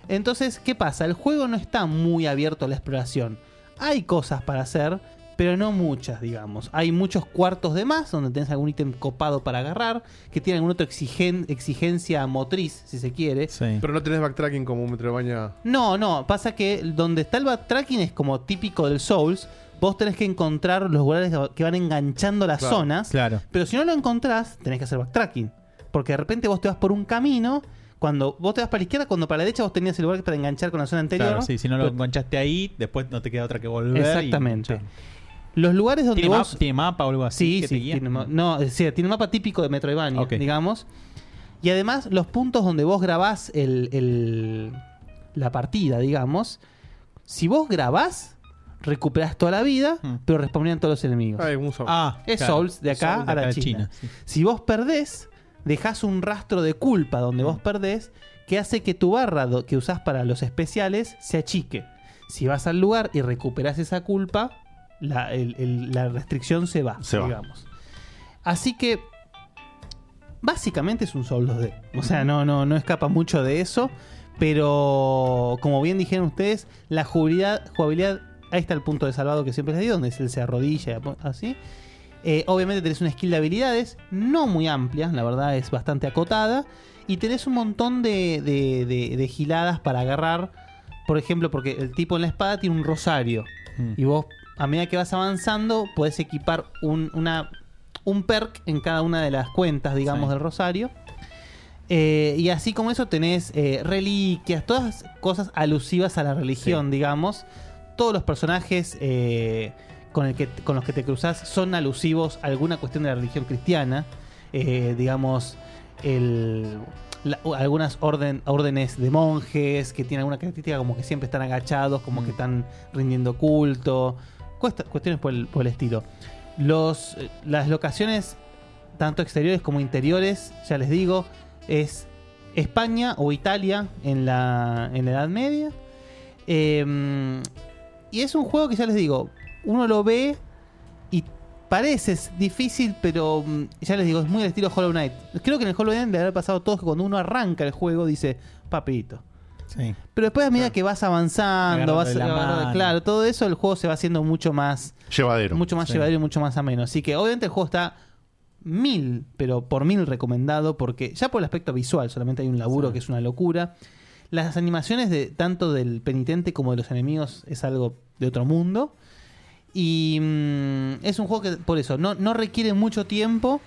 Speaker 3: Entonces, ¿qué pasa? El juego no está muy abierto a la exploración. Hay cosas para hacer, pero no muchas, digamos. Hay muchos cuartos de más donde tenés algún ítem copado para agarrar, que tiene alguna otra exigen- exigencia motriz, si se quiere.
Speaker 6: Pero no tenés backtracking como un Metroidvania.
Speaker 3: No, no, pasa que donde está el backtracking es como típico del Souls, vos tenés que encontrar los lugares que van enganchando las
Speaker 4: Claro,
Speaker 3: zonas.
Speaker 4: claro.
Speaker 3: Pero si no lo encontrás, tenés que hacer backtracking. Porque de repente vos te vas por un camino. Cuando vos te vas para la izquierda, cuando para la derecha vos tenías el lugar para enganchar con la zona anterior.
Speaker 4: Claro, sí, si no lo
Speaker 3: Pero-
Speaker 4: enganchaste ahí, después no te queda otra que volver. y-
Speaker 3: Exactamente. Los lugares donde
Speaker 4: ¿Tiene,
Speaker 3: vos.
Speaker 4: map- tiene mapa o algo así?
Speaker 3: Sí,
Speaker 4: que te
Speaker 3: sí,
Speaker 4: guía?
Speaker 3: tiene ma- no, o sea, tiene un mapa típico de Metroidvania, digamos. Y además, los puntos donde vos grabás el, el- la partida, digamos. Si vos grabás, recuperás toda la vida, pero respawnean todos los enemigos.
Speaker 6: Mm. Ah, es un Souls.
Speaker 3: Ah, es
Speaker 6: claro.
Speaker 3: Souls de acá
Speaker 6: Souls de
Speaker 3: a la
Speaker 6: acá a
Speaker 3: China.
Speaker 6: China, sí.
Speaker 3: Si vos perdés, dejás un rastro de culpa
Speaker 6: Mm.
Speaker 3: donde vos perdés, que hace que tu barra do- que usás para los especiales se achique. Si vas al lugar y recuperás esa culpa, la, el- el- la restricción se va,
Speaker 2: Se va.
Speaker 3: digamos. Así que básicamente es un Soul 2D. O sea, no, no, no escapa mucho de eso. Pero como bien dijeron ustedes, la jugabilidad, jugabilidad ahí está el punto de salvado que siempre les digo, donde él se arrodilla y apo- así. Eh, obviamente tenés una skill de habilidades, no muy amplia, la verdad es bastante acotada. Y tenés un montón de, de- de- de giladas para agarrar. Por ejemplo, porque el tipo en la espada tiene un rosario. Y vos, a medida que vas avanzando, podés equipar un, una, un perk en cada una de las cuentas, digamos, del rosario. Eh, y así como eso tenés eh, reliquias, todas cosas alusivas a la religión, digamos. Todos los personajes eh, con, el que, con los que te cruzas son alusivos a alguna cuestión de la religión cristiana. Eh, digamos, el- la- o algunas orden- órdenes de monjes que tienen alguna característica como que siempre están agachados, como que están rindiendo culto. Cuesta- cuestiones por el, por el estilo. Los, eh, las locaciones tanto exteriores como interiores, ya les digo, es España o Italia en la, en la Edad Media. Eh, y es un juego que ya les digo, uno lo ve y parece es difícil, pero mm, ya les digo, es muy el estilo Hollow Knight. Creo que en el Hollow Knight le habrá pasado a todos que cuando uno arranca el juego dice, papito.
Speaker 4: Sí.
Speaker 3: Pero después a medida que vas avanzando,
Speaker 4: Agarrando
Speaker 3: vas
Speaker 4: de la
Speaker 3: agarrando-
Speaker 4: mano.
Speaker 3: claro, todo eso, el juego se va haciendo mucho más
Speaker 2: Llevadero.
Speaker 3: mucho más
Speaker 2: Sí.
Speaker 3: llevadero y mucho más ameno. Así que obviamente el juego está mil, pero por mil recomendado, porque ya por el aspecto visual solamente hay un laburo que es una locura. Las animaciones de tanto del penitente como de los enemigos es algo de otro mundo. Y mm, es un juego que, por eso, no, no requiere mucho tiempo,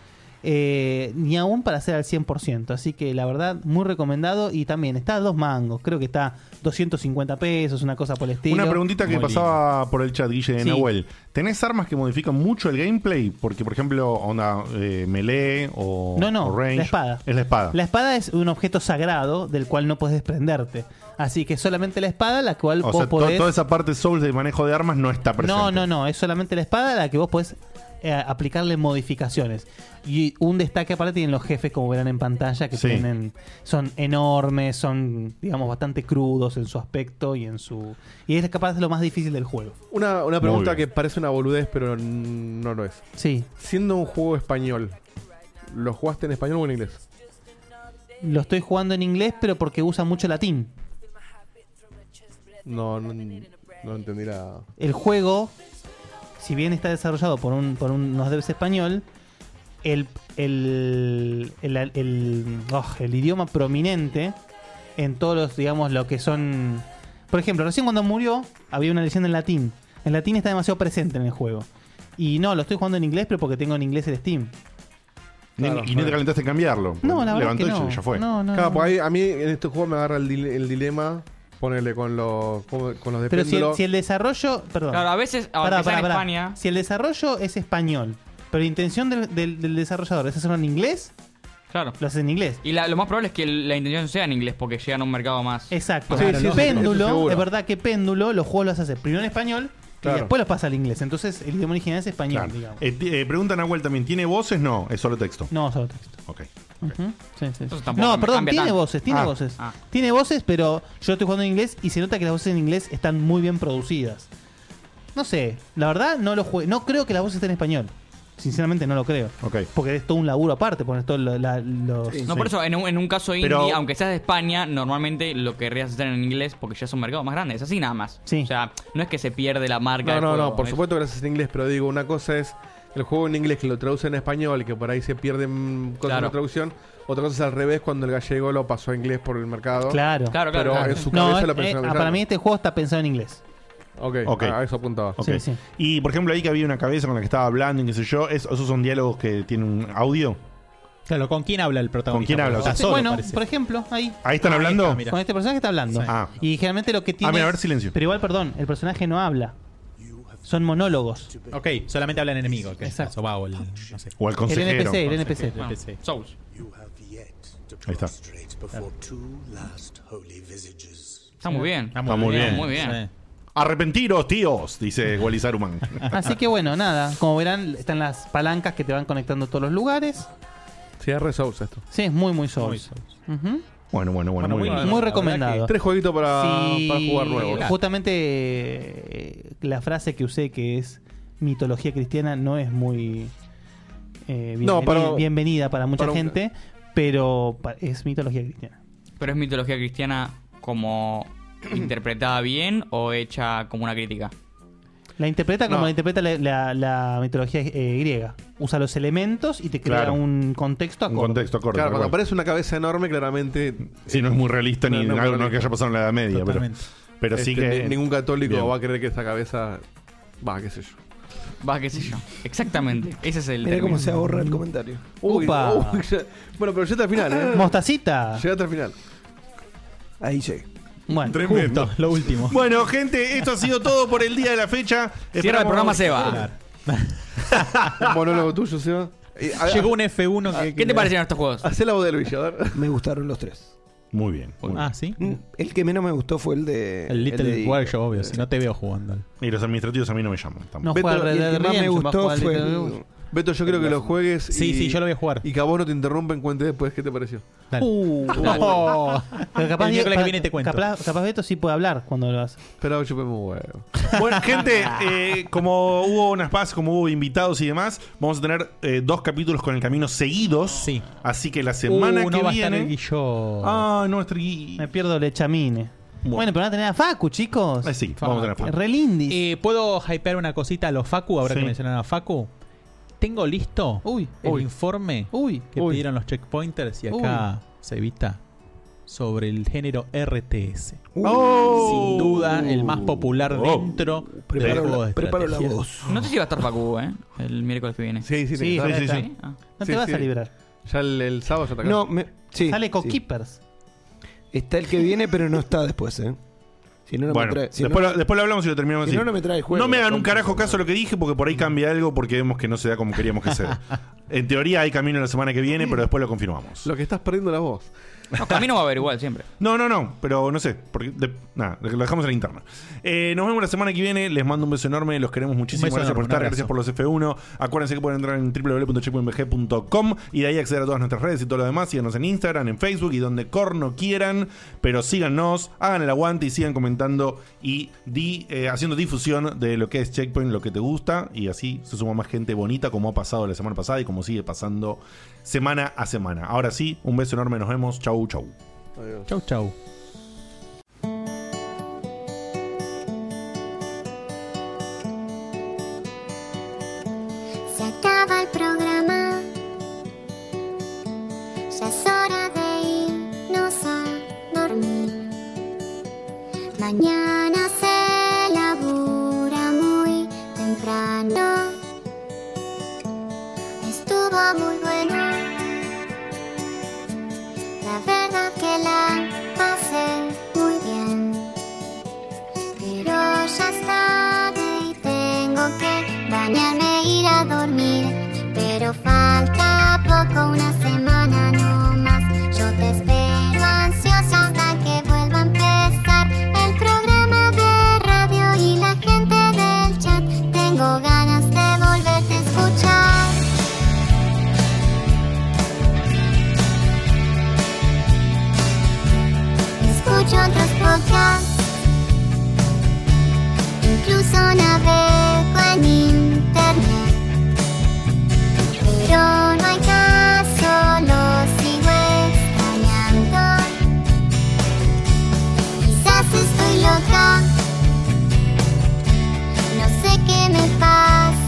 Speaker 3: eh, ni aún para hacer al 100%. Así que la verdad, muy recomendado. Y también está a dos mangos, creo que está 250 pesos, una cosa por el estilo.
Speaker 2: Una preguntita que
Speaker 3: Muy lindo.
Speaker 2: pasaba por el chat, Guille de
Speaker 3: Sí.
Speaker 2: Nahuel. ¿Tenés armas que modifican mucho el gameplay? Porque, por ejemplo, onda eh, melee o,
Speaker 3: No, no,
Speaker 2: o range.
Speaker 3: la espada.
Speaker 2: Es la espada.
Speaker 3: La espada es un objeto sagrado del cual no puedes desprenderte. Así que solamente la espada la cual
Speaker 2: o
Speaker 3: vos
Speaker 2: sea, to-
Speaker 3: podés.
Speaker 2: toda esa parte Souls de manejo de armas no está presente.
Speaker 3: No, no, no. Es solamente la espada la que vos podés eh, aplicarle modificaciones. Y un destaque aparte tienen los jefes, como verán en pantalla, que
Speaker 2: Sí.
Speaker 3: tienen, son enormes, son, digamos, bastante crudos en su aspecto y en su. Y es capaz lo más difícil del juego.
Speaker 6: Una, una pregunta
Speaker 3: Muy
Speaker 6: que parece una boludez, pero n- no lo es.
Speaker 3: Sí.
Speaker 6: Siendo un juego español, ¿lo jugaste en español o en inglés?
Speaker 3: Lo estoy jugando en inglés, pero porque usa mucho latín.
Speaker 6: No, no, no entendí la.
Speaker 3: el juego, si bien está desarrollado por, un, por un- unos devs español, el, el, el, el- oh, el idioma prominente en todos los, digamos, lo que son... Por ejemplo, recién cuando murió había una leyenda en latín. El latín está demasiado presente en el juego. Y no, lo estoy jugando en inglés, pero porque tengo en inglés el Steam.
Speaker 2: Ni-
Speaker 3: Claro,
Speaker 2: y no
Speaker 3: claro.
Speaker 2: te calentaste en cambiarlo.
Speaker 3: No, la verdad
Speaker 2: Levantó
Speaker 3: que
Speaker 2: y
Speaker 3: no.
Speaker 2: ya- ya fue.
Speaker 3: No, no,
Speaker 6: claro,
Speaker 3: no.
Speaker 6: porque ahí- a mí en este juego me agarra el, dile- el dilema ponerle con los, con con los de
Speaker 3: Pero si el,
Speaker 6: péndulo.
Speaker 3: si el desarrollo. Perdón.
Speaker 7: Claro, a veces, aunque sea en España-
Speaker 3: Si el desarrollo es español, pero la intención del, del- del desarrollador es hacerlo en inglés.
Speaker 7: Claro.
Speaker 3: Lo haces en inglés.
Speaker 7: Y la- lo más probable es que el- la intención sea en inglés porque llegan a un mercado más.
Speaker 3: Exacto.
Speaker 2: Pues
Speaker 7: más grande.
Speaker 3: péndulo, es verdad que péndulo, los juegos los hace primero en español
Speaker 2: Claro.
Speaker 3: y después los pasa al inglés. Entonces el idioma original es español,
Speaker 2: Claro.
Speaker 3: digamos.
Speaker 2: Eh, ti- eh, preguntan a Nahuel también, ¿tiene voces? No, es solo texto.
Speaker 3: No, solo texto.
Speaker 2: Ok.
Speaker 3: Ujú. Sí, sí, sí.
Speaker 2: tampoco
Speaker 3: No,
Speaker 2: cambia
Speaker 3: perdón, tiene
Speaker 2: tanto.
Speaker 3: voces, tiene
Speaker 2: Ah.
Speaker 3: voces.
Speaker 2: Ah.
Speaker 3: Tiene voces, pero yo estoy jugando en inglés y se nota que las voces en inglés están muy bien producidas. No sé, la verdad no lo jugué, no creo que la voz esté en español. Sinceramente no lo creo. Porque es todo un laburo aparte, poner todo lo- la- los...
Speaker 7: No, por eso, en un, en un caso indie,
Speaker 3: Pero-
Speaker 7: aunque seas de España, normalmente lo querrías hacer en inglés porque ya es un mercado más grande. Es así nada más. O sea, no es que se pierde la marca.
Speaker 6: No,
Speaker 7: del
Speaker 6: no,
Speaker 7: juego,
Speaker 6: no, por
Speaker 7: es-
Speaker 6: supuesto que lo haces en inglés, pero digo, una cosa es el juego en inglés que lo traduce en español y que por ahí se pierden cosas en
Speaker 7: Claro.
Speaker 6: la traducción. Otra cosa es al revés cuando el gallego lo pasó a inglés por el mercado.
Speaker 3: Claro.
Speaker 6: Pero en su cabeza
Speaker 3: No,
Speaker 6: lo pensó en
Speaker 3: eh, ah,
Speaker 6: castellano.
Speaker 3: Para mí este juego está pensado en inglés.
Speaker 6: Ok,
Speaker 2: Ok. ah,
Speaker 6: a eso apuntaba.
Speaker 2: Ok. Y por ejemplo, ahí que había una cabeza con la que estaba hablando y qué sé yo, es- esos son diálogos que tienen un audio.
Speaker 4: Claro, ¿con quién habla el protagonista?
Speaker 2: ¿Con quién habla? O sea,
Speaker 4: Está
Speaker 2: solo,
Speaker 3: Ah, bueno,
Speaker 2: parece.
Speaker 3: por ejemplo, ahí.
Speaker 2: Ahí están hablando.
Speaker 4: mira.
Speaker 3: Con este personaje está hablando.
Speaker 2: Sí. Ah.
Speaker 3: Y generalmente lo que tiene.
Speaker 2: Ah, mira, a
Speaker 3: es-
Speaker 2: ver, silencio.
Speaker 3: Pero igual, perdón, el personaje no habla. Son monólogos.
Speaker 4: Ok, solamente hablan enemigos. Que Exacto. O, el, no sé.
Speaker 2: O al consejero.
Speaker 3: El NPC, el NPC.
Speaker 4: El NPC.
Speaker 7: Souls.
Speaker 2: Ahí está.
Speaker 7: Está muy bien.
Speaker 2: Está muy bien.
Speaker 7: Muy bien.
Speaker 2: Arrepentiros, tíos, dice Wally Saruman.
Speaker 3: Así que bueno, nada. Como verán, están las palancas que te van conectando a todos los lugares.
Speaker 6: Sí, es re Souls esto.
Speaker 3: Sí, es muy, muy Souls. Ujú.
Speaker 2: Bueno, bueno, bueno.
Speaker 3: Bueno,
Speaker 2: muy,
Speaker 3: muy,
Speaker 2: bien.
Speaker 3: muy recomendado.
Speaker 6: Tres jueguitos para,
Speaker 3: Sí,
Speaker 6: para jugar nuevos.
Speaker 3: Justamente eh, la frase que usé que es mitología cristiana no es muy eh, bienveni-
Speaker 7: No, pero-
Speaker 3: bienvenida para mucha
Speaker 7: para un-
Speaker 3: gente, pero pa- es mitología cristiana.
Speaker 7: ¿Pero es mitología cristiana como interpretada bien o hecha como una crítica?
Speaker 3: La interpreta como
Speaker 7: No.
Speaker 3: la interpreta la, la- la mitología eh, griega. Usa los elementos y te crea
Speaker 6: Claro.
Speaker 3: un contexto acorde.
Speaker 6: Claro, cuando aparece una cabeza enorme, claramente.
Speaker 2: Sí, no es muy realista ni algo no que haya pasado en la Edad Media, pero,
Speaker 6: Totalmente.
Speaker 2: pero sí
Speaker 6: Este,
Speaker 2: que.
Speaker 6: ni- Ningún católico
Speaker 2: Bien.
Speaker 6: va a creer que esta cabeza. Va, qué sé yo.
Speaker 7: Va, qué sé yo. Exactamente. Ese es el.
Speaker 6: Mirá cómo
Speaker 7: término.
Speaker 6: se ahorra el comentario.
Speaker 3: Upa.
Speaker 6: uy, ya- bueno, pero llegaste al final, ¿eh?
Speaker 3: Mostacita.
Speaker 6: Llegaste al final.
Speaker 8: Ahí llegué.
Speaker 3: Bueno,
Speaker 2: Tremendo.
Speaker 4: justo, lo último.
Speaker 2: Bueno, gente, esto ha sido todo por el día de la fecha.
Speaker 4: Cierra el programa,
Speaker 2: Esperamos-
Speaker 6: Monólogo tuyo, Seba. Eh,
Speaker 2: Ah,
Speaker 6: a-
Speaker 4: Llegó un F1 que-
Speaker 7: ¿Qué te parecieron estos juegos?
Speaker 6: Hacé la voz del Villa, a ver.
Speaker 8: Me gustaron los tres. Mm,
Speaker 2: Muy bien.
Speaker 4: Ah, sí.
Speaker 8: El que menos me gustó fue el de.
Speaker 4: El Little
Speaker 8: de-
Speaker 4: Workshop, obvio. Si no te veo jugando.
Speaker 2: Y los administrativos a mí no me llaman. tampoco.
Speaker 4: No
Speaker 6: Beto,
Speaker 4: juega Red
Speaker 6: y el
Speaker 4: Dead
Speaker 6: que más me
Speaker 4: Redemption, va a
Speaker 6: gustó
Speaker 4: jugar
Speaker 6: fue
Speaker 4: Little
Speaker 6: el-
Speaker 4: Big Blue.
Speaker 6: Beto, yo creo que lo juegues.
Speaker 4: Sí,
Speaker 6: y-
Speaker 4: sí, yo lo voy a jugar.
Speaker 6: Y que a vos no te interrumpen, cuente después qué te pareció.
Speaker 4: Dale.
Speaker 3: Uh.
Speaker 4: Oh.
Speaker 3: Pero capaz,
Speaker 4: El
Speaker 3: Diego-
Speaker 4: miércoles que viene te cuento.
Speaker 3: capaz, capaz Beto sí puede hablar cuando lo hace.
Speaker 6: Pero yo muy huevo.
Speaker 2: Bueno, gente, eh, como hubo unas paz, como hubo invitados y demás, vamos a tener eh, dos capítulos con el camino seguidos. Sí. Así que la semana
Speaker 3: Uh,
Speaker 2: que
Speaker 3: no va a estar
Speaker 2: viene.
Speaker 3: el
Speaker 4: Guillo.
Speaker 2: Ah, no,
Speaker 3: Me pierdo lechamine. Bueno, pero van a tener a Facu, chicos.
Speaker 2: sí, vamos a tener a Facu.
Speaker 3: Re lindis.
Speaker 4: Eh, ¿Puedo hypear una cosita a los Facu ahora
Speaker 3: Sí.
Speaker 4: que mencionaron a Facu? Tengo listo el
Speaker 3: uy.
Speaker 4: informe que
Speaker 3: uy.
Speaker 4: pidieron los checkpointers y acá se evita sobre el género RTS. Sin duda, el más popular dentro del
Speaker 7: Preparo
Speaker 4: juego
Speaker 7: la-
Speaker 4: de
Speaker 7: preparo la
Speaker 4: estrategia.
Speaker 7: voz. No sé si va a estar Facu, ¿eh? El miércoles que viene.
Speaker 6: Sí, sí,
Speaker 4: Sí,
Speaker 6: tenés que
Speaker 4: sí,
Speaker 6: estar.
Speaker 4: sí, sí.
Speaker 7: Ah.
Speaker 3: No te vas a librar.
Speaker 6: Ya el, el sábado ya está acá.
Speaker 8: No, me- sí,
Speaker 3: Sale con
Speaker 8: sí.
Speaker 3: Keepers.
Speaker 8: Está el que viene, pero no está después, ¿eh? Si no, no
Speaker 2: Bueno,
Speaker 8: me trae. si
Speaker 2: después,
Speaker 8: no-
Speaker 2: lo, después lo hablamos y lo terminamos
Speaker 8: si
Speaker 2: así.
Speaker 8: no, no me trae el juego.
Speaker 2: No me hagan un carajo caso a lo que dije porque por ahí cambia algo porque vemos que no se da como queríamos que sea. en teoría hay camino la semana que viene, pero después lo confirmamos.
Speaker 6: Lo que estás perdiendo la voz.
Speaker 7: No, camino va a haber igual siempre.
Speaker 2: No, no, no, pero no sé. Porque de- nada, lo dejamos en la interna. Eh, nos vemos la semana que viene. Les mando un beso enorme. Los queremos muchísimo.
Speaker 4: Un beso
Speaker 2: Gracias por
Speaker 4: enorme,
Speaker 2: estar.
Speaker 4: un
Speaker 2: Gracias por los F1. Acuérdense que pueden entrar en www.checkpointbg.com y de ahí acceder a todas nuestras redes y todo lo demás. Síganos en Instagram, en Facebook y donde corno quieran. Pero síganos, hagan el aguante y sigan comentando y di- eh, haciendo difusión de lo que es Checkpoint, lo que te gusta. Y así se suma más gente bonita como ha pasado la semana pasada y como sigue pasando semana a semana. Ahora sí, un beso enorme. Nos vemos. Chau, chau.
Speaker 4: Chau, chau.
Speaker 11: Se acaba el programa, ya es hora de irnos a dormir. Mañana se labura muy temprano. Estuvo muy bueno, la verdad que la pasé muy bien. Pero ya es tarde y tengo que bañarme e ir a dormir. Pero falta poco, una semana no más. Yo te espero ansiosa hasta que vuelva a empezar el programa de radio y la gente del chat. Tengo ganas de volverte a escuchar. Escucho otros podcasts. Incluso navego en internet Pero no hay caso, lo sigo extrañando Quizás estoy loca No sé qué me pasa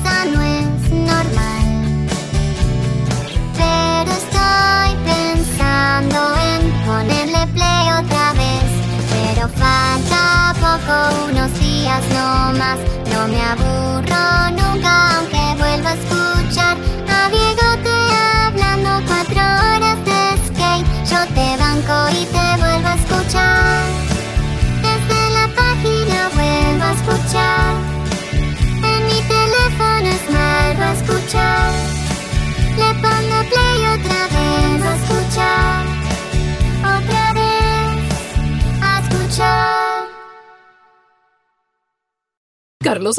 Speaker 11: aburro nunca, aunque vuelva a escuchar a Diego te hablando cuatro horas de skate. Yo te banco y te vuelvo a escuchar. Desde la página vuelvo a escuchar. En mi teléfono es malo a escuchar. Le pongo play otra vez a escuchar. Otra vez a escuchar.
Speaker 13: Carlos